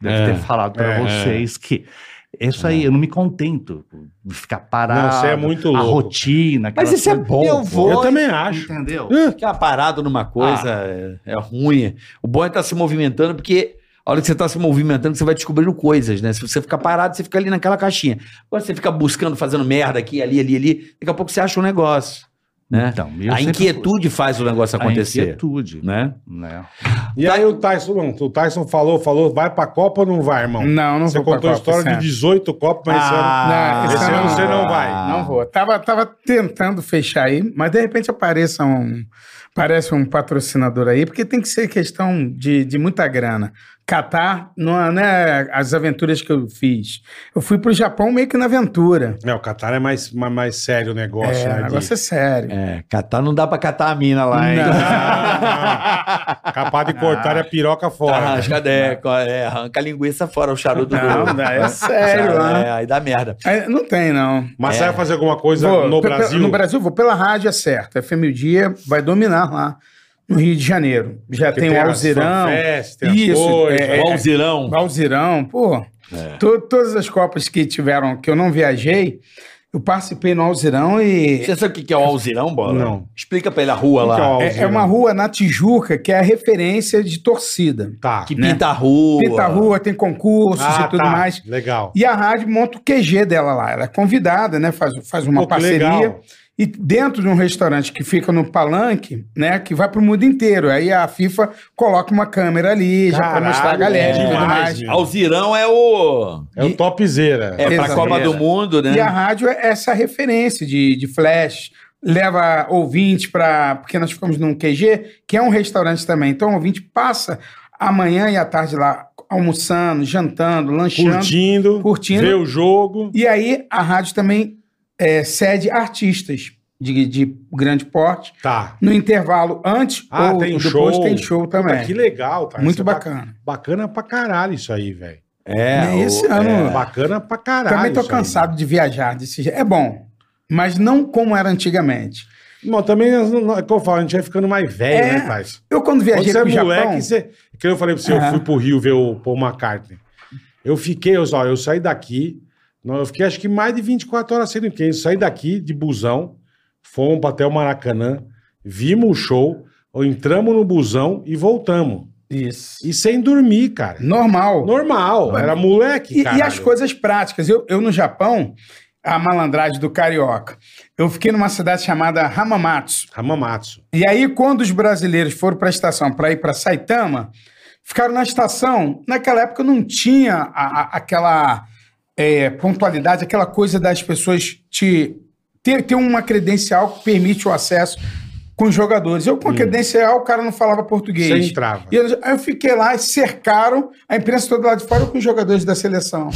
Speaker 6: deve ter falado para
Speaker 2: É,
Speaker 6: vocês que isso aí, eu não me contento de ficar parado.
Speaker 2: Não, você é muito
Speaker 6: A
Speaker 2: louco.
Speaker 6: rotina.
Speaker 7: Mas
Speaker 6: aquelas
Speaker 7: isso é
Speaker 6: coisas.
Speaker 7: bom.
Speaker 6: Eu vou.
Speaker 2: Eu também acho.
Speaker 6: Entendeu?
Speaker 3: Ficar parado numa coisa é, é ruim. O bom é estar se movimentando, porque a hora que você está se movimentando, você vai descobrindo coisas, né? Se você ficar parado, você fica ali naquela caixinha. Agora você fica buscando, fazendo merda aqui, ali, ali, ali. Daqui a pouco você acha um negócio, né?
Speaker 6: Então, eu
Speaker 3: a
Speaker 6: sempre-
Speaker 3: inquietude faz o negócio
Speaker 6: A
Speaker 3: acontecer,
Speaker 6: inquietude,
Speaker 3: né?
Speaker 6: né?
Speaker 2: E aí o Tyson, não, o Tyson falou, falou, vai pra Copa ou não vai, irmão?
Speaker 5: Não, não
Speaker 2: você
Speaker 5: vou pra
Speaker 2: contou a
Speaker 5: Copa
Speaker 2: história
Speaker 5: esse
Speaker 2: de
Speaker 5: ano.
Speaker 2: 18 Copas, mas
Speaker 5: Ah,
Speaker 2: esse ano, esse ano você não vai.
Speaker 5: Não vou. Tava, tava tentando fechar aí, mas de repente apareça um, aparece um patrocinador aí, porque tem que ser questão de, de muita grana. Catar, não é não é as aventuras que eu fiz. Eu fui pro Japão meio que na aventura.
Speaker 2: É, o Qatar é mais, mais, mais sério o negócio,
Speaker 5: é,
Speaker 2: né?
Speaker 5: o
Speaker 2: de-
Speaker 5: negócio é sério.
Speaker 3: É, catar não dá pra catar a mina lá, hein?
Speaker 5: tá-
Speaker 2: Não, não. Capaz de cortar a piroca fora.
Speaker 3: Arranca, é, co- é, arranca a linguiça fora, o charuto
Speaker 5: Não,
Speaker 3: do...
Speaker 5: não, é sério, né?
Speaker 3: É, aí dá merda.
Speaker 5: É, Não tem, não.
Speaker 2: Mas você vai fazer alguma coisa
Speaker 5: Vou,
Speaker 2: no
Speaker 5: é. pe- pe-
Speaker 2: Brasil?
Speaker 5: No Brasil, vou pela rádio, é certo. A FM o Dia vai dominar lá no Rio de Janeiro. Já
Speaker 2: Que
Speaker 5: tem, o
Speaker 2: as
Speaker 5: Alzirão.
Speaker 2: fanfests, tem as
Speaker 5: Isso,
Speaker 2: coisas.
Speaker 5: é,
Speaker 3: Ó, o zirão.
Speaker 5: Alzirão, pô.
Speaker 2: É.
Speaker 5: To- todas as Copas que tiveram, que eu não viajei, eu participei no Alzirão e.
Speaker 3: Você sabe o que que é o alzirão, Bola?
Speaker 2: Não.
Speaker 3: Explica pra ele a rua
Speaker 2: Qual que
Speaker 3: lá.
Speaker 2: o
Speaker 5: É, é
Speaker 2: Alzirão?
Speaker 5: uma rua na Tijuca que é a referência de torcida.
Speaker 2: Tá.
Speaker 3: Que
Speaker 5: né?
Speaker 3: pinta a rua.
Speaker 5: Pinta a rua, tem concursos
Speaker 2: Ah,
Speaker 5: e tudo
Speaker 2: tá.
Speaker 5: mais.
Speaker 2: Legal.
Speaker 5: E a rádio monta o QG dela lá. Ela é convidada, né? Faz, faz uma
Speaker 2: Pô, que
Speaker 5: parceria.
Speaker 2: legal.
Speaker 5: E dentro de um restaurante que fica no palanque, né? Que vai pro mundo inteiro. Aí a FIFA coloca uma câmera ali, já pra
Speaker 2: Caralho, é
Speaker 5: mostrar a galera e tudo
Speaker 2: demais,
Speaker 5: mais.
Speaker 2: meu.
Speaker 3: Alzirão é o.
Speaker 2: É o topzera.
Speaker 3: É pra
Speaker 5: Exatamente.
Speaker 3: Copa do Mundo, né?
Speaker 5: E a rádio é essa referência de, de flash, leva ouvinte para. Porque nós ficamos num QG, que é um restaurante também. Então o ouvinte passa a manhã e a tarde lá almoçando, jantando, lanchando.
Speaker 2: Curtindo,
Speaker 5: Curtindo.
Speaker 2: Vê o jogo.
Speaker 5: E aí a rádio também é, cede artistas de, de grande porte.
Speaker 2: Tá.
Speaker 5: No intervalo antes
Speaker 2: Ah,
Speaker 5: ou
Speaker 2: tem
Speaker 5: depois
Speaker 2: show.
Speaker 5: tem show
Speaker 2: Puta,
Speaker 5: também.
Speaker 2: que legal, cara.
Speaker 5: É. Muito
Speaker 2: Isso é ba-
Speaker 5: bacana.
Speaker 2: Bacana pra caralho isso aí, velho.
Speaker 3: É,
Speaker 5: E esse
Speaker 3: o-
Speaker 5: ano-
Speaker 2: Bacana pra caralho.
Speaker 5: também tô
Speaker 2: isso aí.
Speaker 5: cansado de viajar desse jeito. É bom, mas não como era antigamente.
Speaker 2: Bom, também, nós não- é o que eu falo, a gente vai ficando mais velho,
Speaker 5: É.
Speaker 2: né, Tais?
Speaker 5: Eu quando
Speaker 2: Quando
Speaker 5: viajei
Speaker 2: você é
Speaker 5: pro Japão...
Speaker 2: moleque, você... Que eu falei pra você, eu
Speaker 5: Aham.
Speaker 2: fui pro Rio ver o Paul McCartney. Eu fiquei, eu, ó, eu saí daqui, não, eu fiquei acho que mais de 24 horas sendo quem. Saí daqui de busão, fomos até o Maracanã, vimos o show, entramos no busão e voltamos.
Speaker 5: Isso.
Speaker 2: E sem dormir, cara.
Speaker 5: Normal.
Speaker 2: Normal, era moleque,
Speaker 5: E,
Speaker 2: cara.
Speaker 5: e as coisas práticas. Eu, eu no Japão, a malandragem do carioca. Eu fiquei numa cidade chamada Hamamatsu.
Speaker 2: Hamamatsu.
Speaker 5: E aí, quando os brasileiros foram para a estação para ir para Saitama, ficaram na estação. Naquela época não tinha a- a- aquela é, pontualidade, aquela coisa das pessoas te ter, ter uma credencial que permite o acesso com os jogadores. Eu com a credencial, o cara não falava português.
Speaker 2: Você entrava.
Speaker 5: E eu, aí eu fiquei lá e cercaram a imprensa toda lá de fora com os jogadores da seleção.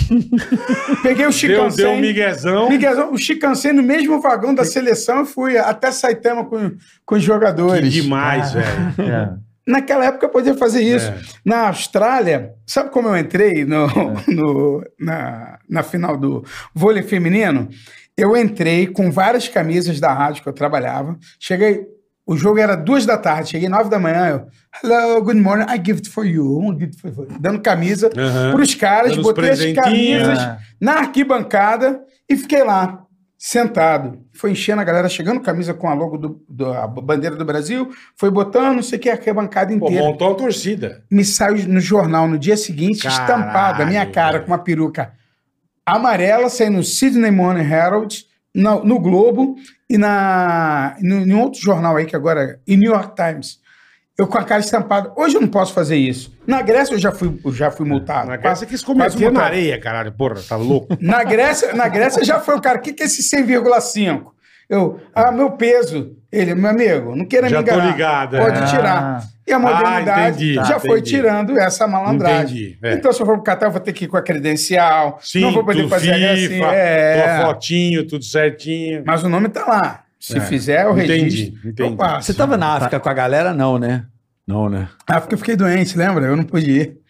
Speaker 5: Peguei o
Speaker 2: Deu,
Speaker 5: Chicansei.
Speaker 2: deu um miguezão.
Speaker 5: Miguelzão, o Chicansei no mesmo vagão da seleção e fui até Saitama com, com os
Speaker 2: Que
Speaker 5: jogadores.
Speaker 2: demais, velho.
Speaker 6: É.
Speaker 5: Naquela época eu podia fazer Ah. isso.
Speaker 2: É.
Speaker 5: Na Austrália, sabe como eu entrei no,
Speaker 2: É.
Speaker 5: no- na, na final do vôlei feminino? Eu entrei com várias camisas da rádio que eu trabalhava. Cheguei, o jogo era duas da tarde, cheguei nove da manhã. Eu, Hello, good morning, I give it for you. I give it for you. Dando camisa
Speaker 2: Aham.
Speaker 5: para os caras,
Speaker 2: É. Dando os
Speaker 5: botei as
Speaker 2: presentinhos. É.
Speaker 5: camisas
Speaker 6: Ah.
Speaker 5: na arquibancada e fiquei lá, sentado. Foi enchendo a galera, chegando camisa com a logo do, do- a bandeira do Brasil, foi botando, não sei o que, a arquibancada
Speaker 2: Pô,
Speaker 5: inteira.
Speaker 2: montou a torcida.
Speaker 5: Me saiu no jornal no dia seguinte,
Speaker 2: Caralho,
Speaker 5: estampada, minha cara,
Speaker 2: velho.
Speaker 5: com uma peruca amarela, saindo no Sydney Morning Herald, no, no Globo e na, no, em outro jornal aí que agora é, e New York Times. Eu com a cara estampada. Hoje eu não posso fazer isso. Na Grécia eu já fui, eu já fui multado.
Speaker 2: Na casa quis
Speaker 5: Quase
Speaker 2: comer na
Speaker 5: multado.
Speaker 2: areia, caralho. Porra, tá louco?
Speaker 5: Na Grécia, na Grécia já foi o cara, o que, que é esse 100,5? Eu, ah, meu peso. Ele, meu amigo, não queira
Speaker 2: Já
Speaker 5: me
Speaker 2: tô
Speaker 5: enganar.
Speaker 2: ligado, é.
Speaker 5: Pode tirar.
Speaker 6: Ah.
Speaker 5: E a modernidade
Speaker 2: Ah, entendi,
Speaker 5: já
Speaker 2: tá,
Speaker 5: foi
Speaker 2: entendi.
Speaker 5: tirando essa malandragem.
Speaker 2: Entendi, é.
Speaker 5: Então, se eu for pro Catar, eu vou ter que ir com a credencial.
Speaker 2: Sim,
Speaker 5: não vou poder fazer assim.
Speaker 2: tua
Speaker 5: É,
Speaker 2: fotinho, tudo certinho.
Speaker 5: mas o nome tá lá. Se
Speaker 2: É.
Speaker 5: fizer, eu
Speaker 2: Entendi,
Speaker 5: registro.
Speaker 2: entendi.
Speaker 5: Eu passo.
Speaker 3: Você tá- tava na África com a galera, não, né? Não, né?
Speaker 5: A É. África eu fiquei doente, lembra? Eu não pude ir.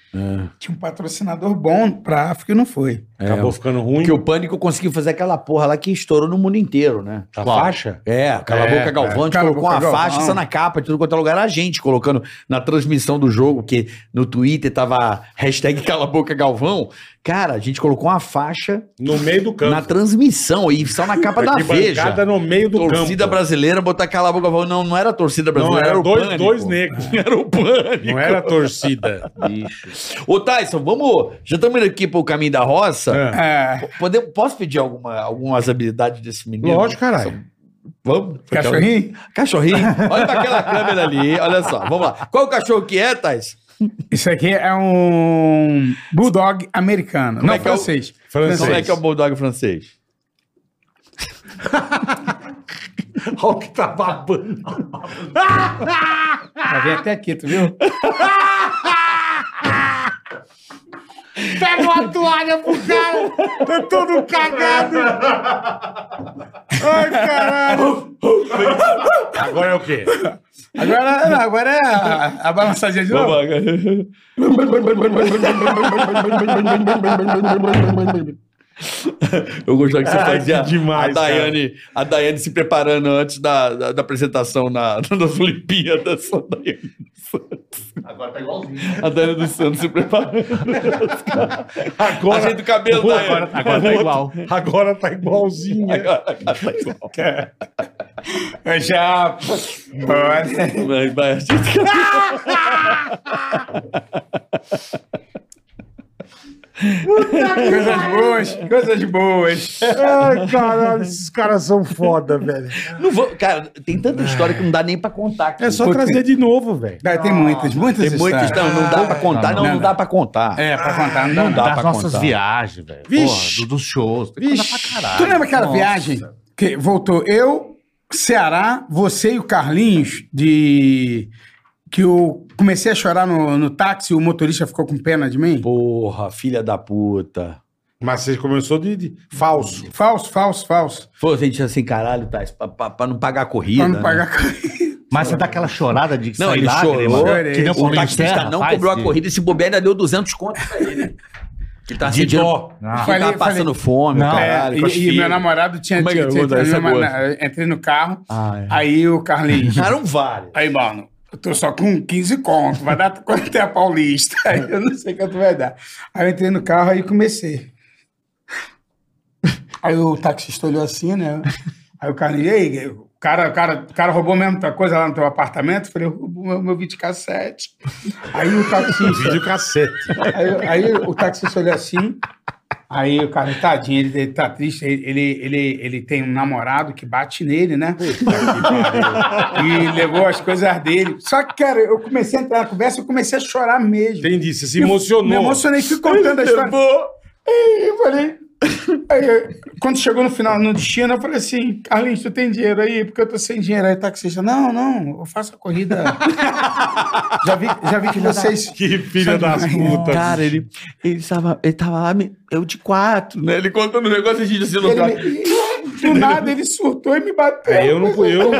Speaker 5: Tinha um patrocinador bom pra África e não foi.
Speaker 2: Acabou ficando ruim.
Speaker 3: Porque É. o Pânico conseguiu fazer aquela porra lá que estourou no mundo inteiro, né?
Speaker 2: A faixa?
Speaker 3: É, Cala a
Speaker 2: É,
Speaker 3: Boca Galvão, a gente
Speaker 5: Cala a
Speaker 3: colocou
Speaker 5: Boca
Speaker 3: uma
Speaker 5: Galvão.
Speaker 3: faixa, isso na capa, de tudo quanto é lugar, a gente colocando na transmissão do jogo, que no Twitter tava hashtag Cala a Boca Galvão. Cara, a gente colocou uma faixa
Speaker 2: No meio do campo.
Speaker 3: na transmissão e só na capa da Veja.
Speaker 2: Arquibancada no meio do
Speaker 3: torcida
Speaker 2: campo.
Speaker 3: brasileira, botar Cala a Boca Galvão. Não, não era a torcida
Speaker 2: Não,
Speaker 3: brasileira,
Speaker 2: era
Speaker 3: era, o
Speaker 2: dois,
Speaker 3: Pânico.
Speaker 2: dois negros.
Speaker 3: Era o Pânico.
Speaker 2: Não era torcida.
Speaker 3: Ô, Tyson, vamos... Já estamos indo aqui pro caminho da roça.
Speaker 2: É.
Speaker 5: É,
Speaker 3: Pode- posso pedir alguma, algumas habilidades desse menino?
Speaker 2: Lógico, caralho.
Speaker 3: Vamos?
Speaker 2: então-
Speaker 5: cachorrinho?
Speaker 3: Cachorrinho. Olha pra aquela câmera ali. Olha só, vamos lá. Qual o cachorro que é, Thais?
Speaker 5: Isso aqui é um bulldog americano.
Speaker 3: Como
Speaker 5: não,
Speaker 3: é que é o-
Speaker 5: francês.
Speaker 2: Francês.
Speaker 3: Como é que é o bulldog francês?
Speaker 2: Olha o que tá babando.
Speaker 5: Já vem até aqui, tu viu?
Speaker 1: Pega uma toalha pro cara. Tá todo cagado.
Speaker 2: Agora é o quê?
Speaker 5: Agora, não, agora é a, a balançadinha de novo.
Speaker 3: Eu gostava que você fazia
Speaker 2: demais,
Speaker 3: a, Daiane, a Daiane se preparando antes da, da, da apresentação na, nas Olimpíadas. A Daiane dos Santos.
Speaker 6: Agora tá igualzinho.
Speaker 3: A Daiane dos Santos se preparando.
Speaker 2: Agora,
Speaker 3: Ajeita o cabelo,
Speaker 2: agora,
Speaker 3: Daiane.
Speaker 2: agora tá igual. Agora tá igualzinho.
Speaker 3: É tá
Speaker 5: Eu já. Olha.
Speaker 3: Vai, vai, ajeita o cabelo.
Speaker 5: Coisas boas, coisas boas.
Speaker 2: Ai, caralho, esses caras são foda, velho.
Speaker 3: Não vou, cara, tem tanta história que não dá nem pra contar. cara.
Speaker 2: É só trazer de novo, velho.
Speaker 5: Cara, tem muitas, muitas
Speaker 3: Tem muitas,
Speaker 5: histórias.
Speaker 3: não, não dá pra contar, não,
Speaker 5: não,
Speaker 3: não
Speaker 5: não.
Speaker 3: dá pra contar.
Speaker 5: É, pra contar, não, dá.
Speaker 3: dá
Speaker 6: das
Speaker 3: pra
Speaker 6: nossas
Speaker 3: contar.
Speaker 6: viagens, velho.
Speaker 2: Vixe.
Speaker 6: Porra, do- dos shows. Tem coisa pra caralho.
Speaker 5: Tu lembra aquela
Speaker 6: Nossa.
Speaker 5: viagem que voltou eu, Ceará, você e o Carlinhos de que eu comecei a chorar no, no táxi e o motorista ficou com pena de mim?
Speaker 3: Porra, filha da puta.
Speaker 2: Mas você começou de, de falso.
Speaker 5: Falso, falso, falso.
Speaker 3: Pô, a gente disse assim, caralho, Thais, pra, pra- pra não pagar a corrida.
Speaker 5: Pra não
Speaker 3: né?
Speaker 5: pagar corrida.
Speaker 6: Mas você dá aquela chorada de
Speaker 3: Não,
Speaker 6: sair
Speaker 3: ele
Speaker 6: lágrima,
Speaker 3: chorou.
Speaker 6: Que nem o
Speaker 3: O
Speaker 6: Paulinho
Speaker 3: taxista
Speaker 6: Serra
Speaker 3: não
Speaker 6: faz,
Speaker 3: cobrou a
Speaker 6: que-
Speaker 3: corrida, esse bobear ainda deu 200 contos pra ele. Que tá
Speaker 2: De
Speaker 3: sentindo-
Speaker 2: dó.
Speaker 6: Ah,
Speaker 3: Que tá
Speaker 5: Falei-
Speaker 3: passando fome,
Speaker 6: Não,
Speaker 3: caralho. com as
Speaker 5: É, e, e
Speaker 3: filhas.
Speaker 5: meu namorado tinha.
Speaker 3: Como é que
Speaker 5: tinha-
Speaker 3: eu
Speaker 5: tinha-
Speaker 3: vou dar
Speaker 5: tinha-
Speaker 3: essa
Speaker 5: meu-
Speaker 3: gosto?
Speaker 5: na- entrei no carro,
Speaker 3: Ah, é.
Speaker 5: aí o Carlinhos.
Speaker 3: Eram vários.
Speaker 5: Aí, mano, eu tô só com 15 conto, vai dar quanto é a Paulista? Aí eu não sei quanto vai dar. Aí eu entrei no carro aí comecei. Aí o taxista olhou assim, né? Aí o cara, e aí, o cara, o cara, o cara roubou mesmo tua coisa lá no teu apartamento? Eu falei, roubou meu, meu vídeo cassete. Aí o taxista.
Speaker 2: Vídeo cacete.
Speaker 5: Aí, aí o taxista olhou assim. Aí o cara, tadinho, ele, ele tá triste. Ele, ele, ele, ele tem um namorado que bate nele, né? e levou as coisas dele. Só que, cara, eu comecei a entrar na conversa, eu comecei a chorar mesmo.
Speaker 2: Entendi, você se emocionou.
Speaker 5: Me emocionei, fui contando a história. Aí eu falei. Aí, eu- quando chegou no final, no destino, eu falei assim: Carlinhos, tu tem dinheiro aí? Porque eu tô sem dinheiro. Aí o taxista: Não, não, eu faço a corrida. já, vi, já vi que vocês.
Speaker 2: Que filha das putas.
Speaker 3: Cara, ele, ele, tava, ele tava lá, me- eu de quatro, né? Ele contando o negócio e a gente assim, no
Speaker 5: Ele
Speaker 3: carro.
Speaker 5: me- é, Do nada ele surtou e me bateu.
Speaker 2: É, eu não fui eu.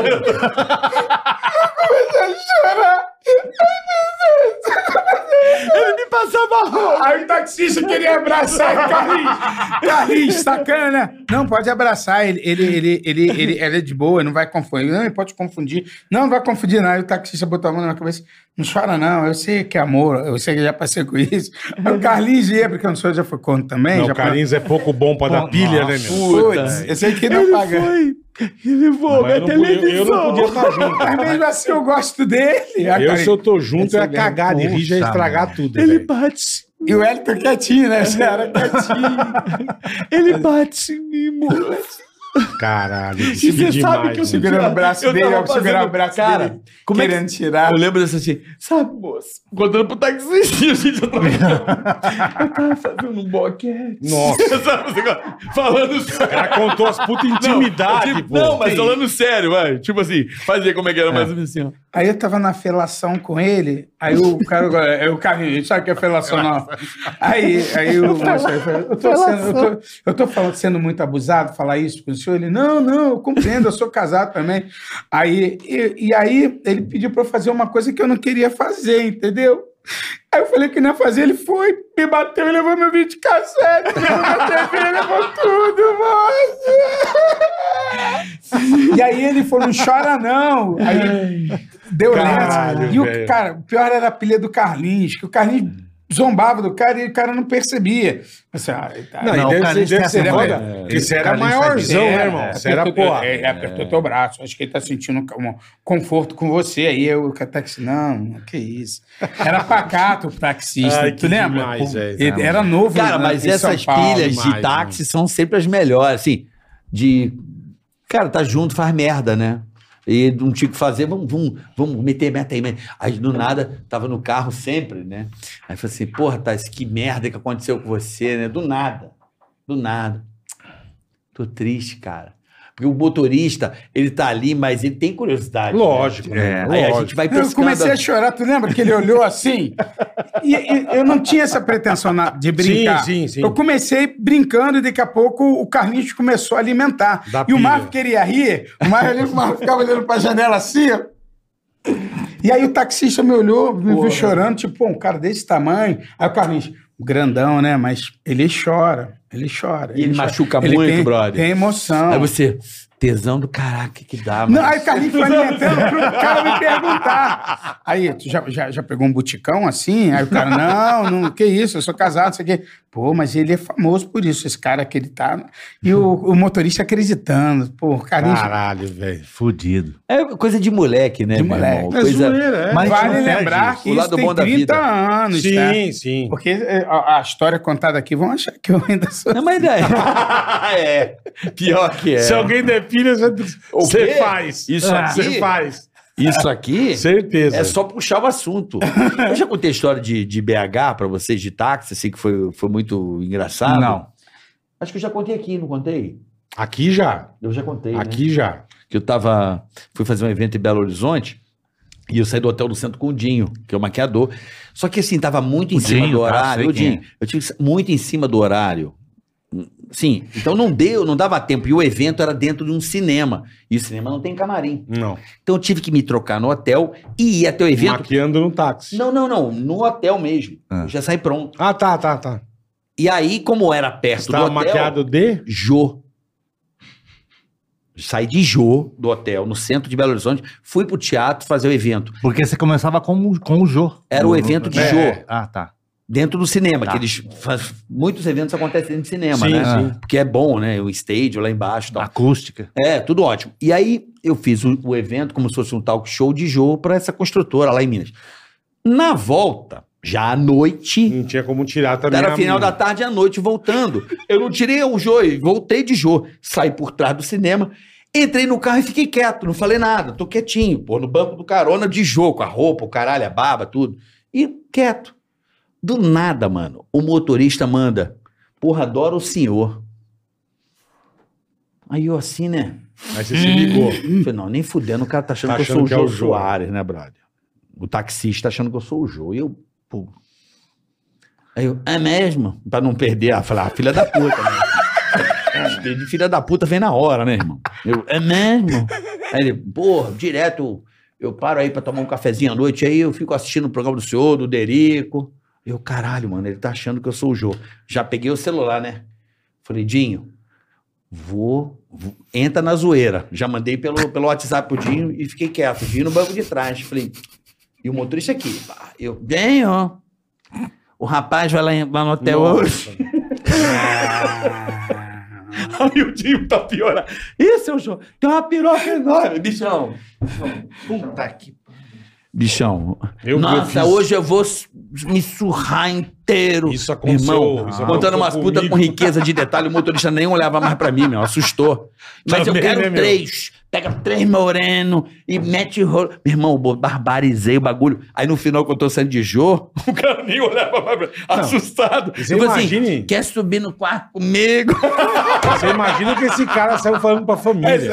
Speaker 3: Ele me passava a
Speaker 5: Aí o taxista queria abraçar o Carlinhos. Carlinhos, sacana. Não, pode abraçar. Ele, ele, ele, ele, ele, ele é de boa, não vai confundir. Não, ele pode confundir. Não, não vai confundir, não. Aí o taxista botou a mão na minha cabeça. Não chora, não. Eu sei que é amor. Eu sei que eu já passei com isso. Aí o Carlinhos ia, porque eu não sou, já foi corno também.
Speaker 2: Não,
Speaker 5: já
Speaker 2: o Carlinhos é pouco bom pra dar pilha, né, meu?
Speaker 5: Putz, eu sei que não paga.
Speaker 3: Foi. Ele
Speaker 2: Mas eu não
Speaker 3: foi, minha
Speaker 2: podia- eu,
Speaker 3: televisão.
Speaker 2: não podia estar
Speaker 5: Mas
Speaker 2: junto.
Speaker 5: mesmo assim eu gosto dele. Ah,
Speaker 2: Eu,
Speaker 5: Carlinhos.
Speaker 2: se eu tô junto,
Speaker 5: Esse
Speaker 2: ia
Speaker 5: é
Speaker 2: cagar de
Speaker 6: mesmo.
Speaker 2: rir, já ia
Speaker 6: Puxa,
Speaker 2: estragar
Speaker 6: mano.
Speaker 2: tudo.
Speaker 3: Ele
Speaker 2: velho.
Speaker 3: bate,
Speaker 5: E o Hélio quietinho, né? Você era quietinho.
Speaker 3: ele bate em mim, moleque.
Speaker 2: Caralho,
Speaker 3: E você
Speaker 2: demais,
Speaker 3: sabe que eu
Speaker 2: mano.
Speaker 3: segurei
Speaker 5: Segurando o braço
Speaker 3: eu
Speaker 5: dele,
Speaker 3: tava
Speaker 5: eu segurando
Speaker 3: fazendo-
Speaker 5: o braço
Speaker 3: cara,
Speaker 5: dele,
Speaker 3: como é que-
Speaker 5: querendo tirar.
Speaker 3: Eu lembro dessa assim, sabe, moço? Contando pro taxista, a gente eu tava, eu tava fazendo um boquete.
Speaker 2: Nossa.
Speaker 3: Sabe, você gosta- falando
Speaker 2: O cara contou as putas intimidade,
Speaker 3: tipo,
Speaker 2: pô.
Speaker 3: Não, mas falando sério, vai. Tipo assim, fazia como é que era, mais ou menos assim, ó.
Speaker 5: Aí eu tava na felação com ele, aí o cara, aí o Carlinhos, sabe o que é felação não? Aí, aí o moço, aí falou, eu tô, sendo, eu, tô, eu tô falando, sendo muito abusado, falar isso com o senhor, ele, não, não, eu compreendo, eu sou casado também. Aí, e, e aí ele pediu pra eu fazer uma coisa que eu não queria fazer, entendeu? Aí eu falei que não ia fazer, ele foi, me bateu e levou meu vídeo cassete, levou minha TV, levou tudo, moço. E aí ele falou, não chora não. Aí deu
Speaker 2: Caralho,
Speaker 5: lento. E o
Speaker 2: velho.
Speaker 5: cara, o pior era a pilha do Carlinhos, que o Carlinhos zombava do cara e o cara não percebia. Assim, ah, tá.
Speaker 2: Não,
Speaker 6: Não,
Speaker 2: e
Speaker 6: o
Speaker 2: deve,
Speaker 6: Carlinhos
Speaker 2: ser, deve
Speaker 6: tem
Speaker 2: ser
Speaker 6: essa
Speaker 2: foda.
Speaker 6: moda.
Speaker 2: Porque você era
Speaker 6: Carlinhos faz
Speaker 2: maiorzão,
Speaker 5: isso.
Speaker 2: né, irmão? Você era,
Speaker 1: Apertou-
Speaker 2: porra.
Speaker 1: é, é, apertou teu braço.
Speaker 5: Acho que ele tá sentindo um um conforto com você. Aí eu, o táxi, não, que isso. Era pacato o taxista,
Speaker 2: Ai,
Speaker 5: tu
Speaker 2: que
Speaker 5: lembra?
Speaker 2: demais,
Speaker 5: Pô,
Speaker 2: é,
Speaker 5: ele era novo.
Speaker 3: Cara,
Speaker 5: né,
Speaker 3: mas
Speaker 5: em São
Speaker 3: essas
Speaker 5: Paulo. né?
Speaker 3: pilhas
Speaker 2: demais,
Speaker 3: de táxi são sempre as melhores, assim, de... Cara, tá junto, faz merda, né? E não tinha o que fazer, vamos, vamos, vamos meter meta aí. meta. Aí, do nada, tava no carro sempre, né? Aí, falei assim, porra, Thais, que merda que aconteceu com você, né? Do nada, do nada. Tô triste, cara. Porque o motorista, ele tá ali, mas ele tem curiosidade. né?
Speaker 2: Lógico, né?
Speaker 3: É, aí a gente
Speaker 2: lógico.
Speaker 3: vai
Speaker 5: Eu
Speaker 3: pescando.
Speaker 5: comecei a chorar, tu lembra que ele olhou assim? E, e eu não tinha essa pretensão na- de brincar.
Speaker 2: Sim, sim, sim.
Speaker 5: Eu comecei brincando e daqui a pouco o Carlinhos começou a alimentar.
Speaker 2: Da
Speaker 5: e o
Speaker 2: pilha.
Speaker 5: Marco queria rir, o Marco, ali, o Marco ficava olhando pra janela assim. ó. E aí o taxista me olhou, me viu chorando, tipo, pô, um cara desse tamanho. Aí o Carlinhos, grandão, né? Mas ele chora, ele chora.
Speaker 3: E ele
Speaker 5: chora.
Speaker 3: machuca muito,
Speaker 5: tem,
Speaker 3: brother.
Speaker 5: Tem emoção.
Speaker 3: Aí você, tesão do caraca, que dá, mano.
Speaker 5: Não, aí o Carlinhos foi alimentando pro cara me perguntar. Aí, tu já, já, já pegou um buticão assim? Aí o cara, não, não, que isso, eu sou casado, não sei o quê. Pô, mas ele é famoso por isso, esse cara que ele tá. E o, o motorista acreditando. Pô, Carlinhos.
Speaker 2: Caralho, velho.
Speaker 6: Fudido.
Speaker 3: É coisa de moleque, né,
Speaker 5: De
Speaker 3: meu
Speaker 5: moleque.
Speaker 3: irmão?
Speaker 2: É
Speaker 3: Coisa...
Speaker 2: zoeira, é.
Speaker 6: Mas
Speaker 5: vale
Speaker 6: não perde
Speaker 5: lembrar
Speaker 6: isso.
Speaker 5: que
Speaker 3: O
Speaker 5: isso
Speaker 3: lado
Speaker 5: tem
Speaker 3: bom da
Speaker 5: 30
Speaker 3: vida.
Speaker 5: anos,
Speaker 2: sim,
Speaker 5: né?
Speaker 2: sim.
Speaker 5: Porque é, a, a história contada aqui, vão achar que eu ainda sou.
Speaker 3: Não, mas é. é. Pior que é.
Speaker 2: Se alguém der pilha, você-
Speaker 3: O
Speaker 2: você
Speaker 3: quê?
Speaker 2: faz.
Speaker 3: Isso
Speaker 2: Ah,
Speaker 3: aqui?
Speaker 2: Você faz.
Speaker 3: Isso aqui
Speaker 2: Certeza.
Speaker 3: é só puxar o assunto. Eu já contei a história de, de BH pra vocês, de táxi, assim, que foi, foi muito engraçado.
Speaker 6: Não.
Speaker 3: Acho que eu já contei aqui, não contei?
Speaker 2: Aqui já.
Speaker 3: Eu já contei, né?
Speaker 2: Aqui já.
Speaker 3: que eu tava. Fui fazer um evento em Belo Horizonte. E eu saí do hotel do centro com o Dinho, que é o maquiador. Só que assim, tava muito em
Speaker 6: O
Speaker 3: cima
Speaker 6: Dinho,
Speaker 3: do
Speaker 6: tá,
Speaker 3: horário.
Speaker 6: sei
Speaker 3: o
Speaker 6: quem
Speaker 3: Dinho, eu tive muito em cima do horário. Sim, então não deu, não dava tempo. E o evento era dentro de um cinema. E o cinema não tem camarim.
Speaker 2: Não.
Speaker 3: Então eu tive que me trocar no hotel e ir até o evento.
Speaker 2: Maquiando no táxi.
Speaker 3: Não, não, não. No hotel mesmo.
Speaker 6: Ah.
Speaker 3: Eu já saí pronto.
Speaker 2: Ah, tá, tá, tá.
Speaker 3: E aí, como era perto
Speaker 2: Você
Speaker 3: do
Speaker 2: tava
Speaker 3: hotel...
Speaker 2: maquiado de?
Speaker 3: Jô. Saí de Jô, do hotel, no centro de Belo Horizonte, fui pro teatro fazer o evento.
Speaker 6: Porque você começava com, o- com o Jô.
Speaker 3: Era o evento de
Speaker 6: É.
Speaker 3: Jô.
Speaker 6: Ah, tá.
Speaker 3: Dentro do cinema,
Speaker 6: Tá.
Speaker 3: que eles faz- muitos eventos acontecem dentro do cinema,
Speaker 2: Sim,
Speaker 3: né?
Speaker 6: sim. Tá.
Speaker 3: Porque é bom, né? O stage lá embaixo e tal.
Speaker 6: Acústica.
Speaker 3: É, tudo ótimo. E aí eu fiz o, o evento como se fosse um talk show de Jô pra essa construtora lá em Minas. Na volta, já à noite,
Speaker 2: Não tinha como tirar também. né,
Speaker 3: Era
Speaker 2: a
Speaker 3: final
Speaker 2: mina.
Speaker 3: da tarde e à noite, voltando. Eu não tirei o Jô, e voltei de Jô. Saí por trás do cinema, entrei no carro e fiquei quieto, não falei nada, tô quietinho, pô, no banco do carona de Jô, com a roupa, o caralho, a barba, tudo. E quieto. Do nada, mano, o motorista manda, porra, adoro o senhor. Aí eu assim, né?
Speaker 2: Aí você se ligou.
Speaker 3: Hum. Falei, não, nem fudendo, o cara tá achando
Speaker 2: Tá
Speaker 3: que
Speaker 2: achando
Speaker 3: eu
Speaker 2: que
Speaker 3: sou
Speaker 2: é
Speaker 3: o
Speaker 2: o
Speaker 3: Jô
Speaker 2: Jô.
Speaker 3: Soares, né, brother? O taxista tá achando que eu sou o Jô. E eu, pô. Aí eu, é mesmo? Pra não perder, ah, falar, ah, filha da puta, né? É, de filha da puta vem na hora, né, irmão? Eu, é mesmo? Aí ele, porra, direto, eu paro aí pra tomar um cafezinho à noite, aí eu fico assistindo o programa do senhor, do Derico. Eu, caralho, mano, ele tá achando que eu sou o Jô. Já peguei o celular, né? Falei, Dinho, Vou, vou- entra na zoeira. Já mandei pelo, pelo WhatsApp pro Dinho e fiquei quieto. Dinho no banco de trás. Falei, e o motorista aqui? pá. Eu, bem, ó. O rapaz vai lá em- vai no hotel hoje. Aí o Dinho tá piorando. Esse é o João. Tem uma piroca enorme, bichão. Puta que Bichão,
Speaker 2: Eu- eu
Speaker 3: nossa,
Speaker 2: fiz-
Speaker 3: hoje eu vou s- me surrar inteiro.
Speaker 2: Isso aconteceu,
Speaker 3: Irmão,
Speaker 2: isso
Speaker 3: contando
Speaker 2: aconteceu
Speaker 3: umas putas
Speaker 2: comigo.
Speaker 3: com riqueza de detalhe, o motorista nem olhava mais pra mim, meu, assustou. Mas
Speaker 2: Também,
Speaker 3: eu quero
Speaker 2: né, meu?
Speaker 3: três. Pega três moreno e mete rolo. Meu irmão, bo- barbarizei o bagulho. Aí no final, quando eu tô saindo de Jô, o cara nem olhava mais pra mim, assustado.
Speaker 2: Você
Speaker 3: Eu falei assim,
Speaker 2: imagine-
Speaker 3: quer subir no quarto comigo?
Speaker 2: Você imagina que esse cara saiu falando pra família.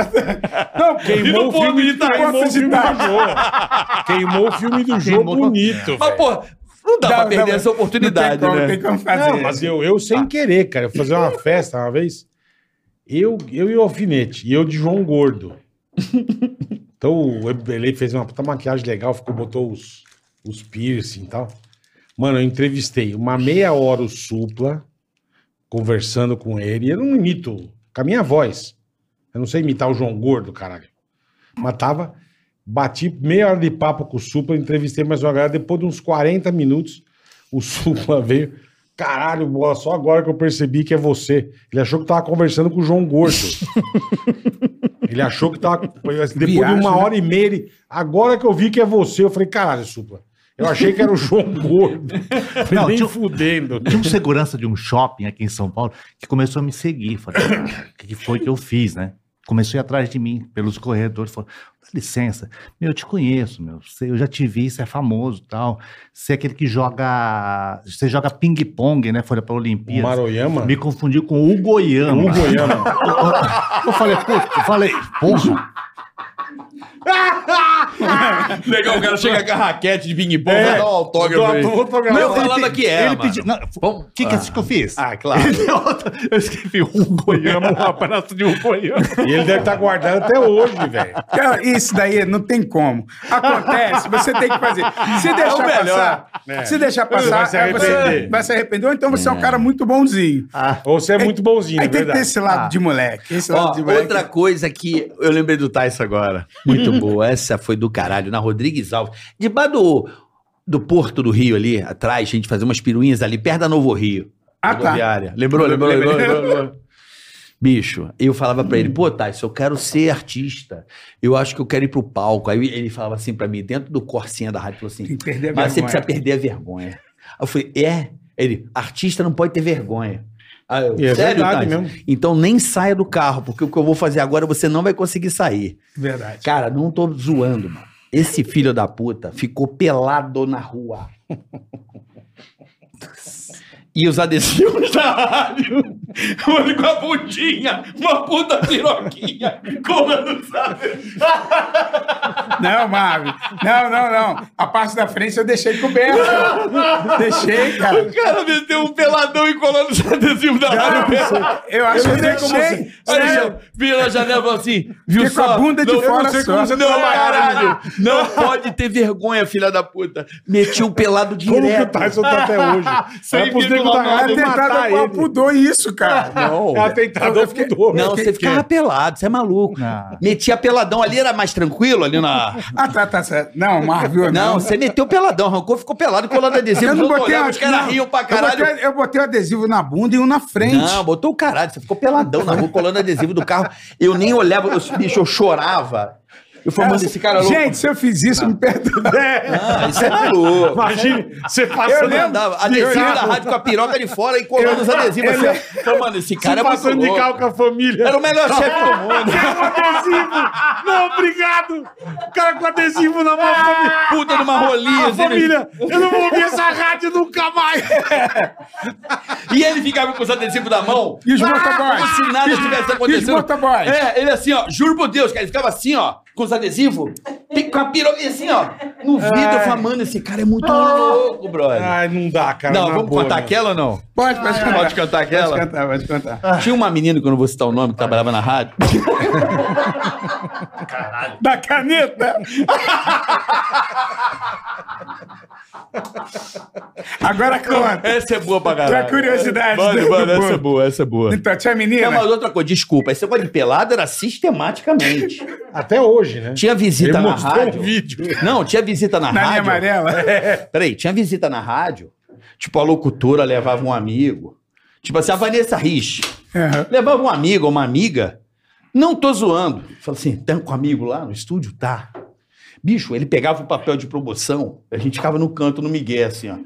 Speaker 2: Não,
Speaker 3: Vira
Speaker 2: queimou
Speaker 3: um
Speaker 2: o filme,
Speaker 3: pouco de
Speaker 2: queimou o
Speaker 3: Tarso de
Speaker 2: filme do jogo. Queimou o filme do jogo
Speaker 6: Queimou to-
Speaker 2: bonito.
Speaker 3: tá- Mas,
Speaker 2: velho.
Speaker 3: pô, não dá
Speaker 5: Não,
Speaker 3: pra
Speaker 5: não,
Speaker 3: perder
Speaker 5: mas
Speaker 3: essa oportunidade,
Speaker 5: não tem como,
Speaker 3: né?
Speaker 5: tem como fazer.
Speaker 2: Não, mas eu, eu sem querer, cara. Eu fui fazer uma festa uma vez. Eu, eu e o Alfinete. E eu de João Gordo. Então o Ebelei fez uma puta maquiagem legal. Ficou, botou os, os piercing e tal. Mano, eu entrevistei uma meia hora o Supla, conversando com ele. e Eu não imito, com a minha voz. Eu não sei imitar o João Gordo, caralho. Mas tava, bati meia hora de papo com o Supla, entrevistei mais uma galera. Depois de uns 40 minutos, o Supla veio. Caralho, bola, só agora que eu percebi que é você. Ele achou que tava conversando com o João Gordo. ele achou que tava. Depois de
Speaker 5: Viagem,
Speaker 2: uma
Speaker 5: né?
Speaker 2: hora e meia, ele. Agora que eu vi que é você, eu falei, caralho, Supla. Eu achei que era o João Gordo. Falei,
Speaker 6: Não,
Speaker 2: nem
Speaker 6: tinha-
Speaker 2: fudendo.
Speaker 6: Tinha um segurança de um shopping aqui em São Paulo que começou a me seguir. Falei, "Cara, o que que foi que eu fiz, né? Começou a ir atrás de mim, pelos corredores, falou, dá licença, meu, eu te conheço, meu, Você- eu já te vi, você é famoso tal. Você é aquele que joga, você joga ping-pong, né? Foi pra
Speaker 2: O
Speaker 6: Olimpíada.
Speaker 2: Maroyama?
Speaker 6: Me confundiu com o Goiano.
Speaker 2: O Um Goiânia.
Speaker 6: Eu falei, putz, eu falei, porra,
Speaker 3: Legal, o cara chega com a raquete de ping-pong,
Speaker 2: É.
Speaker 3: vai dar um autógrafo.
Speaker 2: Tô-
Speaker 3: aí.
Speaker 2: tô- vou autografar.
Speaker 3: Não, falava que era,
Speaker 6: ele
Speaker 3: mano.
Speaker 6: pediu. O que, que é isso que eu fiz?
Speaker 3: Ah, claro.
Speaker 6: Eu escrevi um goiano, um abraço de um goiano.
Speaker 2: E ele deve estar guardado até hoje, velho.
Speaker 5: Cara, isso daí não tem como. Acontece, você tem que fazer.
Speaker 2: É
Speaker 5: Se deixar
Speaker 3: melhor.
Speaker 5: passar, se deixar passar,
Speaker 2: né? Vai se
Speaker 5: aí você
Speaker 2: arrepender.
Speaker 5: vai se arrepender. Ou então você é um cara muito bonzinho.
Speaker 2: Ou você é muito bonzinho, é
Speaker 5: aí tem que ter
Speaker 2: verdade.
Speaker 5: esse lado de moleque. Esse lado
Speaker 3: Ah. Ó,
Speaker 5: de moleque.
Speaker 3: outra coisa que eu lembrei do Tyson agora. Muito boa. Essa foi do caralho. Na Rodrigues Alves. Debaixo do, do Porto do Rio ali, atrás, a gente fazia umas piruinhas ali, perto da Novo Rio.
Speaker 5: Ah, tá.
Speaker 3: rodoviária. Lembrou, lembrou, lembrou, lembrou, lembrou. Bicho, eu falava pra ele, pô, Tyson, eu quero ser artista. Eu acho que eu quero ir pro palco. Aí ele falava assim pra mim, dentro do corsinha da rádio, falou assim:
Speaker 5: Tem que perder a
Speaker 3: Mas você
Speaker 5: vergonha.
Speaker 3: precisa perder a vergonha. Aí eu falei, é? Ele, artista não pode ter vergonha. Aí eu,
Speaker 2: E é
Speaker 3: Sério,
Speaker 2: verdade
Speaker 3: Tyson?
Speaker 2: mesmo.
Speaker 3: Então nem saia do carro, porque o que eu vou fazer agora você não vai conseguir sair.
Speaker 5: Verdade.
Speaker 3: Cara, não tô zoando, mano. Esse filho da puta ficou pelado na rua. E os adesivos da rádio. Ele com a bundinha, uma puta piroquinha, colando, sabe?
Speaker 5: Não, Marvin. Não, não, não. A parte da frente eu deixei coberta. deixei, cara.
Speaker 3: O cara meteu um peladão e colando os adesivos da rádio.
Speaker 5: Eu acho que eu deixei. Sério.
Speaker 3: Olha, vira a janela e fala assim, viu
Speaker 5: Fiquei com a bunda de fora só.
Speaker 3: Não, caralho, não pode ter vergonha, filha da puta. Meti o pelado
Speaker 2: Como que o
Speaker 3: direto.
Speaker 2: Tyson tá até hoje? Era pros tá negros da
Speaker 5: Ela
Speaker 2: rádio
Speaker 5: tentaram
Speaker 2: matar
Speaker 5: com o
Speaker 2: ele.
Speaker 5: pudor isso, cara.
Speaker 3: Não,
Speaker 2: Ela tentada fudou.
Speaker 3: não você ficava pelado, você é maluco.
Speaker 6: Não.
Speaker 3: Metia peladão ali, era mais tranquilo ali na...
Speaker 5: Ah, tá, tá certo. Não, Marvin, eu
Speaker 3: Não,
Speaker 5: não.
Speaker 3: você meteu peladão, arrancou, ficou pelado, colando adesivo.
Speaker 5: Eu não
Speaker 3: todo
Speaker 5: botei
Speaker 3: olhava,
Speaker 5: a-
Speaker 3: né? Os caras
Speaker 5: não,
Speaker 3: riam pra
Speaker 5: eu botei-
Speaker 3: caralho.
Speaker 5: Eu botei o adesivo na bunda e um na frente.
Speaker 3: Não, botou o caralho. Você ficou peladão na rua, colando adesivo do carro. Eu nem olhava, eu, bicho, eu chorava. Eu falei, mano, esse cara é louco.
Speaker 5: Gente, se eu fiz isso, me perdoa.
Speaker 3: Ah, isso é maluco.
Speaker 2: Imagina, você
Speaker 3: Eu
Speaker 2: passando...
Speaker 3: andava, adesivo da rádio com a piroca de fora e colando os adesivos. Assim, ó. Então, mano, esse
Speaker 2: Você
Speaker 3: cara é muito
Speaker 2: passando de
Speaker 3: louco.
Speaker 2: carro com a família.
Speaker 3: Era um o melhor chefe do mundo.
Speaker 2: Quero um adesivo! Não, obrigado! O cara com adesivo na mão. família.
Speaker 3: Puta numa rolinha.
Speaker 2: A
Speaker 3: assim,
Speaker 2: família, eu não vou ouvir essa rádio nunca mais.
Speaker 3: né? E ele ficava com os adesivos na mão.
Speaker 5: E os
Speaker 3: Como
Speaker 5: motoboys?
Speaker 3: se nada tivesse
Speaker 5: E os
Speaker 3: acontecido.
Speaker 5: motoboys?
Speaker 3: É, ele assim, ó, juro por Deus, cara, ele ficava assim, ó, com os adesivos, tem- com a piroca, e assim, ó, no vidro, eu falava, mano, esse cara é muito louco, brother.
Speaker 2: Ai, não dá, cara.
Speaker 3: não,
Speaker 2: na
Speaker 3: vamos
Speaker 2: boa, né?
Speaker 3: contar
Speaker 2: meu.
Speaker 3: aquela ou não?
Speaker 5: Pode, pode cantar.
Speaker 3: Pode cantar Ah. aquela?
Speaker 5: Pode cantar, pode cantar.
Speaker 3: Tinha uma menina, que eu não vou citar o nome, que trabalhava na rádio.
Speaker 5: Da caneta. Agora conta.
Speaker 3: Essa é boa pra
Speaker 5: Pra
Speaker 3: caralho.
Speaker 5: curiosidade.
Speaker 3: Mano,
Speaker 5: do-
Speaker 3: mano,
Speaker 5: do
Speaker 3: essa é
Speaker 5: povo.
Speaker 3: boa, essa é boa.
Speaker 5: Então, tinha
Speaker 3: Não, mas
Speaker 5: menina.
Speaker 3: outra coisa, desculpa. Esse negócio de pelado era sistematicamente.
Speaker 2: Até hoje, né?
Speaker 3: Tinha
Speaker 2: Ele
Speaker 3: visita na
Speaker 2: mostrou
Speaker 3: rádio.
Speaker 2: um vídeo.
Speaker 3: Não, tinha visita na,
Speaker 5: Na linha
Speaker 3: rádio. É.
Speaker 5: amarela.
Speaker 3: Peraí, tinha visita na rádio. Tipo, a locutora levava um amigo. Tipo assim, a Vanessa Rich.
Speaker 5: Aham.
Speaker 3: Levava um amigo ou uma amiga. Não tô zoando. Falei assim, tá com um amigo lá no estúdio? Tá. Bicho, ele pegava o papel de promoção, a gente ficava no canto, no Miguel, assim, ó.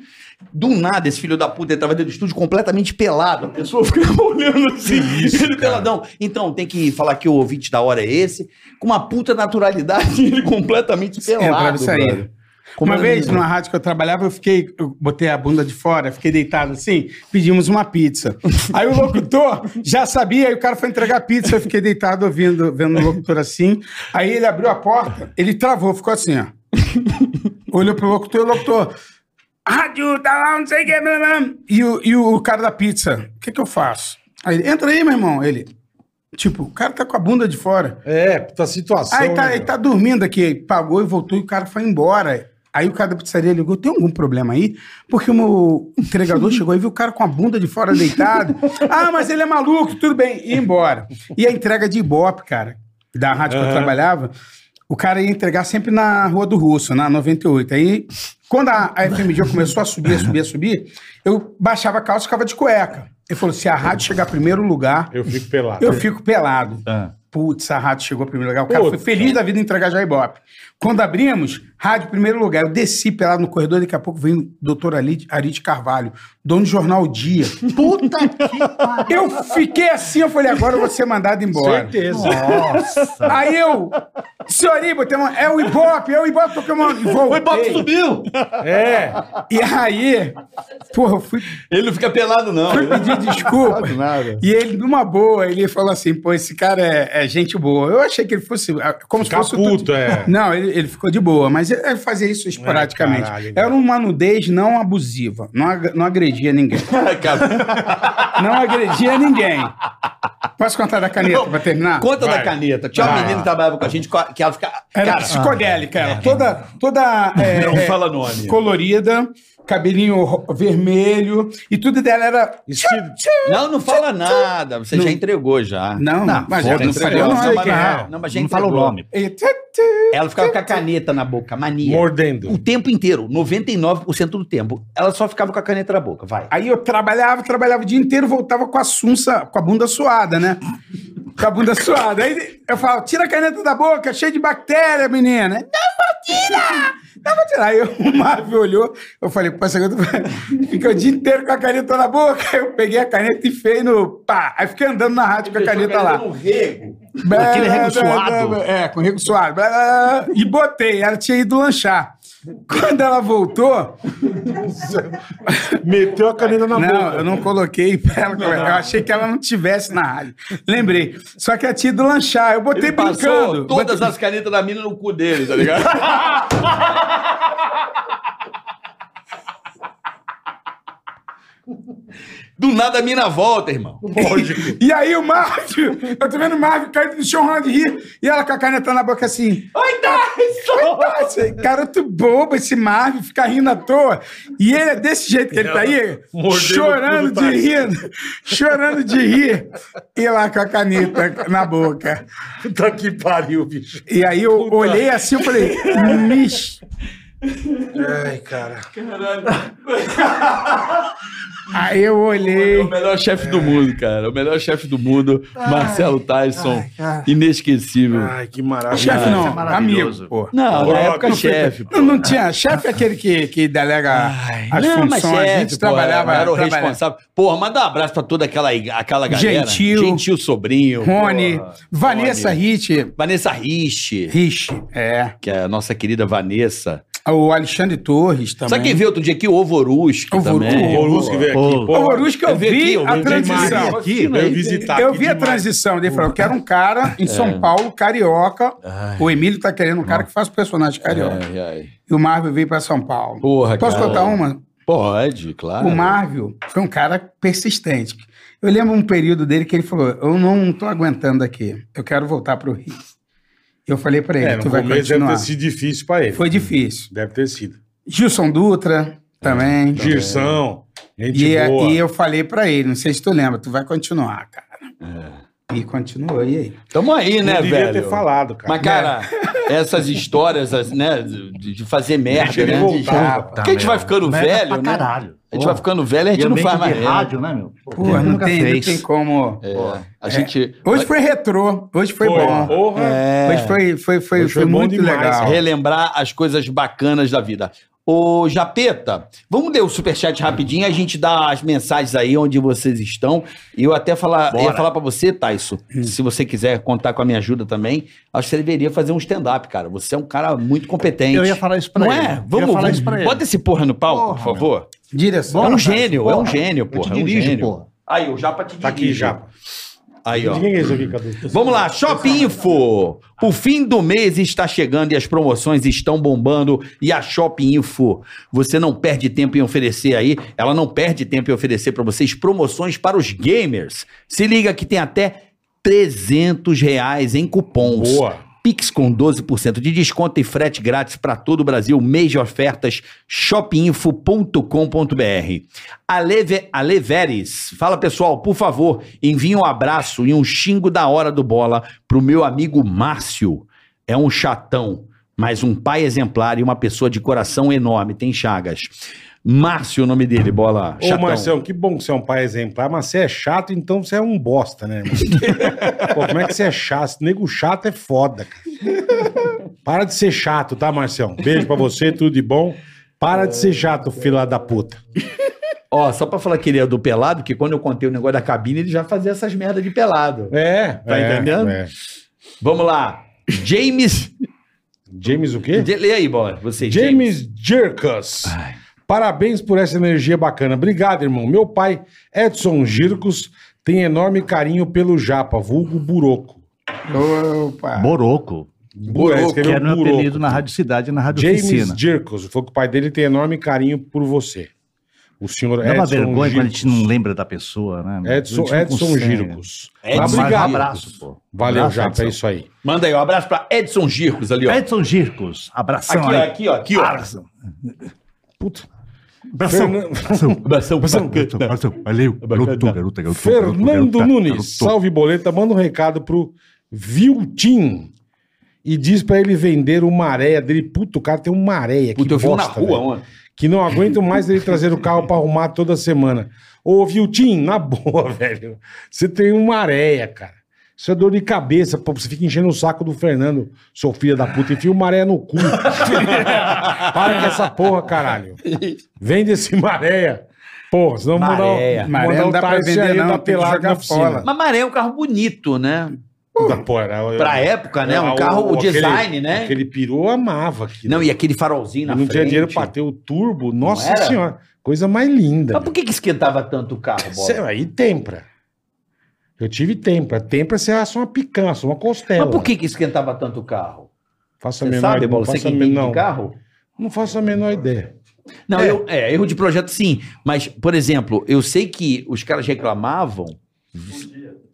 Speaker 3: Do nada, esse filho da puta entrava dentro do estúdio completamente pelado. A pessoa ficava olhando assim, ele peladão. Então, tem que falar que o ouvinte da hora é esse, com uma puta naturalidade, ele completamente
Speaker 5: Entrava
Speaker 3: pelado.
Speaker 5: e saía.
Speaker 3: brother.
Speaker 5: uma
Speaker 3: era
Speaker 5: vez,
Speaker 3: lindo.
Speaker 5: numa rádio que eu trabalhava, eu fiquei, eu botei a bunda de fora, fiquei deitado assim, pedimos uma pizza. Aí o locutor já sabia, aí o cara foi entregar a pizza, eu fiquei deitado ouvindo, vendo o locutor assim. Aí ele abriu a porta, ele travou, ficou assim, ó. Olhou pro locutor e o locutor. Rádio, tá lá, não sei o que. blá, blá." E o, e o cara da pizza, o que que eu faço? Aí ele, entra aí, meu irmão. Ele, tipo, o cara tá com a bunda de fora.
Speaker 2: É, puta situação.
Speaker 5: Aí tá,
Speaker 2: né,
Speaker 5: ele tá dormindo aqui, pagou e voltou e o cara foi embora. Aí o cara da pizzaria ligou, tem algum problema aí? Porque o meu entregador chegou e viu o cara com a bunda de fora deitado. ah, mas ele é maluco, tudo bem, e ia embora. E a entrega de Ibope, cara, da rádio que eu trabalhava, o cara ia entregar sempre na Rua do Russo, na 98. Aí, quando a, a FMG começou a subir, a subir, a subir, eu baixava a calça e ficava de cueca. Ele falou, se a rádio chegar primeiro lugar,
Speaker 2: Eu fico pelado.
Speaker 5: eu fico pelado.
Speaker 6: Ah.
Speaker 5: Putz, a rádio chegou em primeiro lugar. O cara
Speaker 2: Putz.
Speaker 5: foi feliz da vida em entregar já Ibope. Quando abrimos, rádio em primeiro lugar. Eu desci pelado no corredor, daqui a pouco veio o doutor Ali- Ari de Carvalho, dono do jornal O Dia.
Speaker 6: Puta que pariu.
Speaker 5: Eu fiquei assim, eu falei, agora eu vou ser mandado embora.
Speaker 2: Certeza.
Speaker 6: Nossa.
Speaker 5: Aí eu, senhorinha, botei uma, é o Ibope, é o Ibope, toquei uma... e voltei.
Speaker 3: subiu!
Speaker 2: É.
Speaker 5: E aí, porra, eu fui,
Speaker 3: Ele não fica pelado, não.
Speaker 5: fui pedir desculpa.
Speaker 6: Quase nada.
Speaker 5: E ele, numa boa, ele falou assim: pô, esse cara é, é gente boa. Eu achei que ele fosse. ah, Como
Speaker 2: Ficar
Speaker 5: se fosse. tudo-
Speaker 2: puto, é.
Speaker 5: Não, ele, ele ficou de boa, mas ele- ele fazia isso esporadicamente.
Speaker 2: caralho, cara.
Speaker 5: Era uma nudez não abusiva. Não, ag- não agredia ninguém. não agredia ninguém. Posso contar da caneta pra terminar?
Speaker 3: Conta
Speaker 2: Vai.
Speaker 3: da caneta. Tinha uma
Speaker 2: Vai.
Speaker 3: menina que trabalhava com a gente, que ela fica.
Speaker 5: Era assim.
Speaker 3: Cara,
Speaker 5: psicodélica, ela. Toda. toda é,
Speaker 3: não
Speaker 5: é,
Speaker 3: fala nome.
Speaker 5: colorida, cabelinho ro- vermelho, e tudo dela era.
Speaker 2: Steve-
Speaker 3: Não, não fala nada. Você já entregou já.
Speaker 5: Não,
Speaker 6: Não,
Speaker 5: mas
Speaker 6: foda,
Speaker 5: eu não
Speaker 6: entregou.
Speaker 5: falei, eu não sei
Speaker 3: mas
Speaker 5: quem é.
Speaker 3: não, não, mas já
Speaker 6: Não fala o
Speaker 3: entregou.
Speaker 6: nome.
Speaker 5: E tã, tã.
Speaker 3: Ela ficava com a caneta na boca, mania. O
Speaker 2: Mordendo.
Speaker 3: tempo inteiro, 99% do tempo. Ela só ficava com a caneta na boca, vai.
Speaker 5: Aí eu trabalhava, trabalhava o dia inteiro, voltava com a sunça, com a bunda suada, né? Com a bunda suada. Aí eu falo, tira a caneta da boca, cheio de bactéria, menina. Não vou tirar! Não vou tirar. Aí eu- o Marvel olhou, eu falei, pô, essa caneta fica o dia inteiro com a caneta na boca. Aí eu peguei a caneta e fei no pá. Aí fiquei andando na rádio com a caneta lá.
Speaker 6: Aquele rego
Speaker 5: Blá, blá,
Speaker 6: suado.
Speaker 5: blá, blá. É, com rego suado. Blá, blá, blá. E botei, ela tinha ido lanchar. Quando ela voltou,
Speaker 2: Meteu a caneta na
Speaker 5: não,
Speaker 2: boca.
Speaker 5: eu não coloquei pra ela. Eu achei que ela não tivesse na rádio. Lembrei. Só que ela tinha ido lanchar. Eu botei
Speaker 3: Ele
Speaker 5: brincando.
Speaker 3: passou todas as canetas da mina no cu dele, tá ligado? Do nada a mina volta, irmão.
Speaker 2: Lógico.
Speaker 5: E aí o Márcio, eu tô vendo o Márcio caindo no chão de rir. E ela com a caneta na boca assim.
Speaker 3: Ai, tá!
Speaker 5: Nossa, cara, tu bobo esse Marvin, fica rindo à toa. E ele é desse jeito que ele tá aí,
Speaker 2: mordendo
Speaker 5: chorando
Speaker 2: tudo,
Speaker 5: de
Speaker 2: tá?
Speaker 5: rir, chorando de rir. E lá com a caneta na boca.
Speaker 2: Puta que pariu, bicho.
Speaker 5: E aí eu olhei assim e falei, "Mish."
Speaker 2: Ai, cara.
Speaker 5: Aí eu
Speaker 3: É
Speaker 5: olhei.
Speaker 3: o melhor chefe
Speaker 5: É.
Speaker 3: do mundo, cara. O melhor chefe do mundo, Marcelo Tyson. Inesquecível.
Speaker 2: Ai, que maravilha.
Speaker 5: Chefe
Speaker 6: isso é
Speaker 5: não,
Speaker 6: maravilhoso.
Speaker 5: amigo, pô.
Speaker 3: Não, na
Speaker 2: Droga,
Speaker 3: época
Speaker 2: não
Speaker 3: chefe, pô.
Speaker 5: Não, não tinha. Chefe é aquele que, que delega as
Speaker 3: Ah, não, mas
Speaker 5: funções. a
Speaker 3: chefe,
Speaker 5: gente
Speaker 3: pô,
Speaker 5: trabalhava.
Speaker 3: Era o
Speaker 5: trabalhava.
Speaker 3: responsável. Porra, manda um abraço pra toda aquela, aquela galera.
Speaker 5: Gentil.
Speaker 3: Gentil sobrinho.
Speaker 5: Rony,
Speaker 3: porra.
Speaker 5: Vanessa
Speaker 3: Rony.
Speaker 5: Hit.
Speaker 3: Vanessa Rich.
Speaker 5: Rich, é.
Speaker 3: que é a nossa querida Vanessa.
Speaker 5: O Alexandre Torres também.
Speaker 3: Sabe quem veio outro dia aqui? O Ovorusco
Speaker 5: Ovoru-
Speaker 2: O
Speaker 3: também.
Speaker 2: Borussia que veio aqui.
Speaker 6: Pô.
Speaker 2: Pô,
Speaker 5: O Borusca, que eu, vi
Speaker 3: vi aqui, eu
Speaker 5: a
Speaker 3: vi
Speaker 5: transição.
Speaker 6: demais. aqui,
Speaker 2: né? eu visitar
Speaker 5: Eu
Speaker 2: Tá aqui
Speaker 5: vi a
Speaker 2: demais. Uh. É.
Speaker 5: transição. Ele falou: eu quero um cara em São Paulo, carioca. O Emílio tá querendo um cara que faça personagem
Speaker 2: É.
Speaker 5: carioca.
Speaker 3: Ai, ai.
Speaker 5: E o Marvel veio pra São Paulo.
Speaker 3: Porra,
Speaker 5: Posso
Speaker 3: cara.
Speaker 5: contar uma?
Speaker 3: Pode, claro.
Speaker 5: O Marvel foi um cara persistente. Eu lembro um período dele que ele falou: Eu não tô aguentando aqui. Eu quero voltar pro Rio. Eu falei pra ele:
Speaker 2: É, no
Speaker 5: Tu vai
Speaker 2: começo deve
Speaker 5: continuar.
Speaker 2: ter sido difícil pra ele.
Speaker 5: Foi Tá difícil.
Speaker 2: Deve ter sido.
Speaker 5: Gilson Dutra também.
Speaker 2: Girsão, É. gente
Speaker 5: E, é
Speaker 2: boa.
Speaker 5: e eu falei pra ele, não sei se tu lembra, tu vai continuar, cara.
Speaker 2: É.
Speaker 5: E continuou, e aí?
Speaker 3: Tamo aí, né,
Speaker 2: não devia
Speaker 3: velho?
Speaker 2: ter falado, cara.
Speaker 3: Mas, cara,
Speaker 5: É.
Speaker 3: essas histórias, as- né, de, de fazer merda,
Speaker 2: ele
Speaker 3: né?
Speaker 2: voltar.
Speaker 3: Porque a gente vai ficando
Speaker 6: Merda
Speaker 3: velho,
Speaker 6: é pra
Speaker 3: né?
Speaker 6: caralho.
Speaker 3: A gente vai ficando velho e a
Speaker 6: E
Speaker 3: gente não
Speaker 6: ambiente
Speaker 3: faz mais
Speaker 6: de
Speaker 3: merda.
Speaker 6: rádio, né, meu? Pô,
Speaker 5: Porra, não
Speaker 6: nunca
Speaker 5: tem, não
Speaker 6: fez.
Speaker 5: tem como.
Speaker 3: É, a gente
Speaker 6: É.
Speaker 5: Hoje foi retrô, hoje foi, bom. É.
Speaker 2: Porra.
Speaker 5: Hoje foi, foi, foi,
Speaker 2: Hoje
Speaker 5: foi
Speaker 2: foi bom
Speaker 5: muito
Speaker 2: demais,
Speaker 5: legal.
Speaker 3: relembrar as coisas bacanas da vida. Ô, Japeta, vamos ler o superchat rapidinho, a gente dá as mensagens aí onde vocês estão. E eu até falar, ia falar pra você, Tyson, se você quiser contar com a minha ajuda também, acho que você deveria fazer um stand-up, cara. Você é um cara muito competente.
Speaker 6: Eu ia falar isso pra
Speaker 3: Não
Speaker 6: ele.
Speaker 3: é?
Speaker 6: Eu
Speaker 3: Vamos,
Speaker 6: ia falar
Speaker 3: vamos.
Speaker 6: isso pra ele.
Speaker 3: Bota esse porra no palco,
Speaker 6: Porra,
Speaker 3: por favor.
Speaker 5: Direção.
Speaker 3: é um
Speaker 6: Bora,
Speaker 3: gênio,
Speaker 6: Tyson,
Speaker 3: é um gênio,
Speaker 6: Eu te
Speaker 3: porra. é um
Speaker 6: dirijo,
Speaker 3: gênio.
Speaker 6: porra.
Speaker 3: Aí, o Japa te
Speaker 2: Tá aqui,
Speaker 3: dirige.
Speaker 2: Japa.
Speaker 3: Aí, ó.
Speaker 2: De Quem é isso aqui, Cadu?
Speaker 3: Vamos lá, Shop Info. O fim do mês está chegando e as promoções estão bombando. E a Shop Info, você não perde tempo em oferecer aí. Ela não perde tempo em oferecer para vocês promoções para os gamers. Se liga que tem até 300 reais em cupons.
Speaker 2: Boa.
Speaker 3: Pix com 12% de desconto e frete grátis para todo o Brasil. Mês de ofertas, shopinfo.com.br. Aleve, Aleveres, fala pessoal, por favor, envie um abraço e um xingo da hora do bola pro meu amigo Márcio. É um chatão, mas um pai exemplar e uma pessoa de coração enorme. Tem chagas. Márcio, é o nome dele, bola.
Speaker 2: Ô, Marcelo, que bom que você é um pai exemplar, mas você é chato, então você é um bosta, né, irmão? Pô, como é que você é chato? Esse Nego chato é foda, cara. Para de ser chato, tá, Marcelo? Beijo pra você, tudo de bom. Para de ser chato, fila da puta.
Speaker 3: Ó, só pra falar que ele é do pelado, porque quando eu contei o negócio da cabine, ele já fazia essas merdas de pelado.
Speaker 2: É,
Speaker 3: Tá
Speaker 2: é,
Speaker 3: entendendo?
Speaker 2: é.
Speaker 3: Vamos lá. James.
Speaker 2: James o quê?
Speaker 3: De- Lê aí, bola. Você,
Speaker 2: James Jerkas. Parabéns por essa energia bacana. Obrigado, irmão. Meu pai, Edson Gircos, tem enorme carinho pelo Japa, vulgo Buroco.
Speaker 5: Opa.
Speaker 6: Boroco,
Speaker 2: Buroco,
Speaker 6: que
Speaker 3: é um
Speaker 2: escreveu
Speaker 6: era meu
Speaker 2: Buroco.
Speaker 6: apelido na Rádio Cidade e na Rádio
Speaker 2: James
Speaker 6: Oficina.
Speaker 2: Jerkos, falou que o pai dele tem enorme carinho por você. O senhor
Speaker 6: Dá É uma vergonha quando a gente não
Speaker 2: Gircos.
Speaker 6: lembra da pessoa, né? meu? A
Speaker 2: Edson,
Speaker 6: gente não
Speaker 2: Edson
Speaker 6: consegue.
Speaker 2: Gircos.
Speaker 3: Edson,
Speaker 6: Mas
Speaker 2: Obrigado.
Speaker 6: Um abraço, pô.
Speaker 2: Valeu,
Speaker 6: Abraço,
Speaker 2: Japa, é
Speaker 6: Edson.
Speaker 2: isso aí.
Speaker 3: Manda aí, um abraço pra Edson Gircos ali, ó.
Speaker 6: Edson Gircos, abração
Speaker 3: Aqui, ó,
Speaker 6: aí.
Speaker 3: aqui, ó, aqui, ó.
Speaker 6: Abração.
Speaker 2: Puta.
Speaker 6: Abração.
Speaker 2: Fernan-
Speaker 6: Abração.
Speaker 3: Abração pra-
Speaker 6: Abração. Abração. Valeu. Garoto, garoto, garoto,
Speaker 2: Fernando
Speaker 6: garoto,
Speaker 2: Nunes,
Speaker 6: garoto.
Speaker 2: salve boleta, manda um recado pro Viltim e diz pra ele vender uma areia dele. Puta, o cara tem uma areia.
Speaker 3: Puta,
Speaker 2: que
Speaker 3: eu vi um na
Speaker 2: bosta,
Speaker 3: rua
Speaker 2: velho.
Speaker 3: ontem.
Speaker 2: Que não aguento mais ele trazer o carro pra arrumar toda semana. Ô, Viltim, na boa, velho. Você tem uma areia, cara. Isso é dor de cabeça, pô. Você fica enchendo o saco do Fernando, seu filho da puta. Enfia uma areia no cu. Para com essa porra, caralho. Vende esse maréia. Porra, senão vou mandar,
Speaker 3: Maréia.
Speaker 2: o-
Speaker 5: Maré
Speaker 2: mandar
Speaker 5: não
Speaker 2: o
Speaker 5: dá pra
Speaker 2: Tarcísio
Speaker 5: vender,
Speaker 2: aí
Speaker 5: não.
Speaker 2: dar
Speaker 5: Tem que
Speaker 2: pelado na
Speaker 5: jogar
Speaker 2: piscina.
Speaker 5: fora.
Speaker 3: Mas Maré é um carro bonito, né?
Speaker 2: Puta, pô, era-
Speaker 3: Pra época, né? Um
Speaker 2: Ah,
Speaker 3: carro, o
Speaker 2: aquele-
Speaker 3: design, né?
Speaker 2: Aquele peru eu amava aqui. né?
Speaker 3: Não, e aquele farolzinho na
Speaker 2: não
Speaker 3: frente.
Speaker 2: tinha dinheiro pra ter o turbo. Nossa
Speaker 3: era?
Speaker 2: senhora, coisa mais linda.
Speaker 3: Mas por que, que esquentava tanto o carro, bola?
Speaker 2: Cê- é aí tempra. Eu tive tempra. Tempra você assa uma picanha, uma costela.
Speaker 3: Mas por que, que esquentava tanto o carro?
Speaker 2: Faço a
Speaker 3: Você
Speaker 2: menor
Speaker 3: sabe,
Speaker 2: ideia.
Speaker 3: bola? Você
Speaker 2: faço
Speaker 3: que
Speaker 2: a men-
Speaker 3: entende de
Speaker 2: não,
Speaker 3: carro?
Speaker 2: não faço a menor ideia.
Speaker 3: Não, eu- é, erro de projeto sim. Mas, por exemplo, eu sei que os caras reclamavam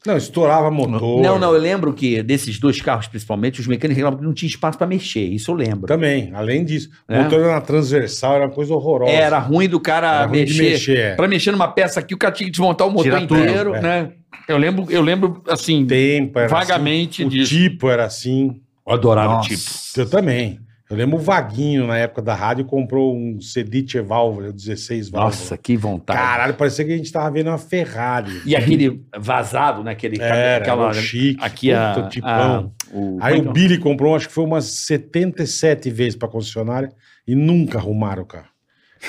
Speaker 2: Não, estourava motor.
Speaker 3: Não, não, eu lembro que desses dois carros, principalmente, os mecânicos reclamavam que não tinha espaço pra mexer. Isso eu lembro.
Speaker 2: Também, além disso. O
Speaker 3: É.
Speaker 2: motor era na transversal, era uma coisa horrorosa.
Speaker 3: Era ruim do cara
Speaker 2: Era ruim de
Speaker 3: mexer.
Speaker 2: mexer, é.
Speaker 3: Pra mexer numa peça aqui, o cara tinha que desmontar o motor
Speaker 6: Tirar tudo,
Speaker 3: inteiro,
Speaker 2: é.
Speaker 3: né?
Speaker 10: Eu lembro, eu lembro assim,
Speaker 2: Tempo, era
Speaker 10: vagamente
Speaker 2: assim. O
Speaker 10: disso.
Speaker 2: tipo era assim.
Speaker 3: Eu adorava o tipo.
Speaker 6: Nossa.
Speaker 2: Eu também. Eu lembro o Vaguinho, na época da rádio, comprou um Cedice válvula, 16 válvulas.
Speaker 3: Nossa, que vontade.
Speaker 2: Caralho, parecia que a gente tava vendo uma Ferrari.
Speaker 3: E aquele vazado, né? Aquele,
Speaker 2: Era,
Speaker 3: aquela,
Speaker 2: era chique.
Speaker 3: aqui a,
Speaker 2: puta, tipão.
Speaker 3: a- o, é
Speaker 2: Aí o Billy comprou, acho que foi umas 77 vezes pra concessionária e nunca arrumaram o carro.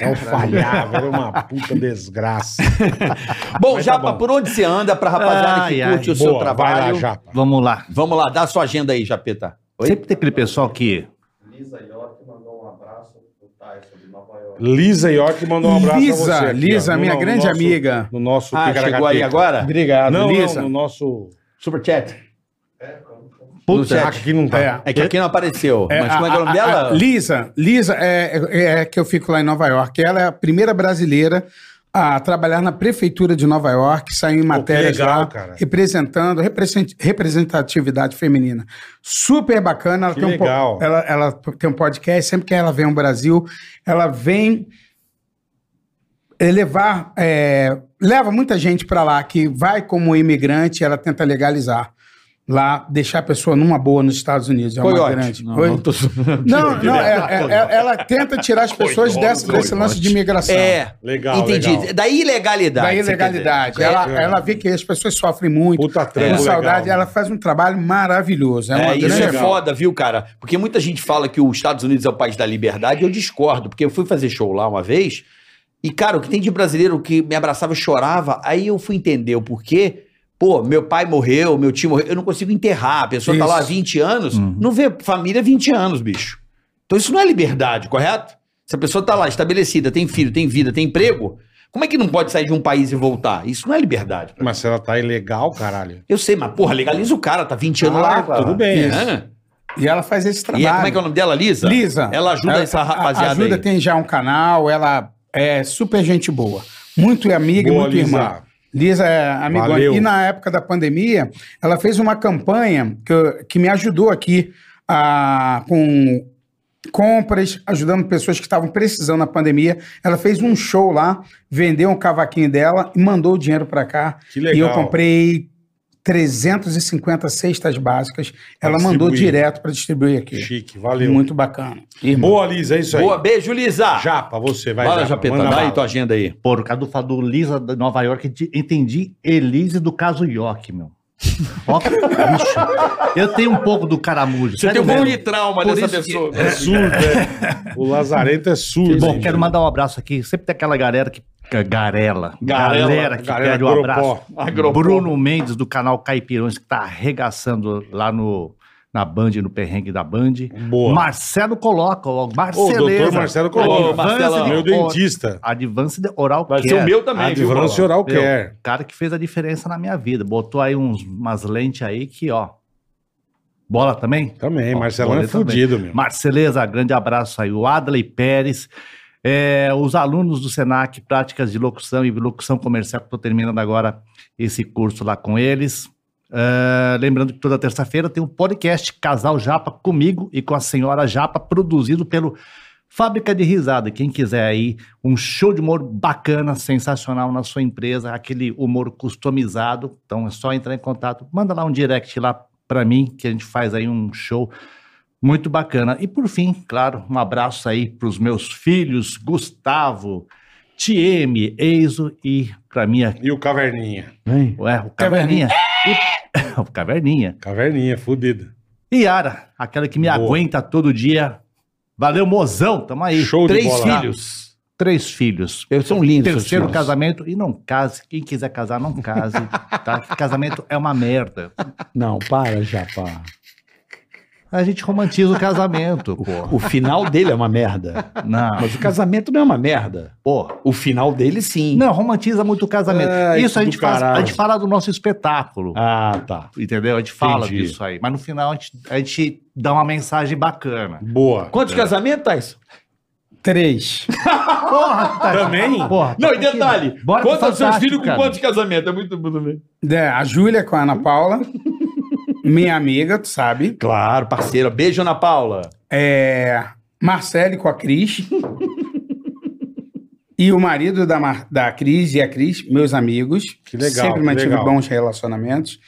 Speaker 2: É Não falhava, era uma puta desgraça.
Speaker 3: é? Bom,
Speaker 2: Mas tá
Speaker 3: Japa,
Speaker 2: bom.
Speaker 3: por onde você anda pra rapaziada que
Speaker 6: Ai, ai.
Speaker 3: curte o seu trabalho?
Speaker 2: vai lá, Japa.
Speaker 6: Vamos lá.
Speaker 3: Vamos lá, dá a sua agenda aí, Japeta. Oi?
Speaker 6: Sempre tem aquele pessoal que...
Speaker 2: Lisa York mandou um abraço pra
Speaker 5: Lisa,
Speaker 2: você. aqui,
Speaker 5: Lisa,
Speaker 2: ó, no-
Speaker 5: minha
Speaker 2: no
Speaker 5: grande
Speaker 2: nosso-
Speaker 5: amiga.
Speaker 2: No nosso
Speaker 3: Ah, chegou aí
Speaker 2: Picaracateca.
Speaker 3: agora?
Speaker 5: Obrigado,
Speaker 2: Não,
Speaker 5: Lisa.
Speaker 2: não, no nosso...
Speaker 3: Superchat.
Speaker 2: Puta,
Speaker 3: chat.
Speaker 2: aqui não tá.
Speaker 5: É.
Speaker 3: É que aqui não apareceu.
Speaker 5: É,
Speaker 3: mas como é
Speaker 5: a-
Speaker 3: que é o nome
Speaker 5: a- a-
Speaker 3: dela?
Speaker 5: Lisa, Lisa é, é- é que eu fico lá em Nova York. Ela é a primeira brasileira a trabalhar na prefeitura de Nova York, saiu em matérias
Speaker 2: legal,
Speaker 5: lá,
Speaker 2: cara.
Speaker 5: representando represent- representatividade feminina. Super bacana. Ela
Speaker 2: Que
Speaker 5: tem um po-
Speaker 2: legal.
Speaker 5: ela, ela tem um podcast. Sempre que ela vem ao Brasil, ela vem é, levar é, leva muita gente para lá que vai como imigrante. Ela tenta legalizar. Lá, deixar a pessoa numa boa nos Estados Unidos. É uma
Speaker 3: Coiote.
Speaker 5: grande.
Speaker 3: Não,
Speaker 5: Oi?
Speaker 3: não tô-
Speaker 5: Não, não, é- é- é- ela tenta tirar
Speaker 2: Tá
Speaker 5: as pessoas dessa- desse lance de imigração.
Speaker 3: É.
Speaker 2: Legal,
Speaker 3: Entendi.
Speaker 2: legal.
Speaker 3: Da ilegalidade.
Speaker 5: Da
Speaker 3: você quer
Speaker 5: ilegalidade.
Speaker 3: dizer. É.
Speaker 5: Ela, ela vê que as pessoas sofrem muito.
Speaker 2: Puta
Speaker 5: com
Speaker 2: trampo
Speaker 5: saudade,
Speaker 2: legal.
Speaker 5: ela faz um trabalho maravilhoso. É uma
Speaker 3: É, isso
Speaker 5: grande-
Speaker 3: é foda, viu, cara? Porque muita gente fala que os Estados Unidos é o país da liberdade, eu discordo, porque eu fui fazer show lá uma vez, e, cara, o que tem de brasileiro que me abraçava e chorava, aí eu fui entender o porquê. Pô, meu pai morreu, meu tio morreu, eu não consigo enterrar, a pessoa tá
Speaker 5: Isso.
Speaker 3: lá há 20 anos,
Speaker 6: Uhum.
Speaker 3: não vê família há 20 anos, bicho. Então isso não é liberdade, correto? Se a pessoa tá lá estabelecida, tem filho, tem vida, tem emprego, como é que não pode sair de um país e voltar? Isso não é liberdade.
Speaker 2: Mas se ela tá ilegal, caralho.
Speaker 3: Eu sei, mas porra, legaliza o cara, tá 20 anos
Speaker 2: Ah,
Speaker 3: lá. cara.
Speaker 2: tudo bem.
Speaker 3: Hã?
Speaker 5: E ela faz esse
Speaker 3: E
Speaker 5: trabalho.
Speaker 3: é- como é que é o nome dela? Lisa?
Speaker 5: Lisa.
Speaker 3: Ela ajuda
Speaker 5: ela- tá,
Speaker 3: essa
Speaker 5: a-
Speaker 3: rapaziada
Speaker 5: Ajuda,
Speaker 3: aí.
Speaker 5: tem já um canal, ela é super gente boa. Muito amiga,
Speaker 2: Boa,
Speaker 5: muito
Speaker 2: Lisa.
Speaker 5: irmã. Lisa é amigona.
Speaker 2: Valeu.
Speaker 5: E na época da pandemia, ela fez uma campanha que, eu- que me ajudou aqui ah, com compras, ajudando pessoas que estavam precisando na pandemia. Ela fez um show lá, vendeu um cavaquinho dela e mandou o dinheiro para cá.
Speaker 2: Que
Speaker 5: E eu comprei 350 cestas básicas.
Speaker 2: Pra
Speaker 5: Ela mandou
Speaker 2: distribuir.
Speaker 5: direto para distribuir aqui.
Speaker 2: Chique, valeu.
Speaker 5: Muito bacana.
Speaker 2: Boa, Lisa, é isso aí.
Speaker 3: Boa, beijo, Lisa.
Speaker 2: Japa, você vai.
Speaker 3: Fala,
Speaker 2: Japa,
Speaker 3: Japeta,
Speaker 2: manda
Speaker 3: dá aí
Speaker 2: bala.
Speaker 3: tua agenda aí.
Speaker 6: Por causa do Fadu Lisa de Nova York, ent- entendi Elise do caso York, meu. Ó, que bicho. Eu tenho um pouco do caramujo.
Speaker 10: Você tem
Speaker 6: sério
Speaker 10: um pouco
Speaker 6: mesmo.
Speaker 10: de trauma
Speaker 6: Por
Speaker 10: dessa
Speaker 6: isso
Speaker 10: pessoa.
Speaker 2: É surdo, é. O Lazarento é surdo.
Speaker 6: Bom, quero mandar um abraço aqui. Sempre tem aquela galera que. Garela.
Speaker 10: Garela,
Speaker 6: galera que
Speaker 2: galera
Speaker 6: pede um
Speaker 2: Agropó.
Speaker 6: abraço.
Speaker 10: Agropó.
Speaker 6: Bruno Mendes, do canal Caipirões, que tá arregaçando lá no, na Band, no perrengue da Band.
Speaker 2: Boa.
Speaker 6: Marcelo Coloca, o
Speaker 2: Ô, doutor
Speaker 6: Marcelo.
Speaker 2: Marcelo
Speaker 6: Ô,
Speaker 2: Coloca.
Speaker 6: Marcelão.
Speaker 2: Meu dentista.
Speaker 6: Advance Oral
Speaker 10: Vai ser
Speaker 6: Care.
Speaker 10: o meu também, viu?
Speaker 2: Advance
Speaker 10: Bola?
Speaker 2: oral
Speaker 6: Meu,
Speaker 2: care.
Speaker 6: cara que fez a diferença na minha vida. Botou aí uns, umas lentes aí que, ó. Bola também?
Speaker 2: Também,
Speaker 6: Ó,
Speaker 2: Marcelão é
Speaker 6: bola também.
Speaker 2: fudido, meu.
Speaker 6: Marceleza, grande abraço aí. O Adley Pérez, é, os alunos do SENAC, práticas de locução e locução comercial, que estou terminando agora esse curso lá com eles. Ah, lembrando que toda terça-feira tem um podcast Casal Japa comigo e com a senhora Japa, produzido pelo Fábrica de Risada. Quem quiser aí um show de humor bacana, sensacional na sua empresa, aquele humor customizado, então é só entrar em contato, manda lá um direct lá para mim, que a gente faz aí um show muito bacana. E por fim, claro, um abraço aí para os meus filhos, Gustavo, Tieme, Eizo e para minha
Speaker 2: E o Caverninha.
Speaker 6: ué, o Caverninha. E- o Caverninha.
Speaker 2: Caverninha, fudido.
Speaker 6: Yara, aquela que me
Speaker 2: Boa.
Speaker 6: aguenta todo dia. Valeu, mozão, tamo aí.
Speaker 2: Show de
Speaker 3: Três
Speaker 2: bola.
Speaker 3: filhos.
Speaker 6: Três filhos.
Speaker 3: Eu um são lindos. seus
Speaker 6: Terceiro
Speaker 3: filhos.
Speaker 6: casamento e não case. Quem quiser casar, não case. tá? Casamento é uma merda.
Speaker 3: Não, para, Japa.
Speaker 6: A gente romantiza o casamento, pô.
Speaker 3: O final dele é uma merda.
Speaker 6: Não,
Speaker 3: Mas o casamento não é uma merda.
Speaker 6: pô.
Speaker 3: O final dele, sim.
Speaker 6: Não, romantiza muito o casamento.
Speaker 2: Ai,
Speaker 6: Isso a
Speaker 2: do
Speaker 6: gente, faz, a
Speaker 2: caralho.
Speaker 6: gente fala do nosso espetáculo.
Speaker 3: Ah, tá.
Speaker 6: Entendeu? A gente fala
Speaker 3: Entendi.
Speaker 6: disso aí. Mas no final a gente, a gente dá uma mensagem bacana.
Speaker 2: Boa.
Speaker 3: Quantos casamentos, Tyson?
Speaker 5: Três.
Speaker 6: Porra, tá
Speaker 2: Também?
Speaker 6: Porra,
Speaker 10: Não,
Speaker 6: tá
Speaker 10: e detalhe,
Speaker 3: né?
Speaker 6: aqui. Bora pro
Speaker 10: quantos são seus
Speaker 6: Fantástico,
Speaker 10: filhos com
Speaker 6: cara.
Speaker 10: quantos casamentos? É muito bom também.
Speaker 5: É, a Júlia com a Ana Paula. Minha amiga, tu sabe.
Speaker 3: Claro, parceira. Beijo, Ana Paula.
Speaker 5: É, Marcele com a Cris. e o marido da, Mar- da Cris e a Cris, meus amigos.
Speaker 2: Que legal,
Speaker 5: Sempre
Speaker 2: que
Speaker 5: mantive
Speaker 2: legal.
Speaker 5: bons relacionamentos.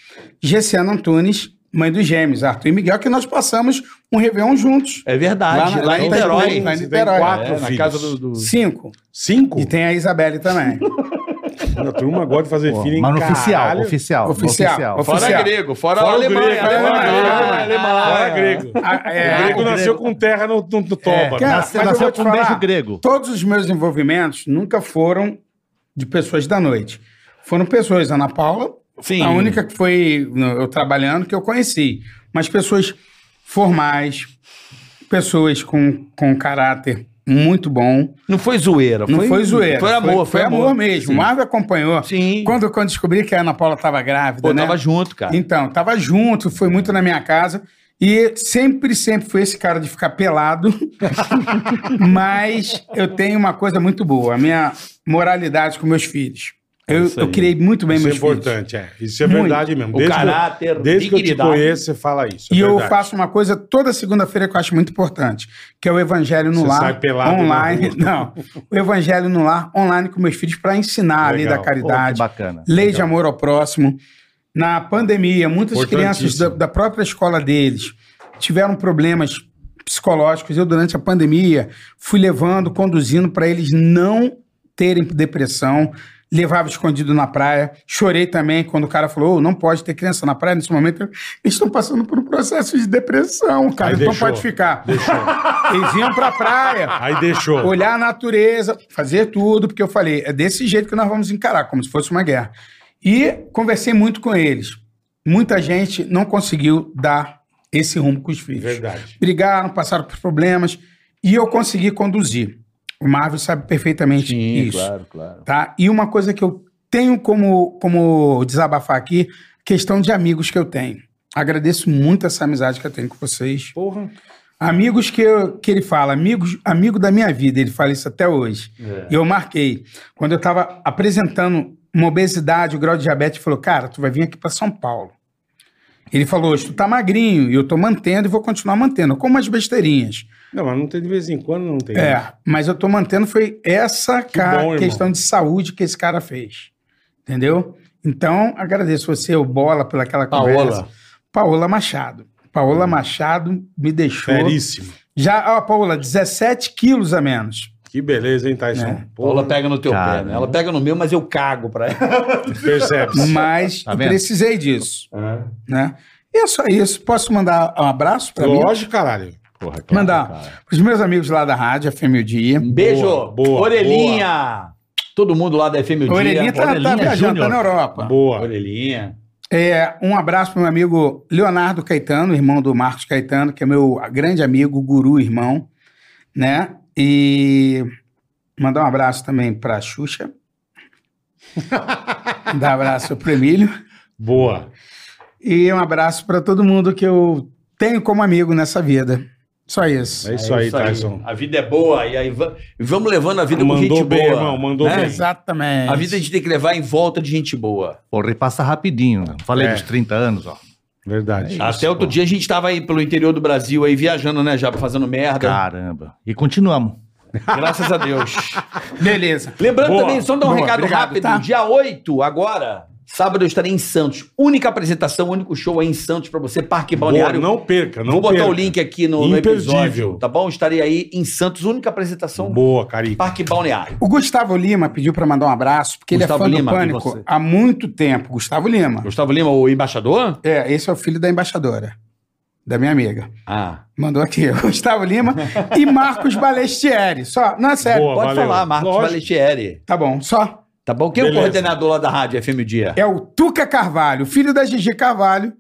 Speaker 5: Gessiana Antunes, mãe dos gêmeos, Arthur e Miguel, que nós passamos um Réveillon juntos.
Speaker 3: É verdade. Lá,
Speaker 5: Lá na-
Speaker 3: em
Speaker 5: lá em
Speaker 3: Niterói.
Speaker 5: Itaipuna.
Speaker 2: Você Então, tem
Speaker 5: Niterói.
Speaker 2: quatro
Speaker 3: É,
Speaker 2: filhos.
Speaker 3: na casa do. do-
Speaker 5: Cinco.
Speaker 2: Cinco?
Speaker 5: E tem a Isabelle também.
Speaker 2: A turma gosta de fazer
Speaker 6: Pô,
Speaker 2: filho em
Speaker 6: Mas no oficial,
Speaker 2: caralho.
Speaker 6: oficial, no
Speaker 5: Oficial,
Speaker 10: Fora
Speaker 5: Oficial.
Speaker 10: grego, fora,
Speaker 3: Fora
Speaker 10: alemão,
Speaker 3: grego,
Speaker 10: alemão,
Speaker 2: fora
Speaker 10: alemão,
Speaker 2: grego.
Speaker 10: alemão, alemão.
Speaker 2: Fora grego.
Speaker 5: A-
Speaker 2: O
Speaker 5: é,
Speaker 2: grego nasceu com terra no, no, no toba.
Speaker 6: Cara,
Speaker 2: né?
Speaker 6: nasceu-
Speaker 5: mas eu
Speaker 6: nasceu
Speaker 5: vou te
Speaker 6: com um
Speaker 5: falar,
Speaker 6: beijo grego.
Speaker 5: Todos os meus envolvimentos nunca foram de pessoas da noite. Foram pessoas, Ana Paula,
Speaker 3: Sim.
Speaker 5: a única que foi no- eu trabalhando que eu conheci. Mas pessoas formais, pessoas com, com caráter muito bom.
Speaker 3: Não foi zoeira.
Speaker 5: Não foi, zoeira.
Speaker 3: Foi amor, foi,
Speaker 5: amor.
Speaker 3: amor.
Speaker 5: mesmo.
Speaker 3: Sim.
Speaker 5: O Marvel acompanhou.
Speaker 3: Sim.
Speaker 5: Quando, quando descobri que a Ana Paula estava grávida,
Speaker 3: Pô,
Speaker 5: né?
Speaker 3: tava junto, cara.
Speaker 5: Então, tava junto, foi muito na minha casa. E sempre, sempre fui esse cara de ficar pelado. Mas eu tenho uma coisa muito boa: a minha moralidade com meus filhos. Eu,
Speaker 3: É Isso aí.
Speaker 5: eu criei muito bem
Speaker 2: Isso é
Speaker 5: meus filhos.
Speaker 2: importante, é. Isso é
Speaker 5: Muito.
Speaker 2: verdade mesmo.
Speaker 3: O
Speaker 2: Desde, que,
Speaker 3: caráter,
Speaker 2: eu, desde que eu te
Speaker 3: dignidade.
Speaker 2: conheço, você fala isso. é
Speaker 5: E eu
Speaker 2: verdade.
Speaker 5: faço uma coisa toda segunda-feira que eu acho muito importante, que é o Evangelho no
Speaker 2: Você
Speaker 5: Lar
Speaker 2: sai pelado
Speaker 5: online.
Speaker 2: na
Speaker 5: Não, o Evangelho no Lar online com meus filhos para ensinar ali
Speaker 2: Legal.
Speaker 5: da
Speaker 6: Pô, que
Speaker 5: caridade,
Speaker 6: bacana.
Speaker 5: lei de amor ao próximo. Na pandemia, muitas crianças da,
Speaker 2: Importantíssimo.
Speaker 5: da própria escola deles tiveram problemas psicológicos. Eu, durante a pandemia, fui levando, conduzindo para eles não terem depressão. Levava escondido na praia. Chorei também quando o cara falou: "Ô, não pode ter criança na praia nesse momento. Eles estão passando por um processo de depressão, cara.
Speaker 2: Aí
Speaker 5: então
Speaker 2: deixou.
Speaker 5: pode ficar.
Speaker 2: Deixou.
Speaker 5: Eles iam pra praia
Speaker 2: Aí deixou. É
Speaker 5: olhar a natureza, fazer tudo, porque eu falei, é desse jeito que nós vamos encarar, como se fosse uma guerra. E conversei muito com eles. Muita gente não conseguiu dar esse rumo com os filhos.
Speaker 2: Verdade.
Speaker 5: Brigaram, passaram por problemas e eu consegui conduzir. O Marvel sabe perfeitamente isso.
Speaker 3: claro, claro.
Speaker 5: Tá? E uma coisa que eu tenho como, como desabafar aqui, questão de amigos que eu tenho. Agradeço muito essa amizade que eu tenho com vocês.
Speaker 2: Porra.
Speaker 5: Amigos que, eu- que ele fala, amigos, amigo da minha vida, ele fala isso até hoje. E eu marquei. Quando eu estava apresentando uma obesidade, o grau de diabetes, ele falou: Cara, tu vai vir aqui para São Paulo. Ele falou: "Hoje tu tá magrinho, e eu tô mantendo e vou continuar mantendo. Eu como umas besteirinhas.
Speaker 2: Não, mas não tem de vez em quando, não tem. né?
Speaker 5: É, mas eu tô mantendo foi essa ca-
Speaker 2: bom, irmão.
Speaker 5: questão de saúde que esse cara fez. Entendeu? Então, agradeço você, o Bola, pela aquela conversa.
Speaker 1: Paola.
Speaker 5: Paola Machado. Paola Machado me deixou.
Speaker 2: Feríssimo.
Speaker 5: Já, ó, Paola, 17 quilos a menos.
Speaker 2: Que beleza, hein, Tyson?
Speaker 5: É.
Speaker 3: Paula pega no teu
Speaker 6: Cara.
Speaker 3: pé, né? Ela pega no meu, mas eu cago pra ela.
Speaker 2: Percebe?
Speaker 3: É.
Speaker 5: Mas
Speaker 6: Tá
Speaker 5: eu
Speaker 6: vendo?
Speaker 5: precisei disso. Né? E é só isso. Posso mandar um abraço para mim?
Speaker 2: Lógico, caralho.
Speaker 6: Porra,
Speaker 5: Mandar os meus amigos lá da rádio, FM o Dia.
Speaker 3: Um beijo.
Speaker 2: Boa, boa,
Speaker 3: Orelhinha. Todo mundo lá da FM o
Speaker 5: O Orelhinha
Speaker 3: Dia.
Speaker 5: tá, tá
Speaker 6: Orelhinha
Speaker 5: viajando, tá
Speaker 6: Júnior.
Speaker 5: na Europa.
Speaker 2: Boa.
Speaker 3: Orelhinha.
Speaker 5: É, um abraço pro meu amigo Leonardo Caetano, irmão do Marcos Caetano, que é meu grande amigo, guru, irmão, né? E mandar um abraço também pra Xuxa. Dar um abraço pro Emílio.
Speaker 2: Boa.
Speaker 5: E um abraço pra todo mundo que eu tenho como amigo nessa vida. Só isso.
Speaker 2: É isso aí, Tyson.
Speaker 3: A vida é boa. E aí va- vamos levando a vida é com
Speaker 2: Mandou
Speaker 3: gente
Speaker 2: bem,
Speaker 3: boa.
Speaker 2: irmão, mandou
Speaker 3: né?
Speaker 2: bem.
Speaker 5: É, Exatamente.
Speaker 3: A vida a gente tem que levar em volta de gente boa.
Speaker 6: Porra, e passa rapidinho. né? Falei
Speaker 2: É.
Speaker 6: dos 30 anos, ó.
Speaker 2: Verdade.
Speaker 3: Até outro dia a gente tava aí pelo interior do Brasil aí viajando, né, já fazendo merda.
Speaker 6: Caramba. E continuamos.
Speaker 3: Graças a Deus. é-
Speaker 5: Beleza.
Speaker 3: Lembrando
Speaker 2: Boa.
Speaker 3: também, só dar um
Speaker 5: Boa,
Speaker 3: recado
Speaker 5: obrigado,
Speaker 3: rápido.
Speaker 5: tá?
Speaker 3: Dia 8, agora, sábado eu estarei em Santos. Única apresentação, único show aí em Santos pra você, Parque
Speaker 2: Boa,
Speaker 3: Balneário.
Speaker 2: Não perca, não
Speaker 3: Vou botar
Speaker 2: perca.
Speaker 3: o link aqui no, no
Speaker 2: Imperdível.
Speaker 3: episódio, tá bom? Estarei aí em Santos, única apresentação,
Speaker 2: Boa, Carica.
Speaker 3: Parque Balneário.
Speaker 5: O Gustavo Lima pediu pra mandar um abraço, porque
Speaker 3: Gustavo
Speaker 5: ele é fã
Speaker 3: Lima,
Speaker 5: do
Speaker 3: e
Speaker 5: Pânico
Speaker 3: você?
Speaker 5: há muito tempo. Gustavo Lima.
Speaker 3: Gustavo Lima, o embaixador?
Speaker 5: É, esse é o filho da embaixadora, da minha amiga.
Speaker 3: Ah,
Speaker 5: Mandou aqui, Gustavo Lima e Marcos Balestieri. Só, não é sério.
Speaker 2: Boa,
Speaker 3: pode
Speaker 2: valeu.
Speaker 3: falar, Marcos
Speaker 2: Lógico.
Speaker 3: Valetieri.
Speaker 5: Tá bom, só.
Speaker 3: Tá bom? Quem é o
Speaker 2: Beleza.
Speaker 3: coordenador lá da rádio FM Dia?
Speaker 5: É o Tuca Carvalho, filho da Gigi Carvalho.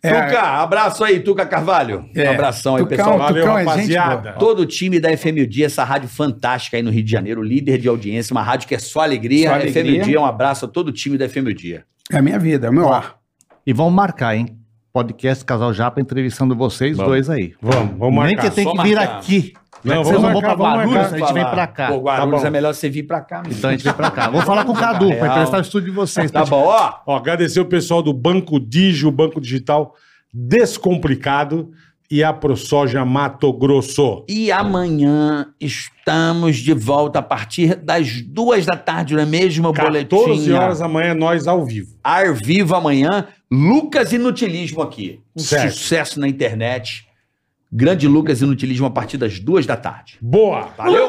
Speaker 5: É,
Speaker 3: Tuca, abraço aí, Tuca Carvalho.
Speaker 5: É.
Speaker 3: Um abração aí,
Speaker 5: Tucão,
Speaker 3: pessoal.
Speaker 2: Valeu,
Speaker 5: Tucão é gente
Speaker 2: rapaziada.
Speaker 3: Todo o time da FM o Dia, essa rádio fantástica aí no Rio de Janeiro, líder de audiência, uma rádio que é só alegria.
Speaker 5: Só
Speaker 3: FM
Speaker 5: alegria.
Speaker 3: o Dia, um abraço a todo o time da FM o Dia.
Speaker 5: É a minha vida, é o meu ar.
Speaker 6: E vamos marcar, hein? Podcast Casal Japa entrevistando vocês dois aí.
Speaker 2: Vamos, vamos
Speaker 6: Nem
Speaker 2: marcar.
Speaker 6: que tem
Speaker 3: só
Speaker 6: que vir
Speaker 3: marcar.
Speaker 6: aqui. Já
Speaker 2: Não,
Speaker 6: que
Speaker 2: vamos
Speaker 6: vocês não vão
Speaker 2: marcar,
Speaker 6: pra
Speaker 2: vamos
Speaker 6: Guarulhos,
Speaker 2: marcar.
Speaker 6: a gente vem
Speaker 3: Falar.
Speaker 6: pra cá.
Speaker 3: Pô, Guarulhos
Speaker 2: Tá bom.
Speaker 3: é melhor você vir pra cá. Mesmo.
Speaker 6: Então a gente vem pra cá. Vou falar com o Cadu pra
Speaker 3: Real.
Speaker 6: emprestar o estúdio de vocês.
Speaker 3: Tá bom, ó.
Speaker 2: Ó, agradecer o pessoal do Banco Digio, Banco Digital Descomplicado e a ProSoja Mato Grosso.
Speaker 3: E amanhã estamos de volta a partir das duas da tarde, não é mesmo,
Speaker 2: 14
Speaker 3: boletim?
Speaker 2: horas da manhã, nós ao vivo.
Speaker 3: Ar vivo amanhã. Lucas Inutilismo aqui. Um
Speaker 2: Certo.
Speaker 3: sucesso na internet. Grande Lucas Inutilismo a partir das duas da tarde.
Speaker 2: Boa!
Speaker 3: Valeu!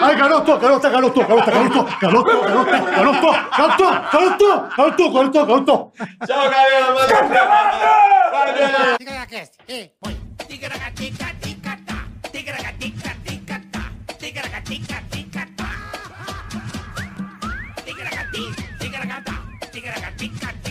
Speaker 6: Ai, garoto, garota, garoto, garoto, garoto, garoto, garoto, garoto, garoto, garoto, garoto, garoto.
Speaker 3: Tchau, galera!
Speaker 11: Tigra-ga-tica, tigra-ga-tá, tigra-ga-tica,